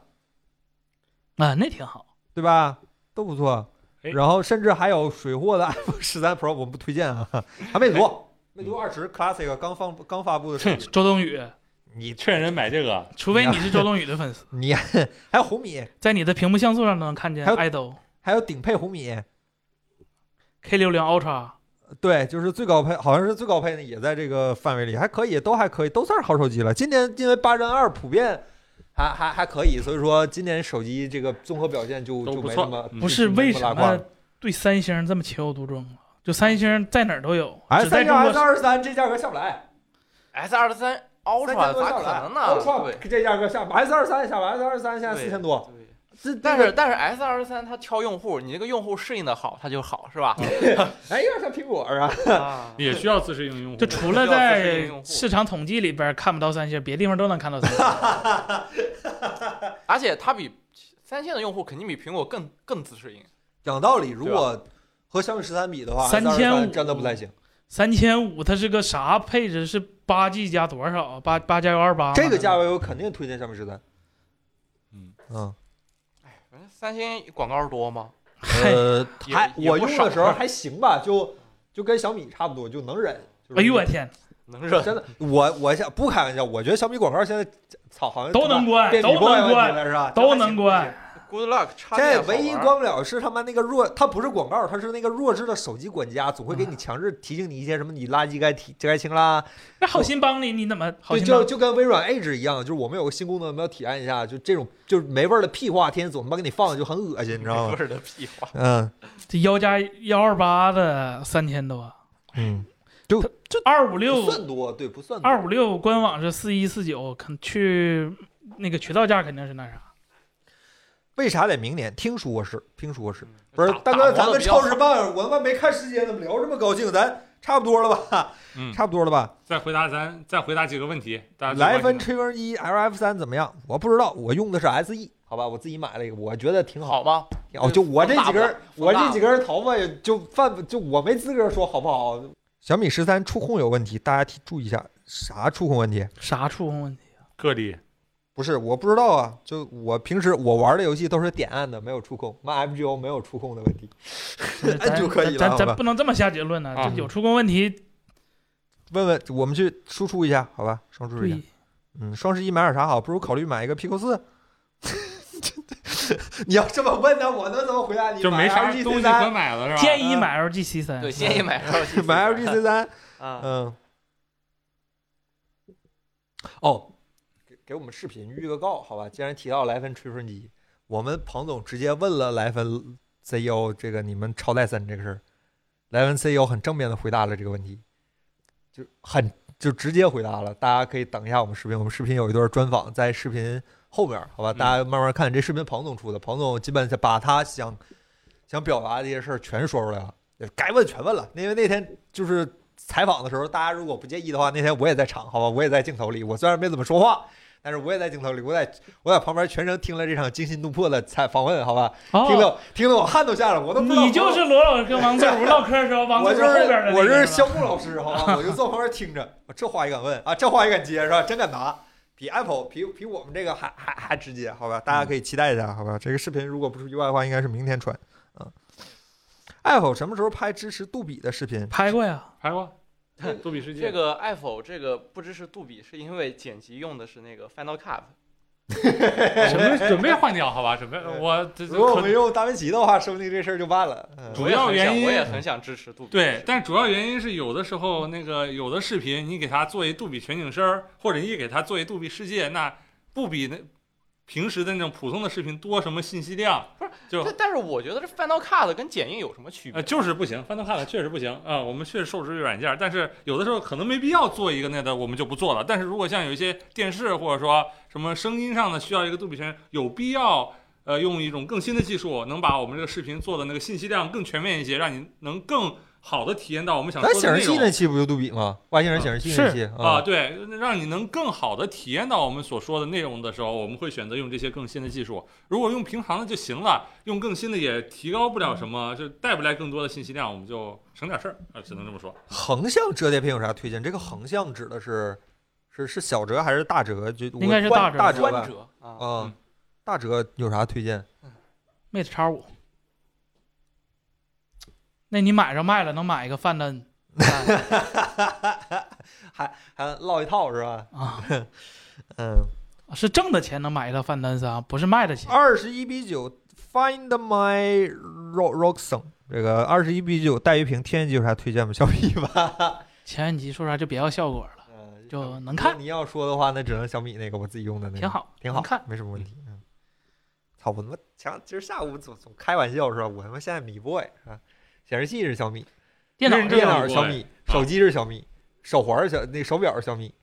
Speaker 2: 那挺好。
Speaker 1: 对吧？都不错。
Speaker 3: 哎
Speaker 1: 然后甚至还有水货的 iPhone 十三 Pro，我们不推荐啊，还魅族，魅族二十 Classic 刚放刚发布的手机，
Speaker 2: 周冬雨，
Speaker 1: 你
Speaker 3: 劝人买这个，
Speaker 2: 除非你是周冬雨的粉 丝，
Speaker 1: 你还有红米，
Speaker 2: 在你的屏幕像素上都能看见
Speaker 1: 还有
Speaker 2: 爱豆
Speaker 1: 还有顶配红米，
Speaker 2: K 六零 Ultra，
Speaker 1: 对，就是最高配，好像是最高配的也在这个范围里，还可以，都还可以，都算是好手机了。今年因为八针二普遍还还还可以，所以说今年手机这个综合表现就
Speaker 3: 都
Speaker 1: 就
Speaker 3: 不
Speaker 1: 没那
Speaker 3: 错
Speaker 1: 么。
Speaker 3: 嗯
Speaker 2: 不是
Speaker 1: 就没那
Speaker 2: 为
Speaker 1: 么
Speaker 2: 什
Speaker 1: 拉胯
Speaker 2: 么
Speaker 1: 了
Speaker 2: 对三星这么情有独钟啊？就三星在哪儿都有，
Speaker 1: 哎，
Speaker 2: 只在
Speaker 1: 三
Speaker 2: 中
Speaker 1: 加 S
Speaker 2: 国
Speaker 1: 二十三这价格下不来。
Speaker 4: S 二十三 Ultra 咋可能呢
Speaker 1: ？Ultra 这价格下，S 二三下吧，S 二三现在四千多。
Speaker 4: 对，对
Speaker 1: 这
Speaker 4: 但是但是 S 二十三它挑用户，你这个用户适应的好，它就好是吧？
Speaker 1: 哎，有点像苹果啊。
Speaker 4: 啊
Speaker 3: 也需要自适应用户。
Speaker 2: 就除了
Speaker 4: 要自适应
Speaker 2: 在
Speaker 4: 用户
Speaker 2: 市场统计里边看不到三星，别地方都能看到三 星。
Speaker 4: 而且它比三星的用户肯定比苹果更更自适应。
Speaker 1: 讲道理，如果和小米十三比的话，
Speaker 2: 3500
Speaker 1: S23 真的不太行。
Speaker 2: 三千五，它是个啥配置？是八 G 加多少啊？八八加幺二八？
Speaker 1: 这个价位我肯定推荐小米十三。
Speaker 3: 嗯
Speaker 1: 嗯，
Speaker 4: 嗯三星广告多吗？
Speaker 2: 嗨，
Speaker 1: 呃，
Speaker 4: 也
Speaker 1: 还
Speaker 4: 也
Speaker 1: 我
Speaker 4: 不
Speaker 1: 用
Speaker 4: 少
Speaker 1: 的时候还行吧，就就跟小米差不多，就能忍。就是
Speaker 2: 哎呦我天，
Speaker 4: 能忍
Speaker 1: 真的，我我想不开玩笑，我觉得小米广告现在操好像
Speaker 2: 都能关
Speaker 1: 呃变，
Speaker 2: 都
Speaker 1: 米
Speaker 2: 能
Speaker 1: 怪问题
Speaker 2: 关，
Speaker 1: 了是吧？
Speaker 2: 都能关。
Speaker 4: Good Luck 插
Speaker 1: 现
Speaker 4: 电
Speaker 1: 在
Speaker 4: 好玩
Speaker 1: 唯一关不了是他妈那个弱，它不是广告，它是那个弱智的手机管家总会给你强制提醒你一些什么，你垃圾该提该清啦。
Speaker 2: 那好心帮你，你怎么好
Speaker 1: 对，
Speaker 2: 心
Speaker 1: 就
Speaker 2: 帮？
Speaker 1: 就跟微软 Edge 一样，就是我们有个新功能，我们要体验一下，就这种就是没味儿的屁话，天天总他妈给你放的就很恶心，你知道吗
Speaker 4: 味？儿的 屁话。
Speaker 1: 嗯
Speaker 2: 这幺加幺二八的三千多，
Speaker 1: 嗯，
Speaker 2: 二五
Speaker 1: 不
Speaker 2: 六
Speaker 1: 算多，对，不算多。
Speaker 2: 哎二五六官网是四一四九，肯去那个渠道价肯定是那啥，
Speaker 1: 为啥得明年？听说是，听说是，不
Speaker 4: 嗯打
Speaker 1: 是大哥，咱们超时
Speaker 4: 打磨得比较好
Speaker 1: 办，我他妈没看时间，怎么聊这么高兴？咱差不多了吧？
Speaker 3: 嗯，
Speaker 1: 差不多了吧？
Speaker 3: 再回答咱再回答几个问题，大家
Speaker 1: 莱
Speaker 3: 最
Speaker 1: 芬
Speaker 3: 关心
Speaker 1: Trigger 一 LF 三怎么样？我不知道，我用的是 SE，好吧，我自己买了一个，我觉得挺好。
Speaker 4: 好吗？
Speaker 1: 哦，就我这几根儿，
Speaker 4: 嗯风大不大
Speaker 1: 我这几根儿头发也就犯，就我没资格说好不好。小米十三触控有问题，大家提注意一下，啥触控问题？
Speaker 2: 啥触 控问题？
Speaker 3: 的个例，
Speaker 1: 不是，我不知道啊。就我平时我玩的游戏都是点按的，没有触控。那 MGO 没有触控的问题，
Speaker 2: 咱
Speaker 1: 按就可以了
Speaker 2: 咱
Speaker 1: 好吧
Speaker 2: 咱不能这么下结论呢、
Speaker 3: 啊
Speaker 2: 这有触控问题，
Speaker 1: 问问我们去输出一下，好吧？双输出一下
Speaker 2: 对。，
Speaker 1: 嗯，双十一买点啥好？不如考虑买一个 Pico 四。 你要这么问呢，我能怎么回答你？
Speaker 3: 就没啥
Speaker 1: 买 LG
Speaker 3: 东西
Speaker 1: C
Speaker 3: 可
Speaker 1: 三，
Speaker 3: 买了是吧？
Speaker 2: 建议买 LGC 三
Speaker 5: 对，，建议 买 LG，
Speaker 1: 嗯买 LG C 三。
Speaker 4: 啊，
Speaker 1: 嗯。哦，给给我们视频预个告，好吧？既然提到莱芬吹风机，我们彭总直接问了莱芬 CEO 这个你们超戴森这个事儿，莱芬 CEO 很正面的回答了这个问题，就很就直接回答了。大家可以等一下我们视频，我们视频有一段专访在视频后面，好吧？
Speaker 3: 嗯
Speaker 1: 大家慢慢看，这视频彭总出的，彭总基本上把他想想表达的这些事儿全说出来了，该问全问了，因为那天就是采访的时候，大家如果不介意的话，那天我也在场，好吧，我也在镜头里。我虽然没怎么说话，但是我也在镜头里，我在我在旁边全程听了这场惊心动魄的采访问，好吧，听
Speaker 2: 哦，
Speaker 1: 得听得我汗都下来，我都不知道
Speaker 2: 你就是罗老师跟王自如唠嗑的时候，王
Speaker 1: 我
Speaker 2: 自
Speaker 1: 就
Speaker 2: 如后边的
Speaker 1: 是
Speaker 2: 那个
Speaker 1: 我就是
Speaker 2: 吧
Speaker 1: 肖木老师，好吧，我就坐旁边听着，我这话也敢问啊，这话也敢接是吧？真敢答，比 Apple 比比我们这个还还还直接，好吧？大家可以期待一下，好吧？这个视频如果不出意外的话，应该是明天传啊。Apple 什么时候拍支持杜比的视频？
Speaker 2: 拍过呀，
Speaker 3: 拍过，杜比世界
Speaker 4: 这个 Apple 这个不支持杜比，是因为剪辑用的是那个 Final Cut。
Speaker 3: 准 备准备换掉好吧？准备
Speaker 1: 对
Speaker 3: 我这
Speaker 1: 如果我
Speaker 3: 可
Speaker 1: 们用达芬奇的话，说不定这事儿就办了。嗯
Speaker 3: 主
Speaker 4: 我也
Speaker 3: 要
Speaker 4: 很
Speaker 3: 原
Speaker 4: 想，
Speaker 3: 因
Speaker 4: 我也很想支持杜比。
Speaker 3: 对，但主要原因是有的时候那个有的视频你给它做一杜比全景声儿，或者你给它做一杜比世界，那不比那平时的那种普通的视频多什么信息量，
Speaker 4: 不是
Speaker 3: 就
Speaker 4: 但但是我觉得这 Final Cut 跟剪映有什么区别？
Speaker 3: 呃，就是不行，翻腾看了确实不行啊、我们确实受制于软件儿，但是有的时候可能没必要做一个那个，我们就不做了。但是如果像有一些电视或者说什么声音上的需要一个杜比全，有必要呃用一种更新的技术，能把我们这个视频做的那个信息量更全面一些，让你能更好的体验到我们想
Speaker 1: 咱
Speaker 3: 说
Speaker 1: 显
Speaker 3: 的
Speaker 1: 示
Speaker 3: 内
Speaker 1: 器那
Speaker 3: 容。
Speaker 1: 期不就杜比吗？外星人显示器那期
Speaker 3: 啊，，对，让你能更好的体验到我们所说的内容的时候，我们会选择用这些更新的技术。如果用平常的就行了，用更新的也提高不了什么，就带不来更多的信息量，我们就省点事儿啊，只能这么说。
Speaker 1: 横向折叠屏有啥推荐？这个横向指的是是是小折还是大折？就我
Speaker 2: 应该是大折
Speaker 1: 大折
Speaker 4: 专
Speaker 1: 吧？
Speaker 4: 折啊，
Speaker 1: 啊
Speaker 3: 嗯，
Speaker 1: 大折有啥推荐？
Speaker 2: Mate 叉五。那你买上卖了，能买一个范德恩
Speaker 1: 还还落一套是吧？
Speaker 2: 啊？
Speaker 1: 嗯，
Speaker 2: 是挣的钱能买一套范德恩三，啊不是卖的钱。
Speaker 1: 二十一比九，Find My Rock Rockson 这个二十一比九带鱼屏天眼机有啥推荐吗？小米吧，
Speaker 2: 前眼机说啥就别要效果了，
Speaker 1: 嗯
Speaker 2: 就能看
Speaker 1: 你要说的话，那只能小米那个我自己用的那个，
Speaker 2: 挺好，
Speaker 1: 挺好，
Speaker 2: 能看
Speaker 1: 没什么问题。嗯，操，我他妈前今儿下午总总开玩笑是吧？我他妈现在米 boy 是吧？显示器是小米，
Speaker 2: 电脑
Speaker 1: 认
Speaker 3: 这
Speaker 1: 电
Speaker 3: 样
Speaker 1: 脑
Speaker 3: 米
Speaker 1: 是小
Speaker 3: boy，
Speaker 1: 米，
Speaker 3: 啊
Speaker 1: 手机是小米，手环儿小那手表是小米，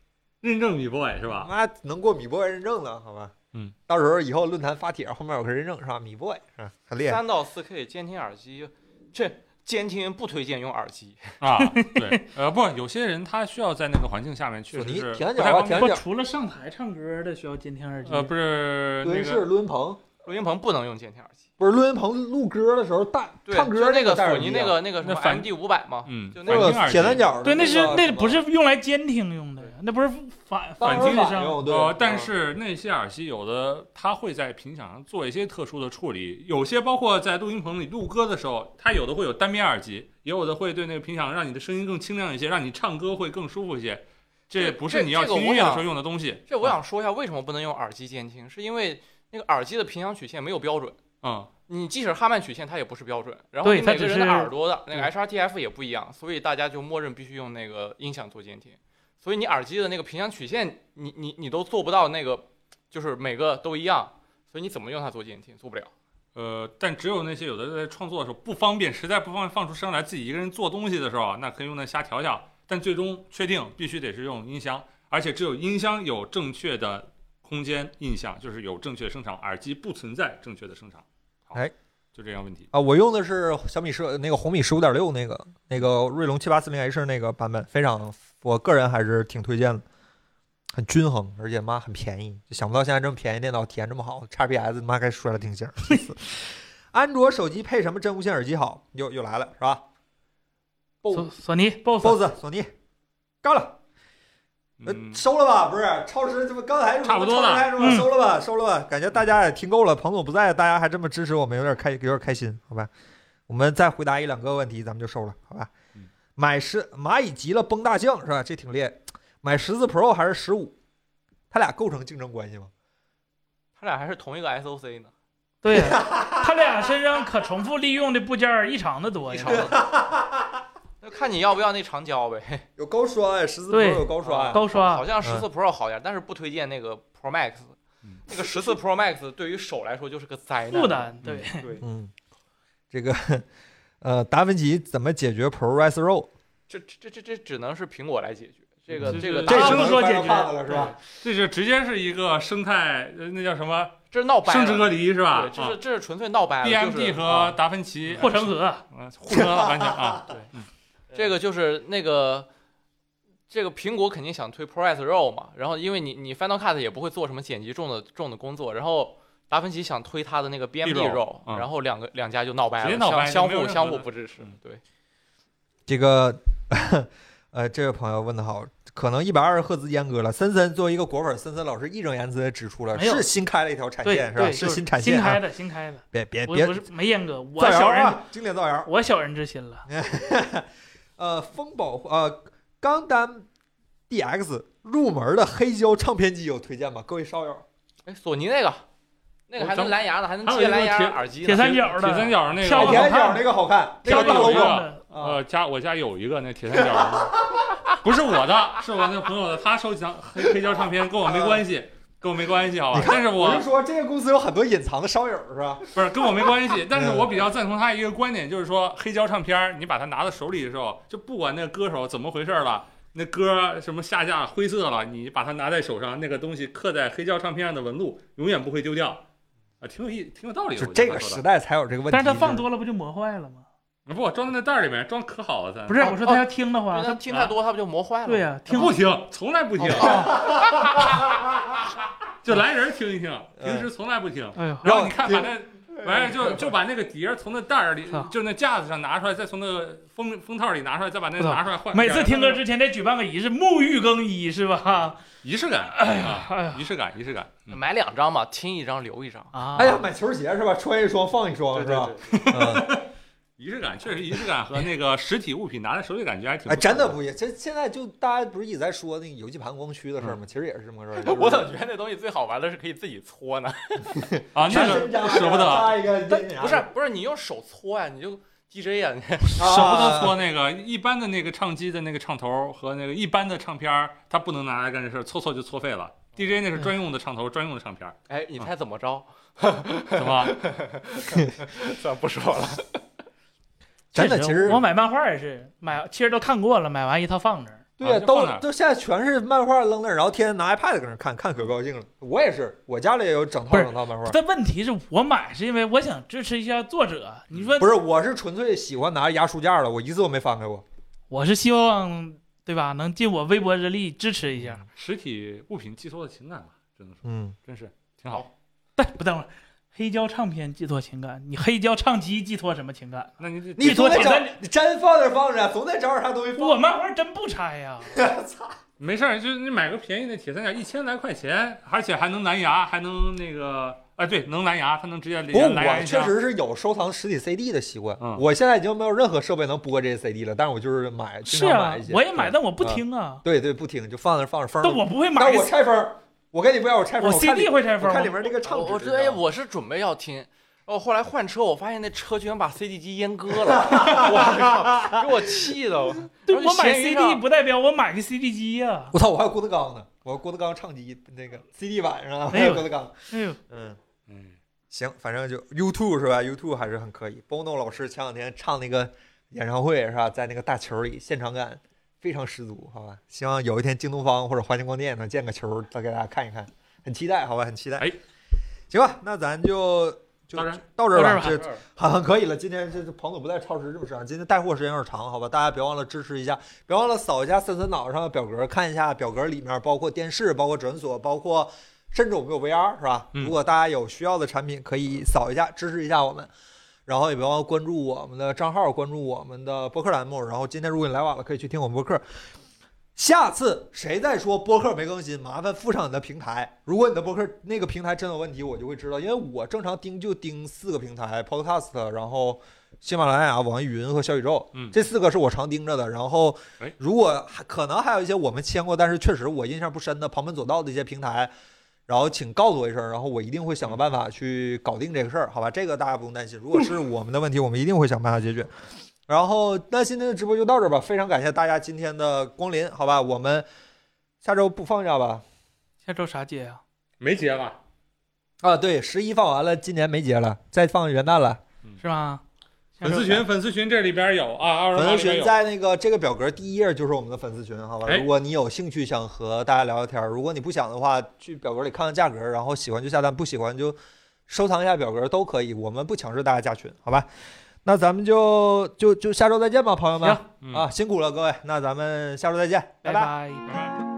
Speaker 3: 认证米 boy 是吧？
Speaker 1: 妈能过米 boy 认证了，好吧？
Speaker 3: 啊嗯，
Speaker 1: 到时候以后论坛发帖后面有个认证是吧？米 boy 是吧？很厉害。
Speaker 4: 三到四 K 监听耳机，这监听不推荐用耳机。
Speaker 3: 啊，对，呃，不，有些人他需要在那个环境下面确
Speaker 1: 索
Speaker 3: 实
Speaker 1: 尼
Speaker 3: 是
Speaker 1: 舔
Speaker 3: 不
Speaker 1: 脚
Speaker 3: 太
Speaker 1: 啊，
Speaker 3: 方
Speaker 1: 舔
Speaker 3: 便。
Speaker 2: 不
Speaker 1: 脚，
Speaker 2: 除了上台唱歌的需要监听耳机，
Speaker 3: 呃，不是那
Speaker 1: 录音室
Speaker 3: 个
Speaker 1: 录音棚
Speaker 4: 录音棚不能用监听耳机，
Speaker 1: 不是录音棚录歌的时候带
Speaker 4: 对，
Speaker 1: 唱歌
Speaker 4: 就那
Speaker 1: 个戴
Speaker 4: 索
Speaker 1: 耳
Speaker 4: 尼
Speaker 1: 机
Speaker 4: 那
Speaker 1: 啊
Speaker 4: 个那个什么
Speaker 3: 那反
Speaker 4: MD 五百嘛，
Speaker 3: 嗯，
Speaker 4: 就那
Speaker 1: 那
Speaker 3: 反
Speaker 4: 个
Speaker 3: 听耳
Speaker 1: 个
Speaker 3: 机
Speaker 1: 铁三角
Speaker 2: 对，那是那不
Speaker 1: 是
Speaker 2: 是用来监听用的，那不是反
Speaker 1: 当
Speaker 2: 反
Speaker 1: 时
Speaker 2: 听的
Speaker 1: 晚
Speaker 2: 上。
Speaker 1: 上对
Speaker 4: 嗯
Speaker 3: 呃，但是那些耳机有的，它会在屏响上做一些特殊的处理，有些包括在录音棚里录歌的时候，它有的会有单边耳机，也有的会对那个屏响让你的声音更清亮一些，让你唱歌会更舒服一些。这
Speaker 4: 这
Speaker 3: 不是你要
Speaker 4: 这
Speaker 3: 听
Speaker 4: 个
Speaker 3: 音乐的
Speaker 4: 我想
Speaker 1: 啊
Speaker 3: 时候用的东西。
Speaker 4: 这我想说一下，为什么不能用耳机监听？是因为那个耳机的频响曲线没有标准，
Speaker 3: 嗯，
Speaker 4: 你即使哈曼曲线它也不是标准，然后
Speaker 2: 对
Speaker 4: 你每
Speaker 2: 它只
Speaker 4: 个人的
Speaker 2: 是
Speaker 4: 耳朵的那个
Speaker 2: 对
Speaker 4: HRTF 也不一样，所以大家就默认必须用那个音响做监听，所以你耳机的那个频响曲线，你你你都做不到那个，就是每个都一样，所以你怎么用它做监听做不了。
Speaker 3: 呃，但只有那些有的在创作的时候不方便，实在不方便放出声来，自己一个人做东西的时候啊，那可以用那瞎调调。但最终确定必须得是用音箱，而且只有音箱有正确的空间印象，就是有正确声场，耳机不存在正确的声场。好
Speaker 1: 哎，
Speaker 3: 就这样问题。
Speaker 1: 啊，我用的是小米十那个红米十五点六那个那个锐龙七八四零 H 那个版本，非常我个人还是挺推荐的，很均衡，而且妈很便宜，就想不到现在这么便宜电脑体验这么好，XPS 妈该摔了定型儿。气死安卓手机配什么真无线耳机好？又又来了是吧
Speaker 2: 索索尼 BOSS
Speaker 1: ？BOSS 索尼，干了。呃
Speaker 3: 嗯，
Speaker 1: 收了吧，不是超时，这不刚才
Speaker 3: 差不多了
Speaker 1: 超时开是吧
Speaker 2: 嗯
Speaker 1: 收了吧，收了吧，感觉大家也听够了，彭总不在，大家还这么支持我们，有点开，有点开心，好吧？我们再回答一两个问题，咱们就收了，好吧
Speaker 3: 嗯？
Speaker 1: 买十蚂蚁极了崩大将是吧？这挺厉害，买十四 Pro 还是十五？它俩构成竞争关系吗？
Speaker 4: 它俩还是同一个 SOC 呢，
Speaker 2: 对呀，他俩身上可重复利用的部件儿异常的多
Speaker 4: 异
Speaker 2: 呀
Speaker 4: 常。的。 那看你要不要那 长焦呗，
Speaker 1: 有高刷呀，十四 Pro
Speaker 2: 对
Speaker 1: 有高刷呀，
Speaker 2: 高刷
Speaker 4: 好，像十四
Speaker 2: 嗯
Speaker 4: Pro 好点儿，但是不推荐那个 Pro Max
Speaker 3: 嗯。
Speaker 4: 那个十四 Pro Max 对于手来说就是个灾难，
Speaker 2: 负担对，
Speaker 4: 对，
Speaker 1: 嗯，这个呃，达芬奇怎么解决 ProRes RAW？
Speaker 4: 这这这这只能是苹果来解决。这
Speaker 2: 嗯
Speaker 4: 个
Speaker 3: 就是
Speaker 4: 这个
Speaker 3: 这
Speaker 4: 大
Speaker 2: 是
Speaker 4: 家
Speaker 2: 不说解决
Speaker 1: 胖子了是吧？
Speaker 3: 这就直接是一个生态，呃那叫什么
Speaker 4: 这是闹掰
Speaker 3: 生
Speaker 4: 了，
Speaker 3: 殖隔离是吧
Speaker 4: 对，？这是这是纯粹闹掰
Speaker 3: 啊
Speaker 4: 了。就是
Speaker 3: ，DMD 和
Speaker 4: 啊
Speaker 3: 达芬奇
Speaker 1: 嗯
Speaker 2: 护城河。
Speaker 3: 呃互相完全啊，
Speaker 4: 这个就是那个这个苹果肯定想推 ProRes RAW 嘛，然后因为你你 Final Cut 也不会做什么剪辑重的重的工作，然后达芬奇想推它的那个 BMD
Speaker 3: B-roll，
Speaker 4: RAW，
Speaker 3: 嗯
Speaker 4: 然后两个两家就闹掰
Speaker 3: 直接
Speaker 4: 了，
Speaker 3: 闹掰
Speaker 4: 相相
Speaker 3: 没有
Speaker 4: 互
Speaker 3: 任何
Speaker 4: 相互
Speaker 3: 的
Speaker 4: 不支持
Speaker 3: 嗯。
Speaker 4: 对，
Speaker 1: 这个，呃，这位朋友问的好，可能一百二十赫兹阉割了。森森作为一个果粉，森森老师义正言辞的指出了，
Speaker 2: 没有
Speaker 1: 是新开了一条产
Speaker 2: 对
Speaker 1: 线是吧？
Speaker 2: 对，
Speaker 1: 是
Speaker 2: 就
Speaker 1: 新产
Speaker 2: 新
Speaker 1: 线
Speaker 2: 开
Speaker 1: 啊！
Speaker 2: 的，新开的，
Speaker 1: 别别
Speaker 2: 不
Speaker 1: 别
Speaker 2: 不是没阉割，我
Speaker 1: 造谣
Speaker 2: 小人，
Speaker 1: 啊！经典造谣。
Speaker 2: 我小人之心了。
Speaker 1: 呃，风宝呃，钢弹 DX 入门的黑胶唱片机有推荐吗？各位烧友，
Speaker 4: 哎，索尼那个那个
Speaker 3: 我
Speaker 4: 还
Speaker 3: 咱
Speaker 4: 能蓝牙呢，还能
Speaker 3: 哦还有
Speaker 4: 接
Speaker 3: 一个啊
Speaker 4: 蓝牙
Speaker 3: 铁
Speaker 4: 耳机
Speaker 2: 铁
Speaker 4: 呢。
Speaker 2: 三角的，
Speaker 3: 铁三角那
Speaker 2: 跳
Speaker 3: 个
Speaker 2: 舞
Speaker 1: 眼角
Speaker 2: 看
Speaker 1: 那个好看，那
Speaker 2: 跳
Speaker 1: 个大
Speaker 2: 舞
Speaker 1: logo
Speaker 2: 看
Speaker 1: 啊
Speaker 2: 的，
Speaker 3: 呃，家我家有一个那铁三角儿，不是我的，是我那朋友的，他收集的黑黑胶唱片，跟我没关系，跟我没关系，好吧
Speaker 1: 你？看
Speaker 3: 但是
Speaker 1: 我
Speaker 3: 我
Speaker 1: 是说，这个公司有很多隐藏的烧友是吧？
Speaker 3: 不是跟我没 关系，但
Speaker 1: 嗯
Speaker 3: 是我比较赞同他一个观点，就是说黑胶唱片儿，你把它拿到手里的时候，就不管那个歌手怎么回事儿了。那歌什么下架灰色了，你把它拿在手上，那个东西刻在黑胶唱片上的纹路永远不会丢掉，啊，挺有意，挺有道理的。
Speaker 1: 就
Speaker 3: 我觉
Speaker 1: 这个
Speaker 3: 得他说
Speaker 1: 时
Speaker 3: 的，
Speaker 1: 代才有这个问题。
Speaker 2: 但是它放
Speaker 1: 就是嗯
Speaker 2: 多了不就磨坏了吗？
Speaker 3: 不，我装在那袋儿里面，装可好了，咱
Speaker 2: 不是，
Speaker 4: 哦
Speaker 2: 我说他要听的话
Speaker 4: 对，它
Speaker 2: 它
Speaker 4: 听太多，它不就磨坏了？
Speaker 2: 对，啊呀，听
Speaker 3: 不听，从来不听， 就来人听一听，平时从来不听。
Speaker 2: 哎呦，
Speaker 3: 嗯然后你看，把
Speaker 1: 听
Speaker 3: 那完了就就把那个碟儿从那袋儿里
Speaker 2: 操，
Speaker 3: 就那架子上拿出来，再从那个封封套里拿出来，再把那个
Speaker 2: 我操
Speaker 3: 拿出来换。哎
Speaker 2: 每次听歌
Speaker 3: 这
Speaker 2: 之前得举办个仪式，沐浴更衣是吧？
Speaker 3: 仪式感，啊
Speaker 2: 哎呀
Speaker 3: 仪式感，仪式感。嗯
Speaker 4: 买两张嘛，听一张留一 张。
Speaker 2: 啊！
Speaker 1: 哎呀，，买球鞋是吧？穿一双放一双是
Speaker 4: 对对
Speaker 1: 吧
Speaker 4: 对？，
Speaker 1: 嗯。
Speaker 3: 仪式感确实，仪式感和那个实体物品拿在手里感觉还挺错
Speaker 1: 哎，真的不一样。这现在就大家不是一直在说那个游戏盘光驱的事儿吗？其实也是这么个事儿。就是
Speaker 4: 我怎么觉得那东西最好玩的是可以自己搓呢？
Speaker 3: 啊，那
Speaker 1: 全身
Speaker 3: 个
Speaker 1: 加
Speaker 3: 舍不得，啊
Speaker 1: 加一 个
Speaker 4: 但
Speaker 1: 阴阳啊
Speaker 4: 不是不是，你用手搓呀，你就 DJ 呀，你
Speaker 3: 舍不得
Speaker 1: 啊
Speaker 3: 搓那个一般的那个唱机的那个唱头和那个一般的唱片儿，它不能拿来干这事儿，搓搓就搓废了。DJ 那是专用的唱头，专用的唱片儿，
Speaker 4: 哎，你猜怎么着？
Speaker 3: 怎么？
Speaker 4: 算了不说了。
Speaker 1: 真的，
Speaker 2: 确
Speaker 1: 其实
Speaker 2: 我买漫画也是买，其实都看过了，买完一套放这儿。
Speaker 1: 对呀，
Speaker 3: 啊就
Speaker 1: 都
Speaker 3: 放那儿
Speaker 1: 都现在全是漫画扔那儿，然后天天拿 iPad 搁那儿看，看可高兴了。我也是，我家里也有整套
Speaker 2: 不是
Speaker 1: 整套漫画。
Speaker 2: 但问题是我买是因为我想支持一下作者。你说
Speaker 1: 不是，我是纯粹喜欢拿压书架的，我一次都没翻开过。
Speaker 2: 我是希望对吧，能尽我微薄之力支持一下。
Speaker 3: 实体物品寄托的情感吧，只能说
Speaker 1: 嗯，
Speaker 3: 真是挺好。
Speaker 2: 但不等会儿，黑胶唱片寄托情感，你黑胶唱机寄托什么情感？
Speaker 3: 那你这
Speaker 1: 你
Speaker 2: 寄托
Speaker 1: 总得
Speaker 2: 简
Speaker 1: 找
Speaker 2: 单，
Speaker 1: 你真放那儿放着，啊总得找点啥东西放。
Speaker 2: 我漫画真不拆呀、
Speaker 3: 没事儿，就是你买个便宜的铁三角，一千来块钱，而且还能蓝牙，还能那个啊，对，能蓝牙，它能直接
Speaker 1: 不，
Speaker 3: 连蓝牙
Speaker 1: 我
Speaker 3: 音
Speaker 1: 确
Speaker 3: 箱。
Speaker 1: 实是有收藏实体 CD 的习惯。
Speaker 3: 嗯
Speaker 1: 我现在已经没有任何设备能播这些 CD 了，但是我就是买，经
Speaker 2: 是
Speaker 1: 常
Speaker 2: 啊
Speaker 1: 买一，些。
Speaker 2: 我也买，
Speaker 1: 对
Speaker 2: 但我不听啊。
Speaker 1: 对对，不听就放那儿放着风儿。
Speaker 2: 但我不会买
Speaker 1: 但，我拆封儿，我跟你不一样，我拆封，
Speaker 2: 我
Speaker 1: 我看
Speaker 2: CD
Speaker 1: 里
Speaker 2: 会拆
Speaker 1: 我
Speaker 2: 封
Speaker 1: 看里
Speaker 2: 吗？
Speaker 1: 面那个唱
Speaker 4: 我
Speaker 1: 片，
Speaker 4: 我说哎，我是准备要听，然后后来换车，我发现那车居然把 CD 机阉割 了，我靠，给我气的。我
Speaker 2: 对，
Speaker 4: 然后
Speaker 2: 我
Speaker 4: 就
Speaker 2: 买
Speaker 4: 闲鱼
Speaker 2: CD
Speaker 4: 上
Speaker 2: 不代表我买个 CD 机呀。
Speaker 1: 我操，我还有郭德纲呢，我郭德纲唱机那个 CD 版上还
Speaker 2: 哎
Speaker 1: 有
Speaker 2: 呦
Speaker 1: 郭德纲，
Speaker 2: 哎呦，
Speaker 1: 嗯。
Speaker 3: 嗯，
Speaker 1: 行，反正就 YouTube 是吧？YouTube 还是很可以。Bono 老师前两天唱那个演唱会是吧，在那个大球里，现场感非常十足，好吧？希望有一天京东方或者华星光电能建个球，再给大家看一看，很期待，好吧？很期待。
Speaker 3: 哎，
Speaker 1: 行吧，那咱就就
Speaker 3: 到这儿
Speaker 1: 到这儿吧，
Speaker 2: 到这
Speaker 1: 这好像可以了。今天这这彭总不在超时这么长，今天带货时间有点长，好吧？大家别忘了支持一下，别忘了扫一下森森脑上的表格，看一下表格里面包括电视、包括诊所、包括甚至我们有 VR 是吧？
Speaker 3: 嗯
Speaker 1: 如果大家有需要的产品，可以扫一下支持一下我们。然后也别忘了关注我们的账号，关注我们的播客栏目。然后今天如果你来晚了，可以去听我们播客。下次谁再说播客没更新，麻烦附上你的平台。如果你的播客那个平台真有问题，我就会知道，因为我正常盯就盯四个平台：Podcast，然后喜马拉雅、网易云和小宇宙。
Speaker 3: 嗯
Speaker 1: 这四个是我常盯着的。然后
Speaker 3: 哎，
Speaker 1: 如果还可能还有一些我们签过，但是确实我印象不深的旁门左道的一些平台，然后请告诉我一声，然后我一定会想个办法去搞定这个事儿，好吧？这个大家不用担心。如果是我们的问题，我们一定会想办法解决。然后，那今天的直播就到这儿吧，非常感谢大家今天的光临，好吧？我们下周不放假吧？
Speaker 2: 下周啥节啊呀？
Speaker 3: 没结吧？
Speaker 1: 啊，对，十一放完了，今年没节了，再放元旦了。
Speaker 2: 是吗？下
Speaker 3: 粉
Speaker 2: 周
Speaker 3: 丝
Speaker 2: 啥
Speaker 3: 群，粉丝群这里边有啊，二维
Speaker 1: 粉
Speaker 3: 码
Speaker 1: 丝
Speaker 3: 里边
Speaker 1: 群
Speaker 3: 有。
Speaker 1: 在那个这个表格第一页就是我们的粉丝群，好吧？
Speaker 3: 哎
Speaker 1: 如果你有兴趣想和大家聊聊天儿，如果你不想的话，去表格里看看价格，然后喜欢就下单，不喜欢就收藏一下表格都可以，我们不强制大家加群，好吧？那咱们就就就下周再见吧，朋友们啊
Speaker 2: 行
Speaker 3: 嗯
Speaker 1: 啊，辛苦了各位，那咱们下周再见，拜
Speaker 2: 拜拜。
Speaker 3: 拜拜